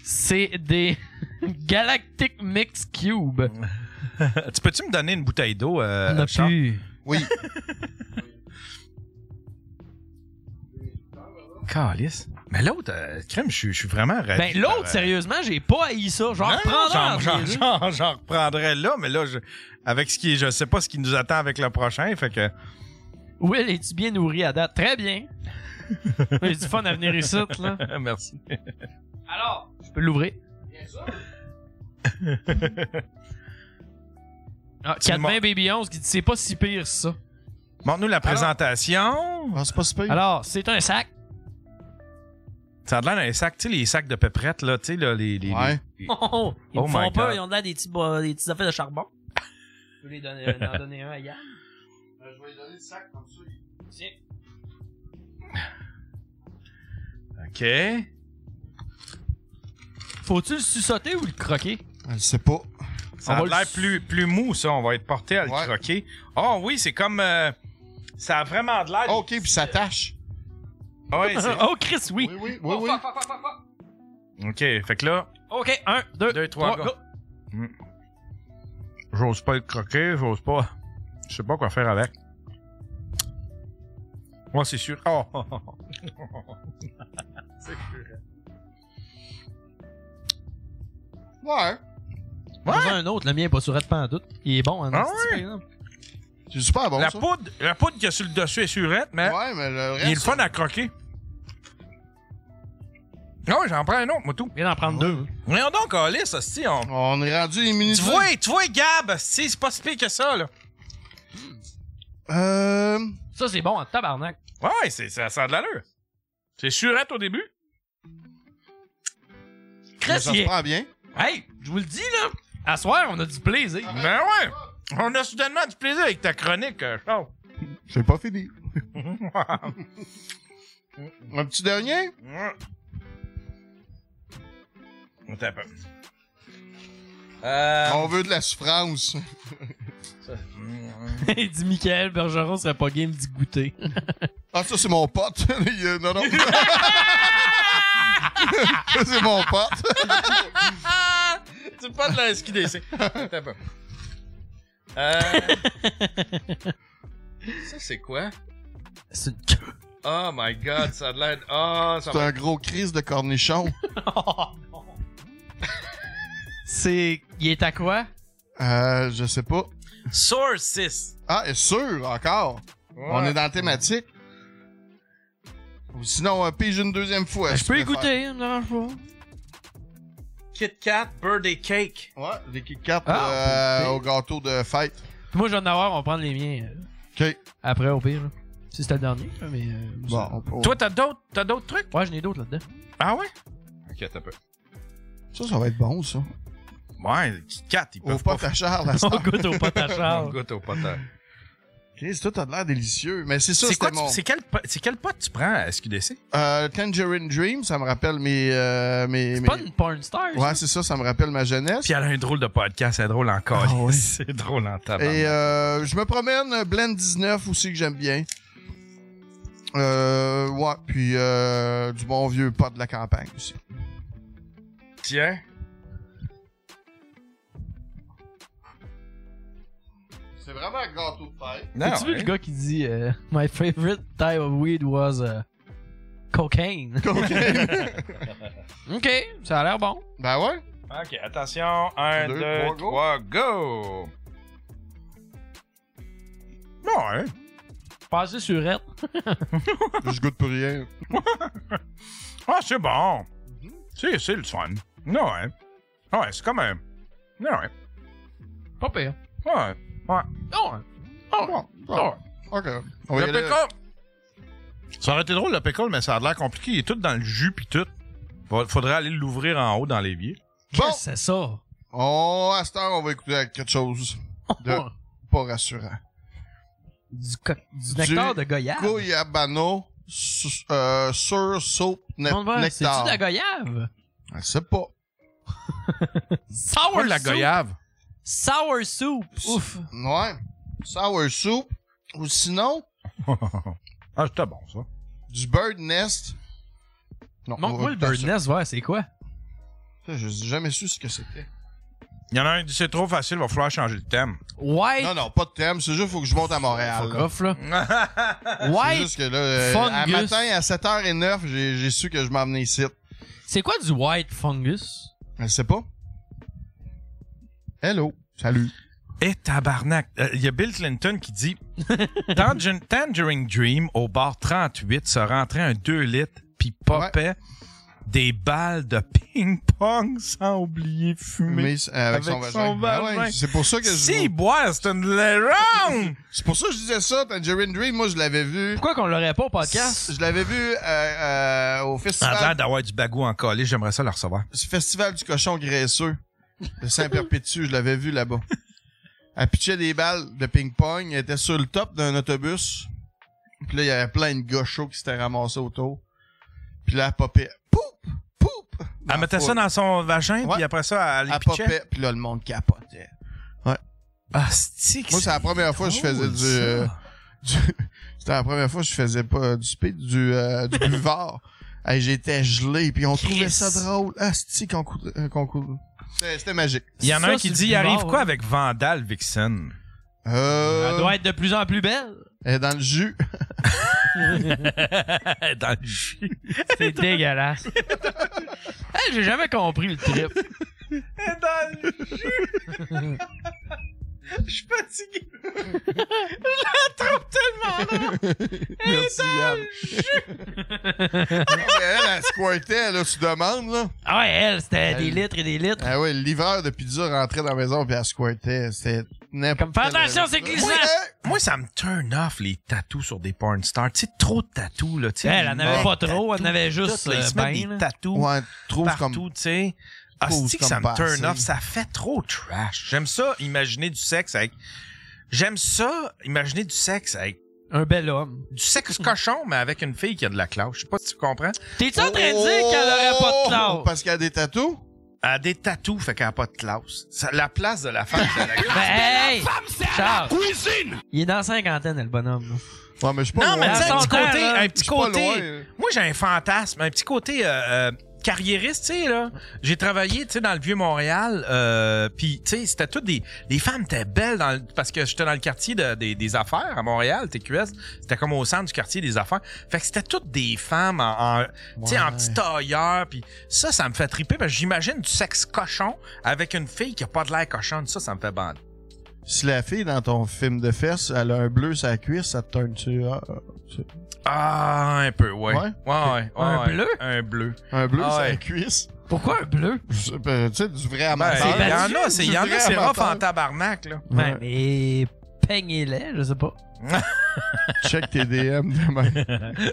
Speaker 3: c'est des <laughs> Galactic Mix Cube.
Speaker 1: <laughs> tu peux-tu me donner une bouteille d'eau? euh,
Speaker 3: On a
Speaker 1: Charles?
Speaker 3: pu... <laughs>
Speaker 4: Oui.
Speaker 1: Calice. Mais l'autre, euh, crème, je suis- je suis vraiment ravi.
Speaker 3: Ben
Speaker 1: par,
Speaker 3: l'autre,
Speaker 1: euh,
Speaker 3: sérieusement, j'ai pas haï ça. J'en
Speaker 1: non,
Speaker 3: reprends
Speaker 1: j'en- j'en- j'en- j'en reprendrai là, mais là, je, avec ce qui, je sais pas ce qui nous attend avec le prochain, fait que.
Speaker 3: Will, es-tu bien nourri à date? Très bien. <laughs> J'ai du fun à venir ici, là.
Speaker 1: <laughs> Merci.
Speaker 3: Alors, je peux l'ouvrir. Ah,
Speaker 1: Tu m'as-
Speaker 3: 80 Baby 11 qui dit c'est pas si pire ça.
Speaker 1: Montre-nous la présentation.
Speaker 4: Ah, c'est pas super.
Speaker 3: Alors, c'est un sac.
Speaker 1: Ça a l'air d'un sac, tu sais, les sacs de peuprettes, là, tu sais, là, les. les-
Speaker 4: Ouais.
Speaker 1: les-
Speaker 3: Oh, <laughs> oh, ils
Speaker 1: Oh
Speaker 3: me
Speaker 1: my
Speaker 3: font peur,
Speaker 1: God.
Speaker 3: ils ont de l'air des petits, bo- des petits affaires de charbon. Je peux les donner, euh, en donner un à Yann.
Speaker 4: Je vais lui donner le sac comme ça.
Speaker 1: <laughs>
Speaker 3: Tiens.
Speaker 1: OK.
Speaker 3: Faut-tu le suçoter ou le croquer?
Speaker 4: Je sais pas.
Speaker 1: Ça
Speaker 3: On
Speaker 1: a
Speaker 3: va le
Speaker 1: l'air
Speaker 3: su-
Speaker 1: plus, plus mou, ça. On va être porté à le
Speaker 4: Ouais.
Speaker 1: croquer. Oh oui, c'est comme. euh, ça a vraiment de l'air. Ah
Speaker 4: OK, puis ça tâche.
Speaker 1: Ouais,
Speaker 3: <laughs>
Speaker 1: c'est-
Speaker 3: oh, Chris, oui. Oh,
Speaker 4: Oui, oui, oui, oui.
Speaker 1: OK, fait que là,
Speaker 3: Ok, un, deux,
Speaker 1: Deux, trois,
Speaker 3: trois,
Speaker 1: go.
Speaker 3: go.
Speaker 1: j'ose pas le croquer, j'ose pas. Je sais pas quoi faire avec. Moi, c'est sûr. Oh, <laughs> oh, oh, oh.
Speaker 4: Ouais.
Speaker 3: J'en veux un autre, le mien est pas sur de pantoute. Il est bon, hein?
Speaker 1: Ah
Speaker 3: non, c'est
Speaker 1: ouais?
Speaker 3: par exemple.
Speaker 4: C'est super bon,
Speaker 1: la,
Speaker 4: ça.
Speaker 1: poudre, la poudre qu'il y a sur le dessus est surette, mais
Speaker 4: Ouais, mais le reste...
Speaker 1: il est le fun à croquer. Non, j'en prends un autre, moi tout.
Speaker 3: Viens d'en prendre deux.
Speaker 1: Voyons donc, Alice, hostie, on...
Speaker 4: On est rendu les minutes.
Speaker 1: Tu vois, tu vois, Gab, hostie, c'est pas si pire que ça, là.
Speaker 4: Euh...
Speaker 3: Ça, c'est bon en tabarnak.
Speaker 1: Ouais, ouais, c'est, ça, ça a de l'allure. C'est surette au début.
Speaker 4: Mais ça se prend bien.
Speaker 1: Hey, je vous le dis, là, à soir, on a du plaisir. Ben ouais! On a soudainement du plaisir avec ta chronique, euh, Charles.
Speaker 4: C'est pas
Speaker 1: <laughs>
Speaker 4: fini. Un petit dernier?
Speaker 1: Attends un peu. Euh...
Speaker 4: On veut de la
Speaker 3: <laughs>
Speaker 4: souffrance.
Speaker 3: <laughs> Il dit Michael Bergeron serait
Speaker 1: <laughs>
Speaker 3: pas game d'y goûter.
Speaker 4: <laughs> Ah, ça, c'est mon pote. <laughs> Il, euh, non,
Speaker 1: <laughs>
Speaker 4: non. Ça, c'est mon pote.
Speaker 3: Ah,
Speaker 1: C'est <laughs> pas de la
Speaker 4: <laughs>
Speaker 1: SQDC. Attends un peu.
Speaker 3: <laughs>
Speaker 1: Euh... Ça, c'est quoi?
Speaker 3: C'est une
Speaker 1: Oh my god, ça a de l'air. Ah, ça
Speaker 4: C'est
Speaker 1: va-
Speaker 4: un gros crise de cornichon.
Speaker 3: <laughs> C'est. Il est à quoi?
Speaker 4: Euh, je sais pas.
Speaker 1: Source 6.
Speaker 4: Ah, et sûr, encore. On est dans la thématique. Ou sinon, euh, pige une deuxième fois. si
Speaker 3: Je peux
Speaker 4: tu préfères.
Speaker 3: écouter, hein, me dérange pas.
Speaker 1: Kit Kat Birthday Cake.
Speaker 4: Ouais, des Kit Kat
Speaker 3: Ah,
Speaker 4: euh,
Speaker 3: ok.
Speaker 4: au gâteau de fête.
Speaker 3: Moi, j'en ai avoir, on va prendre les miens. euh,
Speaker 4: OK.
Speaker 3: Après, au pire. là. Si c'était le dernier, là, mais. euh,
Speaker 4: Bon, on peut-
Speaker 1: Toi, t'as d'autres, t'as d'autres trucs?
Speaker 3: Ouais, j'en ai d'autres là-dedans.
Speaker 1: Ah ouais? Ok, attends un peu.
Speaker 4: Ça, ça va être bon, ça.
Speaker 1: Ouais, le Kit Kat, ils
Speaker 4: Au
Speaker 1: peuvent
Speaker 4: pot
Speaker 1: pas.
Speaker 4: à Charles,
Speaker 1: <laughs>
Speaker 4: la
Speaker 3: On goûte au pot à
Speaker 1: On
Speaker 3: Charles.
Speaker 1: goûte au pot à-
Speaker 4: Chris, toi, t'as de l'air délicieux. Mais c'est ça,
Speaker 1: C'est quoi
Speaker 4: c'était
Speaker 1: tu-
Speaker 4: mon...
Speaker 1: C'est quel, po- c'est quel pot tu prends à SQDC?
Speaker 4: Euh, Tangerine Dream, ça me rappelle mes... euh, mes, mes...
Speaker 3: Pas une porn star. ça.
Speaker 4: Ouais, c'est ça, ça me rappelle ma jeunesse.
Speaker 1: Puis elle a un drôle de podcast, c'est drôle encore.
Speaker 4: Ah ouais.
Speaker 1: <laughs> C'est drôle en tabac.
Speaker 4: Et euh, je me promène, euh, Blend 19 aussi, que j'aime bien. Euh, ouais, puis euh, du bon vieux pot de la campagne aussi.
Speaker 1: Tiens.
Speaker 4: C'est vraiment un gâteau de fête.
Speaker 3: T'as-tu
Speaker 4: hein?
Speaker 3: vu le gars qui dit euh, <laughs> My favorite type of weed was euh,
Speaker 4: <laughs>
Speaker 3: cocaine? <laughs> ok, ça a l'air bon.
Speaker 4: ben ouais.
Speaker 1: Ok, attention. 1,
Speaker 4: Deux,
Speaker 1: 2, 3, go! Non, hein?
Speaker 3: Passé sur elle.
Speaker 4: <laughs> Je goûte plus rien.
Speaker 1: <laughs> Ah, c'est bon! C'est c'est le fun. Non, hein? Ouais, c'est comme un. Non, hein?
Speaker 3: Pas pire.
Speaker 1: Ouais, ouais.
Speaker 3: Non, hein. oh.
Speaker 4: Bon, bon. Ok. On va y
Speaker 1: Le
Speaker 4: aller-
Speaker 1: pickle! Ça aurait été drôle, le pickle, mais ça a l'air compliqué. Il est tout dans le jus, pis tout. Fa- Faudrait aller l'ouvrir en haut dans l'évier. <laughs>
Speaker 4: Bon,
Speaker 3: c'est ça.
Speaker 4: on, à cette heure, on va écouter quelque chose de
Speaker 3: Oh.
Speaker 4: pas rassurant.
Speaker 3: Du, co- du nectar
Speaker 4: Du
Speaker 3: de goyave.
Speaker 4: Goyabano su- euh, sur soap ne-
Speaker 3: Mon verre, ben, C'est-tu
Speaker 4: nectar.
Speaker 3: de la goyave?
Speaker 4: Je sais pas.
Speaker 3: Sour
Speaker 1: Pas de la
Speaker 3: soup.
Speaker 1: goyave.
Speaker 3: Sour soup. Ouf.
Speaker 4: Ouais. Sour soup. Ou sinon,
Speaker 1: ah, c'était bon, ça.
Speaker 4: du bird nest. Non, on va
Speaker 3: Montre-moi le
Speaker 4: goûter à
Speaker 3: bird
Speaker 4: ça.
Speaker 3: nest, ouais, c'est quoi?
Speaker 4: Ça, Je n'ai jamais su ce que c'était.
Speaker 1: Il y en a un qui dit c'est trop facile, va falloir changer le thème.
Speaker 3: White.
Speaker 4: Non, non, pas de thème. C'est juste faut que je monte à Montréal.
Speaker 3: Fuck
Speaker 4: là.
Speaker 3: off, là.
Speaker 4: <laughs> C'est
Speaker 3: White.
Speaker 4: juste que là, euh, à
Speaker 3: Fungus.
Speaker 4: matin, à 7h09, j'ai j'ai su que je m'emmenais ici.
Speaker 3: C'est quoi du white fungus?
Speaker 4: Je sais pas. Hello. Salut.
Speaker 1: Et tabarnak. Euh, Il y a Bill Clinton qui
Speaker 3: <laughs>
Speaker 1: dit Tangin- Tangerine Dream au bar 38 se rentrait un 2 litres puis popait des balles de ping-pong sans oublier fumer.
Speaker 4: Mais euh, avec, son vagin. Ah ouais, c'est pour ça que je.
Speaker 1: Si, boire, c'est une légende!
Speaker 4: C'est pour ça que je disais ça, Tangerine Dream, moi je l'avais vu.
Speaker 3: Pourquoi qu'on l'aurait pas au podcast?
Speaker 4: Je l'avais vu euh, euh, au
Speaker 1: Avant
Speaker 4: festival,
Speaker 1: d'avoir du bagou en collé, j'aimerais ça le recevoir.
Speaker 4: ce festival du cochon graisseux de Saint-Perpétue, je l'avais vu là-bas. Elle pitchait des balles de ping-pong, elle était sur le top d'un autobus. Puis là, il y avait plein de gauchos qui s'étaient ramassés autour. Puis là, elle popait. Poup! Poup!
Speaker 1: Elle mettait ça
Speaker 4: foule.
Speaker 1: dans son vagin,
Speaker 4: Ouais.
Speaker 1: puis après ça, elle les
Speaker 4: Elle
Speaker 1: pitchait.
Speaker 4: popait, puis là, le monde capotait.
Speaker 1: Ah, c'est-tu que
Speaker 4: Moi, c'est la première fois que je faisais
Speaker 1: drôle,
Speaker 4: du... euh,
Speaker 1: ça.
Speaker 4: du- <laughs> C'était la première fois que je faisais pas du speed, du, euh,
Speaker 1: <laughs>
Speaker 4: du buvard. Hey, J'étais gelé, puis on trouvait ça drôle. Asti qu'on cou- euh, qu'on
Speaker 1: <laughs>
Speaker 4: cou- C'était c'était magique.
Speaker 1: Il y en a
Speaker 3: Ça,
Speaker 1: un qui
Speaker 3: c'est
Speaker 1: dit
Speaker 3: du
Speaker 1: il arrive
Speaker 3: bord,
Speaker 1: quoi
Speaker 3: ouais.
Speaker 1: avec Vandal Vixen
Speaker 3: Elle
Speaker 4: Euh,
Speaker 3: hein. doit être de plus en plus belle.
Speaker 4: elle est dans le jus.
Speaker 1: <laughs> Dans le jus. <laughs>
Speaker 3: C'est dégueulasse. <laughs> Hey, j'ai jamais compris
Speaker 4: <laughs>
Speaker 3: le trip.
Speaker 1: dans le jus. Je suis fatigué. <laughs> Je la trouve tellement là.
Speaker 4: Merci, Yann. Mais elle, elle squirtait, là, tu demandes, là.
Speaker 3: Ah ouais, elle, c'était
Speaker 4: Elle-
Speaker 3: des litres et des litres.
Speaker 4: Ah ouais, le livreur de pizza rentrait dans la maison, puis elle squirtait. C'était n'importe
Speaker 1: Fais
Speaker 4: quelle
Speaker 1: attention,
Speaker 4: raison.
Speaker 1: c'est glissant!
Speaker 4: Oui,
Speaker 1: euh, Moi, ça me turn off les tatous sur des porn stars. Tu sais, trop de tatous, là. tu sais,
Speaker 3: Elle
Speaker 1: les
Speaker 3: en avait pas
Speaker 1: mecs
Speaker 3: trop, elle en
Speaker 1: tatous,
Speaker 3: avait juste,
Speaker 1: tout, là, Ils se
Speaker 3: euh,
Speaker 1: mettent
Speaker 3: ben,
Speaker 1: des
Speaker 3: là.
Speaker 1: tatous
Speaker 3: Ouais, trouve
Speaker 1: partout, tu sais. Ah,
Speaker 3: trouve
Speaker 1: c'est que ça
Speaker 3: comme
Speaker 1: me
Speaker 3: pas
Speaker 1: turn
Speaker 3: assez.
Speaker 1: off. Ça fait trop trash. J'aime ça, imaginer du sexe avec... J'aime ça, imaginer du sexe avec...
Speaker 3: Un bel homme. Hmm.
Speaker 1: Du sexe cochon, mais avec une fille qui a de la classe. Je sais pas si tu comprends.
Speaker 3: T'es-tu en train de dire qu'elle aurait pas de classe?
Speaker 1: Oh! Parce qu'elle a des tatous? Elle a des tatous, fait qu'elle a pas de classe. Ça- La place de la femme,
Speaker 3: <laughs>
Speaker 1: c'est la
Speaker 3: Mais Ben, hey! Charles! Il est dans la cinquantaine, le bonhomme.
Speaker 4: Ouais, mais je suis
Speaker 1: Non, mais tu sais, un petit côté, un petit
Speaker 3: loin,
Speaker 1: côté.
Speaker 3: là.
Speaker 1: Moi, j'ai un fantasme, un petit côté euh, euh, carriériste, tu sais, là. J'ai travaillé, tu sais, dans le Vieux-Montréal, euh, puis, tu sais, c'était toutes des... Les femmes étaient belles dans le- parce que j'étais dans le quartier de- des, des affaires à Montréal, TQS. C'était comme au centre du quartier des affaires. Fait que c'était toutes des femmes en, en- tu sais, en petit tailleur, puis ça, ça me fait triper parce que j'imagine du sexe cochon avec une fille qui a pas de l'air cochonne. Ça, ça me fait bander.
Speaker 4: Si la fille dans ton film de fesses, elle a un bleu sur la cuisse, ça te tourne-tu? Ah, ah, tu-
Speaker 1: Ah, un peu, ouais.
Speaker 4: Ouais?
Speaker 1: Ouais, ouais,
Speaker 4: Un
Speaker 1: ouais.
Speaker 4: bleu?
Speaker 1: Un bleu.
Speaker 4: Un bleu
Speaker 1: Ah
Speaker 4: sur la
Speaker 1: ouais.
Speaker 4: cuisse?
Speaker 3: Pourquoi un bleu?
Speaker 4: Je- ben, Tu sais, du vrai
Speaker 1: Ben,
Speaker 4: amateur.
Speaker 1: il y en a, c'est, il y en
Speaker 4: Du
Speaker 1: a,
Speaker 4: vrai
Speaker 1: c'est rough
Speaker 4: amateur.
Speaker 1: en tabarnak, là.
Speaker 3: Ouais, mais peignez-les, je sais pas.
Speaker 4: <laughs> Check tes DM demain.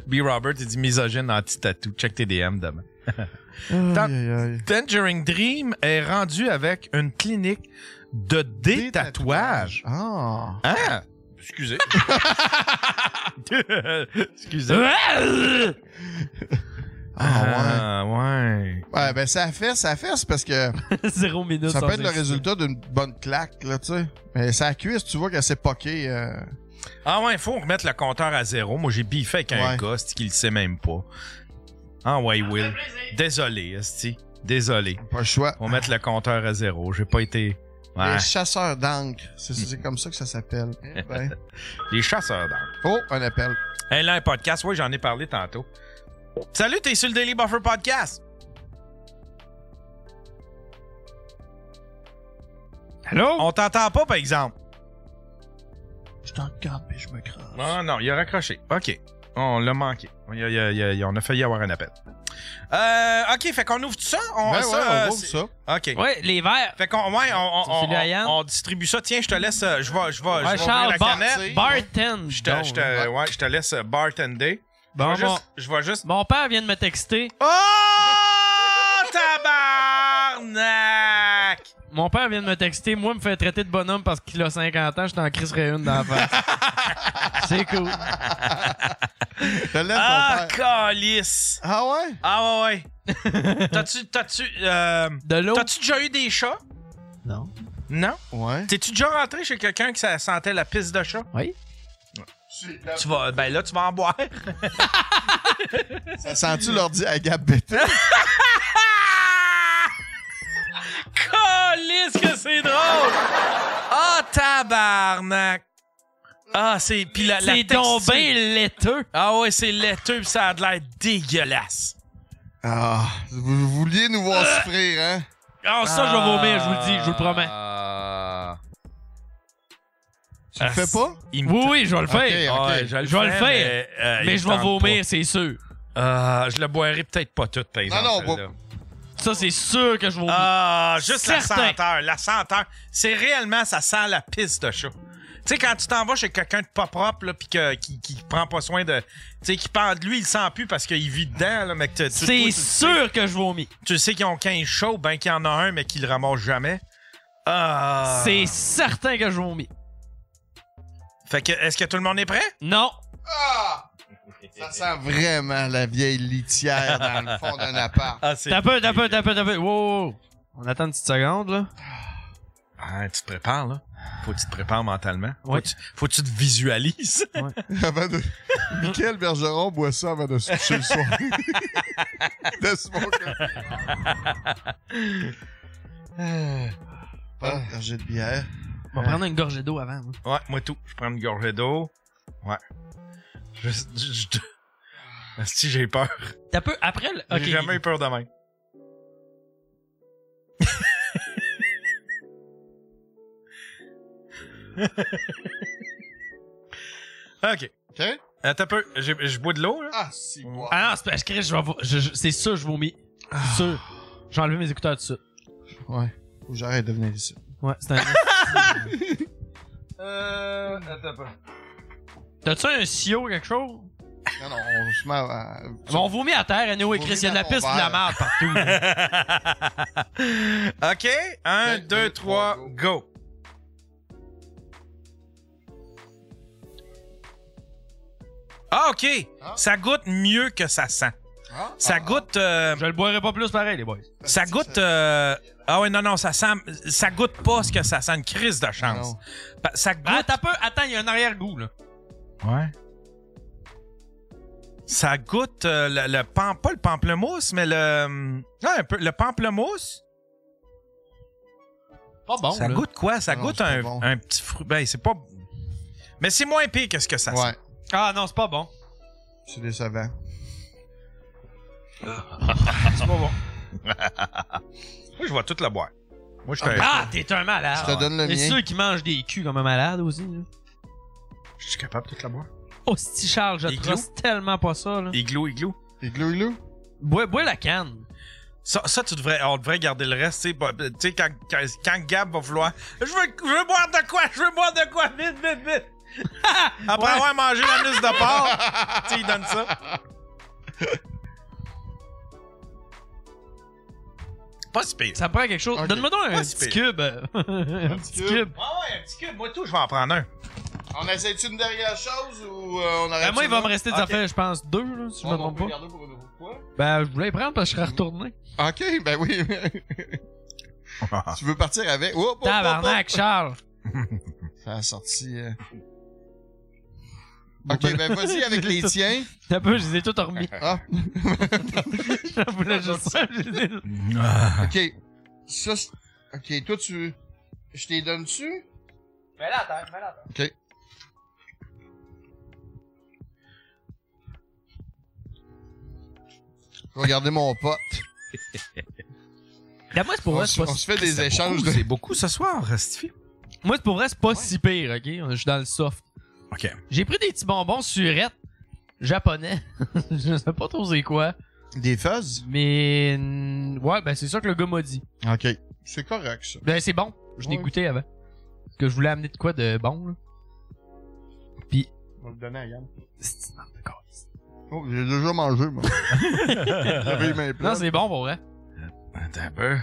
Speaker 3: <laughs>
Speaker 1: <laughs> B. Robert, il dit misogyne anti-tatou. Check tes DM demain.
Speaker 4: Aïe, Mm. aïe, aïe.
Speaker 1: Tangerine Dream est rendu avec une clinique de détatouage.
Speaker 4: Ah!
Speaker 1: Hein? Excusez. <laughs>
Speaker 4: <laughs>
Speaker 1: Excusez.
Speaker 4: Ah,
Speaker 1: ouais.
Speaker 4: Ouais, ben ça fait, ça fait, c'est parce que.
Speaker 3: Zéro minute.
Speaker 4: Ça
Speaker 3: sans
Speaker 4: peut être le
Speaker 3: incident.
Speaker 4: résultat d'une bonne claque, là, tu sais. Mais sa cuisse, tu vois qu'elle s'est poquée. euh,
Speaker 1: Ah ouais, faut remettre le compteur à zéro. Moi, j'ai biffé avec un
Speaker 4: Ouais.
Speaker 1: gars, c'est qu'il le sait même pas. Ah ouais, Will. Désolé, esti. Désolé.
Speaker 4: Pas le choix.
Speaker 1: Faut mettre le compteur à zéro. J'ai pas été... Ouais.
Speaker 4: Les chasseurs d'encre. C'est, c'est comme ça que ça s'appelle. Eh ben. <laughs>
Speaker 1: Les chasseurs d'armes.
Speaker 4: Oh, un appel.
Speaker 1: Hey, là, un podcast. Oui, j'en ai parlé tantôt. Salut, t'es sur le Daily Buffer Podcast.
Speaker 3: Allô?
Speaker 1: On t'entend pas, par exemple.
Speaker 4: Je t'en regarde, mais je me crains.
Speaker 1: Ah non, il a raccroché. OK. On l'a manqué. Il y a- il y a- il y a- il y a- on a failli avoir un appel. Euh, OK, fait qu'on ouvre tout ça. On,
Speaker 4: Ben
Speaker 1: ça,
Speaker 4: ouais, on
Speaker 1: euh,
Speaker 4: ouvre
Speaker 1: c'est-
Speaker 4: ça.
Speaker 1: OK.
Speaker 3: Ouais, les verres.
Speaker 1: Fait qu'on, ouais, on, on,
Speaker 3: C'est lui,
Speaker 1: on-
Speaker 3: Ayane?
Speaker 1: on distribue ça. Tiens, je te laisse. euh, Je vais, je vais, je
Speaker 3: Ouais,
Speaker 1: vais ouvrir
Speaker 3: Charles,
Speaker 1: la
Speaker 3: bar-
Speaker 1: canette.
Speaker 3: bartend.
Speaker 1: Je te, je te- ouais, je te laisse euh, bartender.
Speaker 3: Bon,
Speaker 1: je vais
Speaker 3: mon-
Speaker 1: juste- je vais juste.
Speaker 3: Mon père vient de me texter.
Speaker 1: Oh,
Speaker 4: <laughs>
Speaker 1: tabarnak!
Speaker 3: Mon père vient de me texter. Moi, il me fait traiter de bonhomme parce qu'il a 50 ans. Je t'en crisserais une dans la face.
Speaker 1: <laughs>
Speaker 3: C'est cool.
Speaker 1: Ah, calice!
Speaker 4: Ah ouais?
Speaker 1: Ah ouais,
Speaker 3: <laughs>
Speaker 1: ouais. t'as-tu, t'as-tu, euh, T'as-tu déjà eu des chats?
Speaker 3: Non.
Speaker 1: Non?
Speaker 4: Ouais.
Speaker 1: T'es-tu déjà rentré chez quelqu'un qui ça sentait la pisse de chat?
Speaker 3: Oui.
Speaker 1: Tu vas, ben là, tu vas en
Speaker 4: <laughs>
Speaker 1: boire. <laughs>
Speaker 4: Ça sent-tu l'ordi à Gab Bété?
Speaker 1: Calisse que c'est drôle! Ah, tabarnak! Ah, c'est. Puis la, la
Speaker 3: C'est donc
Speaker 1: texture.
Speaker 3: bien laiteux.
Speaker 1: Ah ouais, c'est laiteux, pis ça a de l'air dégueulasse.
Speaker 4: Ah, vous vouliez nous voir souffrir, hein?
Speaker 3: Ah, ça, je vais vomir, je vous le dis, je vous le
Speaker 1: Ah.
Speaker 3: promets.
Speaker 1: Euh,
Speaker 4: Tu le fais
Speaker 1: Ah,
Speaker 4: pas?
Speaker 3: Oui, oui, je vais le faire.
Speaker 1: Ok, ok.
Speaker 3: Ouais, je vais le faire. Mais,
Speaker 1: euh, il
Speaker 3: je vais
Speaker 1: tente
Speaker 3: vomir,
Speaker 1: pas.
Speaker 3: c'est sûr.
Speaker 1: Ah, je le boirai peut-être pas tout, par exemple.
Speaker 3: non, pas-
Speaker 1: celle-là.
Speaker 3: Ça, c'est sûr que je vais vomir.
Speaker 1: Ah, juste la
Speaker 3: Certain.
Speaker 1: senteur, la senteur. C'est réellement, ça sent la pisse de chat. Tu sais, quand tu t'en vas chez quelqu'un de pas propre, là, pis que- qui, qui prend pas soin de. Tu sais, qui parle de lui, il sent plus parce qu'il vit dedans, là, mais que tu- tu- toi, tu
Speaker 3: C'est
Speaker 1: le
Speaker 3: sûr que je vomis.
Speaker 1: Tu sais qu'ils ont 15 shows, ben qu'il y en a un, mais qu'ils le ramassent jamais. Ah!
Speaker 3: C'est certain que je vomis.
Speaker 1: Fait que, est-ce que tout le monde est prêt?
Speaker 3: Non.
Speaker 4: Ça sent vraiment la vieille litière dans le fond d'un
Speaker 1: <laughs>
Speaker 4: appart.
Speaker 1: Ah,
Speaker 3: T'as peu, t'as peu, t'as peu, t'as peu. Wow, Wow, wow. On attend une petite seconde, là.
Speaker 1: Ah, tu te prépares,
Speaker 4: <laughs>
Speaker 1: là. Faut que tu te prépares mentalement. Faut,
Speaker 3: Ouais.
Speaker 1: que tu, faut que tu te visualises.
Speaker 4: <laughs> Avant de... Michael Bergeron boit ça avant de se coucher le soir. <laughs> de
Speaker 1: <laughs>
Speaker 4: smoker. Pas une gorgée de bière.
Speaker 3: Ah. On va prendre une gorgée d'eau avant. hein. moi.
Speaker 1: Ouais, moi tout. Je prends une gorgée d'eau. Ouais. Je, je, je- Asti, j'ai peur.
Speaker 3: T'as peu, après le.
Speaker 1: J'ai
Speaker 3: Ok.
Speaker 1: jamais eu peur de même. <laughs> ok.
Speaker 4: Ok.
Speaker 1: Attends un peu. j'ai- Je, bois de l'eau, là.
Speaker 4: Ah, si, wow.
Speaker 3: Ah non, c'est parce que je vais vo- je- je- C'est sûr, je vomis. C'est sûr. J'ai enlevé mes écouteurs tout de suite.
Speaker 4: Ouais. Faut que j'arrête de venir ici.
Speaker 3: Ouais, c'est un.
Speaker 22: Euh. Attends un peu.
Speaker 3: <laughs> T'as-tu un sio quelque chose?
Speaker 4: Non, non, on se met à...
Speaker 3: Bon, on vomit à terre, Anneau et
Speaker 4: Vomit
Speaker 3: Chris. Il y a de la
Speaker 4: dans
Speaker 3: piste
Speaker 4: ton
Speaker 3: et de la
Speaker 4: verre.
Speaker 3: merde
Speaker 1: <laughs>
Speaker 3: partout.
Speaker 1: OK. 1, 2, 3, go. Ah, OK. Ça goûte mieux que ça sent.
Speaker 4: Ah,
Speaker 1: Ça goûte. Je
Speaker 3: le boirai pas plus pareil, les boys.
Speaker 1: Ça goûte. euh, Ah, ouais, non, non, ça sent. Ça goûte pas ce que ça sent. Une crise de chance. Pa- Ça goûte.
Speaker 3: Attends, un Ah, peu, attends, il y a un arrière-goût, là.
Speaker 1: Ouais. Ça goûte euh, le, le pam- pas le pamplemousse, mais le hum, ouais, un peu le pamplemousse.
Speaker 3: Pas bon.
Speaker 1: ça
Speaker 3: là.
Speaker 1: goûte quoi Ça
Speaker 3: Non,
Speaker 1: goûte
Speaker 3: c'est pas
Speaker 1: un,
Speaker 3: bon.
Speaker 1: un petit fruit. Ben c'est pas. Mais c'est moins pire que ce que ça sent.
Speaker 3: <laughs> Ah non, c'est pas bon.
Speaker 4: C'est décevant.
Speaker 1: c'est pas bon. Moi je vais toute la boire. Moi je te.
Speaker 3: Ah, t'es un malade.
Speaker 1: Je te donne le
Speaker 3: Et
Speaker 1: mien.
Speaker 3: ceux qui mangent des culs comme un malade aussi. là.
Speaker 1: Je suis capable de toute la boire.
Speaker 3: Oh, si Charles, je te
Speaker 1: Igloo?
Speaker 3: trace tellement pas ça, là.
Speaker 1: Igloo, igloo.
Speaker 4: Igloo, igloo.
Speaker 3: Bois, bois la canne.
Speaker 1: Ça, ça, tu devrais, on devrait garder le reste. Tu sais, bah, tu sais, quand, quand, quand Gab va vouloir. Je veux, je veux boire de quoi? Je veux boire de quoi? Vite, vite, vite! <laughs> Après
Speaker 14: Ouais.
Speaker 1: avoir mangé l'anus de
Speaker 3: <laughs>
Speaker 1: porc, tu sais, il donne ça. Pas si pire.
Speaker 3: Ça prend quelque chose. Donne-moi donc un
Speaker 1: Pas si
Speaker 3: petit
Speaker 1: Ah, pire.
Speaker 3: cube. <laughs> un petit cube.
Speaker 1: Ah ouais, un petit cube. Moi, tout, je vais en prendre un.
Speaker 4: On essaie-tu une dernière chose ou euh, on arrête
Speaker 3: Ben, moi,
Speaker 4: ça
Speaker 3: il va
Speaker 4: là?
Speaker 3: me rester des
Speaker 4: Ok.
Speaker 3: affaires, je pense, deux, là, si
Speaker 4: Ouais, mais
Speaker 3: je me
Speaker 4: on
Speaker 3: trompe
Speaker 4: peut
Speaker 3: pas.
Speaker 4: garder pour une autre fois.
Speaker 3: Ben, je voulais les prendre parce que je serais retourné.
Speaker 4: Ok, ben oui. <laughs> tu veux partir avec. Oup, oup, oup,
Speaker 3: <laughs> Tabarnak,
Speaker 4: oup.
Speaker 3: Charles.
Speaker 4: Ça a sorti.
Speaker 3: <laughs>
Speaker 4: euh. Ok, ben vas-y avec
Speaker 3: <laughs>
Speaker 4: les tiens.
Speaker 3: T'as peu, je les ai tous remis.
Speaker 4: Ah.
Speaker 3: <laughs> je voulais juste ça. je les ai- Ah.
Speaker 4: ok. Ça, c'est- ok, toi tu. Je t'ai donne-tu?
Speaker 3: Mets-la à terre, mets-la à terre.
Speaker 4: Ok. Je vais garder mon pote.
Speaker 3: Moi, c'est pour
Speaker 4: On
Speaker 3: vrai,
Speaker 4: se-
Speaker 3: c'est pas
Speaker 4: on
Speaker 3: si-
Speaker 4: se fait des C'est échanges beaucoup, de-
Speaker 1: C'est beaucoup ce soir, Stifi.
Speaker 3: Moi, c'est pour vrai, c'est pas si pire, ok? Je suis dans le soft.
Speaker 1: Ok.
Speaker 3: J'ai pris des petits bonbons surette japonais. <laughs> je sais pas trop c'est quoi.
Speaker 4: Des fuzz?
Speaker 3: Mais. mm, Ouais, ben c'est ça que le gars m'a dit.
Speaker 4: Ok. C'est correct ça.
Speaker 3: Ben c'est bon. Je l'ai
Speaker 4: Ouais.
Speaker 3: goûté avant. Parce que je voulais amener de quoi de bon, là.
Speaker 4: On va le donner à Yann.
Speaker 3: C'est
Speaker 4: Oh, j'ai déjà mangé,
Speaker 1: <laughs>
Speaker 4: moi. J'avais mes plats.
Speaker 3: Non, c'est bon pour vrai.
Speaker 1: Attends un peu.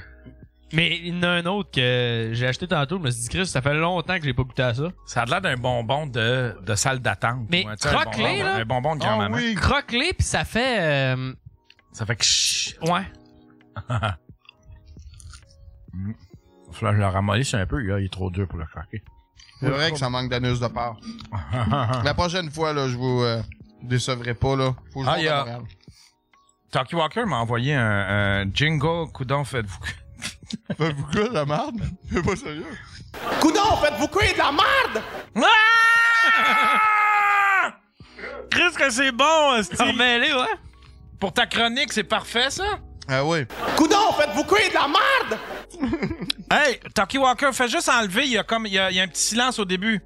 Speaker 3: Mais il y en a un autre que j'ai acheté tantôt. Je me suis dit, Chris, ça fait longtemps que j'ai pas goûté à ça.
Speaker 1: Ça a l'air d'un bonbon de, de salle d'attente.
Speaker 3: Mais
Speaker 1: ou un- tu sais, un
Speaker 3: croque-les,
Speaker 1: bonbon-
Speaker 3: là.
Speaker 1: Un bonbon
Speaker 4: Ah
Speaker 1: de grand-maman.
Speaker 3: Croque-les, pis ça fait. euh,
Speaker 1: Ça fait que. chut.
Speaker 3: Ouais.
Speaker 1: Mm. Il va falloir que je le ramollisse un peu. là, Il est trop dur pour le croquer.
Speaker 4: C'est vrai que ça manque d'anus de porc. <laughs> La prochaine fois, là, je vous euh, décevrai pas, là. Faut que je
Speaker 1: Ah,
Speaker 4: monte
Speaker 1: y a-
Speaker 4: à Montréal.
Speaker 1: Talkie Walker m'a envoyé un, un jingle. Coudon, faites-vous.
Speaker 4: Faites-vous quoi, la merde? C'est pas sérieux.
Speaker 1: Coudon, faites-vous quoi
Speaker 4: Ah,
Speaker 1: de la merde? Ah! Chris, que c'est bon, Steve.
Speaker 3: ouais.
Speaker 1: Pour ta chronique, c'est parfait, ça?
Speaker 4: Ah oui.
Speaker 1: Coudon, faites-vous quoi de la merde? hey, Talkie Walker, fais juste enlever. Il y a comme, il y a, il y a un petit silence au début.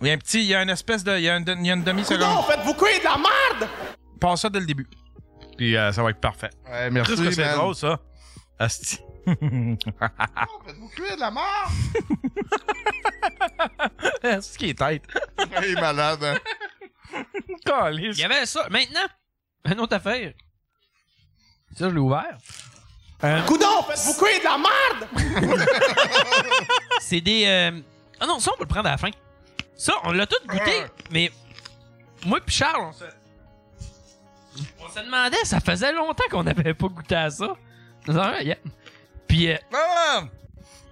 Speaker 1: Il y a un petit, il y a une espèce de, il y a, un de- il y a une demi-seconde. Coudon, faites-vous quoi de la merde? <laughs> Passe ça dès le début.
Speaker 3: <laughs>
Speaker 1: Puis euh, ça va être parfait.
Speaker 4: Ouais, merci,
Speaker 1: Chris, que c'est
Speaker 4: man.
Speaker 1: drôle, ça. <laughs> Asti.
Speaker 4: Faites-vous cuire de la merde?
Speaker 1: C'est ce qui est tête.
Speaker 4: <laughs> Il est malade,
Speaker 1: <laughs>
Speaker 4: hein.
Speaker 3: Il y avait ça. Maintenant, une autre affaire. Ça, je l'ai ouvert.
Speaker 14: Coudon, faites-vous couer de la merde!
Speaker 3: C'est des. euh, Ah non, ça, on peut le prendre à la fin. Ça, on l'a tout goûté, mais. Moi pis Charles, on se. On se demandait, ça faisait longtemps qu'on n'avait pas goûté à ça. C'est vrai, yeah. Pis. euh,
Speaker 1: Ah!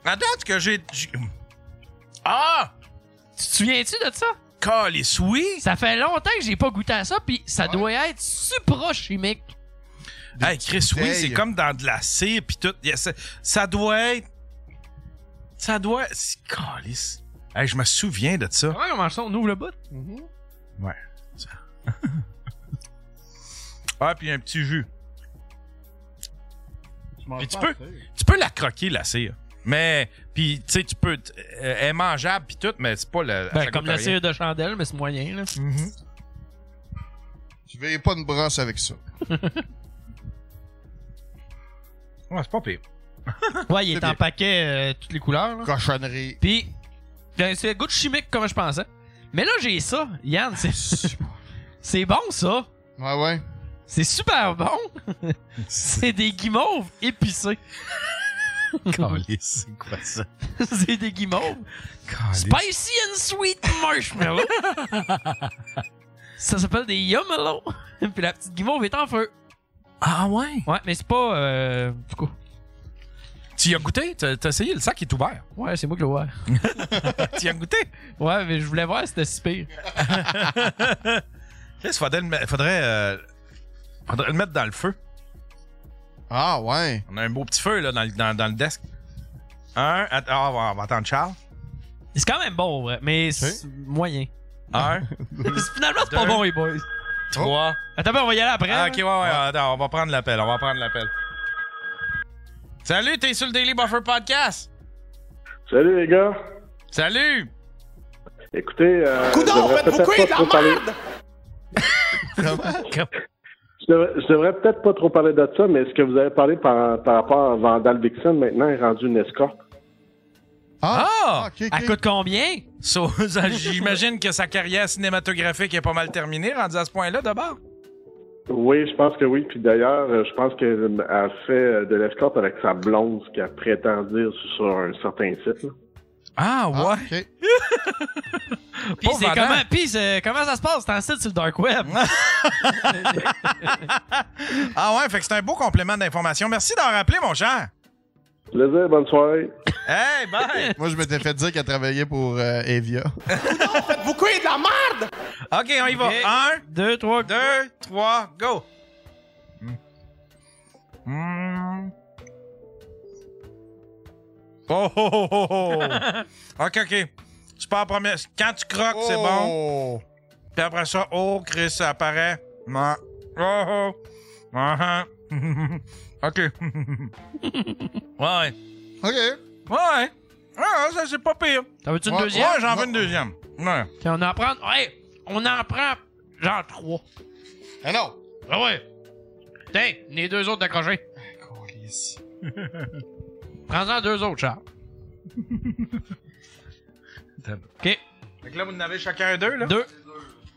Speaker 1: À date que j'ai. j'ai- Ah!
Speaker 3: Tu te souviens-tu de ça?
Speaker 1: Calice, oui!
Speaker 3: Ça fait longtemps que j'ai pas goûté à ça, puis ça doit être supra-chimique.
Speaker 1: Hey, Chris, oui, c'est
Speaker 3: bouteilles.
Speaker 1: comme dans de la cire pis tout. Yeah, ça, ça doit être. Ça doit. C'est calice. Hey, je me souviens de ça.
Speaker 3: Comment on mange ça? On ouvre le bout?
Speaker 1: Mm-hmm. Ouais. Ça. <laughs> ah, puis un petit jus. Puis tu peux, tu peux la croquer, la cire. Mais, puis tu sais, tu peux. t- euh, Elle est mangeable pis tout, mais c'est pas le. ça
Speaker 3: Ben,
Speaker 1: goûte
Speaker 3: comme
Speaker 1: à
Speaker 3: la
Speaker 1: rien. Mm-hmm.
Speaker 3: cire de chandelle, mais c'est moyen, là.
Speaker 4: Je verrai pas une brosse avec ça.
Speaker 1: Ouais, c'est pas pire.
Speaker 3: ouais, il est,
Speaker 4: C'est
Speaker 3: en <laughs>
Speaker 4: bien.
Speaker 3: paquet euh, toutes les couleurs. là.
Speaker 4: Cochonnerie.
Speaker 3: Puis, Ben, C'est goût de chimique comme je pensais. Mais là, j'ai ça, Yann.
Speaker 4: <laughs>
Speaker 3: C'est c'est bon, ça.
Speaker 4: Ouais, ouais.
Speaker 3: C'est super
Speaker 4: <laughs>
Speaker 3: bon. c'est des guimauves épicées.
Speaker 1: c'est quoi ça?
Speaker 3: <laughs> c'est des guimauves. Spicy and sweet marshmallow. Ah ça s'appelle des yummellows. Puis la petite guimauve est en feu.
Speaker 1: Ah ouais?
Speaker 3: Ouais, mais c'est pas. Euh, du coup.
Speaker 1: Tu y as goûté? T'as t'as essayé? Le sac est ouvert.
Speaker 3: Ouais, c'est moi qui
Speaker 1: <laughs>
Speaker 3: l'ai ouvert.
Speaker 1: tu y as goûté?
Speaker 3: Ouais, mais je voulais voir si c'était si
Speaker 1: <laughs>
Speaker 3: pire.
Speaker 1: Tu sais, faudrait, le me- faudrait, euh, faudrait le mettre dans le feu.
Speaker 4: Ah ouais.
Speaker 1: On a un beau petit feu là, dans, le- dans- dans le desk. Un. att- ah, on va- on va attendre Charles.
Speaker 3: C'est quand même bon, ouais, mais c'est moyen. <laughs>
Speaker 1: Un.
Speaker 3: Finalement, c'est pas
Speaker 1: Deux.
Speaker 3: bon, les boys.
Speaker 1: Trois.
Speaker 3: Attends, ben, on va y aller après.
Speaker 1: Ah, ok, ouais, ouais, attends, on va prendre l'appel, on va prendre l'appel. Salut, t'es sur le Daily Buffer Podcast.
Speaker 7: Salut les gars.
Speaker 1: Salut.
Speaker 7: Écoutez, euh,
Speaker 1: Coudon,
Speaker 7: je devrais
Speaker 1: faites-vous
Speaker 7: peut-être
Speaker 1: cuire
Speaker 7: pas trop
Speaker 1: la
Speaker 7: parler. Je devrais, je devrais peut-être pas trop parler de ça, mais est-ce que vous avez parlé par, par rapport à Vandal Vixen maintenant est rendu une escorte?
Speaker 4: Ah!
Speaker 3: Elle coûte combien?
Speaker 1: So, ça, J'imagine que sa carrière cinématographique est pas mal terminée, rendue à ce point-là, d'abord.
Speaker 7: Oui, je pense que oui. Puis d'ailleurs, euh, je pense qu'elle a fait euh, de l'escorte avec sa blonde, ce qu'elle prétend dire sur un certain site. là.
Speaker 1: Ah, ouais.
Speaker 3: Puis
Speaker 1: Pauvre
Speaker 3: c'est
Speaker 1: Adam.
Speaker 3: comment, <laughs> puis c'est- comment ça se passe? T'en site sur le Dark Web.
Speaker 1: <laughs> Ah ouais, fait que c'est un beau complément d'information. Merci d'en rappeler, mon cher.
Speaker 7: Plaisir, bonne soirée.
Speaker 1: Hey, bye!
Speaker 4: <laughs> Moi, je m'étais fait dire qu'elle travaillait pour euh, Evia.
Speaker 1: Faites-vous de la merde! OK, on y va.
Speaker 3: Ok.
Speaker 1: Un,
Speaker 3: deux, trois,
Speaker 1: deux, trois, go! Hmm. Oh, oh, oh, oh, oh. <laughs> OK, OK. Tu pars premier. Quand tu croques, c'est bon. Puis après ça, oh, Chris, ça apparaît. Non. Oh, oh. Ah, <laughs> ah. OK. <laughs> ouais.
Speaker 4: OK.
Speaker 1: Ouais. Ah, ça, c'est pas pire.
Speaker 3: T'en veux-tu une
Speaker 1: Ouais,
Speaker 3: deuxième?
Speaker 1: Ouais, j'en veux une deuxième. Ouais.
Speaker 3: Puis on en prend. Ouais! On en prend genre trois.
Speaker 4: Ah non!
Speaker 3: Ah ouais! Tiens, les deux autres d'accrocher. Prends-en deux autres, Charles. OK.
Speaker 1: <laughs> Fait que là, vous en avez chacun deux, là?
Speaker 3: Deux.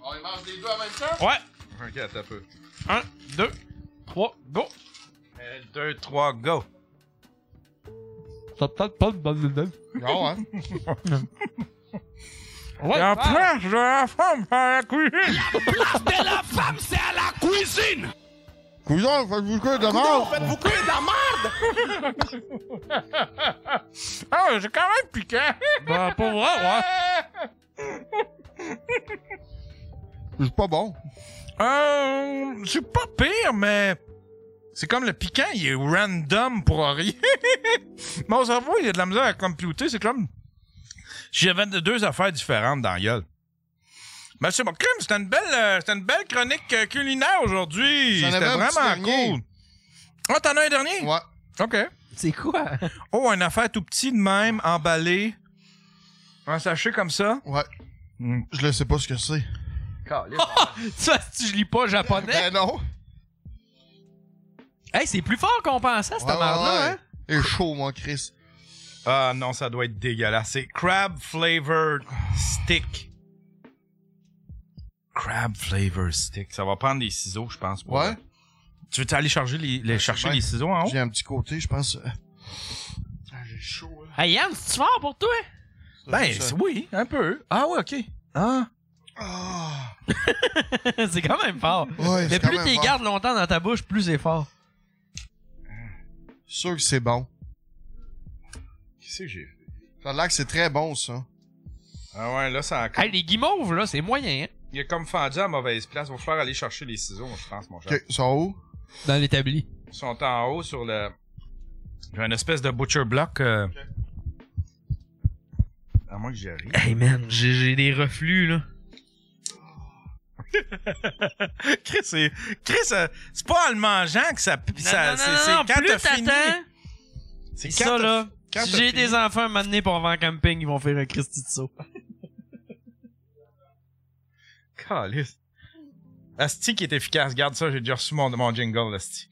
Speaker 4: On les mange les deux en même temps?
Speaker 3: Ouais.
Speaker 1: Ok, attends un peu.
Speaker 3: Un, deux, trois, go!
Speaker 1: Un, Euh, deux, trois, <laughs> go.
Speaker 3: Ça peut-être pas de bonne nouvelle.
Speaker 4: Non, hein?
Speaker 1: Et en
Speaker 4: Ah,
Speaker 1: place de la femme, c'est à la cuisine.
Speaker 14: de la femme, c'est à la cuisine!
Speaker 4: Coudon, faites-vous quoi de
Speaker 14: Coudon,
Speaker 4: mort?
Speaker 14: faites-vous cuire de la merde! Bah,
Speaker 1: Ah, ouais, c'est quand même piquant.
Speaker 3: Ben, pour vrai, ouais.
Speaker 4: C'est pas bon.
Speaker 1: Euh, c'est pas pire, mais c'est comme le piquant, il est random pour rien. <laughs> Mon cerveau, il a de la misère à computer. C'est comme. J'avais deux affaires différentes dans la gueule. Mais c'est bon, crime, c'était une belle, euh, c'était une belle chronique euh, culinaire aujourd'hui.
Speaker 4: J'en
Speaker 1: C'était
Speaker 4: avais un petit
Speaker 1: vraiment
Speaker 4: dernier.
Speaker 1: cool. Ah, t'en as un dernier?
Speaker 4: Ouais.
Speaker 1: OK.
Speaker 3: C'est quoi? <laughs>
Speaker 1: Oh, une affaire tout petit de même, emballée. Un sachet comme ça.
Speaker 4: Ouais. Hmm, Je le sais pas ce que c'est.
Speaker 3: Ah, Ça, si je lis pas japonais.
Speaker 4: Ben non.
Speaker 3: Hey, c'est plus fort qu'on pensait, cette
Speaker 4: Ouais, ouais,
Speaker 3: merde-là,
Speaker 4: ouais.
Speaker 3: hein?
Speaker 4: Et chaud, mon Chris.
Speaker 1: Ah non, ça doit être dégueulasse. C'est crab flavored stick. Crab flavored stick. Ça va prendre des ciseaux, je pense. pour-
Speaker 4: Ouais.
Speaker 1: Tu veux aller charger les, les- chercher
Speaker 4: ben,
Speaker 1: les ciseaux en haut?
Speaker 4: J'ai un petit côté, je pense. euh,
Speaker 1: Ah,
Speaker 3: Hey, Yann, c'est-tu fort Ah, pour toi? <laughs>
Speaker 1: Ben
Speaker 4: ça.
Speaker 1: c'est- oui, un peu. Ah ouais, ok. Ah.
Speaker 3: c'est quand même fort.
Speaker 4: Ouais,
Speaker 3: Mais
Speaker 4: c'est quand
Speaker 3: plus
Speaker 4: même
Speaker 3: t'es
Speaker 4: fort.
Speaker 3: gardes longtemps dans ta bouche, plus c'est fort.
Speaker 4: sûr que c'est bon.
Speaker 1: Qu'est-ce que j'ai fait?
Speaker 4: Ça a l'air que c'est très bon, ça.
Speaker 1: Ah ouais, là, ça a
Speaker 3: Hey, les guimauves, là, c'est moyen, hein?
Speaker 1: Il est comme fendu à mauvaise place. Il va falloir aller chercher les ciseaux, je pense, mon cher.
Speaker 4: Ok, ça où?
Speaker 3: Dans l'établi.
Speaker 1: Ils sont en haut sur le. J'ai une espèce de butcher block. euh, À moins que j'y arrive.
Speaker 3: Hey, man, j'ai j'ai des reflux, là.
Speaker 1: <laughs> Chris, c'est, Chris, euh, c'est pas en le mangeant que ça, ça
Speaker 3: non,
Speaker 1: c'est,
Speaker 3: non,
Speaker 1: c'est
Speaker 3: non,
Speaker 1: quand
Speaker 3: plus
Speaker 1: t'as fini.
Speaker 3: t'attends,
Speaker 1: C'est
Speaker 3: ça,
Speaker 1: t'as-
Speaker 3: là.
Speaker 1: quand
Speaker 3: si
Speaker 1: t'as
Speaker 3: j'ai
Speaker 1: fini.
Speaker 3: des enfants à m'amener pour vendre en camping, ils vont faire un Christy de saut.
Speaker 1: Calisse. Asti qui est efficace. Garde ça, j'ai déjà reçu mon, mon jingle, Asti.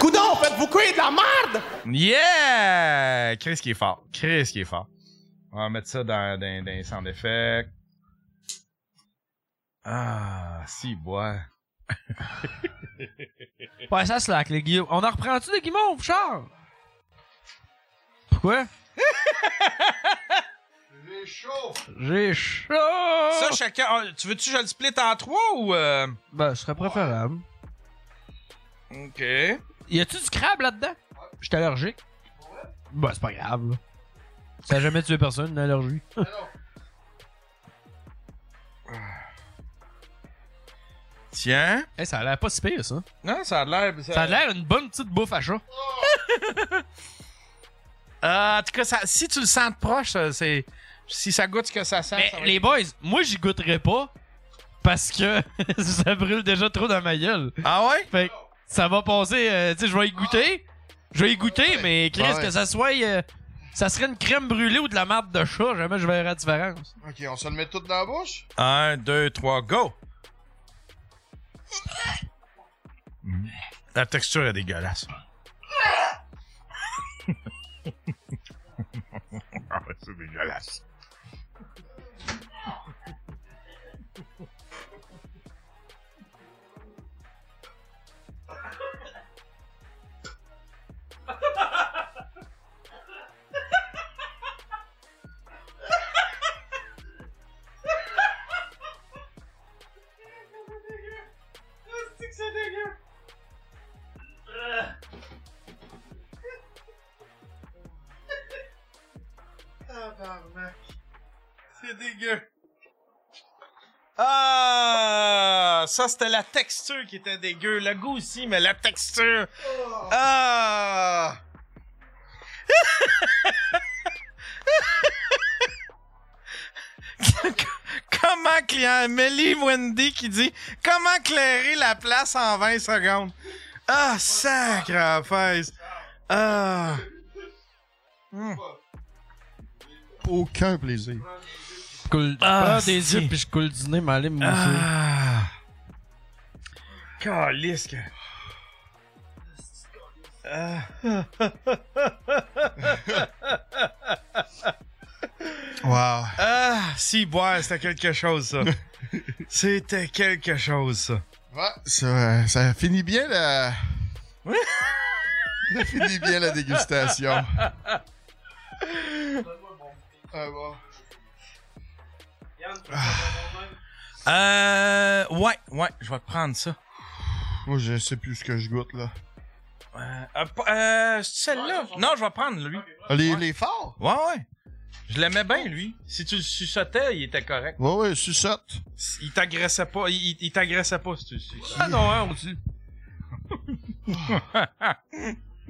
Speaker 14: Coudon, faites-vous cuire de la merde!
Speaker 1: Yeah! Chris qui est fort. Chris qui est fort. On va mettre ça dans, dans, dans les sound effects. Ah, si, <laughs> bois.
Speaker 3: Ouais, ça slack, les guillemets. On en reprend-tu des guimauves, Charles? Pourquoi?
Speaker 1: J'ai chaud!
Speaker 3: J'ai chaud!
Speaker 1: Ça, chacun. ah, Tu veux-tu que je le split en trois ou. euh,
Speaker 3: Ben, ce serait préférable.
Speaker 1: Ok.
Speaker 3: Y a-tu du crabe là-dedans? Je suis allergique. Bah, c'est pas grave, là. Ça a jamais tué personne, une allergie.
Speaker 1: Tiens.
Speaker 3: Eh, ça a l'air pas si pire, ça.
Speaker 1: Non, ça a l'air.
Speaker 3: Ça a l'air une bonne petite bouffe à chat.
Speaker 1: <laughs> Ah, en tout cas, ça- si tu le sens de proche, ça, c'est. Si ça goûte ce que ça sent.
Speaker 3: Mais
Speaker 1: ça va
Speaker 3: les
Speaker 1: être-
Speaker 3: boys, moi j'y goûterai pas parce que <laughs> ça brûle déjà trop dans ma gueule.
Speaker 1: Ah ouais?
Speaker 3: Fait que ça va passer, euh, tu sais, je vais y goûter. Je vais y goûter, mais Chris,
Speaker 4: Ah ouais.
Speaker 3: que ça soit. euh, ça serait une crème brûlée ou de la marde de chat, jamais je verrai la différence.
Speaker 4: Ok, on se le met tout dans la bouche?
Speaker 1: Un, deux, trois, go! La texture est dégueulasse. <laughs> Ah ouais, c'est dégueulasse. C'est dégueu. Ah, ça c'était la texture qui était dégueu. Le goût aussi, mais la texture. Ah. <laughs> Comment client Amélie Wendy qui dit comment clairer la place en 20 secondes. Ah, sacre face. Ah. Hmm.
Speaker 4: Aucun plaisir.
Speaker 3: Je coule
Speaker 1: Ah,
Speaker 3: ah, des yeux puis je coule du nez, mais allez me mousser.
Speaker 1: Ah. Calisque. Ah.
Speaker 4: <laughs> Wow.
Speaker 1: Ah, si boire, c'était quelque
Speaker 4: <laughs>
Speaker 1: chose, ça. c'était quelque chose, ça.
Speaker 4: Ouais, ça, euh, ça finit bien la.
Speaker 1: <laughs>
Speaker 4: ça finit bien la dégustation.
Speaker 1: Ah,
Speaker 4: Ah,
Speaker 1: Euh. Ouais, ouais, je vais prendre ça.
Speaker 4: Moi, je sais plus ce que je goûte, là.
Speaker 1: Euh. euh, pas- euh, c'est celle-là. Non, je vais prendre lui.
Speaker 4: Les,
Speaker 1: Ouais.
Speaker 4: les forts?
Speaker 1: Ouais, ouais. Je l'aimais bien, lui. Si tu le suçotais, il était correct.
Speaker 4: Ouais, ouais, sucette.
Speaker 1: Il t'agressait pas. Il, il- il t'agressait pas si tu le suçais.
Speaker 3: Ah non,
Speaker 1: <laughs>
Speaker 3: hein, au-dessus.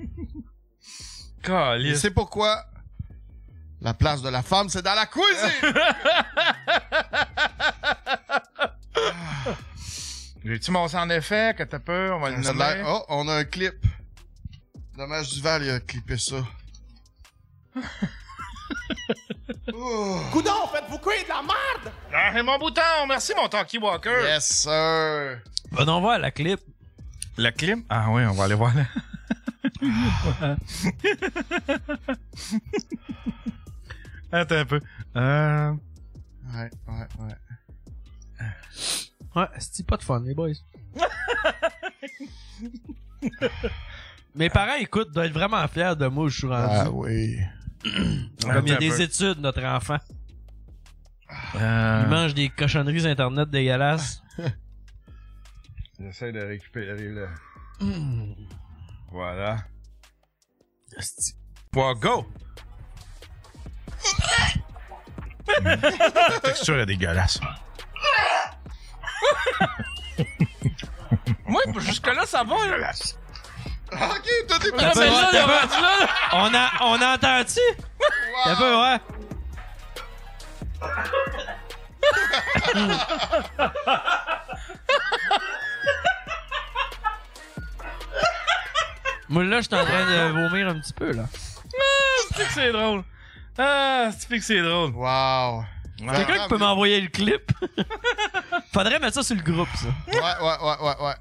Speaker 4: Et
Speaker 1: Calice.
Speaker 4: c'est pourquoi la place de la femme, c'est dans la
Speaker 1: <laughs>
Speaker 4: cuisine!
Speaker 1: J'ai-tu mon sang d'effet? Que t'as peur? On va le
Speaker 4: Ça a
Speaker 1: nommer.
Speaker 4: l'air- oh, on a un clip. Dommage Duval, il a clippé
Speaker 1: <laughs>
Speaker 4: ça. Oh.
Speaker 1: Coudon, faites-vous cuire de la merde! Ah, et mon bouton! Merci, mon Talkie Walker!
Speaker 4: Yes, sir!
Speaker 3: Ben on voir la clip.
Speaker 1: La clim? Ah oui, on va aller voir là. <laughs> Attends un peu. Euh...
Speaker 4: Ouais, ouais, ouais.
Speaker 3: Ouais, c'est pas de fun,
Speaker 1: <laughs>
Speaker 3: les boys. Mes parents, écoute, doivent être vraiment fiers de moi où je suis rendu.
Speaker 4: Ah oui.
Speaker 3: Comme il y a
Speaker 1: Attends un peu.
Speaker 3: des études, notre enfant.
Speaker 1: Euh,
Speaker 3: Il mange des cochonneries
Speaker 1: <laughs>
Speaker 3: internet dégueulasses.
Speaker 1: J'essaie de récupérer le. Voilà. Point
Speaker 3: <laughs>
Speaker 1: go! La texture est dégueulasse. Moi, jusque-là, ça va. hein. Là.
Speaker 4: Ok, toi, t'es
Speaker 3: T'as
Speaker 4: parti!
Speaker 3: peur, ouais, t'as peur. On a, on a entendu? T'as peu,
Speaker 1: <laughs>
Speaker 3: ouais. Moi, là, je suis en train de vomir un petit peu, là.
Speaker 1: C'est que c'est drôle. Ah, c'est que c'est drôle.
Speaker 4: Wow!
Speaker 3: Quelqu'un qui peut m'envoyer le clip? Faudrait mettre ça sur le groupe, ça.
Speaker 4: Ouais, ouais, ouais, ouais, ouais.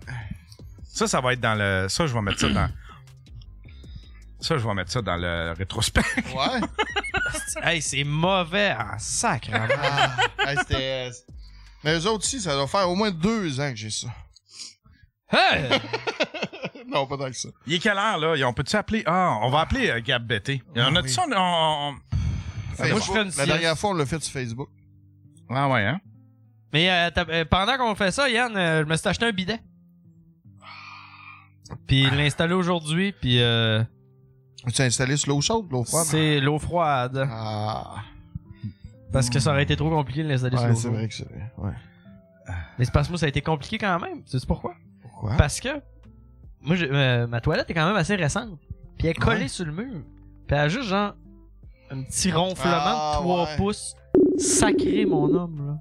Speaker 1: Ça, ça va être dans le. Ça, je vais mettre ça dans. Ça, je vais mettre ça dans le rétrospect.
Speaker 4: Ouais.
Speaker 3: <laughs> hey, c'est mauvais en sac.
Speaker 1: Ah
Speaker 4: Ah. Hey, c'était- euh, Mais eux autres aussi, ça doit faire au moins deux ans que j'ai ça.
Speaker 3: Hey!
Speaker 4: <laughs> non, pas tant que ça.
Speaker 1: Il est quelle heure, là? Et On peut-tu appeler? Ah, on va appeler euh, Gab Betté. <laughs> Il y en
Speaker 4: Ah,
Speaker 1: a-tu?
Speaker 4: oui.
Speaker 1: On, on- on-
Speaker 4: Facebook. La dernière fois, on l'a fait sur Facebook.
Speaker 1: Ah ouais, hein?
Speaker 3: Mais euh, t'as- euh, pendant qu'on fait ça, Yann, euh, je me suis acheté un bidet. Puis l'installer aujourd'hui, puis... Euh,
Speaker 4: Tu as installé sur l'eau chaude, l'eau froide? Ah.
Speaker 3: C'est l'eau froide. Parce que ça aurait été trop compliqué de l'installer sur
Speaker 4: Ouais,
Speaker 3: l'eau
Speaker 4: c'est
Speaker 3: chaude.
Speaker 4: vrai que c'est vrai. Ouais.
Speaker 3: Mais c'est parce que moi, ça a été compliqué quand même. Sais-tu pourquoi? Parce que moi, j'ai- euh, ma toilette est quand même assez récente. Puis elle est collée
Speaker 4: Ouais.
Speaker 3: sur le mur. Puis elle a juste genre un petit ronflement
Speaker 4: Ah,
Speaker 3: de 3
Speaker 4: ouais.
Speaker 3: pouces. Sacré mon homme, là.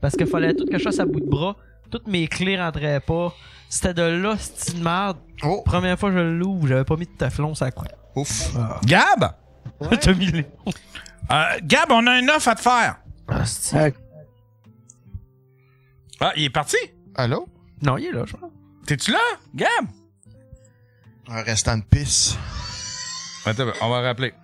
Speaker 3: Parce qu'il fallait tout que je fasse à bout de bras. Toutes mes clés rentraient pas. C'était de l'hostie de merde. Première fois que je l'ouvre, j'avais pas mis de teflon, ça coûte.
Speaker 4: Oh. Ouf.
Speaker 1: Gab!
Speaker 3: Ah. <laughs> T'as mis les-
Speaker 1: Euh, Gab, on a un offre à te faire. Ah, il est parti?
Speaker 4: Allô?
Speaker 3: Non, il est là, je crois.
Speaker 1: T'es-tu là? Gab? Euh,
Speaker 4: Un restant de pisse.
Speaker 1: Attends, on va rappeler.
Speaker 3: <coughs>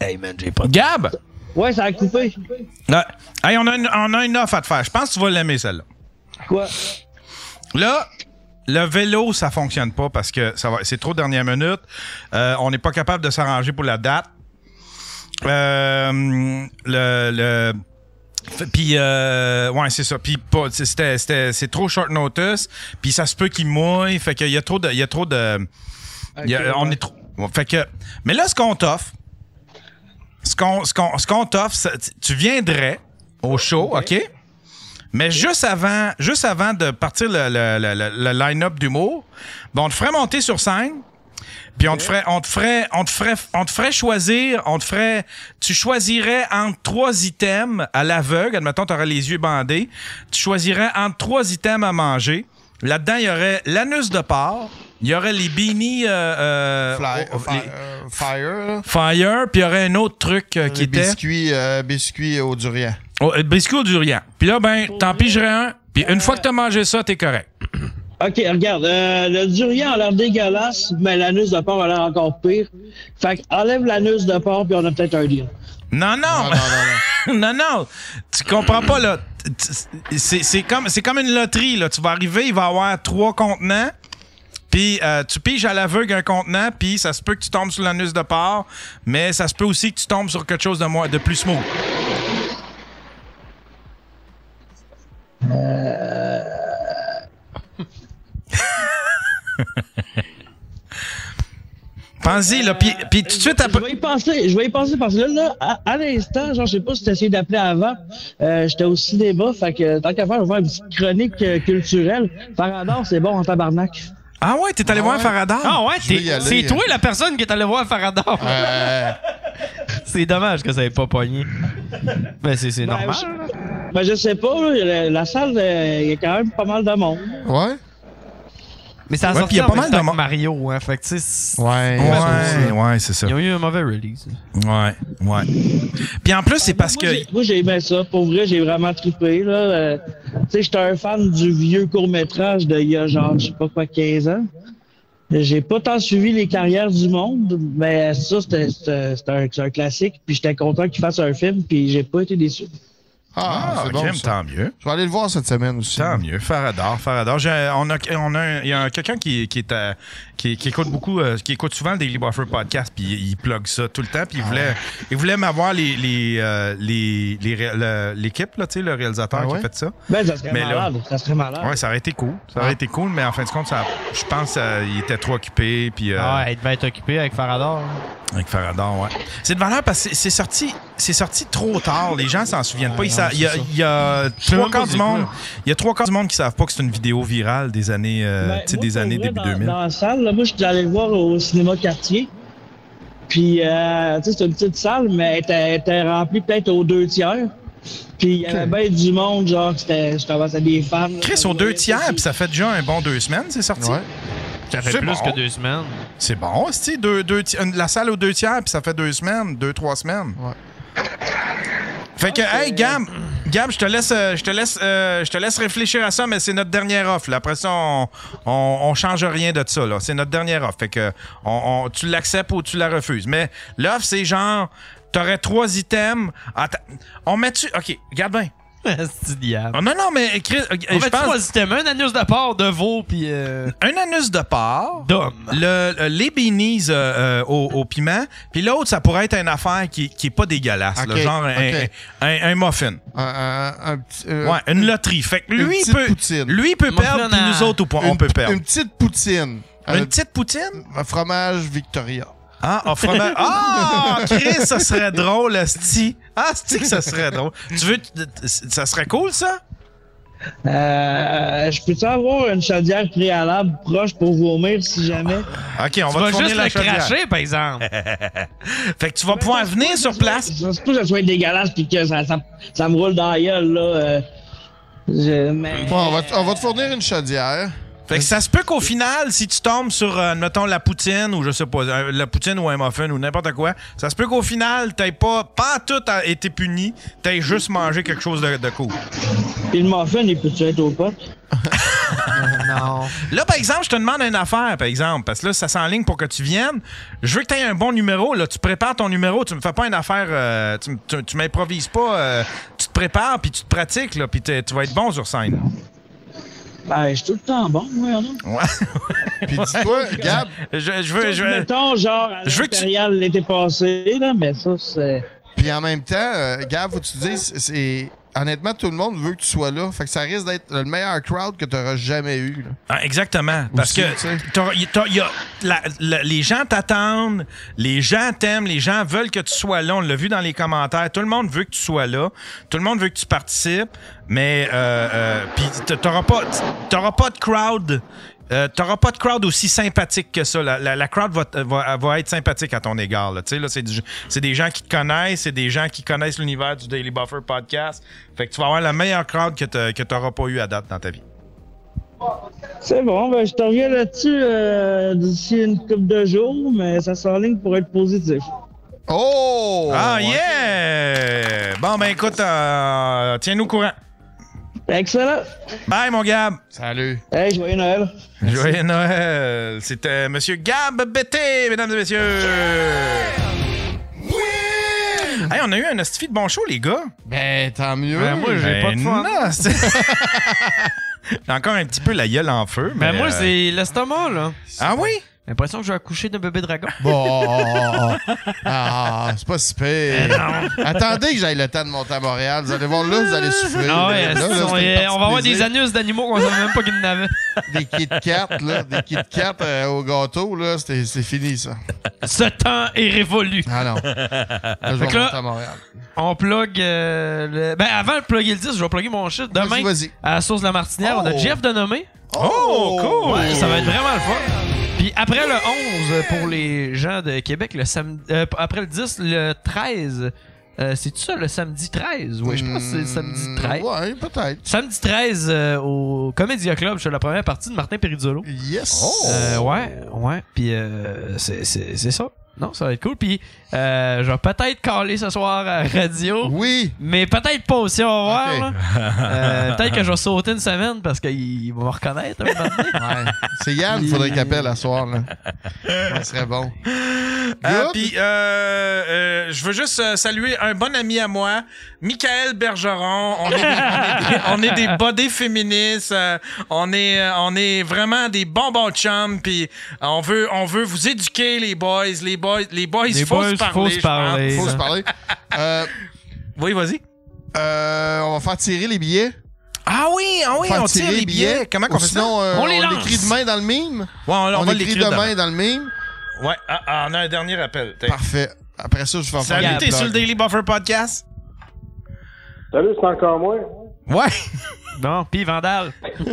Speaker 3: Hey man, j'ai pas
Speaker 1: Gab!
Speaker 5: Ouais, ça a coupé.
Speaker 1: Là, hey, on, a une, on a une offre à te faire. Je pense que tu vas l'aimer, celle-là.
Speaker 5: Quoi?
Speaker 1: Là, le vélo, ça fonctionne pas parce que ça va, c'est trop dernière minute. Euh, on n'est pas capable de s'arranger pour la date. Euh, le. le f- puis euh, ouais c'est ça puis pas- c'est- c'était- c'était- c'est trop short notice puis ça se peut qu'il mouille fait qu'il y a trop de il y a trop de il y a-
Speaker 5: Ok,
Speaker 1: on
Speaker 5: ouais.
Speaker 1: est trop fait que mais là ce qu'on t'offre ce qu'on ce qu'on- ce qu'on t'offre, ça- tu- tu viendrais au show, OK? Mais juste avant, juste avant de partir le, le- le- le- le line-up d'humour, ben on te ferait monter sur scène, puis on te ferait, on te ferait, on te ferait, on te ferait choisir, on te ferait, tu choisirais entre trois items à l'aveugle, admettons, tu aurais les yeux bandés, tu choisirais entre trois items à manger. Là-dedans, il y aurait l'anus de porc, il y aurait les beanies euh, euh,
Speaker 4: Fly-
Speaker 1: oh,
Speaker 4: fi-
Speaker 1: les-
Speaker 4: euh, fire, là.
Speaker 1: Fire, puis il y aurait un autre truc euh, qui
Speaker 4: Les
Speaker 1: était.
Speaker 4: biscuits, euh, biscuits au durian.
Speaker 1: Oh, euh, briscoe au durian. Puis là, ben, t'en pigerais un. Puis une fois que t'as mangé ça, t'es correct.
Speaker 5: OK, regarde, euh, le durian a l'air dégueulasse, mais l'anus de porc a l'air encore pire. Fait que enlève l'anus de porc, puis on a peut-être un deal.
Speaker 1: Non, non. Non, <laughs> non, Tu comprends pas, là. T- t- C'est c'est comme, c'est comme une loterie, là. Tu vas arriver, il va y avoir trois contenants. Puis euh, tu piges à l'aveugle un contenant, puis ça se peut que tu tombes sur l'anus de porc, mais ça se peut aussi que tu tombes sur quelque chose de, moins, de plus smooth. Pense-y, là. Puis, puis tout de suite après.
Speaker 5: Je vais y penser, je vais y penser parce que là, là à, à l'instant, genre, je sais pas si t'as essayé d'appeler avant. euh, J'étais au cinéma, fait que euh, tant qu'à faire, on va faire une petite chronique euh, culturelle. Farador, c'est bon en tabarnak.
Speaker 1: Ah ouais, t'es allé voir Faradar?
Speaker 3: Ah ouais,
Speaker 5: Je
Speaker 3: t'es-
Speaker 5: veux y aller.
Speaker 3: c'est
Speaker 1: hein.
Speaker 3: toi la personne qui est allée voir Faradar. <laughs> c'est dommage que ça ait pas pogné. Mais c'est c'est
Speaker 5: Ben,
Speaker 3: normal.
Speaker 5: je- Ben, je sais pas, là, la, la salle, euh, il y a quand même pas mal de monde.
Speaker 4: Ouais.
Speaker 3: Mais ça a
Speaker 5: Ouais,
Speaker 3: sorti
Speaker 5: puis il y a
Speaker 3: en
Speaker 5: pas
Speaker 3: même
Speaker 5: mal
Speaker 3: temps
Speaker 5: de
Speaker 3: que
Speaker 5: mo-
Speaker 3: Mario, hein. Fait que tu sais.
Speaker 4: Ouais,
Speaker 1: Ouais, ouais, c'est ça.
Speaker 3: Ils ont eu un mauvais release.
Speaker 1: Ouais, ouais. Puis en plus, c'est parce que.
Speaker 5: Moi, j'ai aimé ça. Pour vrai, j'ai vraiment trippé. Là. Euh, tu sais, j'étais un fan du vieux court-métrage d'il y a genre, je sais pas quoi, 15 ans. J'ai pas tant suivi les carrières du monde, mais ça, c'était- c'était c'était un, c'est un classique. Puis j'étais content qu'il fasse un film, puis j'ai pas été déçu.
Speaker 4: Ah, c'est
Speaker 1: ok,
Speaker 4: bon,
Speaker 1: mais
Speaker 4: ça.
Speaker 1: tant mieux.
Speaker 4: Je vais aller le voir cette semaine aussi.
Speaker 1: Tant mieux. Faradar, Faradar. J'ai- On a, on a un- il y a un- quelqu'un qui, qui, est à- qui, qui écoute beaucoup, euh, qui écoute souvent le Daily Buffer podcast, puis il, il plug ça tout le temps, puis il voulait,
Speaker 4: Ah.
Speaker 1: il voulait m'avoir les, les, euh, les, les ré- le- l'équipe, là, tu sais, le réalisateur
Speaker 5: Ah
Speaker 1: qui
Speaker 5: ouais?
Speaker 1: a fait ça.
Speaker 5: Ben, ça serait
Speaker 1: Mais là-
Speaker 5: malade. Ça serait malade.
Speaker 1: Ouais, ça aurait été cool. Ça
Speaker 4: Ah.
Speaker 1: aurait été cool, mais en fin de compte, ça, je pense qu'il était trop occupé, puis. euh,
Speaker 3: Ah ouais, il devait être occupé avec Faradar.
Speaker 1: Avec Faradar, ouais. C'est de valeur parce que c'est- c'est sorti, c'est sorti trop tard. Les gens s'en souviennent pas. Ils sa- Il y a, il y a trois
Speaker 5: même pas
Speaker 1: quarts du
Speaker 5: c'est
Speaker 1: monde.
Speaker 5: quoi.
Speaker 1: Il y a trois quarts du monde qui savent pas que c'est une vidéo virale des années, euh,
Speaker 5: Ben,
Speaker 1: tu sais,
Speaker 5: moi,
Speaker 1: des
Speaker 5: pour
Speaker 1: années
Speaker 5: vrai,
Speaker 1: début
Speaker 5: dans,
Speaker 1: 2000.
Speaker 5: Dans la salle, là, moi, je suis allé le voir au cinéma quartier. Puis, euh, tu sais, c'est une petite salle, mais elle était, elle était remplie peut-être aux deux tiers. Puis, il y avait bien du monde, genre, que c'était- je commençais à des fans. là.
Speaker 1: Chris, aux deux tiers, puis ça fait déjà un bon deux semaines, c'est sorti.
Speaker 3: Ça fait
Speaker 1: C'est
Speaker 3: plus
Speaker 1: bon.
Speaker 3: que deux semaines.
Speaker 1: C'est bon, c'est Ah deux, deux ti- une- la salle aux deux tiers, puis ça fait deux semaines, deux, trois semaines. Fait que, hey, Gam, Gab, je te laisse, euh, je te laisse, euh, je te laisse réfléchir à ça, mais c'est notre dernière offre. là. Après ça, on, on, on change rien de ça. là. C'est notre dernière offre. Fait que on- on- tu l'acceptes ou tu la refuses. Mais l'offre, c'est genre, t'aurais trois items. Attends, on met tu. Ok, regarde
Speaker 3: <laughs>
Speaker 1: bien. Oh, non, non, mais Chris, ok,
Speaker 3: On
Speaker 1: je
Speaker 3: met-tu
Speaker 1: pense-
Speaker 3: trois items? Un anus de porc, de veau, puis... euh,
Speaker 1: un anus de porc. Le, euh, les beanies euh, euh, au, au piment. Puis l'autre, ça pourrait être une affaire qui, qui est pas dégueulasse. là,
Speaker 4: Ok,
Speaker 1: genre un,
Speaker 4: ok.
Speaker 1: un- un- un muffin.
Speaker 4: euh,
Speaker 1: ouais, une loterie. Fait que
Speaker 4: une
Speaker 1: lui, il
Speaker 4: petite
Speaker 1: peut,
Speaker 4: poutine.
Speaker 1: lui il peut
Speaker 4: Muffin
Speaker 1: perdre, puis
Speaker 4: à-
Speaker 1: nous autres, on peut- on
Speaker 4: une-
Speaker 1: peut perdre.
Speaker 4: Une petite poutine. Euh,
Speaker 1: Une petite poutine?
Speaker 4: Un fromage Victoria.
Speaker 1: Ah,
Speaker 4: <laughs>
Speaker 1: un fromage- Ah, Chris, ça serait drôle, Asti. Ah, Asti, que ça serait drôle. Tu veux. t- t- Ça serait cool, ça?
Speaker 5: Euh, je peux-tu avoir une chaudière préalable proche pour vomir si jamais?
Speaker 1: Ah. Ok, on
Speaker 5: Tu
Speaker 1: va
Speaker 5: vas
Speaker 1: te fournir
Speaker 5: juste
Speaker 1: la
Speaker 5: le
Speaker 1: chaudière.
Speaker 5: cracher,
Speaker 1: <laughs>
Speaker 3: par exemple.
Speaker 1: fait que tu vas pouvoir venir sur place.
Speaker 5: Je sais pas que ça soit dégueulasse puis que ça, ça, ça me roule dans la gueule, là. euh, je- mais...
Speaker 4: Bon, on va, on va te fournir une chaudière.
Speaker 1: Fait que ça se peut qu'au final, si tu tombes sur, euh, admettons, la poutine ou je sais pas, euh, la poutine ou un muffin ou n'importe quoi, ça se peut qu'au final, t'aies pas, pas en tout a- été puni, t'aies juste mangé quelque chose de, de cool.
Speaker 5: Puis le muffin, il peut-tu être au pot?
Speaker 1: non. Là, par exemple, je te demande une affaire, par exemple, parce que là, ça s'enligne pour que tu viennes. Je veux que t'aies un bon numéro, là. Tu prépares ton numéro, tu me fais pas une affaire, euh, tu, m- tu, tu m'improvises pas, euh, tu te prépares, puis tu te pratiques, là, puis t'es- tu vas être bon sur scène.
Speaker 5: Ben, je suis tout le temps bon, moi,
Speaker 1: Ouais.
Speaker 4: Puis dis-toi, Gab.
Speaker 1: <laughs> Je, je veux. Je veux...
Speaker 5: Mettons, genre, à
Speaker 1: Euh, Je veux que tu-
Speaker 5: l'impérial l'été passé, là, mais ça, c'est...
Speaker 4: Puis en même temps, euh, Gab, faut que tu te dises, c'est. Honnêtement, tout le monde veut que tu sois là. Fait que ça risque d'être le meilleur crowd que tu auras jamais eu. là.
Speaker 1: Ah, exactement. Parce
Speaker 4: Aussi, tu sais.
Speaker 1: que t'auras- y- t'as- y a- la- la- les gens t'attendent, les gens t'aiment, les gens veulent que tu sois là. On l'a vu dans les commentaires. Tout le monde veut que tu sois là. Tout le monde veut que tu participes. Mais euh, euh, puis t- t'auras pas, t'auras pas de crowd. euh, t'auras pas de crowd aussi sympathique que ça. La, la- la crowd va, t- va- va être sympathique à ton égard. Là. Tu sais, là, c'est, du- c'est des gens qui te connaissent, c'est des gens qui connaissent l'univers du Daily Buffer podcast. Fait que tu vas avoir la meilleure crowd que, t'a- que t'auras pas eu à date dans ta vie.
Speaker 5: C'est bon, ben, je te reviens là-dessus euh, d'ici une couple de jours, mais ça s'enligne pour être positif.
Speaker 4: Oh!
Speaker 1: Ah, yeah! Bon, ben écoute, euh, tiens-nous au courant.
Speaker 5: Excellent!
Speaker 1: Bye, mon Gab!
Speaker 4: Salut!
Speaker 5: Hey, joyeux Noël!
Speaker 1: Joyeux Noël! C'était Monsieur Gab Bété, mesdames et messieurs! Hey, on a eu un astifi de bon show, les gars!
Speaker 4: Ben, tant mieux!
Speaker 1: Ben, moi, j'ai pas de fun.
Speaker 4: non, c'est-
Speaker 3: Ben,
Speaker 1: J'ai encore un petit peu la gueule en feu, mais...
Speaker 3: Ben moi,
Speaker 1: euh,
Speaker 3: c'est l'estomac, là.
Speaker 1: Ah oui? oh,
Speaker 3: J'ai l'impression que je vais accoucher d'un bébé dragon.
Speaker 4: Bon. Ah, c'est pas si pire. Attendez que j'aille le temps de monter à Montréal. Vous allez voir, là, vous allez souffrir.
Speaker 3: Ah ouais,
Speaker 4: Là, là,
Speaker 3: c'est-
Speaker 4: c'est
Speaker 3: on,
Speaker 4: une
Speaker 3: est-
Speaker 4: partie
Speaker 3: on va avoir des
Speaker 4: plaisir.
Speaker 3: anus d'animaux qu'on savait même pas qu'ils n'avaient.
Speaker 4: Des Kit Kat, là. Des Kit Kat euh, au gâteau, là. c'était- C'est fini, ça.
Speaker 3: Ce temps est révolu.
Speaker 4: Ah
Speaker 3: <laughs>
Speaker 4: non. Là, je vais
Speaker 3: Fait que là-
Speaker 4: remonter à Montréal.
Speaker 3: On plug. euh, le- Ben, avant de plugger le 10, je vais plugger mon shit. Demain,
Speaker 4: Vas-y, vas-y.
Speaker 3: à la source de la martinière, on a
Speaker 4: Oh.
Speaker 3: Jeff Denomé.
Speaker 1: Oh, cool!
Speaker 3: Ouais, ça va être vraiment le fun. Puis après le 11, euh, pour les gens de Québec, le samedi. euh, après le 10, le 13. euh, c'est ça, le samedi 13? Oui, je pense que c'est le samedi 13.
Speaker 4: Hmm, Ouais, peut-être.
Speaker 3: Samedi 13 euh, au Comédia Club, je fais la première partie de Martin Perizzolo.
Speaker 4: Yes!
Speaker 3: Euh, ouais, ouais. Puis euh, c'est c'est- c'est ça. Non, ça va être cool. Puis euh, je vais peut-être caler ce soir à la radio.
Speaker 4: Oui!
Speaker 3: Mais peut-être pas aussi, on va voir.
Speaker 4: Ok.
Speaker 3: là. Euh, peut-être que je vais sauter une semaine parce qu'il va me reconnaître un moment donné.
Speaker 4: Ouais. C'est Yann, il faudrait qu'il appelle à soir, là. Ça serait bon.
Speaker 1: Ah, puis, euh, euh, je veux juste euh, saluer un bon ami à moi, Michael Bergeron. On est des, on est des body féministes. euh, on, est, euh, on est vraiment des bonbons chums. Puis, on veut, on veut vous éduquer, les boys. Les boys, les boys,
Speaker 3: Les
Speaker 1: faut,
Speaker 3: boys,
Speaker 1: se
Speaker 3: faut
Speaker 1: parler,
Speaker 3: se
Speaker 1: je pense.
Speaker 3: parler,
Speaker 4: Faut se parler. Euh,
Speaker 1: Oui, vas-y.
Speaker 4: euh, on va faire tirer les billets.
Speaker 1: Ah oui, ah oui,
Speaker 4: Faire
Speaker 1: on tire les billets. Comment
Speaker 4: Ou
Speaker 1: qu'on fait
Speaker 4: sinon,
Speaker 1: ça?
Speaker 4: euh,
Speaker 1: on les lance.
Speaker 4: l'écrit demain dans le mime.
Speaker 1: Ouais, on, on
Speaker 4: on
Speaker 1: va
Speaker 4: l'écrit
Speaker 1: l'écrire
Speaker 4: demain
Speaker 1: demain.
Speaker 4: dans le mime.
Speaker 1: Ouais, ah, ah, on a un dernier appel. T'es-
Speaker 4: Parfait. Après ça, je vais en faire
Speaker 1: Salut,
Speaker 4: des
Speaker 1: t'es
Speaker 4: plugs.
Speaker 1: sur le Daily Buffer Podcast?
Speaker 7: Salut, c'est encore moi.
Speaker 1: Ouais.
Speaker 3: Bon, puis Vandal.
Speaker 14: Eh,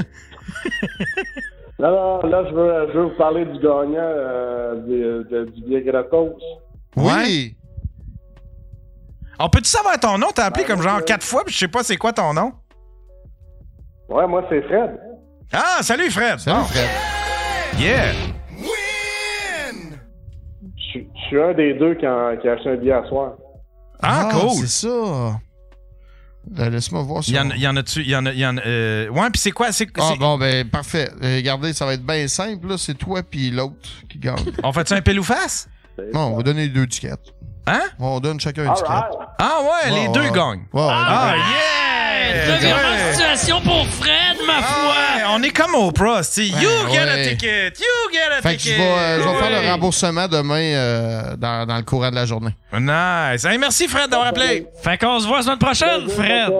Speaker 7: Là, là, là, je, veux, je veux vous parler du gagnant euh, des- de- du billet gratos.
Speaker 4: Oui.
Speaker 1: On peut-tu savoir ton nom? T'as
Speaker 4: Ben
Speaker 1: appelé comme genre quatre fois, puis je sais pas c'est quoi ton nom.
Speaker 7: Ouais, moi, c'est Fred.
Speaker 1: Ah, salut Fred!
Speaker 4: Salut
Speaker 1: Bon.
Speaker 4: Fred.
Speaker 1: Yeah!
Speaker 7: Je suis- je
Speaker 4: Ah,
Speaker 7: suis un des deux qui a, qui a acheté un billet à soir.
Speaker 1: Ah, cool!
Speaker 4: C'est ça. Euh, Laisse-moi voir
Speaker 1: Il
Speaker 4: ça.
Speaker 1: y en, a- il y en a-tu? Il y en a. il Y en a euh, Ouais, puis c'est quoi? C'est,
Speaker 4: Ah
Speaker 1: c'est-
Speaker 4: bon, ben parfait. Euh, Regardez, ça va être bien simple. là. C'est toi puis l'autre qui gagne.
Speaker 1: <laughs> On fait-tu un pile ou face?
Speaker 4: Non, on va donner deux tickets.
Speaker 1: Hein?
Speaker 4: On donne chacun une ticket.
Speaker 1: Ah ouais, les deux gagnent.
Speaker 4: Ouais, ouais.
Speaker 1: Ah, yeah!
Speaker 14: Revirement de situation pour Fred, ma foi!
Speaker 1: On est comme Oprah, c'est
Speaker 4: Ah. Ben,
Speaker 1: You get a
Speaker 4: ouais.
Speaker 1: ticket! You get a
Speaker 4: Fait que je
Speaker 1: ticket!
Speaker 4: vais, euh, je vais faire
Speaker 1: Ouais.
Speaker 4: le remboursement demain euh, dans, dans le courant de la journée.
Speaker 1: Nice! Hey, merci Fred d'avoir appelé!
Speaker 3: Fait qu'on se voit la semaine prochaine, Fred!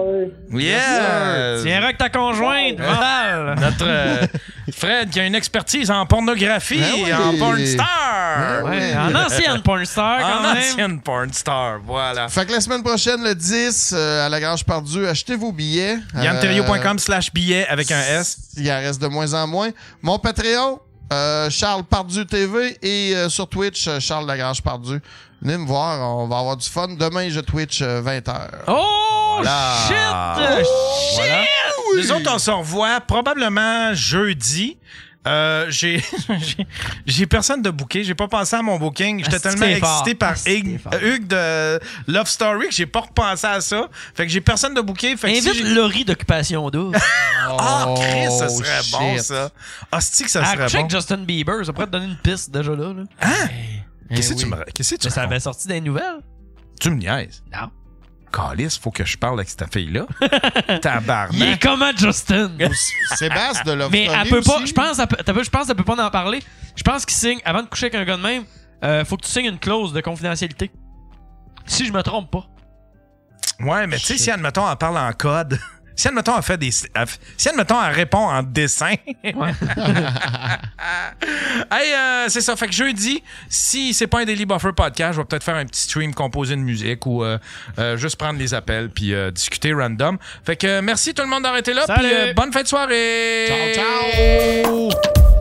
Speaker 1: Yeah!
Speaker 3: Tiens, avec ta conjointe, vandale!
Speaker 1: <laughs> Notre euh, Fred qui a une expertise en pornographie
Speaker 3: Ben oui. Ben
Speaker 1: et en porn star!
Speaker 3: Ouais, en ancienne porn star, quand
Speaker 1: en
Speaker 3: même.
Speaker 1: ancienne porn star, voilà.
Speaker 4: Fait que la semaine prochaine, le 10, euh, à la Grange Pardue, achetez vos billets.
Speaker 3: euh,
Speaker 4: Euh,
Speaker 1: YannTerrio.com slash billet avec un S.
Speaker 4: Il en reste de moins en moins. Mon Patreon, euh, Charles Pardu TV et euh, sur Twitch, euh, Charles Lagrange Pardu. Venez me voir, on va avoir du fun. Demain, je Twitch euh, 20h.
Speaker 3: Oh,
Speaker 1: Voilà. Voilà. Nous autres, on se revoit probablement jeudi. Euh, j'ai <laughs> j'ai- j'ai personne de booké, j'ai pas pensé à mon booking. J'étais
Speaker 3: Asti,
Speaker 1: tellement
Speaker 3: t'es fort.
Speaker 1: excité par
Speaker 3: Asti,
Speaker 1: Hugues,
Speaker 3: t'es fort.
Speaker 1: Hugues de Love Story que j'ai pas repensé à ça. Fait que j'ai personne de booké. Fait que si
Speaker 12: Invite
Speaker 1: j'ai-
Speaker 12: Laurie d'Occupation double.
Speaker 1: Ah, Chris, ça
Speaker 4: Oh,
Speaker 3: Oh,
Speaker 1: serait bon ça. Ah, que ça
Speaker 12: Ah,
Speaker 1: serait
Speaker 12: check
Speaker 1: bon. Hein?
Speaker 12: Justin Bieber, ça pourrait te donner une piste déjà là. là.
Speaker 1: Qu'est-ce que
Speaker 12: Eh
Speaker 1: tu
Speaker 12: oui.
Speaker 1: me qu'est-ce que tu
Speaker 12: Mais ça
Speaker 1: racontes?
Speaker 12: avait sorti des nouvelles.
Speaker 1: Tu me niaises.
Speaker 12: Non.
Speaker 1: Calice, faut que je parle avec cette
Speaker 12: <laughs>
Speaker 1: fille-là. Tabarnak.
Speaker 12: Il est comment Justin?
Speaker 1: <laughs>
Speaker 4: Sébastien de Love
Speaker 12: Mais
Speaker 4: Story
Speaker 12: elle peut pas,
Speaker 4: aussi.
Speaker 12: je pense, elle peut- t'as vu, je pense qu'elle peut pas en parler. Je pense qu'il signe, avant de coucher avec un gars de même, euh, faut que tu signes une clause de confidentialité. Si je me trompe pas.
Speaker 1: Ouais, mais tu sais, si admettons, elle parle en code, <laughs> si admettons, elle fait des. elle f- si admettons, elle répond en dessin. <laughs> hey, euh, c'est ça. Fait que jeudi, si c'est pas un Daily Buffer podcast, je vais peut-être faire un petit stream, composer une musique ou euh, euh, juste prendre les appels puis euh, discuter random. Fait que euh, merci tout le monde d'arrêter là. Puis
Speaker 12: Salut.
Speaker 1: euh, bonne fin de soirée.
Speaker 12: Ciao, ciao.